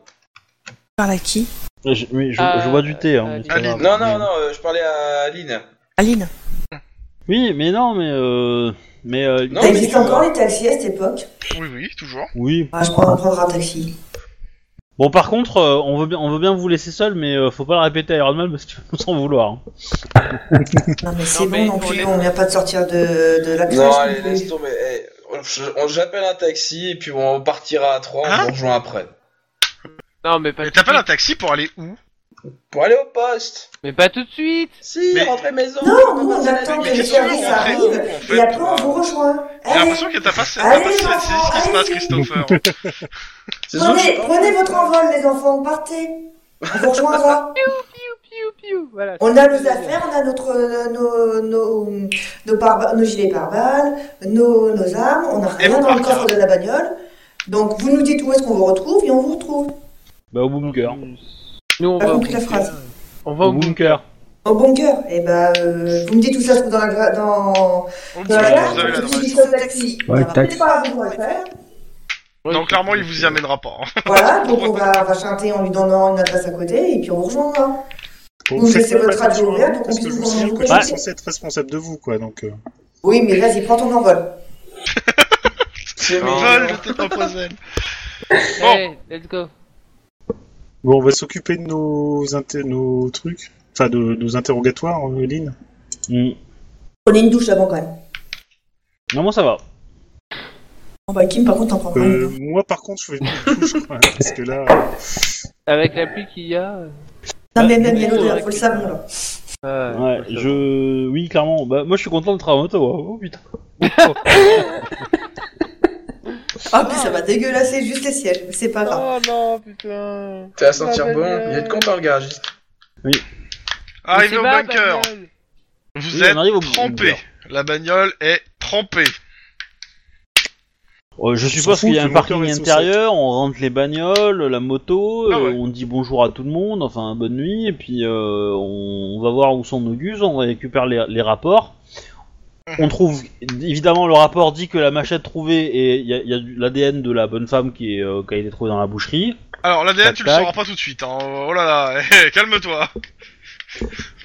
[SPEAKER 9] Par la qui
[SPEAKER 2] Je, mais je,
[SPEAKER 3] Ah,
[SPEAKER 2] je vois du thé, hein,
[SPEAKER 3] ah,
[SPEAKER 2] mais c'est pas
[SPEAKER 1] Aline.
[SPEAKER 2] grave.
[SPEAKER 8] Non, non, non, euh, je parlais à Aline.
[SPEAKER 9] Aline
[SPEAKER 2] Oui, mais non, mais... Euh, mais euh,
[SPEAKER 8] Non,
[SPEAKER 5] Ça
[SPEAKER 8] mais
[SPEAKER 5] Bah, existe
[SPEAKER 8] tu-
[SPEAKER 5] encore les taxis à cette époque
[SPEAKER 1] Oui, oui, toujours.
[SPEAKER 2] Oui.
[SPEAKER 5] ah, Je prends, on prendra un taxi.
[SPEAKER 2] Bon, par contre, euh, on, veut bien, on veut bien vous laisser seul, mais euh, faut pas le répéter à Iron Man, parce qu'il va nous en vouloir. hein.
[SPEAKER 5] Non mais c'est
[SPEAKER 3] mais
[SPEAKER 5] bon non
[SPEAKER 3] on
[SPEAKER 5] plus,
[SPEAKER 3] est-
[SPEAKER 5] on vient pas de sortir de, de la crèche.
[SPEAKER 8] Non,
[SPEAKER 5] non
[SPEAKER 8] allez,
[SPEAKER 5] plus.
[SPEAKER 8] laisse tomber. Eh, on- je- on- J'appelle un taxi et puis on partira à 3,
[SPEAKER 1] Hein
[SPEAKER 8] on se rejoint après.
[SPEAKER 3] Non, mais pas.
[SPEAKER 1] Mais
[SPEAKER 3] tout de
[SPEAKER 1] t'appelles un
[SPEAKER 3] suite.
[SPEAKER 1] taxi pour aller où
[SPEAKER 8] Pour aller au poste.
[SPEAKER 3] Mais pas tout de suite.
[SPEAKER 8] Si,
[SPEAKER 1] Mais-
[SPEAKER 8] rentrer maison.
[SPEAKER 5] Non, nous, on
[SPEAKER 8] Passer la
[SPEAKER 5] attend
[SPEAKER 8] nuit.
[SPEAKER 5] que les
[SPEAKER 1] qu'est-ce que tu veux,
[SPEAKER 5] services
[SPEAKER 1] on fait-
[SPEAKER 5] arrivent
[SPEAKER 8] on fait-
[SPEAKER 5] et après on vous rejoint.
[SPEAKER 1] J'ai
[SPEAKER 5] Allez,
[SPEAKER 1] l'impression que t'as pas, t'as
[SPEAKER 5] Allez,
[SPEAKER 1] pas
[SPEAKER 5] les
[SPEAKER 1] saisi ce qui se
[SPEAKER 5] enfants,
[SPEAKER 1] passe,
[SPEAKER 5] allez.
[SPEAKER 1] Christopher.
[SPEAKER 8] C'est sûr que je
[SPEAKER 5] prenez,
[SPEAKER 8] suis pas-
[SPEAKER 5] prenez votre envol les enfants, partez. On vous rejoindra.
[SPEAKER 3] Piou, piou, piou. Voilà.
[SPEAKER 5] On a nos affaires, on a notre, euh, nos, nos, nos, pare- nos gilets pare-balles, nos, nos armes, on n'a
[SPEAKER 1] Et
[SPEAKER 5] rien
[SPEAKER 1] vous
[SPEAKER 5] dans le
[SPEAKER 1] partez.
[SPEAKER 5] coffre de la bagnole. Donc vous nous dites où est-ce qu'on vous retrouve et on vous retrouve.
[SPEAKER 2] Bah, au bunker.
[SPEAKER 3] Nous, on
[SPEAKER 5] Pas
[SPEAKER 3] va. au
[SPEAKER 5] compris la
[SPEAKER 3] bunker.
[SPEAKER 5] phrase.
[SPEAKER 3] On va
[SPEAKER 2] Au
[SPEAKER 3] au bunker.
[SPEAKER 2] bunker.
[SPEAKER 5] Au bon cœur. Et ben, euh, vous me dites où ça se trouve dans la gra- dans
[SPEAKER 1] On dit,
[SPEAKER 5] dans la
[SPEAKER 1] vous avez
[SPEAKER 5] gare. Je vous
[SPEAKER 1] l'adresse.
[SPEAKER 5] dis sur le taxi.
[SPEAKER 7] Ouais,
[SPEAKER 5] Voilà.
[SPEAKER 7] taxi.
[SPEAKER 5] C'est pas grave, on va le faire.
[SPEAKER 1] Non, clairement, il vous y amènera pas. hein.
[SPEAKER 5] Voilà, donc on va, on va chanter en lui donnant une adresse à côté et puis on vous rejoindra.
[SPEAKER 4] Bon,
[SPEAKER 5] Vous me
[SPEAKER 4] faites
[SPEAKER 5] laissez
[SPEAKER 4] pas
[SPEAKER 5] votre
[SPEAKER 4] mal de
[SPEAKER 5] radio
[SPEAKER 4] choix,
[SPEAKER 5] ouverte,
[SPEAKER 4] parce
[SPEAKER 5] on
[SPEAKER 4] que je
[SPEAKER 5] vous
[SPEAKER 4] vous signale que je
[SPEAKER 5] Ouais.
[SPEAKER 4] suis censé être responsable de vous, quoi. Donc, euh,
[SPEAKER 5] Oui, mais vas-y, prends ton envol.
[SPEAKER 8] C'est
[SPEAKER 1] Ah. Vol, je t'ai proposé. Bon.
[SPEAKER 3] Allez, let's go.
[SPEAKER 4] Bon, on va s'occuper de nos, inter- nos trucs, enfin de de nos interrogatoires, euh, Lynn.
[SPEAKER 2] Hmm.
[SPEAKER 5] Prenez une douche avant quand même.
[SPEAKER 2] Non, moi ça va.
[SPEAKER 5] Bon, bah, Kim, par contre, t'en prends pas
[SPEAKER 4] Euh,
[SPEAKER 5] une.
[SPEAKER 4] moi, par contre, je fais une douche, quoi, parce que là, euh,
[SPEAKER 3] Avec la pluie qu'il y a.
[SPEAKER 5] Non, mais même, il y a
[SPEAKER 3] bon,
[SPEAKER 5] l'odeur,
[SPEAKER 3] ouais.
[SPEAKER 5] faut le savon, là.
[SPEAKER 3] euh,
[SPEAKER 2] Ouais, je. Oui, clairement. Bah, moi je suis content de travailler en auto. hein. Oh putain.
[SPEAKER 5] Ah, puis ça va dégueulasser juste les sièges, mais c'est pas grave.
[SPEAKER 3] Oh non, putain.
[SPEAKER 6] T'es à sentir
[SPEAKER 3] La
[SPEAKER 6] bon,
[SPEAKER 3] bagnole.
[SPEAKER 6] il est de compte en garagiste.
[SPEAKER 3] Mais
[SPEAKER 1] Arrivé
[SPEAKER 3] c'est
[SPEAKER 1] au
[SPEAKER 3] pas la
[SPEAKER 1] bunker,
[SPEAKER 3] bagnole.
[SPEAKER 1] vous
[SPEAKER 2] Oui, on
[SPEAKER 1] êtes
[SPEAKER 2] arrive au
[SPEAKER 1] trempé. La bagnole est trempée.
[SPEAKER 2] Euh, je
[SPEAKER 4] s'en
[SPEAKER 2] suppose
[SPEAKER 4] fout,
[SPEAKER 2] qu'il y a
[SPEAKER 4] tout
[SPEAKER 2] un
[SPEAKER 4] le
[SPEAKER 2] parking
[SPEAKER 4] moteur est sous
[SPEAKER 2] intérieur, on rentre les bagnoles, la moto,
[SPEAKER 1] Ah
[SPEAKER 2] euh,
[SPEAKER 1] ouais.
[SPEAKER 2] on dit bonjour à tout le monde, enfin bonne nuit, et puis euh, on, on va voir où sont nos gus, on récupère les, les rapports. On trouve, évidemment, le rapport dit que la machette trouvée, et il y a, il y a du- l'ADN de la bonne femme qui, est, euh, qui a été trouvée dans la boucherie.
[SPEAKER 1] Alors l'ADN,
[SPEAKER 2] Tac,
[SPEAKER 1] tu le
[SPEAKER 2] tac.
[SPEAKER 1] sauras pas tout de suite. Hein. Oh là là, hé, calme-toi.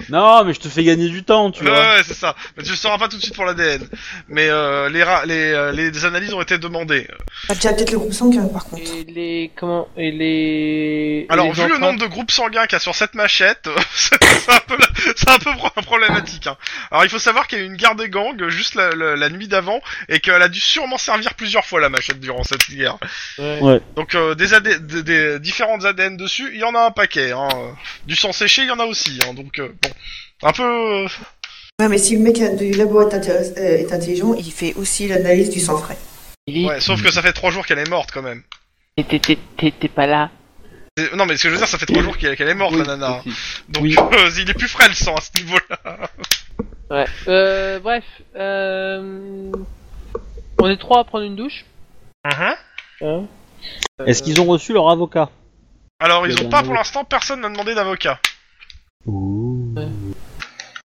[SPEAKER 2] Non, mais je te fais gagner du temps, tu
[SPEAKER 1] Ouais,
[SPEAKER 2] vois.
[SPEAKER 1] ouais, c'est ça. Mais tu le sauras pas tout de suite pour l'ADN. Mais euh, les, ra- les, euh, les analyses ont été demandées.
[SPEAKER 5] T'as Ah, déjà peut-être le groupe sanguin, par contre.
[SPEAKER 3] Et les. Comment Et les.
[SPEAKER 1] Alors,
[SPEAKER 3] les
[SPEAKER 1] vu le
[SPEAKER 3] empreintes-
[SPEAKER 1] nombre de groupes sanguins qu'il y a sur cette machette, euh, c'est un peu, la- c'est un peu pro- problématique. hein. Alors, il faut savoir qu'il y a eu une guerre des gangs juste la, la- la nuit d'avant et qu'elle a dû sûrement servir plusieurs fois la machette durant cette guerre.
[SPEAKER 3] Ouais.
[SPEAKER 1] Donc, euh, des, AD des, des différentes ADN dessus, il y en a un paquet. Hein. Du sang séché, il y en a aussi. Hein. Donc, euh, bon, un peu. euh,
[SPEAKER 5] Ouais, mais si le mec du labo est, inté- euh, est intelligent, il fait aussi l'analyse du sang frais.
[SPEAKER 3] Il
[SPEAKER 1] Ouais, sauf que ça fait trois jours qu'elle est morte quand même.
[SPEAKER 3] est- t'es- t'es- t'es- T'es pas là.
[SPEAKER 1] C'est- Non, mais ce que je veux dire, ça fait trois jours qu'elle qu'elle est morte, la nana. hein.
[SPEAKER 3] aussi.
[SPEAKER 1] Donc,
[SPEAKER 2] Oui.
[SPEAKER 1] euh, il est plus frais le sang à ce niveau-là.
[SPEAKER 3] Ouais. Euh, bref. Euh... On est trois à prendre une douche. Hein
[SPEAKER 2] Est-ce qu'ils ont reçu leur avocat
[SPEAKER 1] Alors,
[SPEAKER 2] Il y
[SPEAKER 1] ils ont
[SPEAKER 2] a bien
[SPEAKER 1] pas
[SPEAKER 2] un
[SPEAKER 1] pour
[SPEAKER 2] autre.
[SPEAKER 1] l'instant, personne n'a demandé d'avocat.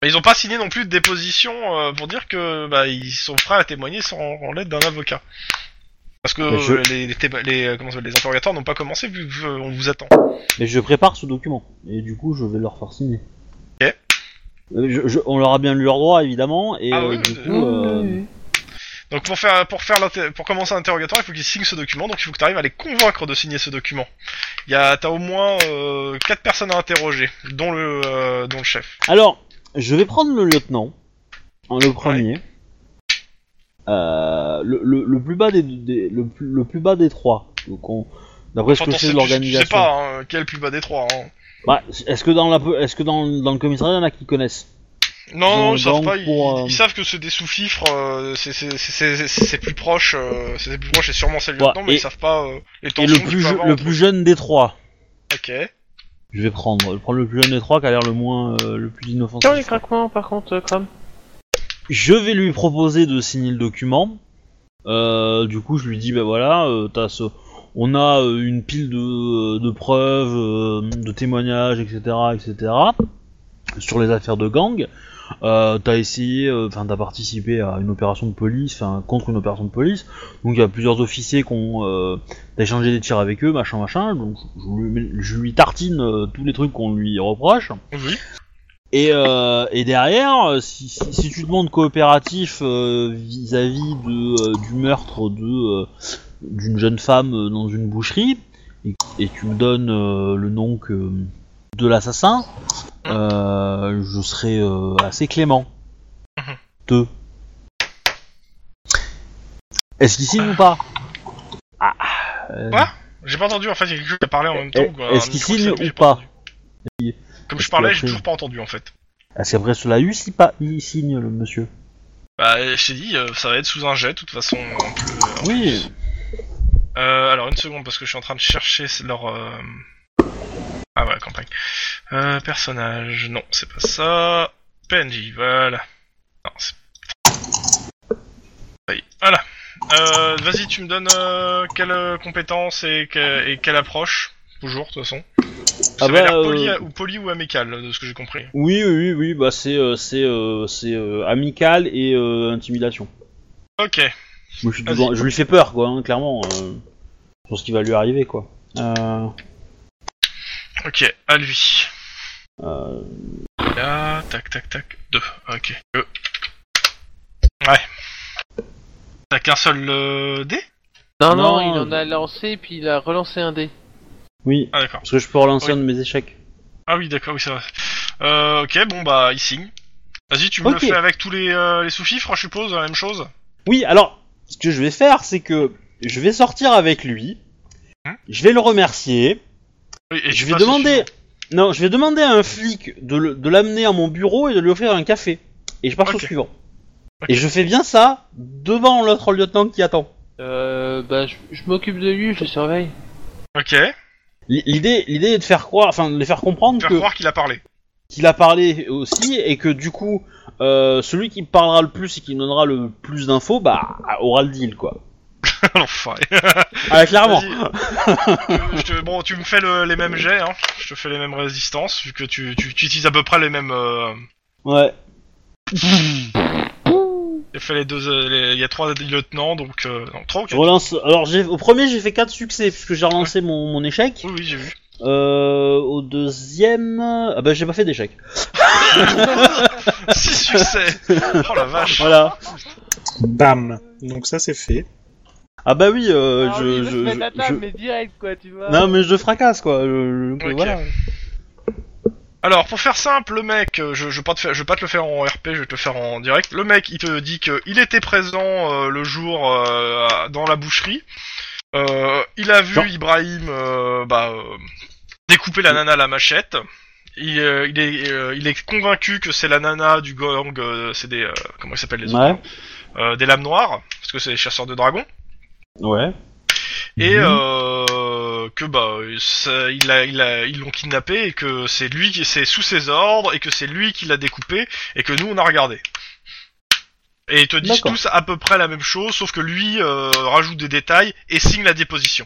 [SPEAKER 1] Mais ils ont pas signé non plus de déposition euh, pour dire que bah, ils sont prêts à témoigner sans en l'aide d'un avocat. Parce que
[SPEAKER 2] Mais je-
[SPEAKER 1] euh, les, les, témo- les, euh, comment ça s'appelle, les interrogatoires n'ont pas commencé vu qu'on vous attend.
[SPEAKER 2] Et je prépare ce document. Et du coup, je vais leur faire signer.
[SPEAKER 1] Ok.
[SPEAKER 2] Euh, je- je- on leur a bien lu leur droit, évidemment. Et
[SPEAKER 1] Ah
[SPEAKER 2] euh,
[SPEAKER 1] oui,
[SPEAKER 2] du
[SPEAKER 1] oui,
[SPEAKER 2] coup, euh,
[SPEAKER 3] Mmh.
[SPEAKER 1] Donc pour faire pour faire l'inter- pour commencer l'interrogatoire, il faut qu'ils signent ce document. Donc il faut que tu arrives à les convaincre de signer ce document. Il y a t'as au moins euh, quatre personnes à interroger, dont le euh, dont le chef.
[SPEAKER 2] Alors, je vais prendre le lieutenant, en le premier. Euh, le, le- le plus bas des, des- le, plus, le plus bas des trois. Donc on- D'après ce
[SPEAKER 1] Enfin,
[SPEAKER 2] que
[SPEAKER 1] t'en
[SPEAKER 2] je
[SPEAKER 1] sais-
[SPEAKER 2] sais de
[SPEAKER 1] tu- tu
[SPEAKER 2] l'organisation.
[SPEAKER 1] sais pas hein, quel plus bas des trois. Hein.
[SPEAKER 2] Bah, est-ce que dans la, est-ce que dans, dans le commissariat il y en a qui connaissent
[SPEAKER 1] Non, non,
[SPEAKER 2] Non,
[SPEAKER 1] ils savent
[SPEAKER 2] donc,
[SPEAKER 1] pas. Ils,
[SPEAKER 2] pour, euh,
[SPEAKER 1] ils savent que c'est des sous-fifres. euh, c'est- c'est- c'est c'est- c'est plus proche. euh, c'est plus proche et sûrement c'est le
[SPEAKER 2] Ouais,
[SPEAKER 1] lieutenant, mais
[SPEAKER 2] et-
[SPEAKER 1] ils savent pas euh, les
[SPEAKER 2] Et
[SPEAKER 1] tensions
[SPEAKER 2] le
[SPEAKER 1] qu'il
[SPEAKER 2] plus,
[SPEAKER 1] peut
[SPEAKER 2] je-
[SPEAKER 1] avoir
[SPEAKER 2] le
[SPEAKER 1] entre-
[SPEAKER 2] plus jeune des trois.
[SPEAKER 1] Ok.
[SPEAKER 2] Je vais prendre, je vais prendre le plus jeune des trois qui a l'air le moins, euh, le plus
[SPEAKER 3] Tiens, les
[SPEAKER 2] inoffensif.
[SPEAKER 3] craquements, par contre, euh, Cram.
[SPEAKER 2] Je vais lui proposer de signer le document. Euh, du coup, je lui dis, ben voilà, euh, t'as ce... on a euh, une pile de, de preuves, euh, de témoignages, etc., etc., sur les affaires de gang. Euh, t'as essayé, euh, enfin, t'as participé à une opération de police, enfin, contre une opération de police. Donc, il y a plusieurs officiers qui ont euh, t'as échangé des tirs avec eux, machin, machin. Donc, je lui, je lui tartine euh, tous les trucs qu'on lui reproche.
[SPEAKER 1] Oui.
[SPEAKER 2] Et, euh, et derrière, euh, si, si, si tu demandes coopératif euh, vis-à-vis de, euh, du meurtre de euh, d'une jeune femme euh, dans une boucherie, et, et tu me donnes euh, le nom que, de l'assassin, euh, je serai euh, assez clément.
[SPEAKER 1] Mhm.
[SPEAKER 2] Deux. Est-ce qu'il signe ou pas ah, euh,
[SPEAKER 1] Quoi J'ai pas entendu. En fait, il y a quelque chose qui a parlé en même temps. quoi,
[SPEAKER 2] Est-ce
[SPEAKER 1] un
[SPEAKER 2] qu'il
[SPEAKER 1] micro qui
[SPEAKER 2] signe
[SPEAKER 1] s'allume, j'ai
[SPEAKER 2] ou pas
[SPEAKER 1] Comme
[SPEAKER 2] Est-ce
[SPEAKER 1] je parlais,
[SPEAKER 2] qu'il a
[SPEAKER 1] j'ai
[SPEAKER 2] pris
[SPEAKER 1] toujours pas entendu en fait.
[SPEAKER 2] Est-ce qu'après cela, il signe pas- il signe le monsieur
[SPEAKER 1] Bah, je t'ai dit, euh, ça va être sous un jet de toute façon. en plus, euh,
[SPEAKER 2] Oui,
[SPEAKER 1] Euh, alors une seconde parce que je suis en train de chercher leur euh, ah voilà campagne euh, personnage non c'est pas ça PNJ voilà non c'est Ça y est, voilà euh, vas-y tu me donnes euh, quelle euh, compétence et, que- et quelle approche toujours de toute façon ça
[SPEAKER 2] Ah
[SPEAKER 1] avait
[SPEAKER 2] bah,
[SPEAKER 1] l'air poli, hein.
[SPEAKER 2] euh,
[SPEAKER 1] ou poli ou amical de ce que j'ai compris
[SPEAKER 2] Oui, oui, oui, oui, bah c'est euh, c'est euh, c'est euh, amical et euh, intimidation.
[SPEAKER 1] ok
[SPEAKER 2] Moi, je, suis
[SPEAKER 1] Vas-y.
[SPEAKER 2] toujours- je lui fais peur, quoi, hein, clairement, euh, sur ce qui va lui arriver, quoi. Euh,
[SPEAKER 1] ok à lui
[SPEAKER 2] euh,
[SPEAKER 1] là tac tac tac deux ok Euh. ouais t'as qu'un seul euh, dé
[SPEAKER 3] Non, non,
[SPEAKER 2] Non, euh,
[SPEAKER 3] il en
[SPEAKER 2] je-
[SPEAKER 3] a lancé, puis il a relancé un dé.
[SPEAKER 2] Oui,
[SPEAKER 1] Ah d'accord.
[SPEAKER 2] parce que je peux relancer un de mes échecs.
[SPEAKER 1] Ah oui, d'accord, oui, c'est vrai. Euh, ok, bon, bah, il signe. Vas-y, tu me
[SPEAKER 2] Ok.
[SPEAKER 1] le fais avec tous les, euh, les sous-fifres, je suppose, la même chose
[SPEAKER 2] Oui, alors, ce que je vais faire, c'est que je vais sortir avec lui,
[SPEAKER 1] Hein
[SPEAKER 2] je vais le remercier,
[SPEAKER 1] Oui, et
[SPEAKER 2] je
[SPEAKER 1] tu
[SPEAKER 2] vais
[SPEAKER 1] passes au
[SPEAKER 2] demander...
[SPEAKER 1] suivant.
[SPEAKER 2] Non, je vais demander à un flic de le- de l'amener à mon bureau et de lui offrir un café. Et je passe
[SPEAKER 1] Ok.
[SPEAKER 2] au suivant.
[SPEAKER 1] Ok.
[SPEAKER 2] Et je fais bien ça devant l'autre lieutenant qui attend.
[SPEAKER 3] Euh, bah, je, je m'occupe de lui, je le surveille.
[SPEAKER 1] Ok, faire
[SPEAKER 2] L- L'idée, l'idée est de faire croire, enfin de les faire comprendre que
[SPEAKER 1] croire qu'il a parlé.
[SPEAKER 2] qu'il a parlé aussi et que du coup, euh, celui qui parlera le plus et qui me donnera le plus d'infos, bah, aura le deal quoi. Oh,
[SPEAKER 1] L'enfoiré.
[SPEAKER 2] Ah, clairement.
[SPEAKER 1] Vas-y. Euh, Je te- bon, tu me fais le- les mêmes jets, hein. je te fais les mêmes résistances, vu que tu, tu, tu utilises à peu près les mêmes... euh,
[SPEAKER 2] Ouais.
[SPEAKER 1] J'ai fait les deux... euh, les- Il y a trois lieutenants, donc... Euh... Non, trois ou
[SPEAKER 2] Je
[SPEAKER 1] quatre
[SPEAKER 2] relance. Alors j'ai, au premier j'ai fait 4 succès puisque j'ai relancé mon, mon échec.
[SPEAKER 1] Oui, oui, j'ai vu.
[SPEAKER 2] Euh, au deuxième, ah bah j'ai pas fait d'échec.
[SPEAKER 1] Six succès Oh la vache
[SPEAKER 2] Voilà.
[SPEAKER 4] Bam. Donc ça c'est fait.
[SPEAKER 2] Ah bah oui, euh,
[SPEAKER 3] Alors,
[SPEAKER 2] je,
[SPEAKER 3] lui, il veut
[SPEAKER 2] je-
[SPEAKER 3] se mettre à
[SPEAKER 2] je-
[SPEAKER 3] table,
[SPEAKER 2] je-
[SPEAKER 3] mais euh, direct, quoi, tu vois.
[SPEAKER 2] non mais je fracasse quoi. je- je-
[SPEAKER 1] Ok.
[SPEAKER 2] euh, voilà.
[SPEAKER 1] Alors, pour faire simple, le mec, euh, je, je, vais pas te faire, je vais pas te le faire en RP, je vais te le faire en direct. Le mec, il te dit que il était présent euh, le jour euh, à- dans la boucherie. Euh, il a vu
[SPEAKER 2] Non.
[SPEAKER 1] Ibrahim euh, bah, euh, découper la nana à la machette. Il, euh, il, est, euh, il est convaincu que c'est la nana du gang, euh, c'est des... euh, comment ils s'appellent les autres
[SPEAKER 2] Ouais.
[SPEAKER 1] hein Euh, Des lames noires, parce que c'est les chasseurs de dragons.
[SPEAKER 2] Ouais.
[SPEAKER 1] et
[SPEAKER 4] Mhm.
[SPEAKER 1] euh, que bah ça- il a, il a, ils l'ont kidnappé et que c'est lui qui c'est sous ses ordres et que c'est lui qui l'a découpé et que nous on a regardé. Et ils te disent
[SPEAKER 2] D'accord.
[SPEAKER 1] tous à peu près la même chose, sauf que lui euh, rajoute des détails et signe la déposition.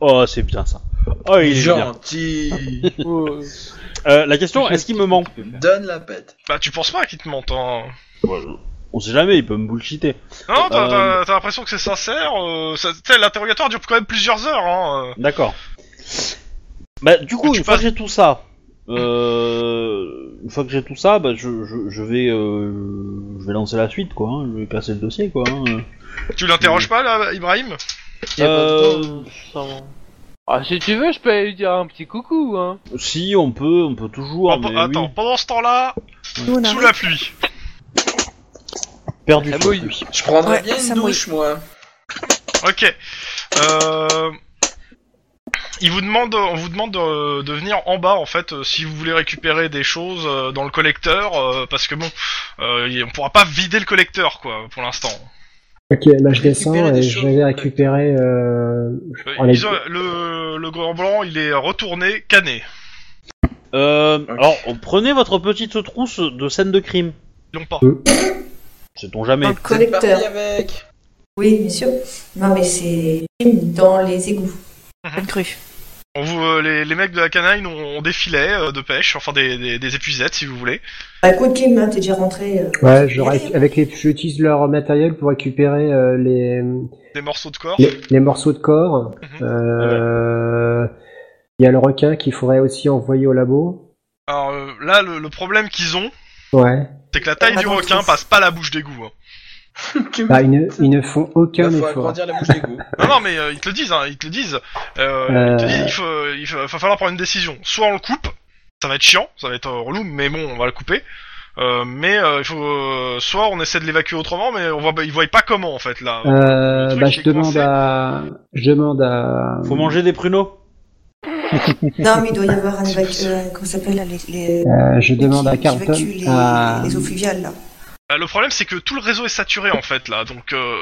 [SPEAKER 2] Oh c'est bien ça. Oh il est bien.
[SPEAKER 8] Gentil.
[SPEAKER 3] Ou-
[SPEAKER 2] Euh, la question, est-ce qu'il me ment
[SPEAKER 8] Donne la pète.
[SPEAKER 1] Bah tu penses pas qu'il te mente hein
[SPEAKER 2] On sait jamais, il peut me bullshiter.
[SPEAKER 1] Non, t'as
[SPEAKER 2] Euh.
[SPEAKER 1] t'as- t'as l'impression que c'est sincère. Euh, ça- tu sais, L'interrogatoire dure quand même plusieurs heures. Hein, euh.
[SPEAKER 2] D'accord. Bah, du coup,
[SPEAKER 1] Tu
[SPEAKER 2] une fois
[SPEAKER 1] passes-
[SPEAKER 2] que j'ai tout ça, euh, une fois que j'ai tout ça, bah, je, je, je vais, euh, je vais lancer la suite, quoi. hein. Je vais casser le dossier, quoi. hein.
[SPEAKER 1] Tu
[SPEAKER 2] Mm.
[SPEAKER 1] l'interroges pas là, Ibrahim
[SPEAKER 3] Il y a pas
[SPEAKER 2] Euh,
[SPEAKER 3] de temps, sans- Ah, si tu veux, je peux aller lui dire un petit coucou, hein.
[SPEAKER 2] Si on peut, on peut toujours.
[SPEAKER 1] Ah, pe-
[SPEAKER 2] Oh, mais
[SPEAKER 1] Attends,
[SPEAKER 2] oui.
[SPEAKER 1] pendant ce temps-là,
[SPEAKER 9] Nous, on
[SPEAKER 1] sous
[SPEAKER 9] arrive.
[SPEAKER 1] la pluie.
[SPEAKER 2] perdu.
[SPEAKER 3] Ah,
[SPEAKER 2] sur
[SPEAKER 3] oui.
[SPEAKER 2] lui.
[SPEAKER 8] Je prendrais
[SPEAKER 9] Ouais,
[SPEAKER 8] bien une
[SPEAKER 9] ça mouille.
[SPEAKER 8] douche, moi.
[SPEAKER 1] Ok. Euh... Il vous demande, on vous demande de, de venir en bas en fait, euh, si vous voulez récupérer des choses euh, dans le collecteur, euh, parce que bon, euh, y- on pourra pas vider le collecteur quoi, pour l'instant.
[SPEAKER 7] Ok, bah je descends
[SPEAKER 8] Récupérer des
[SPEAKER 7] et
[SPEAKER 8] choses,
[SPEAKER 7] je vais
[SPEAKER 8] en fait.
[SPEAKER 7] récupérer. Euh, je
[SPEAKER 1] Euh,
[SPEAKER 7] prends les-
[SPEAKER 1] ils ont- le, le grand blanc, il est retourné, cané.
[SPEAKER 2] Euh, alors, prenez votre petite trousse de scène de crime.
[SPEAKER 1] Ils l'ont pas.
[SPEAKER 2] Sait-on jamais.
[SPEAKER 9] Dans le
[SPEAKER 8] C'est parti
[SPEAKER 9] collecteur.
[SPEAKER 8] avec.
[SPEAKER 10] Oui, bien sûr. Non, mais c'est dans les égouts.
[SPEAKER 9] Une crue.
[SPEAKER 1] On vous, euh, les, les mecs de la canaille ont, ont des filets euh, de pêche, enfin des, des, des épuisettes si vous voulez.
[SPEAKER 10] Bah, écoute, Kim, hein, t'es déjà rentré. euh,
[SPEAKER 7] Ouais, je ré- avec les, j'utilise leur matériel pour récupérer euh, les,
[SPEAKER 1] Des morceaux de corps.
[SPEAKER 7] les les morceaux de corps.
[SPEAKER 1] Mhm.
[SPEAKER 7] Euh, Il y a le requin qu'il faudrait aussi envoyer au labo.
[SPEAKER 1] Alors euh, là, le, le problème qu'ils ont,
[SPEAKER 7] Ouais.
[SPEAKER 1] c'est que la taille
[SPEAKER 9] Ah,
[SPEAKER 1] du
[SPEAKER 9] non,
[SPEAKER 1] requin
[SPEAKER 9] c'est-
[SPEAKER 1] passe pas la bouche d'égout. Hein.
[SPEAKER 7] Bah, ils ne, ils ne font
[SPEAKER 8] Il
[SPEAKER 7] aucun
[SPEAKER 8] faut
[SPEAKER 7] effort.
[SPEAKER 8] agrandir la bouche d'égout.
[SPEAKER 1] Non, non, mais euh, ils te le disent, hein, ils te le disent. Euh,
[SPEAKER 7] Euh.
[SPEAKER 1] Ils te disent il, faut, il faut- va falloir prendre une décision. Soit on le coupe, ça va être chiant, ça va être euh, relou, mais bon, on va le couper. Euh, mais euh, il faut, euh, soit on essaie de l'évacuer autrement, mais on voit, ils voient pas comment en fait là. Le
[SPEAKER 7] Euh,
[SPEAKER 1] truc
[SPEAKER 7] bah,
[SPEAKER 1] est
[SPEAKER 7] je demande
[SPEAKER 1] coincé.
[SPEAKER 7] à, je demande à.
[SPEAKER 2] Faut manger des pruneaux.
[SPEAKER 10] Non, mais il doit y avoir un évacu... euh, comment ça s'appelle
[SPEAKER 9] Là, les, les...
[SPEAKER 7] Euh, je demande à
[SPEAKER 9] qui- qui
[SPEAKER 7] Carlton.
[SPEAKER 9] évacue les,
[SPEAKER 7] à-
[SPEAKER 9] les eaux fluviales, là.
[SPEAKER 1] Euh, le problème c'est que tout le réseau est saturé en fait là, donc euh,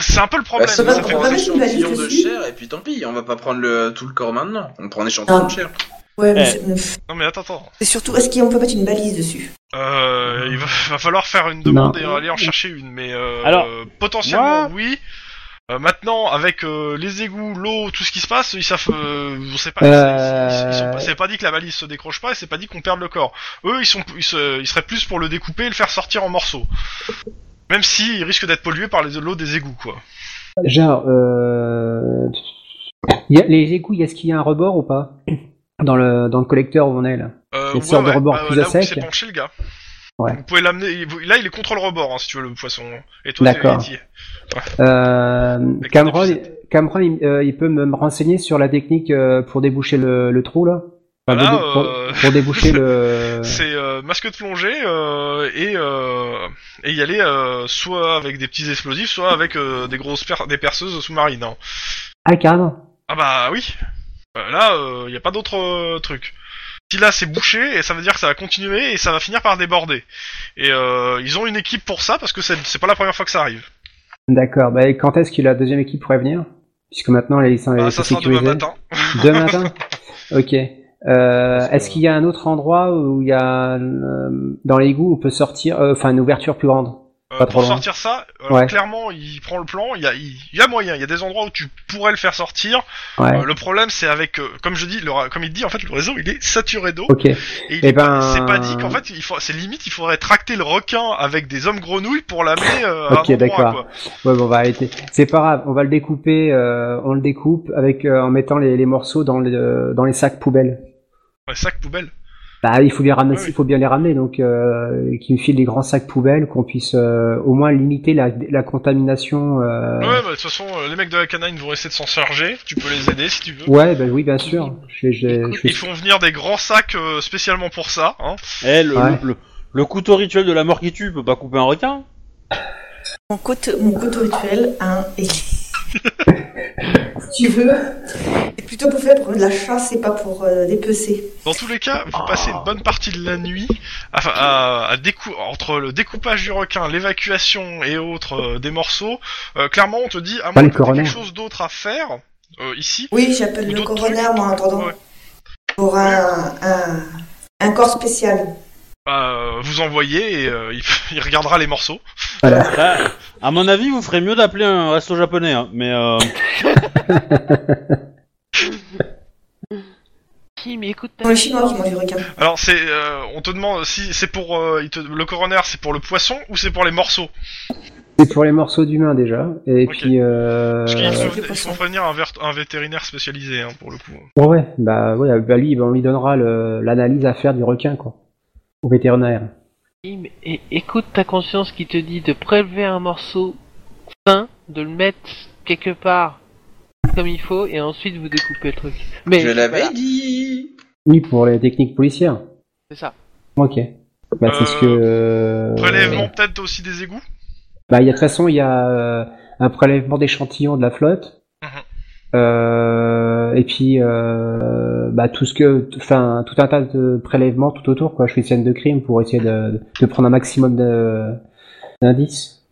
[SPEAKER 1] c'est un peu le problème.
[SPEAKER 8] Bah, ça
[SPEAKER 10] va,
[SPEAKER 1] ça
[SPEAKER 8] va,
[SPEAKER 10] on
[SPEAKER 1] fait-
[SPEAKER 8] on prend
[SPEAKER 10] va
[SPEAKER 8] un
[SPEAKER 10] mettre une valise
[SPEAKER 8] échantillon de
[SPEAKER 10] dessus.
[SPEAKER 8] chair et puis tant pis, on va pas prendre le, tout le corps maintenant. On prend un échantillon
[SPEAKER 10] Ah.
[SPEAKER 8] de chair.
[SPEAKER 10] Ouais, mais
[SPEAKER 2] Eh.
[SPEAKER 10] c'est- pff,
[SPEAKER 1] Non mais attends, attends.
[SPEAKER 9] C'est surtout.
[SPEAKER 10] Est-ce qu'on peut mettre une balise dessus
[SPEAKER 1] Euh, il va, va falloir faire une demande
[SPEAKER 7] Non.
[SPEAKER 1] et aller en chercher une, mais euh,
[SPEAKER 2] Alors,
[SPEAKER 1] euh, potentiellement
[SPEAKER 2] moi-
[SPEAKER 1] oui. Euh, maintenant, avec euh, les égouts, l'eau, tout ce qui se passe, ils savent, euh, on sait pas.
[SPEAKER 7] Euh.
[SPEAKER 1] ils- ils- ils sont pas- C'est pas dit que la valise se décroche pas, et c'est pas dit qu'on perde le corps. Eux, ils sont, ils, se- ils seraient plus pour le découper et le faire sortir en morceaux. Même si il risque d'être pollué par les- l'eau des égouts, quoi.
[SPEAKER 7] Genre, euh... il y a- les égouts, il y a- est-ce qu'il y a un rebord ou pas dans le dans le collecteur où on est là
[SPEAKER 1] Euh,
[SPEAKER 7] Il sort de rebord plus
[SPEAKER 1] là
[SPEAKER 7] à
[SPEAKER 1] où il
[SPEAKER 7] sec.
[SPEAKER 1] s'est penché, le gars.
[SPEAKER 7] Ouais.
[SPEAKER 1] Vous pouvez l'amener. il- vous- Là, il est contre le rebord, hein, si tu veux le poisson. Et toi, t'es-
[SPEAKER 7] D'accord.
[SPEAKER 1] t'y es.
[SPEAKER 7] euh,
[SPEAKER 1] Avec
[SPEAKER 7] Cameron,
[SPEAKER 1] des
[SPEAKER 7] Cameron, il, euh, il peut me me renseigner sur la technique euh, pour déboucher le, le trou là Enfin,
[SPEAKER 1] Voilà,
[SPEAKER 7] débou- pour,
[SPEAKER 1] euh,
[SPEAKER 7] pour déboucher le.
[SPEAKER 1] C'est euh, masque de plongée euh, et, euh, et y aller euh, soit avec des petits explosifs, soit avec euh, des grosses per- des perceuses sous-marines. hein.
[SPEAKER 7] Ah, carrément
[SPEAKER 1] Ah bah oui. Euh, là, il n'y a pas d'autre euh, truc. Si là c'est bouché, et ça veut dire que ça va continuer et ça va finir par déborder. Et euh, ils ont une équipe pour ça parce que c'est c'est pas la première fois que ça arrive.
[SPEAKER 7] D'accord, bah, et quand est-ce que la deuxième équipe pourrait venir Puisque maintenant les licences
[SPEAKER 1] Ah, ça sera demain matin.
[SPEAKER 7] Demain matin Ok. Euh, est-ce qu'il y a un autre endroit où il y a euh, dans l'égout où on peut sortir, euh, enfin une ouverture plus grande
[SPEAKER 1] Euh,
[SPEAKER 7] Pas trop
[SPEAKER 1] pour
[SPEAKER 7] loin.
[SPEAKER 1] sortir ça, euh, alors
[SPEAKER 7] Ouais.
[SPEAKER 1] clairement, il prend le plan. Il y a, il il y a moyen. Il y a des endroits où tu pourrais le faire sortir.
[SPEAKER 7] Ouais.
[SPEAKER 1] Euh, le problème, c'est avec, euh, comme je dis, le, ra- comme il dit, en fait, le réseau il est saturé d'eau.
[SPEAKER 7] Ok.
[SPEAKER 1] Et il
[SPEAKER 7] Eh
[SPEAKER 1] est pas-
[SPEAKER 7] ben-
[SPEAKER 1] c'est pas dit qu'en fait, il faut, c'est limite, il faudrait tracter le requin avec des hommes grenouilles pour l'amener euh, à
[SPEAKER 7] Ok,
[SPEAKER 1] un endroit,
[SPEAKER 7] d'accord.
[SPEAKER 1] quoi.
[SPEAKER 7] Ouais, bon, on va arrêter. C'est pas grave, on va le découper, euh, on le découpe avec euh, en mettant les, les morceaux dans les, euh, dans les sacs poubelles.
[SPEAKER 1] Ouais, sac poubelle.
[SPEAKER 7] Bah, il faut bien ramener,
[SPEAKER 1] Ouais,
[SPEAKER 7] il faut bien les ramener, donc euh, qu'ils me filent les grands sacs poubelles, qu'on puisse euh, au moins limiter la, la contamination. euh,
[SPEAKER 1] Ouais, bah, de toute façon, euh, les mecs de la canine vont essayer de s'en charger. Tu peux les aider si tu veux.
[SPEAKER 7] Ouais, bah oui, bien sûr. Je, vais- je, vais- je, vais-
[SPEAKER 1] Ils font venir des grands sacs euh, spécialement pour ça. Hein.
[SPEAKER 2] Eh, le,
[SPEAKER 7] Ouais.
[SPEAKER 2] le, le couteau rituel de la mort qui tue peut pas couper un requin
[SPEAKER 9] Mon côte,
[SPEAKER 10] Mon couteau rituel, hein, et
[SPEAKER 5] Si tu veux,
[SPEAKER 9] c'est plutôt
[SPEAKER 5] plutôt pour faire pour de la chasse et pas pour euh, dépecer.
[SPEAKER 1] Dans tous les cas,
[SPEAKER 7] Ah.
[SPEAKER 1] vous passez une bonne partie de la nuit à, à- à décou- entre le découpage du requin, l'évacuation et autres euh, des morceaux. euh, clairement, on te dit à moins
[SPEAKER 7] le
[SPEAKER 1] que t'aies
[SPEAKER 7] coroner.
[SPEAKER 1] quelque chose d'autre à faire euh, ici.
[SPEAKER 5] Oui,
[SPEAKER 1] Ou
[SPEAKER 5] j'appelle le
[SPEAKER 1] d'autres
[SPEAKER 5] coroner,
[SPEAKER 1] trucs.
[SPEAKER 5] moi, en attendant.
[SPEAKER 1] Ouais.
[SPEAKER 5] Pour un, un, un corps spécial.
[SPEAKER 1] bah, euh, vous envoyez et euh, il, il regardera les morceaux.
[SPEAKER 2] Bah, à mon avis, vous ferez mieux d'appeler un resto japonais, hein, mais euh,
[SPEAKER 3] Qui m'écoute
[SPEAKER 5] Pour le chinois qui mange du requin.
[SPEAKER 1] Alors c'est, euh, on te demande si c'est pour euh, il te- le coroner, c'est pour le poisson ou c'est pour les morceaux.
[SPEAKER 7] C'est pour les morceaux d'humains déjà, et
[SPEAKER 1] Ok.
[SPEAKER 7] puis. Euh...
[SPEAKER 1] Parce qu'il faut,
[SPEAKER 5] c'est
[SPEAKER 1] il faut
[SPEAKER 5] poisson. Euh,
[SPEAKER 1] prévenir un, vert- un vétérinaire spécialisé hein, pour le coup.
[SPEAKER 7] Ouais, ouais, bah, ouais, bah lui, bah, on lui donnera le- l'analyse à faire du requin, quoi. Au vétérinaire.
[SPEAKER 3] Tim, é- écoute ta conscience qui te dit de prélever un morceau sain, de le mettre quelque part comme il faut, et ensuite vous découpez le truc. Mais
[SPEAKER 8] Je l'avais
[SPEAKER 3] voilà,
[SPEAKER 8] dit
[SPEAKER 7] Oui, pour les techniques policières.
[SPEAKER 3] c'est ça.
[SPEAKER 7] Ok. Bah, c'est ce que. euh,
[SPEAKER 1] Prélèvement peut-être aussi des égouts.
[SPEAKER 7] Bah, il y a de toute façon, il y a euh, un prélèvement d'échantillons de la flotte.
[SPEAKER 1] Mhm.
[SPEAKER 7] Euh, et puis, euh, bah, tout ce que, enfin, tout un tas de prélèvements tout autour, quoi. Je fais une scène de crime pour essayer de, de prendre un maximum de- d'indices.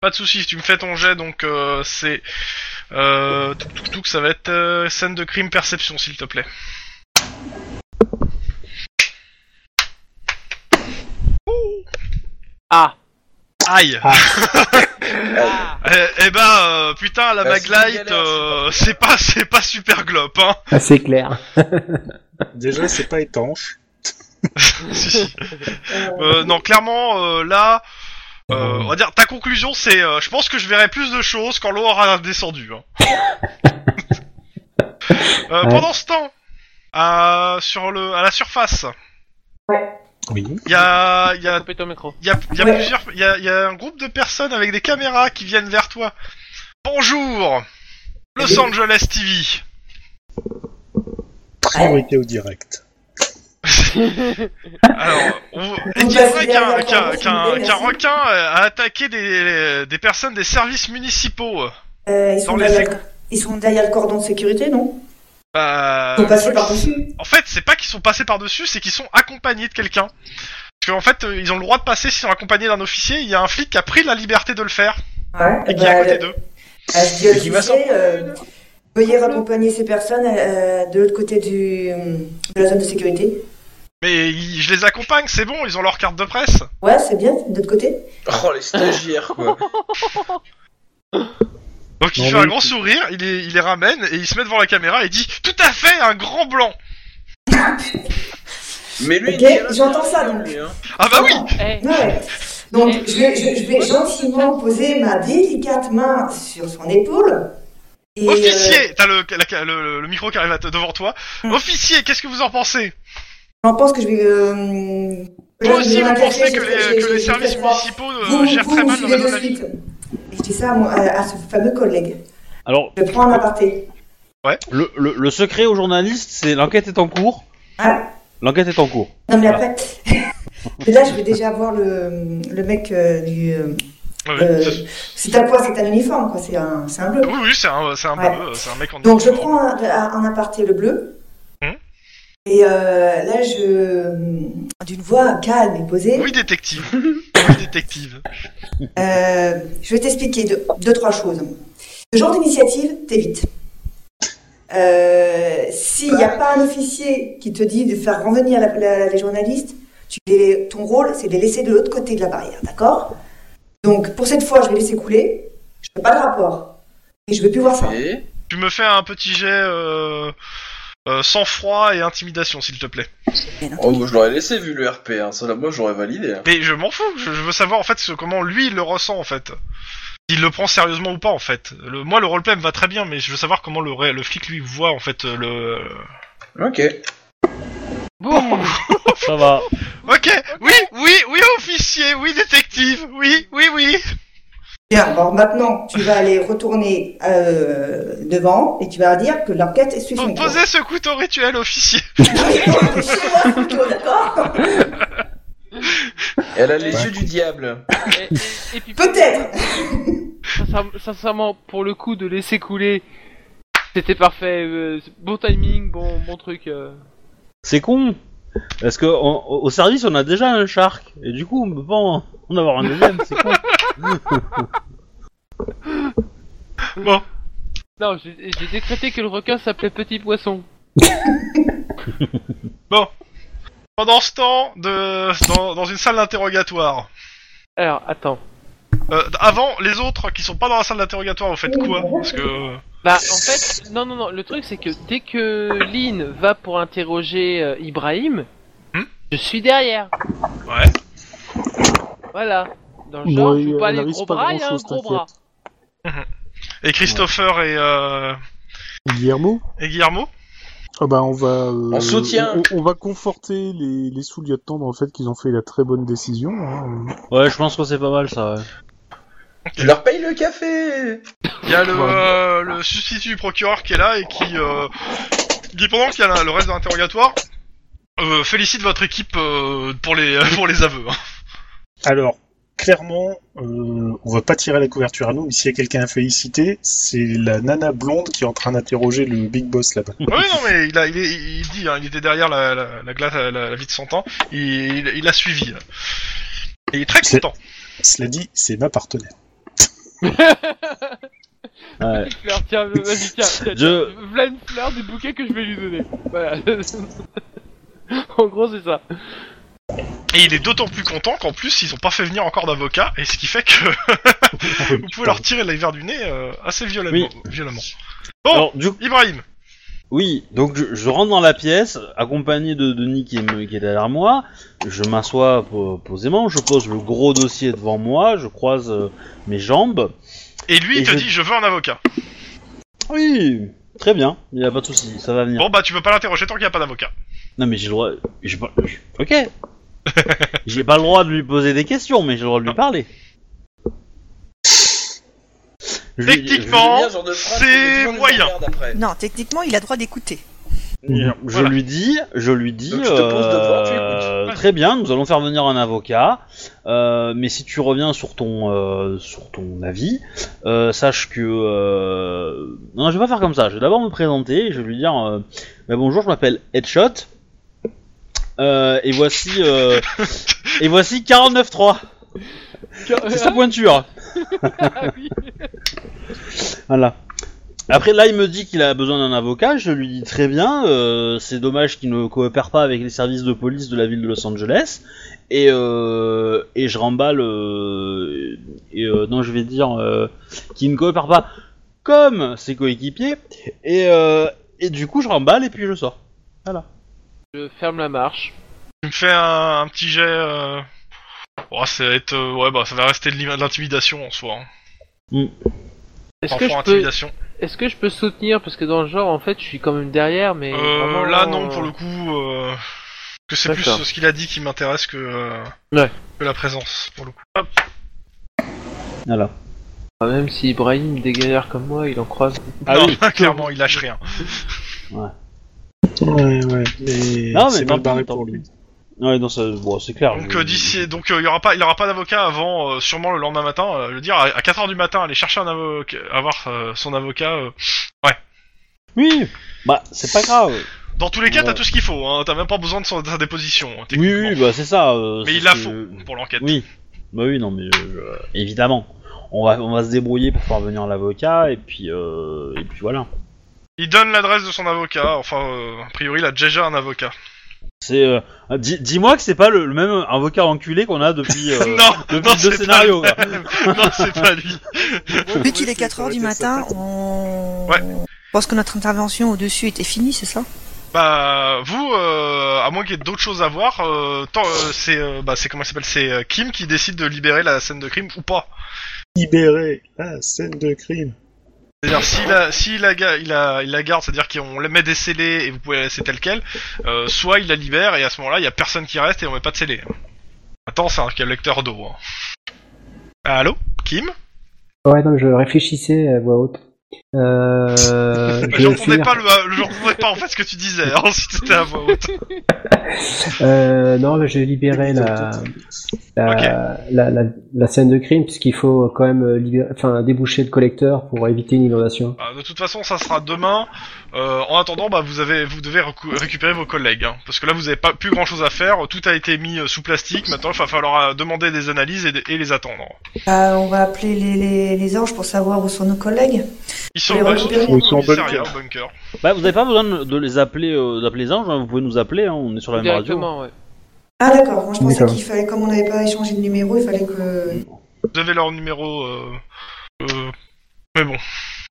[SPEAKER 1] Pas de soucis, tu me fais ton jet, donc euh, c'est... Euh, tout, tout, tout, ça va être euh, scène de crime perception, s'il te plaît.
[SPEAKER 3] Ah
[SPEAKER 1] Aïe
[SPEAKER 8] Ah.
[SPEAKER 1] Eh, eh ben, euh, putain, la
[SPEAKER 8] Bah, c'est une
[SPEAKER 1] maglite,
[SPEAKER 8] galère,
[SPEAKER 1] euh, c'est pas, c'est pas super glop, hein
[SPEAKER 7] Ah, c'est clair.
[SPEAKER 4] Déjà, c'est pas étanche.
[SPEAKER 1] Si, si. Euh, Non, clairement, euh, là... euh, on va dire, ta conclusion, c'est... euh, je pense que je verrai plus de choses quand l'eau aura descendu. hein. Euh,
[SPEAKER 7] Ouais.
[SPEAKER 1] Pendant ce temps, à, sur le, à la surface,
[SPEAKER 4] Oui.
[SPEAKER 1] il y a, il y a
[SPEAKER 3] Coupez ton micro.
[SPEAKER 1] Il y a, y a
[SPEAKER 5] Ouais.
[SPEAKER 1] plusieurs, il y a, y a un groupe de personnes avec des caméras qui viennent vers toi. Bonjour, Los Angeles TV.
[SPEAKER 4] Priorité au direct.
[SPEAKER 1] Alors, on- il
[SPEAKER 5] On
[SPEAKER 1] dirait
[SPEAKER 5] passe
[SPEAKER 1] qu'un
[SPEAKER 5] derrière
[SPEAKER 1] qu'un-
[SPEAKER 5] pour
[SPEAKER 1] qu'un-
[SPEAKER 5] continuer,
[SPEAKER 1] qu'un
[SPEAKER 5] merci.
[SPEAKER 1] requin euh, a attaqué des, des personnes des services municipaux.
[SPEAKER 5] Euh, ils,
[SPEAKER 1] Dans
[SPEAKER 5] sont
[SPEAKER 1] les
[SPEAKER 5] derrière, ils sont derrière le cordon de sécurité, non
[SPEAKER 1] Bah,
[SPEAKER 5] Ils sont passés par-dessus.
[SPEAKER 1] en fait, c'est pas qu'ils sont passés par dessus, c'est qu'ils sont accompagnés de quelqu'un. Parce qu'en fait, euh, ils ont le droit de passer s'ils sont accompagnés d'un officier. Il y a un flic qui a pris la liberté de le faire
[SPEAKER 5] Ouais,
[SPEAKER 1] et qui est à
[SPEAKER 5] bah,
[SPEAKER 1] côté d'eux.
[SPEAKER 5] Ah, je dis au
[SPEAKER 8] Et qui va
[SPEAKER 5] sujet,
[SPEAKER 8] s'en
[SPEAKER 5] euh, veuillez raccompagner ces personnes euh, de l'autre côté du, de la zone de sécurité.
[SPEAKER 1] Mais ils- je les accompagne, c'est bon, ils ont leur carte de presse.
[SPEAKER 5] Ouais, c'est bien, de l'autre côté.
[SPEAKER 8] Oh, les stagiaires, quoi.
[SPEAKER 1] Donc il
[SPEAKER 4] Non,
[SPEAKER 1] fait
[SPEAKER 4] mais-
[SPEAKER 1] un grand sourire, il les, il les ramène et il se met devant la caméra et il dit Tout à fait, un grand blanc
[SPEAKER 8] Mais
[SPEAKER 5] Ok,
[SPEAKER 8] lui, il tient la
[SPEAKER 5] j'entends ça,
[SPEAKER 8] stagiaire,
[SPEAKER 5] donc.
[SPEAKER 8] lui, hein.
[SPEAKER 1] Ah bah oui
[SPEAKER 3] Eh,
[SPEAKER 5] Ouais. Donc, je vais, je, je vais gentiment poser ma délicate main sur son épaule. Et, euh, Mm.
[SPEAKER 1] Officier T'as le, la- le- le micro qui arrive à te- devant toi. Officier, qu'est-ce que vous en pensez
[SPEAKER 5] j'en pense que je vais. Euh,
[SPEAKER 1] Vous
[SPEAKER 5] là, je
[SPEAKER 1] aussi,
[SPEAKER 5] vais
[SPEAKER 1] vous
[SPEAKER 5] m'interroger,
[SPEAKER 1] pensez que
[SPEAKER 5] j'ai- j'ai-
[SPEAKER 1] les, que
[SPEAKER 5] j'ai-
[SPEAKER 1] les
[SPEAKER 5] j'ai
[SPEAKER 1] services
[SPEAKER 5] fait ça.
[SPEAKER 1] municipaux
[SPEAKER 5] Vous,
[SPEAKER 1] euh,
[SPEAKER 5] vous,
[SPEAKER 1] gèrent
[SPEAKER 5] vous
[SPEAKER 1] très
[SPEAKER 5] me
[SPEAKER 1] mal la
[SPEAKER 5] suivez
[SPEAKER 1] zone de
[SPEAKER 5] de
[SPEAKER 1] la ville
[SPEAKER 5] suite. Et je dis ça à, mon- à- à ce fameux collègue.
[SPEAKER 2] Alors,
[SPEAKER 5] Je prends un aparté.
[SPEAKER 2] le, le- le secret aux journalistes, c'est l'enquête est en cours.
[SPEAKER 5] Ah.
[SPEAKER 2] L'enquête est en cours.
[SPEAKER 5] Non, mais après. Mais là, je vais déjà voir le, le mec euh, du. euh,
[SPEAKER 1] Ouais, ouais,
[SPEAKER 5] euh,
[SPEAKER 1] Ah ça-
[SPEAKER 5] c'est un quoi C'est un uniforme, quoi. C'est un, c'est un bleu.
[SPEAKER 1] Oui, oui, c'est un, c'est un
[SPEAKER 5] Ouais.
[SPEAKER 1] bleu, c'est un mec en
[SPEAKER 5] Donc je prends un, un- un aparté le bleu.
[SPEAKER 1] Hum.
[SPEAKER 5] Et euh, là, je. D'une voix calme et posée.
[SPEAKER 1] Oui, détective. oui, détective.
[SPEAKER 5] euh, je vais t'expliquer deux, deux, trois choses. Ce genre d'initiative, t'évites. Euh, S'il n'y a pas un officier qui te dit de faire revenir la- la- les journalistes, tu les- ton rôle, c'est de les laisser de l'autre côté de la barrière, d'accord Donc pour cette fois, je vais laisser couler. Je ne veux pas de rapport. Et je ne veux plus voir ça.
[SPEAKER 8] Et...
[SPEAKER 1] Tu me fais un petit jet euh, euh, sang-froid et intimidation, s'il te plaît.
[SPEAKER 8] Oh, moi, je l'aurais laissé vu le RP, hein. ça là, moi j'aurais validé. hein.
[SPEAKER 1] Mais je m'en fous, je, je veux savoir en fait ce- comment lui il le ressent en fait. S'il le prend sérieusement ou pas en fait. Le, moi le roleplay me va très bien, mais je veux savoir comment le, ré- le flic lui voit en fait euh, le.
[SPEAKER 8] Ok.
[SPEAKER 3] Bon,
[SPEAKER 2] Ça va.
[SPEAKER 1] Ok, oui, oui, oui, officier, oui, détective, oui, oui, oui.
[SPEAKER 5] Bien, alors maintenant, tu vas aller retourner euh, devant et tu vas dire que l'enquête est
[SPEAKER 1] Donc
[SPEAKER 5] suffisante.
[SPEAKER 1] posez ce couteau rituel, officier.
[SPEAKER 5] D'accord
[SPEAKER 8] Elle a les yeux du diable.
[SPEAKER 3] et, Eh, et- et puis
[SPEAKER 5] Peut-être
[SPEAKER 3] sincère- sincèrement, pour le coup de laisser couler, c'était parfait. euh, bon timing, bon bon truc. euh.
[SPEAKER 2] C'est con. Parce que on- au service, on a déjà un shark. Et du coup, on peut pas en, en avoir un deuxième. C'est con.
[SPEAKER 1] Bon,
[SPEAKER 3] Non, j'ai j'ai décrété que le requin s'appelait Petit Poisson.
[SPEAKER 1] pendant ce temps, de, dans, dans une salle d'interrogatoire.
[SPEAKER 3] Alors, attends.
[SPEAKER 1] Euh, avant, les autres qui sont pas dans la salle d'interrogatoire, vous faites quoi Parce que.
[SPEAKER 3] Bah, en fait, non, non, non, le truc c'est que dès que Lynn va pour interroger euh, Ibrahim,
[SPEAKER 1] Hmm
[SPEAKER 3] je suis derrière.
[SPEAKER 1] Ouais.
[SPEAKER 3] Voilà. Dans le genre,
[SPEAKER 4] Ouais,
[SPEAKER 3] je joue pas
[SPEAKER 4] elle
[SPEAKER 3] les
[SPEAKER 4] risque
[SPEAKER 3] gros
[SPEAKER 4] euh, pas
[SPEAKER 3] bras, il y a un
[SPEAKER 4] grand-chose,
[SPEAKER 3] gros bras.
[SPEAKER 1] Et Christopher et, euh,
[SPEAKER 4] Guillermo
[SPEAKER 1] et Guillermo
[SPEAKER 4] Ah bah on va euh,
[SPEAKER 8] En soutien.
[SPEAKER 4] on, on va conforter les, les sous-lieutenants dans le fait qu'ils ont fait la très bonne décision. hein.
[SPEAKER 2] Ouais, je pense que c'est pas mal ça. ouais.
[SPEAKER 8] Je leur paye le café
[SPEAKER 1] Il y a le,
[SPEAKER 4] Ouais.
[SPEAKER 1] euh, le substitut du procureur qui est là et qui euh, dit pendant qu'il y a la- le reste de l'interrogatoire. euh, félicite votre équipe euh, pour les pour les aveux. hein.
[SPEAKER 4] Alors clairement, euh, on va pas tirer la couverture à nous. Mais s'il y a quelqu'un à féliciter, c'est la nana blonde qui est en train d'interroger le big boss là-bas.
[SPEAKER 1] Ah oui non mais il a il, est- il dit hein, il était derrière la, la, la glace la, la vie de 100 ans. Il, il, il a suivi. Et il est très
[SPEAKER 4] C'est-
[SPEAKER 1] content.
[SPEAKER 4] Cela dit, c'est ma partenaire.
[SPEAKER 2] Ouais.
[SPEAKER 3] Fleur, tiens, vas-y, tiens, tiens,
[SPEAKER 2] Je-
[SPEAKER 3] tiens, voilà une fleur du bouquet que je vais lui donner. Voilà. en gros, c'est ça.
[SPEAKER 1] Et il est d'autant plus content qu'en plus ils ont pas fait venir encore d'avocat et ce qui fait que vous pouvez leur tirer les verres du nez euh, assez violemment. violemment. Bon.
[SPEAKER 2] Alors, du
[SPEAKER 1] Ibrahim.
[SPEAKER 2] Oui, donc je, je rentre dans la pièce, accompagné de, de Nick qui est, me- qui est derrière moi. Je m'assois po- posément, je pose le gros dossier devant moi, je croise euh, mes jambes.
[SPEAKER 1] Et lui il
[SPEAKER 2] Et
[SPEAKER 1] te
[SPEAKER 2] je-
[SPEAKER 1] dit je veux un avocat.
[SPEAKER 2] Oui, très bien, il n'y a pas de souci, ça va venir.
[SPEAKER 1] Bon bah tu peux pas l'interroger tant qu'il y a pas d'avocat.
[SPEAKER 2] Non mais j'ai le droit... J'ai pas... j'ai- Ok. j'ai pas le droit de lui poser des questions, mais j'ai le droit de lui parler. Je lui-
[SPEAKER 1] Techniquement,
[SPEAKER 8] J'aime bien ce genre de phrase,
[SPEAKER 1] c'est
[SPEAKER 8] mais tout le monde
[SPEAKER 1] moyen.
[SPEAKER 8] regarde après.
[SPEAKER 9] Non, techniquement, il a droit d'écouter.
[SPEAKER 2] Je, je
[SPEAKER 1] Voilà.
[SPEAKER 2] lui dis, je lui dis,
[SPEAKER 8] Donc, je te pose devant, tu
[SPEAKER 2] euh,
[SPEAKER 1] écoutes.
[SPEAKER 2] très bien, nous allons faire venir un avocat, euh, mais si tu reviens sur ton, euh, sur ton avis, euh, sache que... euh, Non, je vais pas faire comme ça, je vais d'abord me présenter, et je vais lui dire, euh, bah, bonjour, je m'appelle Headshot, euh, et voici... euh, et voici 49.3, c'est
[SPEAKER 8] Euh,
[SPEAKER 2] sa pointure,
[SPEAKER 3] Ah oui.
[SPEAKER 2] voilà. Après là, il me dit qu'il a besoin d'un avocat, je lui dis très bien, euh, c'est dommage qu'il ne coopère pas avec les services de police de la ville de Los Angeles, et, euh, et je remballe, euh, et euh, non je vais dire euh, qu'il ne coopère pas comme ses coéquipiers, et, euh, et du coup je remballe et puis je sors. Voilà.
[SPEAKER 3] Je ferme la marche.
[SPEAKER 1] Tu me fais un, un petit jet. Euh... oh, ça va être, euh, ouais, bah, ça va rester de l'im- de l'intimidation en soi. Hein.
[SPEAKER 3] Est-ce
[SPEAKER 1] Enfant
[SPEAKER 3] que, je peux...
[SPEAKER 1] intimidation.
[SPEAKER 3] Est-ce que je peux soutenir Parce que dans le genre, en fait, je suis quand même derrière, mais.
[SPEAKER 1] Euh,
[SPEAKER 3] vraiment,
[SPEAKER 1] là, non,
[SPEAKER 3] euh,
[SPEAKER 1] pour le coup, euh, que c'est plus
[SPEAKER 3] D'accord.
[SPEAKER 1] ce qu'il a dit qui m'intéresse que, euh,
[SPEAKER 3] Ouais.
[SPEAKER 1] que la présence, pour le coup. Hop.
[SPEAKER 2] Voilà.
[SPEAKER 3] Enfin, euh, même si Ibrahim, des galères comme moi, il en croise.
[SPEAKER 2] Ah
[SPEAKER 1] non,
[SPEAKER 2] oui.
[SPEAKER 1] clairement, il lâche rien.
[SPEAKER 4] Ouais, ouais. Mais
[SPEAKER 2] Non, mais
[SPEAKER 4] c'est
[SPEAKER 2] tant
[SPEAKER 4] mal barré
[SPEAKER 2] pis, tant
[SPEAKER 4] pour
[SPEAKER 2] pis.
[SPEAKER 4] lui.
[SPEAKER 2] Ouais, non, ça, bon, c'est clair.
[SPEAKER 1] Donc
[SPEAKER 2] je-
[SPEAKER 1] euh, d'ici, donc euh, il y aura pas, il aura pas d'avocat avant euh, sûrement le lendemain matin. euh, je veux dire à, 4 heures du matin, aller chercher un avocat, avoir euh, son avocat. euh.
[SPEAKER 2] Oui, bah, c'est pas grave.
[SPEAKER 1] Dans tous les cas, t'as
[SPEAKER 2] Ouais.
[SPEAKER 1] tout ce qu'il faut. Hein, t'as même pas besoin de, son- de sa déposition. hein,
[SPEAKER 2] Oui,
[SPEAKER 1] techniquement.
[SPEAKER 2] oui, bah, c'est ça. euh,
[SPEAKER 1] Mais
[SPEAKER 2] c'est-
[SPEAKER 1] il la
[SPEAKER 2] c'est-
[SPEAKER 1] faut pour l'enquête.
[SPEAKER 2] Oui, bah oui, non, mais je- je- évidemment. On va, on va se débrouiller pour faire venir l'avocat, et puis, euh, et puis voilà.
[SPEAKER 1] Il donne l'adresse de son avocat. Enfin, euh, a priori, il a déjà un avocat.
[SPEAKER 2] C'est, euh, dis- dis-moi que c'est pas le, le même avocat enculé qu'on a depuis, euh,
[SPEAKER 1] non,
[SPEAKER 2] depuis
[SPEAKER 1] non,
[SPEAKER 2] deux
[SPEAKER 1] c'est pas
[SPEAKER 2] scénarios.
[SPEAKER 1] lui.
[SPEAKER 2] quoi.
[SPEAKER 1] non, c'est pas lui.
[SPEAKER 9] Vu qu'il est
[SPEAKER 4] Ouais,
[SPEAKER 9] 4h du
[SPEAKER 4] ça aurait été
[SPEAKER 9] matin,
[SPEAKER 4] sympa.
[SPEAKER 9] on
[SPEAKER 1] Ouais.
[SPEAKER 9] pense que notre intervention au-dessus était finie, c'est ça
[SPEAKER 1] Bah vous, euh, à moins qu'il y ait d'autres choses à voir, euh, tant, euh, c'est euh, bah, c'est comment il s'appelle, c'est euh, Kim qui décide de libérer la scène de crime ou pas.
[SPEAKER 4] Libéré. Ah, scène de crime.
[SPEAKER 1] C'est-à-dire si la si la ga- il la il la garde, c'est-à-dire qu'on la met des scellés et vous pouvez la laisser telle quelle, euh, soit il la libère et à ce moment-là il y a personne qui reste et on met pas de scellé. Attends, c'est un collecteur d'eau. Hein. Allô, Kim
[SPEAKER 7] Ouais, non, je réfléchissais à voix haute. Euh,
[SPEAKER 1] Bah,
[SPEAKER 7] je
[SPEAKER 1] Je
[SPEAKER 7] vais
[SPEAKER 1] retrouvais
[SPEAKER 7] finir-
[SPEAKER 1] pas le je retrouvais pas en fait ce que tu disais hein, si t'étais à voix haute.
[SPEAKER 7] Euh, non, mais j'ai libéré la, la, la, la, la scène de crime, puisqu'il faut quand même euh, libérer- enfin, déboucher le collecteur pour éviter une inondation.
[SPEAKER 1] Bah, de toute façon, ça sera demain. Euh, en attendant, bah, vous avez, vous devez recou- récupérer vos collègues, hein, parce que là, vous avez pas plus grand chose à faire. Tout a été mis euh, sous plastique. Maintenant, il va falloir euh, demander des analyses et, des- et les attendre.
[SPEAKER 5] Bah, on va appeler les, les, les anges pour savoir où sont nos collègues.
[SPEAKER 1] Ils sont,
[SPEAKER 5] Les
[SPEAKER 1] au
[SPEAKER 5] récupérer.
[SPEAKER 1] au
[SPEAKER 4] Ils sont au
[SPEAKER 1] commissariat,
[SPEAKER 4] bunker.
[SPEAKER 1] au bunker.
[SPEAKER 2] Bah, vous n'avez pas besoin de- de les appeler, euh, d'appeler les anges, hein, vous pouvez nous appeler, hein, on est sur la même radio.
[SPEAKER 3] Directement, ouais.
[SPEAKER 5] Ah d'accord, moi je pensais
[SPEAKER 7] D'accord.
[SPEAKER 5] qu'il fallait, comme on n'avait pas échangé de numéro, il fallait que...
[SPEAKER 1] Vous avez leur numéro. euh, euh, mais bon.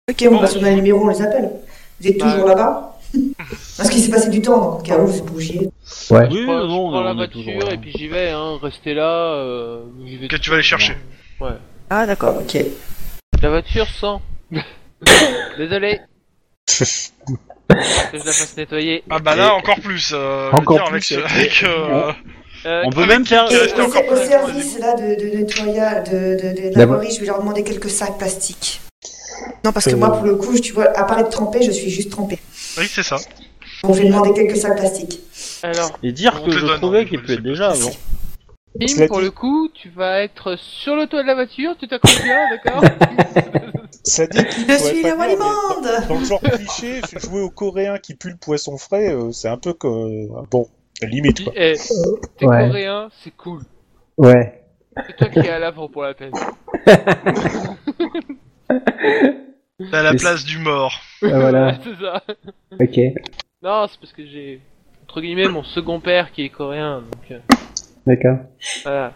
[SPEAKER 5] Ok, on
[SPEAKER 9] bah,
[SPEAKER 5] passe sur le numéro, on les appelle. Vous êtes
[SPEAKER 1] Bah,
[SPEAKER 5] toujours là-bas Parce qu'il s'est passé du temps, donc au cas où vous êtes bougé.
[SPEAKER 7] Ouais.
[SPEAKER 2] Oui,
[SPEAKER 3] Je prends,
[SPEAKER 2] non,
[SPEAKER 3] je
[SPEAKER 2] non,
[SPEAKER 3] prends
[SPEAKER 2] on
[SPEAKER 3] la
[SPEAKER 2] est toujours
[SPEAKER 3] voiture
[SPEAKER 2] là.
[SPEAKER 3] et puis j'y vais, hein, restez là. Euh, j'y vais
[SPEAKER 1] Que
[SPEAKER 3] tout
[SPEAKER 1] tu vas les
[SPEAKER 3] seul.
[SPEAKER 1] chercher.
[SPEAKER 9] Ah, d'accord, ok.
[SPEAKER 1] Euh,
[SPEAKER 3] La voiture sans. Désolé, que je la fasse nettoyer.
[SPEAKER 1] Ah bah
[SPEAKER 3] Et,
[SPEAKER 1] là, encore plus. euh, je veux
[SPEAKER 4] Encore
[SPEAKER 1] dire,
[SPEAKER 4] plus,
[SPEAKER 1] Avec,
[SPEAKER 4] ok.
[SPEAKER 1] avec, euh,
[SPEAKER 3] euh,
[SPEAKER 2] On peut même faire.
[SPEAKER 5] Et
[SPEAKER 1] Il restait
[SPEAKER 5] au,
[SPEAKER 1] encore
[SPEAKER 5] au
[SPEAKER 1] plein de
[SPEAKER 5] service là, de, de nettoyage, de, de, de, laverie, je vais leur demander quelques sacs plastiques. Non, parce que
[SPEAKER 4] Euh.
[SPEAKER 5] moi, pour le coup, je- tu vois, à part être trempée, je suis juste trempée.
[SPEAKER 1] Oui, c'est ça.
[SPEAKER 5] Donc je vais demander quelques sacs plastiques.
[SPEAKER 3] Alors,
[SPEAKER 2] Et dire
[SPEAKER 1] On
[SPEAKER 2] que
[SPEAKER 1] te
[SPEAKER 2] je
[SPEAKER 1] donne,
[SPEAKER 2] trouvais
[SPEAKER 1] on
[SPEAKER 2] qu'il
[SPEAKER 1] te
[SPEAKER 2] peut être
[SPEAKER 1] laisse.
[SPEAKER 2] déjà avant.
[SPEAKER 3] Tim,
[SPEAKER 4] Cela
[SPEAKER 3] pour
[SPEAKER 4] dit-
[SPEAKER 3] le coup, tu vas être sur le toit de la voiture, tu t'accroches bien, d'accord
[SPEAKER 4] Ça dit qu'il
[SPEAKER 5] Je
[SPEAKER 4] pourrait
[SPEAKER 5] suis
[SPEAKER 4] pas
[SPEAKER 5] la
[SPEAKER 4] dire, mais dans-
[SPEAKER 5] Wallimande
[SPEAKER 4] Dans le genre cliché, jouer au coréen qui pue le poisson frais, euh, c'est un peu que. Bon, limite
[SPEAKER 3] Dis,
[SPEAKER 4] quoi.
[SPEAKER 3] eh, t'es
[SPEAKER 7] Ouais.
[SPEAKER 3] coréen, c'est cool.
[SPEAKER 7] Ouais.
[SPEAKER 3] C'est toi qui es à l'avant pour la peine.
[SPEAKER 1] À la
[SPEAKER 7] Mais
[SPEAKER 1] place du mort.
[SPEAKER 7] Ah, voilà.
[SPEAKER 3] c'est ça.
[SPEAKER 7] Ok.
[SPEAKER 3] Non, c'est parce que j'ai, entre guillemets, mon second père qui est coréen, donc euh,
[SPEAKER 7] D'accord.
[SPEAKER 3] voilà.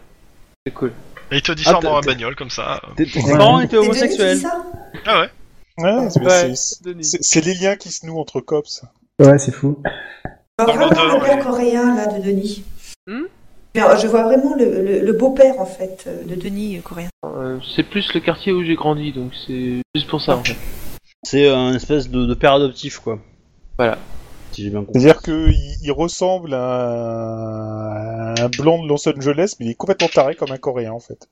[SPEAKER 3] C'est cool.
[SPEAKER 1] Et il te dit
[SPEAKER 2] Ah,
[SPEAKER 1] ça dans
[SPEAKER 2] t'es-
[SPEAKER 1] la bagnole comme ça.
[SPEAKER 2] Tes tes
[SPEAKER 7] Ouais.
[SPEAKER 2] parents étaient
[SPEAKER 5] C'est Denis qui dit
[SPEAKER 2] homosexuels.
[SPEAKER 5] ça
[SPEAKER 1] Ah ouais.
[SPEAKER 4] Ouais, mais
[SPEAKER 3] Ouais,
[SPEAKER 4] c'est-
[SPEAKER 3] Denis.
[SPEAKER 4] c'est c'est les liens qui se nouent entre cops.
[SPEAKER 7] Ouais, c'est fou.
[SPEAKER 5] Je vois
[SPEAKER 1] Dans
[SPEAKER 5] vraiment
[SPEAKER 1] l'odeur,
[SPEAKER 5] le père
[SPEAKER 1] oui.
[SPEAKER 5] coréen là de Denis.
[SPEAKER 3] Hmm
[SPEAKER 5] Bien, je vois vraiment le, le- le beau-père en fait euh, de Denis.
[SPEAKER 9] Denis, euh, coréen.
[SPEAKER 3] Euh, c'est plus le quartier où j'ai grandi, donc c'est juste pour ça en fait.
[SPEAKER 2] C'est euh, un espèce de, de père adoptif, quoi.
[SPEAKER 3] Voilà.
[SPEAKER 2] Si j'ai bien compris.
[SPEAKER 4] C'est-à-dire qu'il il ressemble à un... à un blanc de Los Angeles, mais il est complètement taré comme un Coréen en fait.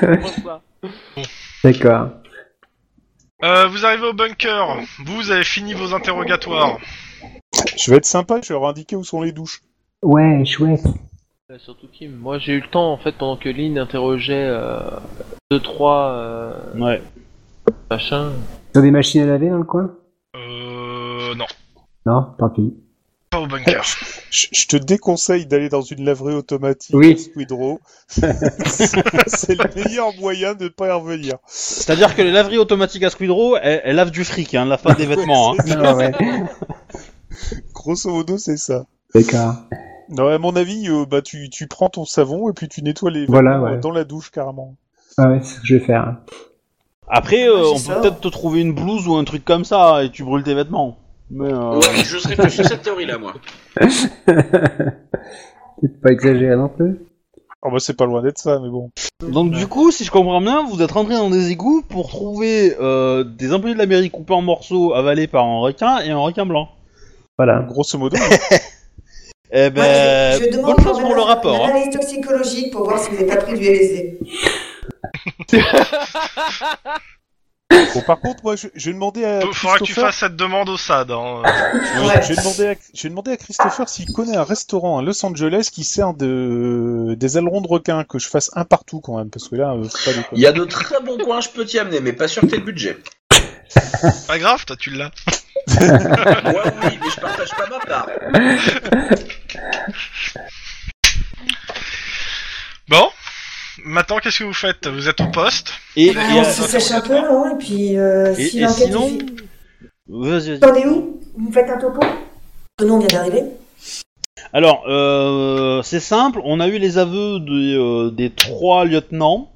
[SPEAKER 3] C'est pour ça.
[SPEAKER 7] D'accord.
[SPEAKER 1] Euh, vous arrivez au bunker. Vous, vous avez fini vos interrogatoires.
[SPEAKER 4] Je vais être sympa, je vais leur indiquer où sont les douches.
[SPEAKER 7] Ouais, chouette.
[SPEAKER 3] Euh, surtout Kim, moi j'ai eu le temps en fait pendant que Lynn interrogeait euh, deux trois euh,
[SPEAKER 2] Ouais.
[SPEAKER 3] machins.
[SPEAKER 7] Ils ont des machines à laver dans le coin
[SPEAKER 1] Euh, non,
[SPEAKER 7] Non, tant pis.
[SPEAKER 1] pas au bunker.
[SPEAKER 4] Je, je te déconseille d'aller dans une laverie automatique
[SPEAKER 7] Oui.
[SPEAKER 4] à Squidrow. C'est le meilleur moyen de ne pas y revenir.
[SPEAKER 2] C'est-à-dire que les laveries automatiques à Squidrow, elles, elles lavent du fric, hein, elles lavent pas des vêtements. Hein.
[SPEAKER 4] C'est ça.
[SPEAKER 7] Ah, ouais.
[SPEAKER 4] Grosso modo, c'est ça.
[SPEAKER 7] D'accord.
[SPEAKER 4] Non, à mon avis, euh, bah, tu, tu prends ton savon et puis tu nettoies les
[SPEAKER 7] Voilà,
[SPEAKER 4] vêtements,
[SPEAKER 7] ouais.
[SPEAKER 4] euh, dans la douche carrément.
[SPEAKER 7] Ah ouais, c'est ce que je vais faire.
[SPEAKER 2] Après, euh,
[SPEAKER 5] Moi, je
[SPEAKER 2] on peut
[SPEAKER 5] sors.
[SPEAKER 2] peut-être te trouver une blouse ou un truc comme ça et tu brûles tes vêtements. Mais euh,
[SPEAKER 6] Ouais, je serais plus sur cette théorie-là, moi.
[SPEAKER 7] Peut-être pas exagéré non plus.
[SPEAKER 4] Oh, bah, c'est pas loin d'être ça, mais bon.
[SPEAKER 2] donc du coup, si je comprends bien, vous êtes rentré dans des égouts pour trouver euh, des employés de la mairie coupés en morceaux, avalés par un requin et un requin blanc.
[SPEAKER 7] Voilà.
[SPEAKER 4] Grosso modo,
[SPEAKER 2] Eh
[SPEAKER 5] Moi,
[SPEAKER 2] ben,
[SPEAKER 5] je, je demande
[SPEAKER 2] bonne chance
[SPEAKER 5] un-
[SPEAKER 2] pour le rapport.
[SPEAKER 5] Une
[SPEAKER 2] hein.
[SPEAKER 5] analyse toxicologique pour voir si vous n'avez pas pris du LSD.
[SPEAKER 4] Bon, par contre, moi, je, je vais demander à
[SPEAKER 1] Faut- Faudra que tu
[SPEAKER 4] Euh, Christopher.
[SPEAKER 1] fasses cette demande au SAD. Hein.
[SPEAKER 5] Ouais.
[SPEAKER 4] Je vais demander à, je vais demander à Christopher s'il connaît un restaurant à Los Angeles qui sert de des ailerons de requin que je fasse un partout quand même parce que là, euh, c'est pas des quoi.
[SPEAKER 8] Il y a de très bons coins, je peux t'y amener, mais pas sûr que t'aies le budget.
[SPEAKER 1] Pas grave, toi tu l'as.
[SPEAKER 8] Moi oui, mais je partage pas ma part.
[SPEAKER 1] Bon, maintenant qu'est-ce que vous faites Vous êtes au poste
[SPEAKER 2] Et,
[SPEAKER 5] Bah,
[SPEAKER 2] et,
[SPEAKER 5] on
[SPEAKER 2] euh,
[SPEAKER 5] se sèche un peu, hein, et puis euh,
[SPEAKER 2] et-
[SPEAKER 5] si
[SPEAKER 2] et
[SPEAKER 5] l'enquête
[SPEAKER 2] sinon,
[SPEAKER 5] est faite-
[SPEAKER 2] vas-y, vas-y.
[SPEAKER 5] Attendez où Vous me faites un topo Oh non, on vient d'arriver.
[SPEAKER 2] Alors, euh, c'est simple, on a eu les aveux des, euh, des trois lieutenants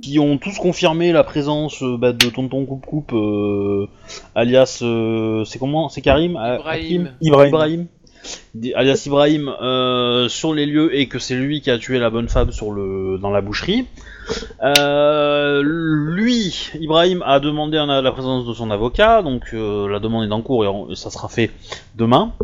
[SPEAKER 2] qui ont tous confirmé la présence euh, bah, de Tonton Coupe Coupe, euh, alias. euh, c'est comment C'est Karim Ah,
[SPEAKER 3] Ibrahim.
[SPEAKER 2] Hakim Ibrahim. Des- alias Ibrahim euh, sur les lieux et que c'est lui qui a tué la bonne femme sur le dans la boucherie. Euh, lui, Ibrahim a demandé un- la présence de son avocat, donc euh, la demande est en cours et on- ça sera fait demain.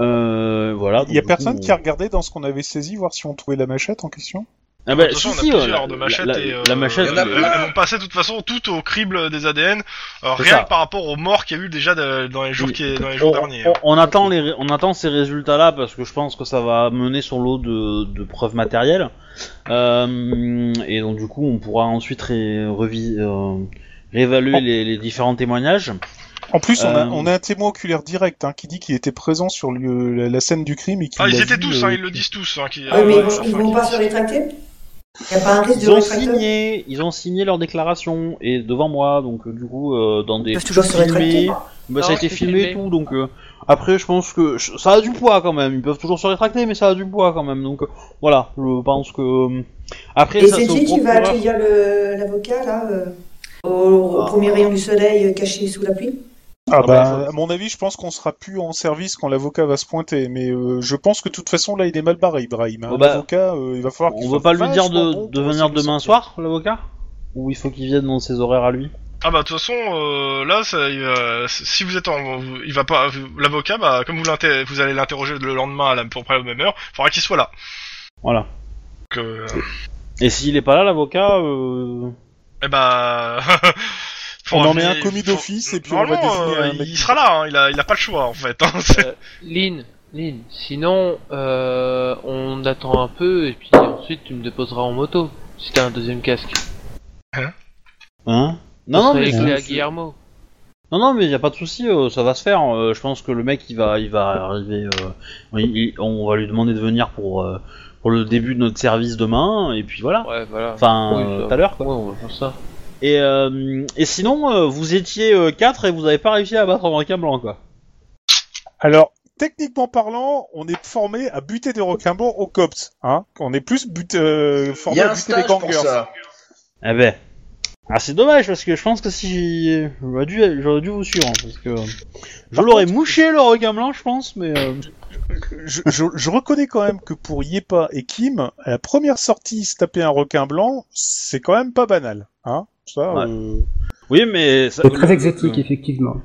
[SPEAKER 2] Euh, voilà.
[SPEAKER 4] Il y a
[SPEAKER 2] donc,
[SPEAKER 4] personne
[SPEAKER 2] du coup,
[SPEAKER 4] qui a regardé dans ce qu'on avait saisi voir si on trouvait la machette en question.
[SPEAKER 2] Ah bah,
[SPEAKER 1] De toute
[SPEAKER 2] si,
[SPEAKER 1] façon, on a
[SPEAKER 2] si,
[SPEAKER 1] plusieurs
[SPEAKER 2] ouais,
[SPEAKER 1] de machettes
[SPEAKER 2] la, la-
[SPEAKER 1] et euh,
[SPEAKER 2] la machette.
[SPEAKER 8] il y en a
[SPEAKER 1] elles-
[SPEAKER 8] plein.
[SPEAKER 1] elles vont passer de toute façon toutes au crible des ADN, euh,
[SPEAKER 2] C'est
[SPEAKER 1] rien
[SPEAKER 2] ça.
[SPEAKER 1] que par rapport aux morts qu'il y a eu déjà de- dans les jours,
[SPEAKER 2] Oui.
[SPEAKER 1] qui, dans les
[SPEAKER 2] on,
[SPEAKER 1] jours derniers.
[SPEAKER 2] on- on attend les, ré- on attend ces résultats-là parce que je pense que ça va mener son lot de, de preuves matérielles. Euh, et donc du coup, on pourra ensuite ré- revi- euh, réévaluer les, les différents témoignages.
[SPEAKER 4] En plus, on, a,
[SPEAKER 2] Euh.
[SPEAKER 4] on a un témoin oculaire direct hein, qui dit qu'il était présent sur le- la, la scène du crime et qu'il
[SPEAKER 1] Ah,
[SPEAKER 2] Bah,
[SPEAKER 1] ils
[SPEAKER 4] l'a
[SPEAKER 1] étaient
[SPEAKER 4] vu,
[SPEAKER 1] tous,
[SPEAKER 4] euh,
[SPEAKER 1] hein, ils le disent tous. Hein, qui-
[SPEAKER 2] Ah,
[SPEAKER 5] Ah Oui, mais
[SPEAKER 1] euh,
[SPEAKER 5] ils vont-
[SPEAKER 1] enfin,
[SPEAKER 5] ils vont
[SPEAKER 1] qui-
[SPEAKER 5] pas se rétracter Il n'y a pas un risque de
[SPEAKER 2] Ils ont
[SPEAKER 5] rétracteur
[SPEAKER 2] signé, ils ont signé leur déclaration et devant moi, donc euh, du coup euh, dans des
[SPEAKER 5] Ils peuvent toujours se rétracter.
[SPEAKER 2] Bah,
[SPEAKER 3] Non,
[SPEAKER 2] ça a été
[SPEAKER 3] c'est
[SPEAKER 2] filmé
[SPEAKER 3] filmé.
[SPEAKER 2] et tout, donc euh, après je pense que je- ça a du poids quand même. Ils peuvent toujours se rétracter, mais ça a du poids quand même. Donc euh, voilà, je pense que euh, après
[SPEAKER 5] Et
[SPEAKER 2] ça
[SPEAKER 5] c'est
[SPEAKER 2] se
[SPEAKER 5] qui qui va
[SPEAKER 2] procureur.
[SPEAKER 5] accueillir le- l'avocat, là, euh, au, au premier rayon du soleil euh, caché sous la pluie
[SPEAKER 4] Ah
[SPEAKER 2] Ah
[SPEAKER 4] bah,
[SPEAKER 2] bah,
[SPEAKER 4] à mon avis, je pense qu'on sera plus en service quand l'avocat va se pointer. Mais euh, je pense que de toute façon, là, il est mal barré, Ibrahim. hein.
[SPEAKER 2] Oh bah,
[SPEAKER 4] l'avocat, euh, il va falloir. qu'il
[SPEAKER 2] On veut
[SPEAKER 4] soit
[SPEAKER 2] pas lui dire
[SPEAKER 4] vachement
[SPEAKER 2] de, de
[SPEAKER 4] bon pour
[SPEAKER 2] venir
[SPEAKER 4] essayer de
[SPEAKER 2] demain
[SPEAKER 4] sortir.
[SPEAKER 2] soir, l'avocat Ou il faut qu'il vienne dans ses horaires à lui
[SPEAKER 1] Ah bah de toute façon, euh, là, ça, il va- si vous êtes en, il va pas, l'avocat, bah comme vous, l'inter- vous allez l'interroger le lendemain à la, pour près à la même heure, faudra qu'il soit là.
[SPEAKER 2] Voilà.
[SPEAKER 1] Donc, euh,
[SPEAKER 2] Et s'il est pas là, l'avocat. euh,
[SPEAKER 1] eh bah,
[SPEAKER 4] On
[SPEAKER 1] faudra
[SPEAKER 4] en met un
[SPEAKER 1] venir-
[SPEAKER 4] commis
[SPEAKER 1] faut-
[SPEAKER 4] d'office et puis on va
[SPEAKER 1] Normalement,
[SPEAKER 4] désigner
[SPEAKER 1] euh,
[SPEAKER 4] un mec
[SPEAKER 1] il
[SPEAKER 4] qui-
[SPEAKER 1] sera là, hein, il, a, il a pas le choix en fait. hein, c'est-
[SPEAKER 3] Lynn, Lynn, sinon, euh, on attend un peu et puis ensuite tu me déposeras en moto si t'as un deuxième casque.
[SPEAKER 2] Hein non non,
[SPEAKER 3] Ça
[SPEAKER 2] mais,
[SPEAKER 3] serait éclairé à
[SPEAKER 2] je-
[SPEAKER 3] Guillermo.
[SPEAKER 2] non, non, mais y a pas de souci, euh, ça va se faire. euh, je pense que le mec, il va, il va arriver. euh, il- il- on va lui demander de venir pour, euh, pour le début de notre service demain, et puis voilà.
[SPEAKER 3] Ouais, voilà.
[SPEAKER 2] Enfin,
[SPEAKER 3] Oui,
[SPEAKER 2] euh,
[SPEAKER 3] ça-
[SPEAKER 2] tout à l'heure, quoi.
[SPEAKER 3] Ouais, on va faire ça.
[SPEAKER 2] Et, euh, et sinon, euh, vous étiez 4 et vous avez pas réussi à battre un requin blanc, quoi.
[SPEAKER 4] Alors, techniquement parlant, on est formé à buter des requins blancs au COPS. Hein on est plus but, euh,
[SPEAKER 8] Il
[SPEAKER 4] formé
[SPEAKER 8] y a
[SPEAKER 4] à
[SPEAKER 8] un
[SPEAKER 4] buter des
[SPEAKER 8] stage pour
[SPEAKER 4] gangers.
[SPEAKER 8] ça.
[SPEAKER 2] Eh ben. Ah, c'est dommage parce que je pense que si j'aurais dû, j'aurais dû vous suivre hein, parce que je
[SPEAKER 4] Par
[SPEAKER 2] l'aurais
[SPEAKER 4] contre-
[SPEAKER 2] mouché le requin blanc, je pense, mais euh,
[SPEAKER 4] Je, je- je reconnais quand même que pour Yepa et Kim, à la première sortie, se taper un requin blanc, c'est quand même pas banal. Hein ça,
[SPEAKER 2] Ouais.
[SPEAKER 4] euh,
[SPEAKER 2] oui, mais ça-
[SPEAKER 7] C'est très
[SPEAKER 2] le-
[SPEAKER 7] exotique, effectivement.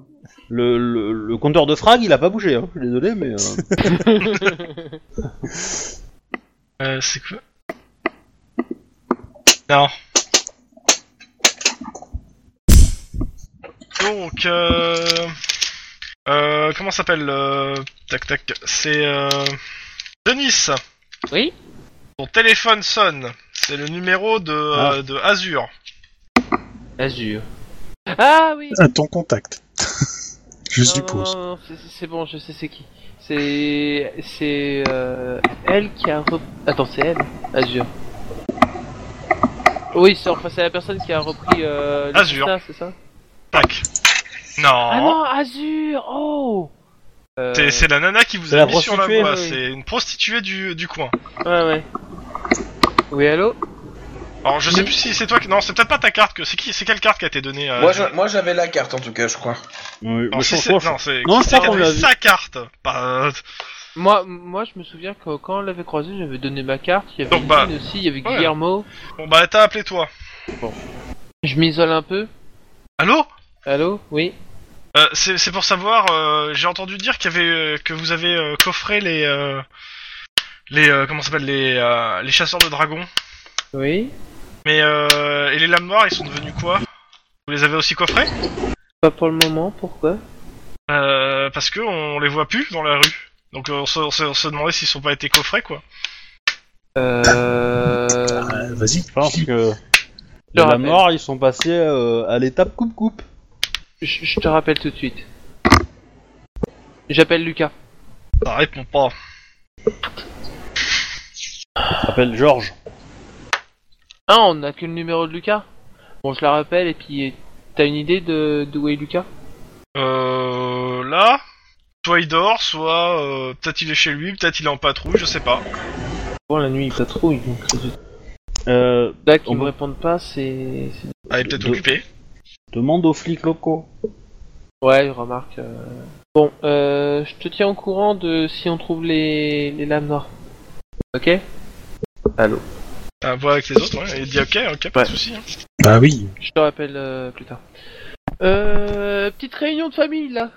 [SPEAKER 2] Le, le, le compteur de frag, il a pas bougé. Hein. Je suis désolé, mais euh,
[SPEAKER 1] Euh, c'est quoi Non. Donc, euh... euh comment ça s'appelle euh, Tac tac. C'est euh... Denis.
[SPEAKER 3] Oui
[SPEAKER 1] Ton téléphone sonne. C'est le numéro de,
[SPEAKER 4] Ah.
[SPEAKER 1] euh, de Azure.
[SPEAKER 3] Azur. Ah oui
[SPEAKER 4] à euh, ton contact. je
[SPEAKER 3] Non,
[SPEAKER 4] suppose.
[SPEAKER 3] Non, non, non, c'est- c'est bon, je sais c'est qui. C'est. C'est. euh, elle qui a. rep- Attends, c'est elle Azure. Oui, c'est enfin, c'est la personne qui a repris. Euh, le
[SPEAKER 1] Azure.
[SPEAKER 3] Costa, C'est ça
[SPEAKER 1] Tac.
[SPEAKER 3] Ah
[SPEAKER 1] Non.
[SPEAKER 3] non, Azure Oh Euh,
[SPEAKER 1] C'est- c'est la nana qui vous
[SPEAKER 2] c'est
[SPEAKER 1] a
[SPEAKER 2] la
[SPEAKER 1] mis sur la
[SPEAKER 2] prostituée,
[SPEAKER 1] voie.
[SPEAKER 3] oui.
[SPEAKER 1] C'est une prostituée du, du coin.
[SPEAKER 3] Ouais, ouais. Oui, allô
[SPEAKER 1] Alors, je sais plus si c'est toi qui. Non, c'est peut-être pas ta carte. que C'est qui C'est quelle carte qui a été donnée
[SPEAKER 6] Euh,
[SPEAKER 1] à
[SPEAKER 8] Moi,
[SPEAKER 1] Azure
[SPEAKER 8] je- moi, j'avais la carte en tout cas, je crois.
[SPEAKER 2] oui,
[SPEAKER 1] Alors,
[SPEAKER 2] mais
[SPEAKER 1] si
[SPEAKER 2] je-
[SPEAKER 1] c'est-
[SPEAKER 2] je-
[SPEAKER 1] non, c'est
[SPEAKER 2] Non,
[SPEAKER 1] qui c'est
[SPEAKER 2] je crois
[SPEAKER 1] qui a
[SPEAKER 2] qu'on
[SPEAKER 1] donné
[SPEAKER 2] l'a vu.
[SPEAKER 1] sa carte. bah, euh, Pas-
[SPEAKER 3] Moi, moi, je me souviens que quand on l'avait croisé, j'avais donné ma carte. Il y avait
[SPEAKER 1] Donc, bah,
[SPEAKER 3] Lynn aussi, il y avait
[SPEAKER 1] ouais.
[SPEAKER 3] Guillermo.
[SPEAKER 1] Bon bah t'as appelé toi.
[SPEAKER 3] Je m'isole un peu.
[SPEAKER 1] Allô
[SPEAKER 3] Allô Oui
[SPEAKER 1] Euh, c'est c'est pour savoir, euh, j'ai entendu dire qu'il y avait, euh, que vous avez euh, coffré les, euh, les, euh, comment ça s'appelle, les, euh, les chasseurs de dragons.
[SPEAKER 3] Oui.
[SPEAKER 1] Mais euh, et les lames noires, ils sont devenus quoi Vous les avez aussi coffrés
[SPEAKER 3] Pas pour le moment, pourquoi
[SPEAKER 1] euh, Parce que on les voit plus dans la rue. Donc euh, on se, on se- on se demandait s'ils sont pas été coffrés quoi.
[SPEAKER 3] Euh.
[SPEAKER 4] Euh, Vas-y.
[SPEAKER 2] Je pense que
[SPEAKER 3] Je
[SPEAKER 2] de la
[SPEAKER 3] rappelle.
[SPEAKER 2] mort, ils sont passés euh, à l'étape coupe-coupe.
[SPEAKER 3] Je je te rappelle tout de suite. J'appelle Lucas.
[SPEAKER 1] Ah, réponds pas.
[SPEAKER 2] Appelle Georges.
[SPEAKER 3] Ah, on a que le numéro de Lucas Bon, je la rappelle et puis t'as une idée de d'où est Lucas
[SPEAKER 1] Euh, là, soit il dort, soit euh, peut-être il est chez lui, peut-être il est en patrouille, je sais pas.
[SPEAKER 3] Bon, la nuit il patrouille donc.
[SPEAKER 2] Euh,
[SPEAKER 3] Là, qu'ils
[SPEAKER 2] On
[SPEAKER 3] me
[SPEAKER 2] peut-
[SPEAKER 3] répondent pas, c'est. c'est-
[SPEAKER 1] Ah, il est peut-être
[SPEAKER 2] De-
[SPEAKER 1] occupé.
[SPEAKER 2] demande aux flics locaux.
[SPEAKER 3] Ouais, je remarque. euh. Bon, euh, je te tiens au courant de si on trouve les, les lames noires. Ok
[SPEAKER 1] Ah, voit avec les autres, ouais. Il dit ok, ok, pas de
[SPEAKER 3] Ouais.
[SPEAKER 1] soucis. hein.
[SPEAKER 2] Euh,
[SPEAKER 4] Bah oui.
[SPEAKER 3] Je te rappelle euh, plus tard. Euh, petite réunion de famille là.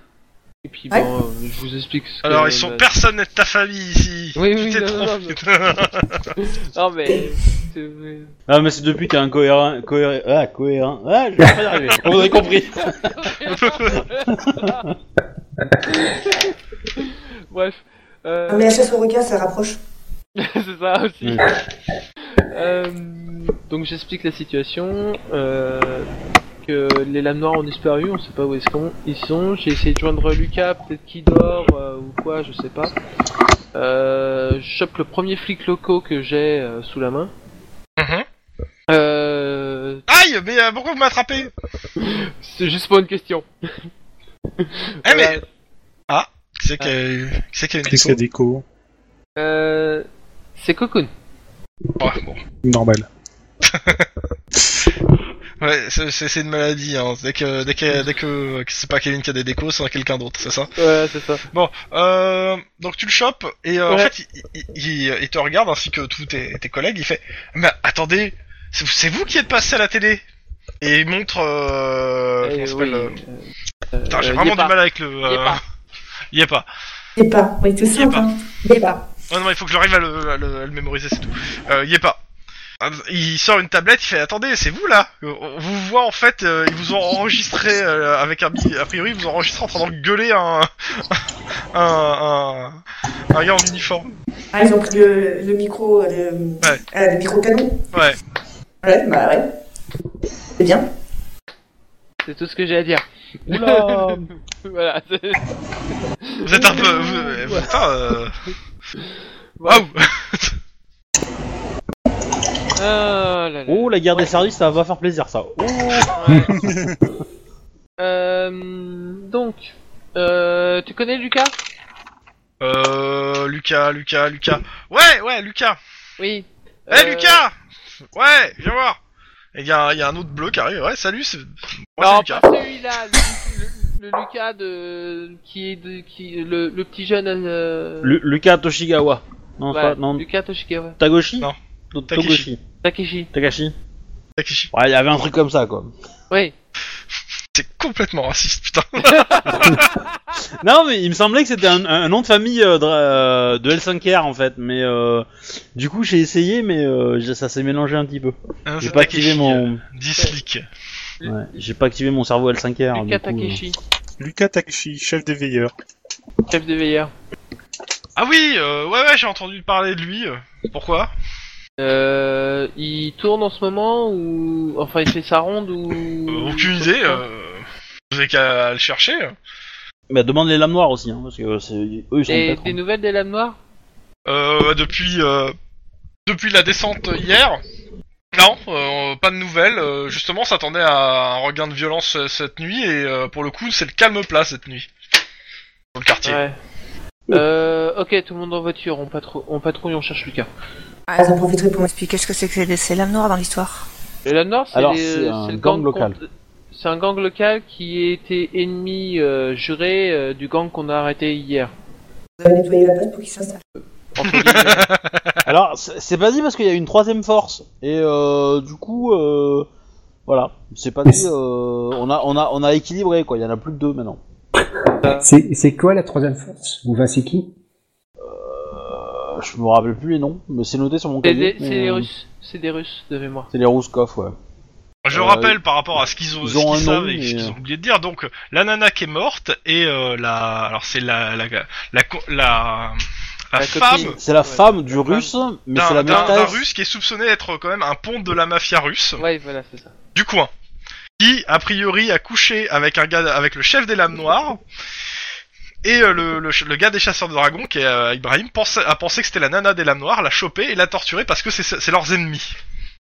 [SPEAKER 3] Et puis
[SPEAKER 10] Ouais.
[SPEAKER 3] bon, euh, bah, je vous explique. Ce que-
[SPEAKER 1] Alors, ils sont
[SPEAKER 3] la-
[SPEAKER 1] personne n'est de ta famille ici.
[SPEAKER 3] Oui,
[SPEAKER 1] Tu
[SPEAKER 3] oui, euh,
[SPEAKER 1] t'es
[SPEAKER 3] non, non,
[SPEAKER 1] trompé.
[SPEAKER 3] Non mais. c'est vrai.
[SPEAKER 2] Ah mais c'est depuis que t'es incohérent, cohérent, ah cohérent, ah je vais pas y arriver. Vous avez compris.
[SPEAKER 3] Bref. euh,
[SPEAKER 5] Mais la chasse au requin, ça rapproche.
[SPEAKER 3] c'est ça aussi.
[SPEAKER 2] Mm.
[SPEAKER 3] Euh, donc j'explique la situation. euh, que les lames noires ont disparu, on sait pas où est-ce qu'ils sont. J'ai essayé de joindre Lucas, peut-être qu'il dort euh, ou quoi, je sais pas. Euh, je chope le premier flic loco que j'ai euh, sous la main.
[SPEAKER 1] Mhm.
[SPEAKER 3] Euh,
[SPEAKER 1] Aïe, mais euh, pourquoi vous m'attrapez
[SPEAKER 3] c'est juste pour une question. Euh,
[SPEAKER 1] Eh, mais
[SPEAKER 3] Voilà.
[SPEAKER 1] qui c'est qu'il qui c'est qu'il y a une
[SPEAKER 4] Qu'est-ce qu'il y a
[SPEAKER 1] déco
[SPEAKER 4] d'écho
[SPEAKER 3] Euh, c'est Cocoon.
[SPEAKER 1] Ouais, bon.
[SPEAKER 4] Normal.
[SPEAKER 1] Ouais, c'est- c'est c'est une maladie, hein. Dès que, dès que, dès que, que c'est pas Kevin qui a des décos, c'est quelqu'un d'autre, c'est ça
[SPEAKER 3] Ouais, c'est ça.
[SPEAKER 1] Bon, euh, donc tu le chopes, et euh, en
[SPEAKER 3] Ouais.
[SPEAKER 1] fait, il, il- il- il te regarde ainsi que tous tes, tes collègues, il fait Mais attendez, c'est c'est vous qui êtes passé à la télé Et il montre. Euh, comment
[SPEAKER 3] Eh
[SPEAKER 1] ça s'appelle
[SPEAKER 3] oui,
[SPEAKER 1] euh,
[SPEAKER 3] euh,
[SPEAKER 1] Putain, j'ai
[SPEAKER 3] euh,
[SPEAKER 1] vraiment du
[SPEAKER 3] Yepa.
[SPEAKER 1] mal avec le.
[SPEAKER 3] Il est
[SPEAKER 1] euh,
[SPEAKER 3] pas.
[SPEAKER 1] Il y est pas.
[SPEAKER 10] Des pas, oui, tout simple.
[SPEAKER 1] pas.
[SPEAKER 10] Hein. Des pas.
[SPEAKER 1] Oh non, il faut que j'arrive à le, à le, à le mémoriser, c'est tout. Euh, il y est pas. Ah, Il sort une tablette, il fait attendez, c'est vous là On vous voit en fait, euh, ils vous ont enregistré euh, avec un bi- a priori ils vous ont enregistré en train de gueuler un un, un un gars en uniforme.
[SPEAKER 5] Ah, ils ont pris le, le micro, euh, le,
[SPEAKER 1] Ouais.
[SPEAKER 5] euh, le micro-canon.
[SPEAKER 1] Ouais.
[SPEAKER 5] Ouais, bah ouais. C'est bien.
[SPEAKER 3] C'est tout ce que j'ai à dire.
[SPEAKER 2] Oula.
[SPEAKER 3] voilà. Oh c'est-
[SPEAKER 1] Vous êtes un peu vous, vous- putain, euh, waouh.
[SPEAKER 3] Ah là là.
[SPEAKER 2] Oh la guerre des services, ça va faire plaisir ça. Oh.
[SPEAKER 3] Ouais. Euh, donc, euh, tu connais Lucas
[SPEAKER 1] Euh Lucas, Lucas, Lucas. Ouais, ouais, Lucas.
[SPEAKER 3] Oui.
[SPEAKER 1] Eh
[SPEAKER 3] Euh,
[SPEAKER 1] Lucas Ouais, viens voir. Et il y, a un- il y a un autre bleu qui arrive. Ouais, salut, c'est moi, c'est
[SPEAKER 3] Non,
[SPEAKER 1] Lucas.
[SPEAKER 3] pas celui-là. Le, le- le Lucas de qui est de qui le, le petit jeune. euh,
[SPEAKER 2] Lu- Lucas Toshigawa. Non,
[SPEAKER 3] ouais,
[SPEAKER 2] pas, non.
[SPEAKER 3] Lucas Toshikawa.
[SPEAKER 2] Tagoshi.
[SPEAKER 1] Non.
[SPEAKER 2] To-
[SPEAKER 1] Takeshi.
[SPEAKER 2] Togoshi.
[SPEAKER 3] Takeshi.
[SPEAKER 2] Takashi.
[SPEAKER 1] Takeshi.
[SPEAKER 2] Ouais, il y avait un truc comme ça quoi.
[SPEAKER 3] Oui.
[SPEAKER 1] C'est complètement raciste, putain.
[SPEAKER 2] Non mais il me semblait que c'était un, un nom de famille euh, dra- euh, de L5R en fait, mais euh, du coup j'ai essayé mais euh, j'ai- ça s'est mélangé un petit peu.
[SPEAKER 1] Hein,
[SPEAKER 2] J'ai
[SPEAKER 1] c'est
[SPEAKER 2] pas
[SPEAKER 1] Takeshi,
[SPEAKER 2] activé
[SPEAKER 1] euh,
[SPEAKER 2] mon,
[SPEAKER 1] Dislick.
[SPEAKER 2] ouais, j'ai pas activé mon cerveau L5R.
[SPEAKER 3] Lucas
[SPEAKER 2] du coup, euh.
[SPEAKER 3] Takeshi,
[SPEAKER 4] Lucas Takeshi, chef des veilleurs.
[SPEAKER 3] chef de veilleur.
[SPEAKER 1] Ah oui, euh, ouais, ouais, j'ai entendu parler de lui. euh, Pourquoi
[SPEAKER 3] Euh, il tourne en ce moment ou enfin il fait sa ronde ou
[SPEAKER 1] Euh, Aucune idée. euh, vous avez qu'à le chercher. euh.
[SPEAKER 2] Bah demande les lames noires aussi, hein, parce que c'est- eux ils sont
[SPEAKER 3] Et
[SPEAKER 2] peut-être.
[SPEAKER 3] des nouvelles des lames noires
[SPEAKER 1] Euh, depuis, euh, depuis la descente hier. Non, euh, pas de nouvelles. euh, justement, on s'attendait à un regain de violence euh, cette nuit et euh, pour le coup, c'est le calme plat cette nuit. Dans le quartier.
[SPEAKER 3] Ouais. Euh, ok, tout le monde en voiture, on, patrou- on patrouille, on cherche Lucas.
[SPEAKER 5] Ah, ils en profiteraient
[SPEAKER 9] Pour
[SPEAKER 5] pour
[SPEAKER 9] m'expliquer ce que c'est que ces- ces lames noires dans l'histoire.
[SPEAKER 3] Et la Nord, c'est
[SPEAKER 2] Alors,
[SPEAKER 3] les-
[SPEAKER 2] c'est un
[SPEAKER 3] le
[SPEAKER 2] gang
[SPEAKER 3] contre-
[SPEAKER 2] local.
[SPEAKER 3] C'est un gang local qui était ennemi euh, juré euh, du gang qu'on a arrêté hier.
[SPEAKER 5] Vous avez nettoyé la pâte pour qu'ils s'installent.
[SPEAKER 3] Entre guillemets.
[SPEAKER 2] Alors c'est c'est pas dit parce qu'il y a une troisième force et euh, du coup euh, Voilà, c'est pas dit. euh, on a, on a, on a équilibré quoi. Il y en a plus que deux maintenant.
[SPEAKER 7] C'est c'est quoi la troisième force Vous c'est qui
[SPEAKER 2] Euh, je me rappelle plus les noms, mais c'est noté sur mon
[SPEAKER 3] C'est
[SPEAKER 2] cahier.
[SPEAKER 3] des, c'est
[SPEAKER 2] mais,
[SPEAKER 3] des
[SPEAKER 2] euh,
[SPEAKER 3] Russes, c'est des Russes de mémoire.
[SPEAKER 2] C'est les Rouskov, ouais.
[SPEAKER 1] Je
[SPEAKER 2] Euh,
[SPEAKER 1] rappelle par rapport à ce qu'ils ont,
[SPEAKER 2] ils
[SPEAKER 1] ce
[SPEAKER 2] ont
[SPEAKER 1] qu'ils
[SPEAKER 2] un nom,
[SPEAKER 1] savent et ce
[SPEAKER 2] mais,
[SPEAKER 1] qu'ils
[SPEAKER 2] euh,
[SPEAKER 1] ont oublié de dire. Donc la nana qui est morte et euh, la alors c'est la la la la, co- la, la
[SPEAKER 3] La
[SPEAKER 1] femme
[SPEAKER 3] copine.
[SPEAKER 2] C'est la
[SPEAKER 3] Ouais,
[SPEAKER 2] femme du
[SPEAKER 3] la femme.
[SPEAKER 2] russe, mais c'est
[SPEAKER 1] d'un
[SPEAKER 2] la
[SPEAKER 1] d'un- d'un
[SPEAKER 2] maîtresse.
[SPEAKER 1] russe qui est soupçonné d'être quand même un pont de la mafia russe
[SPEAKER 3] Ouais, voilà, c'est ça.
[SPEAKER 1] du coin, qui a priori a couché avec un gars avec le chef des lames noires. Et euh, le, le ch- le gars des chasseurs de dragons, qui est euh, Ibrahim, pense, a pensé que c'était la nana des lames noires, l'a chopé et l'a torturé parce que c'est c'est leurs ennemis.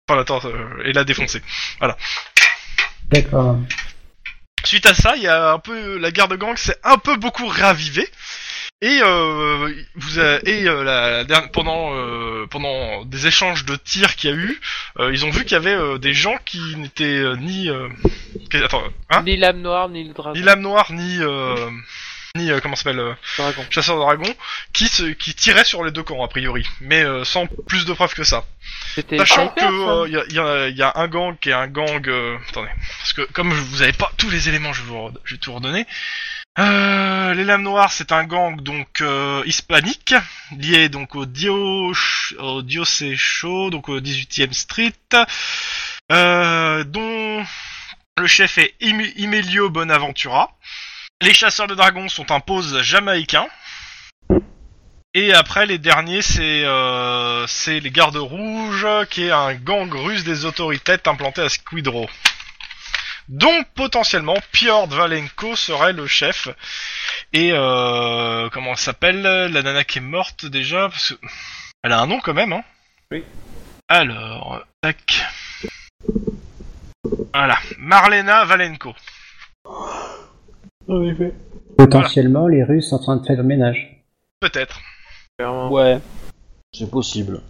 [SPEAKER 1] Enfin, la tor- euh, et l'a défoncé.
[SPEAKER 7] D'accord.
[SPEAKER 1] Suite à ça, il y a un peu la guerre de gang s'est un peu beaucoup ravivée. Et euh, vous a- et euh, la, la dernière- pendant euh, pendant des échanges de tirs qu'il y a eu, euh, ils ont vu qu'il y avait euh, des gens qui n'étaient euh, ni euh, qui- attends hein
[SPEAKER 3] ni l'âme noire, ni le dragon.
[SPEAKER 1] ni lame noire ni euh, ni euh, comment ça s'appelle euh,
[SPEAKER 3] dragon.
[SPEAKER 1] chasseur de dragons qui se qui tiraient sur les deux camps a priori, mais euh, sans plus de preuves que ça.
[SPEAKER 3] C'était
[SPEAKER 1] Sachant
[SPEAKER 3] hyper, ça.
[SPEAKER 1] que il y, a, y a un gang qui est un gang. euh, attendez, parce que comme je- vous avez pas tous les éléments, je, vous, re- je vais tout redonner. Euh, les Lames Noires, c'est un gang donc euh, hispanique lié donc au Dio au Diocecho, donc au 18e Street, euh, dont le chef est Im- Imelio Bonaventura. Les chasseurs de dragons sont un pose jamaïcain. Et après, les derniers, c'est euh, c'est les gardes rouges, qui est un gang russe des autorités implanté à Squidrow. Donc, potentiellement, Piotr Valenko serait le chef. Et euh, comment elle s'appelle La nana qui est morte déjà parce que... Elle a un nom quand même, hein
[SPEAKER 3] Oui.
[SPEAKER 1] Alors, euh, tac. Voilà, Marlena Valenko.
[SPEAKER 7] Potentiellement, les Russes sont en train de faire le ménage.
[SPEAKER 1] Peut-être.
[SPEAKER 3] Clairement.
[SPEAKER 2] Ouais, c'est possible.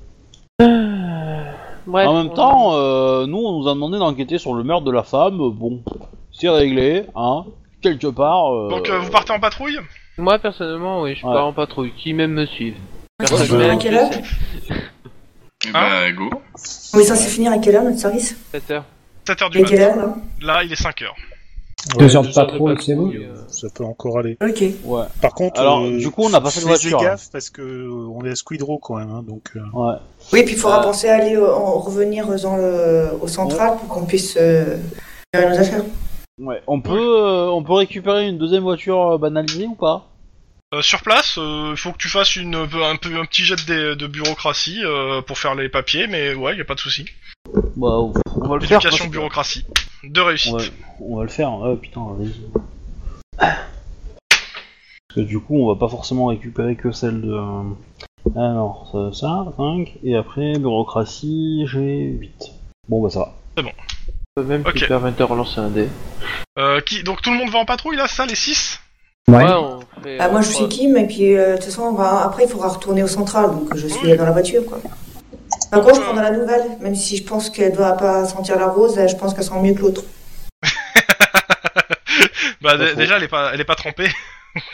[SPEAKER 3] Bref,
[SPEAKER 2] en même
[SPEAKER 3] on-
[SPEAKER 2] temps, euh, nous, on nous a demandé d'enquêter sur le meurtre de la femme. euh, Bon, c'est réglé, hein. Quelque part. euh,
[SPEAKER 1] Donc, euh, vous partez en patrouille
[SPEAKER 3] Moi personnellement, oui, je
[SPEAKER 2] Ouais.
[SPEAKER 3] pars en patrouille. Qui même me suivent
[SPEAKER 10] Ça
[SPEAKER 3] Personne
[SPEAKER 10] finit à
[SPEAKER 3] même.
[SPEAKER 10] quelle heure
[SPEAKER 6] Eh Bah,
[SPEAKER 3] Ah.
[SPEAKER 6] go.
[SPEAKER 10] On est censé finir à quelle heure notre service
[SPEAKER 3] 7 heures.
[SPEAKER 1] 7h du
[SPEAKER 10] Il est
[SPEAKER 1] matin.
[SPEAKER 10] quelle heure là
[SPEAKER 1] Là, il est 5h.
[SPEAKER 7] Deux
[SPEAKER 4] Ouais,
[SPEAKER 7] heures de patrouille, c'est bon
[SPEAKER 3] patrouille, euh,
[SPEAKER 4] Ça peut encore aller.
[SPEAKER 10] Ok.
[SPEAKER 2] Ouais.
[SPEAKER 4] Par contre,
[SPEAKER 2] Alors,
[SPEAKER 4] euh,
[SPEAKER 2] du coup, on a pas fait de
[SPEAKER 4] faisais
[SPEAKER 2] voiture, hein.
[SPEAKER 4] gaffe parce que euh, on est à Squidrow quand même, hein, donc. euh,
[SPEAKER 2] Ouais.
[SPEAKER 10] Oui,
[SPEAKER 5] puis il
[SPEAKER 10] faudra
[SPEAKER 5] faudra
[SPEAKER 10] Euh,
[SPEAKER 5] penser à aller revenir dans le, au central pour qu'on puisse euh, faire nos affaires.
[SPEAKER 2] Ouais. On peut, euh, on peut récupérer une deuxième voiture euh, banalisée ou pas
[SPEAKER 1] Euh, sur place, il faut que tu fasses une, un, peu- un petit jet de, de bureaucratie euh, pour faire les papiers, mais ouais, y a pas de souci.
[SPEAKER 2] Bah, on on va le faire.
[SPEAKER 1] Éducation,
[SPEAKER 2] parce que-
[SPEAKER 1] bureaucratie, de réussite.
[SPEAKER 2] On va, on va le faire, ouais, putain, vas-y. Parce que du coup, on va pas forcément récupérer que celle de. euh, Alors, ça, ça 5, et après, bureaucratie, j'ai 8. Bon, bah ça va.
[SPEAKER 3] on peut même
[SPEAKER 1] Ok.
[SPEAKER 3] plus faire 20 heures relancer un dé.
[SPEAKER 1] Euh, qui, donc tout le monde va en patrouille là, c'est ça, les 6
[SPEAKER 7] Ouais.
[SPEAKER 3] on fait,
[SPEAKER 5] Bah,
[SPEAKER 3] euh,
[SPEAKER 5] moi je
[SPEAKER 3] trois-
[SPEAKER 5] suis Kim et puis euh, de toute façon on va- après il faudra retourner au central donc euh, je suis dans la voiture quoi. Par contre je prendrai la nouvelle même si je pense qu'elle doit pas sentir la rose euh, je pense qu'elle sent mieux que l'autre
[SPEAKER 1] Bah d-
[SPEAKER 2] faux.
[SPEAKER 1] déjà, elle est pas, elle est pas trempée.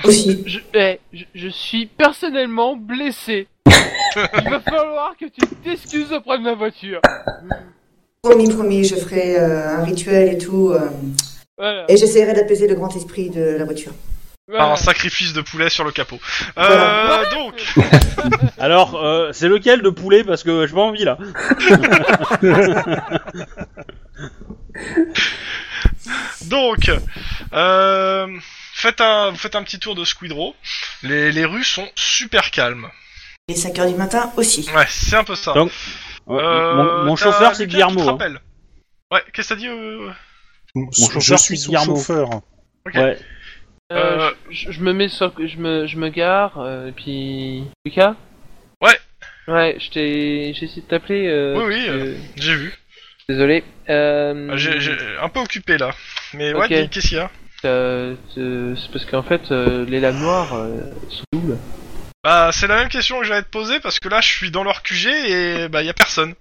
[SPEAKER 5] aussi.
[SPEAKER 3] Je, eh, je, je suis personnellement blessé. Il va falloir que tu t'excuses auprès de ma voiture.
[SPEAKER 5] Promis promis je ferai euh, un rituel et tout euh,
[SPEAKER 3] Voilà.
[SPEAKER 5] et j'essaierai d'apaiser le grand esprit de la voiture.
[SPEAKER 1] Par
[SPEAKER 3] voilà.
[SPEAKER 1] un sacrifice de poulet sur le capot. Euh, donc,
[SPEAKER 2] Alors, euh, c'est lequel de poulet Parce que j'ai pas envie là.
[SPEAKER 1] donc, euh, faites un, vous faites un petit tour de Squidrow. Les, les rues sont super calmes.
[SPEAKER 10] Il est 5 heures du matin aussi.
[SPEAKER 1] Ouais, c'est un peu ça.
[SPEAKER 2] Donc, mon, mon
[SPEAKER 1] Euh, t'as
[SPEAKER 2] chauffeur,
[SPEAKER 1] Lucas qui
[SPEAKER 2] c'est
[SPEAKER 1] te
[SPEAKER 2] Guillermo. hein.
[SPEAKER 1] rappelle. Ouais, qu'est-ce que t'as dit euh,
[SPEAKER 4] je,
[SPEAKER 2] chauffeur,
[SPEAKER 4] suis
[SPEAKER 2] c'est
[SPEAKER 4] son
[SPEAKER 2] Guillermo.
[SPEAKER 4] chauffeur.
[SPEAKER 1] Lucas.
[SPEAKER 2] Ouais.
[SPEAKER 3] Euh,
[SPEAKER 1] Euh,
[SPEAKER 3] je, je me mets sur, je me, je me gare, euh, et puis Lucas.
[SPEAKER 1] Ouais.
[SPEAKER 3] Ouais, je t'ai, j'ai essayé de t'appeler. euh,
[SPEAKER 1] Oui, oui,
[SPEAKER 3] parce que-
[SPEAKER 1] J'ai vu.
[SPEAKER 3] Désolé. Euh,
[SPEAKER 1] J'ai j'ai un peu occupé là. Mais
[SPEAKER 3] Ok.
[SPEAKER 1] ouais, dis- qu'est-ce qu'il y a
[SPEAKER 3] euh, euh, c'est parce qu'en fait, euh, les lames noires euh, sont doubles.
[SPEAKER 1] Bah, c'est la même question que j'allais te poser parce que là, je suis dans leur QG et bah, y a personne.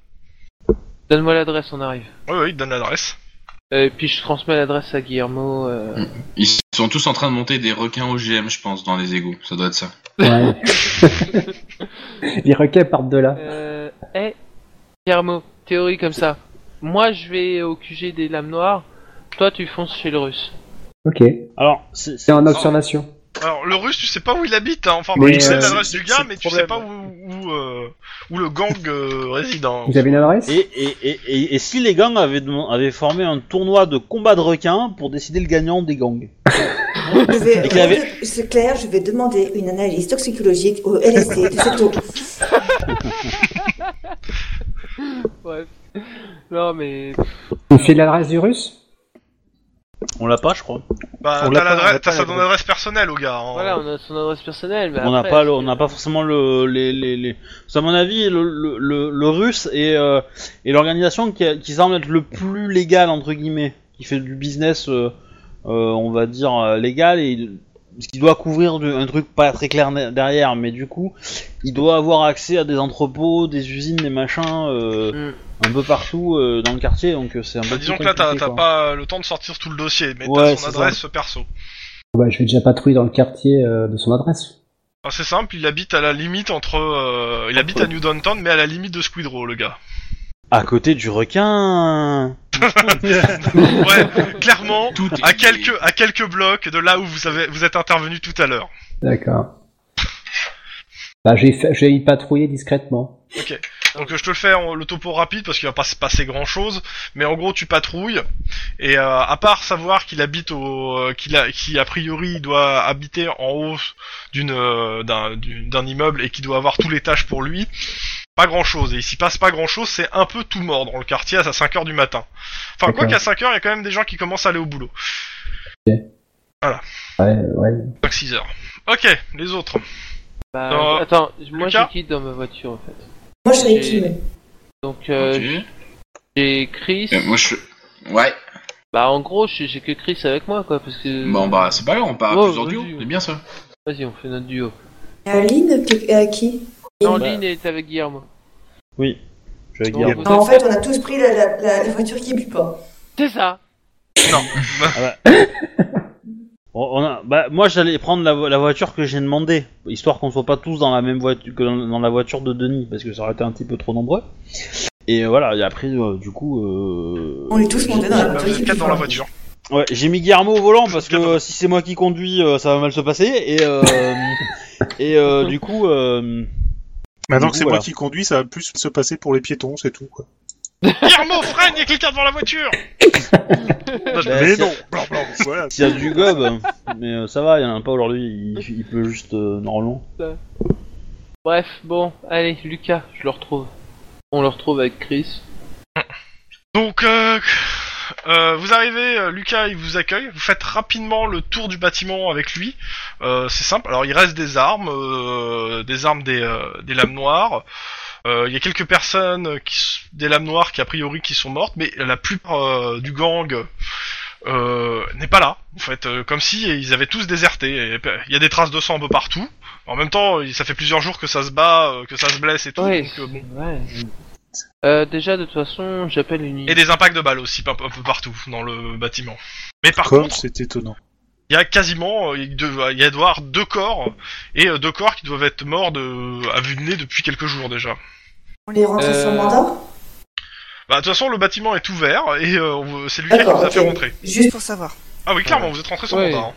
[SPEAKER 3] Donne-moi l'adresse, on arrive.
[SPEAKER 1] Oui, oui, donne l'adresse.
[SPEAKER 3] Euh, et puis je transmets l'adresse à Guillermo. euh,
[SPEAKER 6] Ils sont tous en train de monter des requins OGM, je pense, dans les égouts. Ça doit être ça.
[SPEAKER 7] Ouais. les requins partent de là.
[SPEAKER 3] Euh, hey, Guillermo, théorie comme ça. Moi, je vais au QG des lames noires. Toi, tu fonces chez le russe.
[SPEAKER 7] Ok.
[SPEAKER 2] Alors, c'est
[SPEAKER 7] C'est
[SPEAKER 2] c'est-
[SPEAKER 7] en observation.
[SPEAKER 1] Alors, le russe, tu sais pas où il habite, hein. enfin,
[SPEAKER 7] Mais,
[SPEAKER 1] tu sais
[SPEAKER 7] euh,
[SPEAKER 1] l'adresse
[SPEAKER 4] c'est-
[SPEAKER 1] du
[SPEAKER 4] c'est
[SPEAKER 1] gars,
[SPEAKER 4] le
[SPEAKER 1] mais tu sais
[SPEAKER 4] problème.
[SPEAKER 1] pas où, où, euh, où le gang euh, réside. hein.
[SPEAKER 7] Vous avez une adresse
[SPEAKER 2] Et, et, et, et, et si les gangs avaient, deman- avaient formé un tournoi de combat de requins pour décider le gagnant des gangs
[SPEAKER 5] Je vais- euh,
[SPEAKER 2] Et qu'il avait-
[SPEAKER 5] C'est clair, je vais demander une analyse toxicologique au LSD de cette eau.
[SPEAKER 3] Bref. Non, mais.
[SPEAKER 7] Il fait l'adresse du russe
[SPEAKER 2] On l'a pas, je crois.
[SPEAKER 1] Bah, t'as
[SPEAKER 4] On l'a pas, on l'a
[SPEAKER 1] l'adresse,
[SPEAKER 4] pas,
[SPEAKER 1] t'as son
[SPEAKER 4] l'adresse.
[SPEAKER 1] adresse personnelle au gars. hein.
[SPEAKER 3] Voilà, on a son adresse personnelle. Mais
[SPEAKER 2] on n'a
[SPEAKER 3] Bah, après, euh,
[SPEAKER 2] pas, le-
[SPEAKER 3] c'est-
[SPEAKER 2] on n'a pas forcément le, les, les, les... Parce qu'à mon avis, le, le, le, le russe est, euh, est l'organisation qui, a- qui semble être le plus légal entre guillemets, qui fait du business, euh, euh, on va dire euh, légal et il- ce qui doit couvrir de- un truc pas très clair ne- derrière, mais du coup, il doit avoir accès à des entrepôts, des usines, des machins, euh,
[SPEAKER 3] Mm.
[SPEAKER 2] un peu partout euh, dans le quartier, donc euh, c'est un peu.
[SPEAKER 1] Bah,
[SPEAKER 2] plus
[SPEAKER 1] disons que là, t'as
[SPEAKER 2] compliqué,
[SPEAKER 1] t'as
[SPEAKER 2] quoi.
[SPEAKER 1] pas euh, le temps de sortir tout le dossier, mais
[SPEAKER 2] Ouais,
[SPEAKER 1] t'as son
[SPEAKER 2] c'est ça.
[SPEAKER 1] adresse perso.
[SPEAKER 7] bah, Je vais déjà patrouiller dans le quartier euh, de son adresse.
[SPEAKER 1] Alors, c'est simple, il habite à la limite entre. euh, il habite à New Downtown, mais à la limite de Squid Row, le gars.
[SPEAKER 2] À côté du requin.
[SPEAKER 1] Ouais, clairement,
[SPEAKER 6] Tout est
[SPEAKER 1] à quelques, à quelques blocs de là où vous, avez, vous êtes intervenu tout à l'heure.
[SPEAKER 7] D'accord. Bah, je vais fa- je vais y patrouiller discrètement.
[SPEAKER 1] Donc euh, je te le fais en- le topo rapide parce qu'il va pas se passer grand chose, mais en gros tu patrouilles et euh, à part savoir qu'il habite au euh, qu'il a qui a priori il doit habiter en haut d'une euh, d'un d'une- d'un immeuble et qui doit avoir tous les tâches pour lui, pas grand chose et il s'y passe pas grand chose, c'est un peu tout mort dans le quartier à 5 heures du matin. Enfin quoi
[SPEAKER 7] D'accord.
[SPEAKER 1] qu'à 5 heures il y a quand même des gens qui commencent à aller au boulot.
[SPEAKER 7] Ouais, Euh, ouais.
[SPEAKER 1] 5 6 heures. OK, les autres.
[SPEAKER 3] Bah,
[SPEAKER 1] Non, euh,
[SPEAKER 3] attends, moi je
[SPEAKER 1] Lucas
[SPEAKER 3] quitte dans ma voiture en fait.
[SPEAKER 5] Moi, je serais
[SPEAKER 3] J'ai-
[SPEAKER 5] qui
[SPEAKER 3] Donc euh,
[SPEAKER 6] Ok.
[SPEAKER 3] j'ai Chris.
[SPEAKER 6] Ah, Euh, Moi je. Ouais.
[SPEAKER 3] Bah en gros, j'ai j'ai que Chris avec moi quoi, parce que.
[SPEAKER 6] Bon bah c'est pas grave, on part à
[SPEAKER 3] Ouais,
[SPEAKER 6] plusieurs duos.
[SPEAKER 3] euh, oh, vas-y.
[SPEAKER 6] C'est bien ça.
[SPEAKER 3] Vas-y, on fait notre duo.
[SPEAKER 5] Aline, qui- à qui
[SPEAKER 3] Non,
[SPEAKER 2] Bah.
[SPEAKER 3] Lynn est avec Guillermo.
[SPEAKER 2] Oui. Je vais
[SPEAKER 3] Donc,
[SPEAKER 2] dire.
[SPEAKER 3] vous
[SPEAKER 1] Bah,
[SPEAKER 5] Non,
[SPEAKER 3] êtes-
[SPEAKER 5] En fait, on a tous pris la, la- la- la voiture qui bute pas.
[SPEAKER 3] C'est ça.
[SPEAKER 2] On- on a- bah, moi, j'allais prendre la, vo- la voiture que j'ai demandé, histoire qu'on soit pas tous dans la même voiture que dans, dans la voiture de Denis, parce que ça aurait été un petit peu trop nombreux. Et euh, voilà, et après, euh, du coup, euh,
[SPEAKER 5] On est tous montés dans la
[SPEAKER 1] Bah,
[SPEAKER 5] voiture
[SPEAKER 1] vous
[SPEAKER 5] qui
[SPEAKER 1] êtes
[SPEAKER 5] bute
[SPEAKER 1] quatre
[SPEAKER 5] pas.
[SPEAKER 1] dans la voiture.
[SPEAKER 2] ouais, j'ai mis Guillermo au volant parce que euh, si c'est moi qui conduis, euh, ça va mal se passer. Et euh, et euh, du coup, euh,
[SPEAKER 4] Maintenant
[SPEAKER 2] Du
[SPEAKER 4] que
[SPEAKER 2] coup,
[SPEAKER 4] c'est
[SPEAKER 2] voilà.
[SPEAKER 4] moi qui conduis, ça va plus se passer pour les piétons, c'est tout. Quoi.
[SPEAKER 1] Guillermo freine, il y a quelqu'un devant la voiture. Non, je-
[SPEAKER 2] bah,
[SPEAKER 4] Mais
[SPEAKER 2] s'il y a-
[SPEAKER 4] non, blanc, blanc, voilà.
[SPEAKER 2] s'il y a du gob, mais euh, ça va, il y en a pas aujourd'hui. Il, il pleut juste euh, normalement.
[SPEAKER 3] Bref, bon, allez, Lucas, je le retrouve. On le retrouve avec Chris.
[SPEAKER 1] Donc, euh, euh, vous arrivez, euh, Lucas, il vous accueille. Vous faites rapidement le tour du bâtiment avec lui. Euh, c'est simple. Alors, il reste des armes, euh, des armes des, euh, des lames noires. Euh, Il y a quelques personnes qui, s- des lames noires qui a priori qui sont mortes, mais la plupart euh, du gang euh, n'est pas là. En fait, euh, comme si ils avaient tous déserté. Et euh, Il y a des traces de sang un peu partout. En même temps, il- ça fait plusieurs jours que ça se bat, euh, que ça se blesse et tout.
[SPEAKER 3] Ouais.
[SPEAKER 1] donc, euh, bon.
[SPEAKER 3] Ouais. Euh, déjà, de toute façon, j'appelle une
[SPEAKER 1] Et
[SPEAKER 3] unité.
[SPEAKER 1] des impacts de balles aussi, un peu un peu partout dans le bâtiment. Mais par
[SPEAKER 4] Comme
[SPEAKER 1] contre,
[SPEAKER 4] c'est étonnant.
[SPEAKER 1] il y a quasiment, euh, il dev- il y a doit y avoir deux corps, et euh, deux corps qui doivent être morts de, à vue de nez depuis quelques jours déjà.
[SPEAKER 5] On les rentre
[SPEAKER 3] Euh,
[SPEAKER 5] sans mandat
[SPEAKER 1] Bah, de toute façon, le bâtiment est ouvert, et euh, on veut- c'est Lucas qui
[SPEAKER 5] D'accord,
[SPEAKER 1] vous a
[SPEAKER 5] ok.
[SPEAKER 1] fait rentrer.
[SPEAKER 5] Juste.
[SPEAKER 9] pour savoir.
[SPEAKER 1] Ah oui, clairement, vous êtes rentré sans
[SPEAKER 3] Ouais.
[SPEAKER 1] mandat. hein.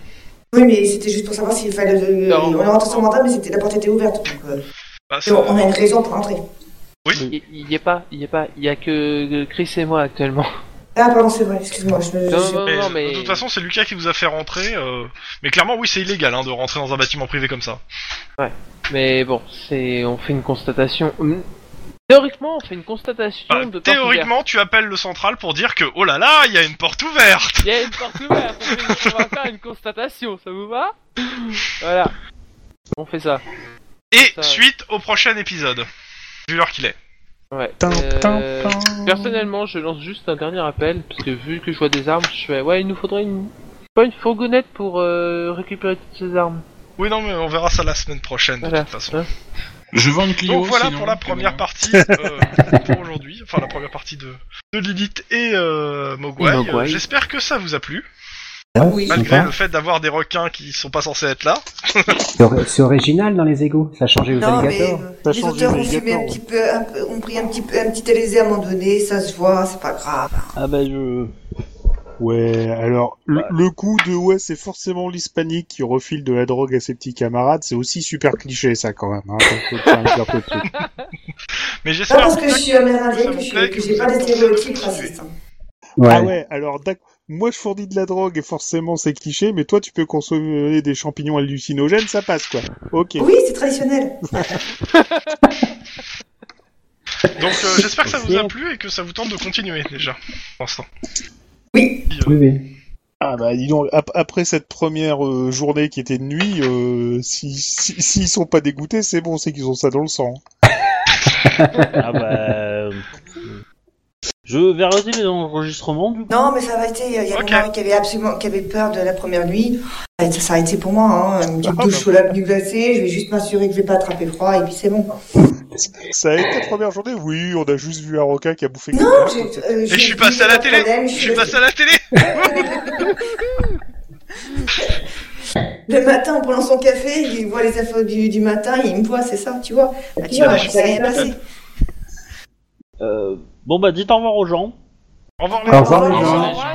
[SPEAKER 5] Oui, mais c'était juste pour savoir s'il fallait. euh,
[SPEAKER 3] Non.
[SPEAKER 5] On est rentré sans mandat, mais c'était- la porte était ouverte. Donc, euh,
[SPEAKER 1] Bah,
[SPEAKER 5] c'est
[SPEAKER 1] c'est-
[SPEAKER 5] bon, on a une raison pour rentrer.
[SPEAKER 3] Il il y, est pas, il y est pas, il y a que Chris et moi actuellement.
[SPEAKER 5] Ah, pardon, c'est vrai, excuse-moi. Je, me-
[SPEAKER 3] Non,
[SPEAKER 5] je-
[SPEAKER 3] non,
[SPEAKER 1] mais,
[SPEAKER 3] non, mais.
[SPEAKER 1] De toute façon, c'est Lucas qui vous a fait rentrer. euh, Mais clairement, oui, c'est illégal hein, de rentrer dans un bâtiment privé comme ça.
[SPEAKER 3] Mais bon, c'est, on fait une constatation. Hum. Théoriquement, on fait une constatation
[SPEAKER 1] Bah,
[SPEAKER 3] de porte ouverte.
[SPEAKER 1] théoriquement, tu appelles le central pour dire que oh là là, il y a une porte ouverte.
[SPEAKER 3] Il y a une porte ouverte. On, fait- on va faire une constatation, ça vous va Voilà. On fait ça.
[SPEAKER 1] Et
[SPEAKER 3] Ça-
[SPEAKER 1] suite au prochain épisode, vu l'heure qu'il est.
[SPEAKER 3] Ouais.
[SPEAKER 4] Tin,
[SPEAKER 3] Euh,
[SPEAKER 4] tin, tin.
[SPEAKER 3] Personnellement, je lance juste un dernier appel parce que vu que je vois des armes, je fais ouais, il nous faudrait une pas une fourgonnette pour euh, récupérer toutes ces armes.
[SPEAKER 1] Oui, non, mais on verra ça la semaine prochaine de
[SPEAKER 3] Voilà.
[SPEAKER 1] toute façon.
[SPEAKER 6] Je vends une Clio.
[SPEAKER 1] Donc voilà
[SPEAKER 6] sinon,
[SPEAKER 1] pour la
[SPEAKER 6] c'est
[SPEAKER 1] première
[SPEAKER 6] bon.
[SPEAKER 1] partie euh, pour aujourd'hui, enfin la première partie de, de Lilith et euh, Mogwai.
[SPEAKER 3] Et Mogwai.
[SPEAKER 1] Euh, J'espère que ça vous a plu.
[SPEAKER 7] Ah ouais,
[SPEAKER 10] Oui.
[SPEAKER 1] Malgré
[SPEAKER 7] sympa.
[SPEAKER 1] le fait d'avoir des requins qui sont pas censés être là.
[SPEAKER 7] C'est ori- c'est original dans les égouts, ça a changé aux
[SPEAKER 5] Non, mais
[SPEAKER 7] alligators.
[SPEAKER 5] euh,
[SPEAKER 4] Ça
[SPEAKER 5] les
[SPEAKER 4] change
[SPEAKER 5] auteurs ont,
[SPEAKER 4] les
[SPEAKER 5] fumé un
[SPEAKER 4] alligators.
[SPEAKER 5] petit peu, un peu- ont pris un petit, peu- un petit LSD à un moment donné, ça se voit, c'est pas grave.
[SPEAKER 2] Ah bah je...
[SPEAKER 4] Ouais, alors le, le coup de ouais, c'est forcément l'hispanique qui refile de la drogue à ses petits camarades, c'est aussi super cliché ça quand même. hein, quand on tient un peu le truc.
[SPEAKER 1] Mais
[SPEAKER 5] Pas
[SPEAKER 1] j'espère
[SPEAKER 5] parce que je suis amérindienne
[SPEAKER 1] Ça
[SPEAKER 5] que
[SPEAKER 1] me
[SPEAKER 5] je
[SPEAKER 1] plaît
[SPEAKER 5] que
[SPEAKER 1] que
[SPEAKER 5] j'ai
[SPEAKER 1] vous
[SPEAKER 5] pas des
[SPEAKER 1] êtes
[SPEAKER 5] stéréotypes
[SPEAKER 1] constitués.
[SPEAKER 5] racistes. hein.
[SPEAKER 4] Ah
[SPEAKER 7] Ouais.
[SPEAKER 4] ouais, alors d'ac- moi je fournis de la drogue et forcément c'est cliché, mais toi tu peux consommer des champignons hallucinogènes, ça passe quoi. Ok.
[SPEAKER 5] Oui, c'est traditionnel.
[SPEAKER 1] Donc euh, j'espère que ça vous a plu et que ça vous tente de continuer déjà pour l'instant.
[SPEAKER 7] Oui, oui.
[SPEAKER 4] Ah bah dis donc, ap- après cette première euh, journée qui était de nuit, euh, si si- s'ils sont pas dégoûtés, c'est bon, c'est qu'ils ont ça dans le sang.
[SPEAKER 2] Ah bah... Je vais arrêter les enregistrements du coup.
[SPEAKER 5] Non, mais ça va été. Il y a
[SPEAKER 1] Ok.
[SPEAKER 5] mon mari qui avait absolument, qui avait peur de la première nuit. Ça, ça a été pour moi. Hein. Une petite
[SPEAKER 4] Ah,
[SPEAKER 5] douche
[SPEAKER 4] bah.
[SPEAKER 5] sous la pluie glacée. Je vais juste m'assurer que je vais pas attraper froid et puis c'est bon.
[SPEAKER 4] Ça a été la première journée Oui, on a juste vu un requin qui a bouffé.
[SPEAKER 5] Non,
[SPEAKER 4] quelqu'un.
[SPEAKER 5] j'ai- euh,
[SPEAKER 1] Et
[SPEAKER 5] j'ai-
[SPEAKER 1] je suis passé à la télé
[SPEAKER 5] problème,
[SPEAKER 1] Je suis passé à la télé
[SPEAKER 5] Le matin, en prenant son café, il voit les infos du, du matin et il me voit, c'est ça, tu vois. Bah, tu
[SPEAKER 10] Ouais,
[SPEAKER 5] vois,
[SPEAKER 10] je
[SPEAKER 5] ça rien passé.
[SPEAKER 2] Euh, bon bah dites au revoir aux gens.
[SPEAKER 1] Au revoir les
[SPEAKER 7] Au revoir
[SPEAKER 1] gens.
[SPEAKER 7] les
[SPEAKER 1] Au
[SPEAKER 7] gens.
[SPEAKER 1] revoir.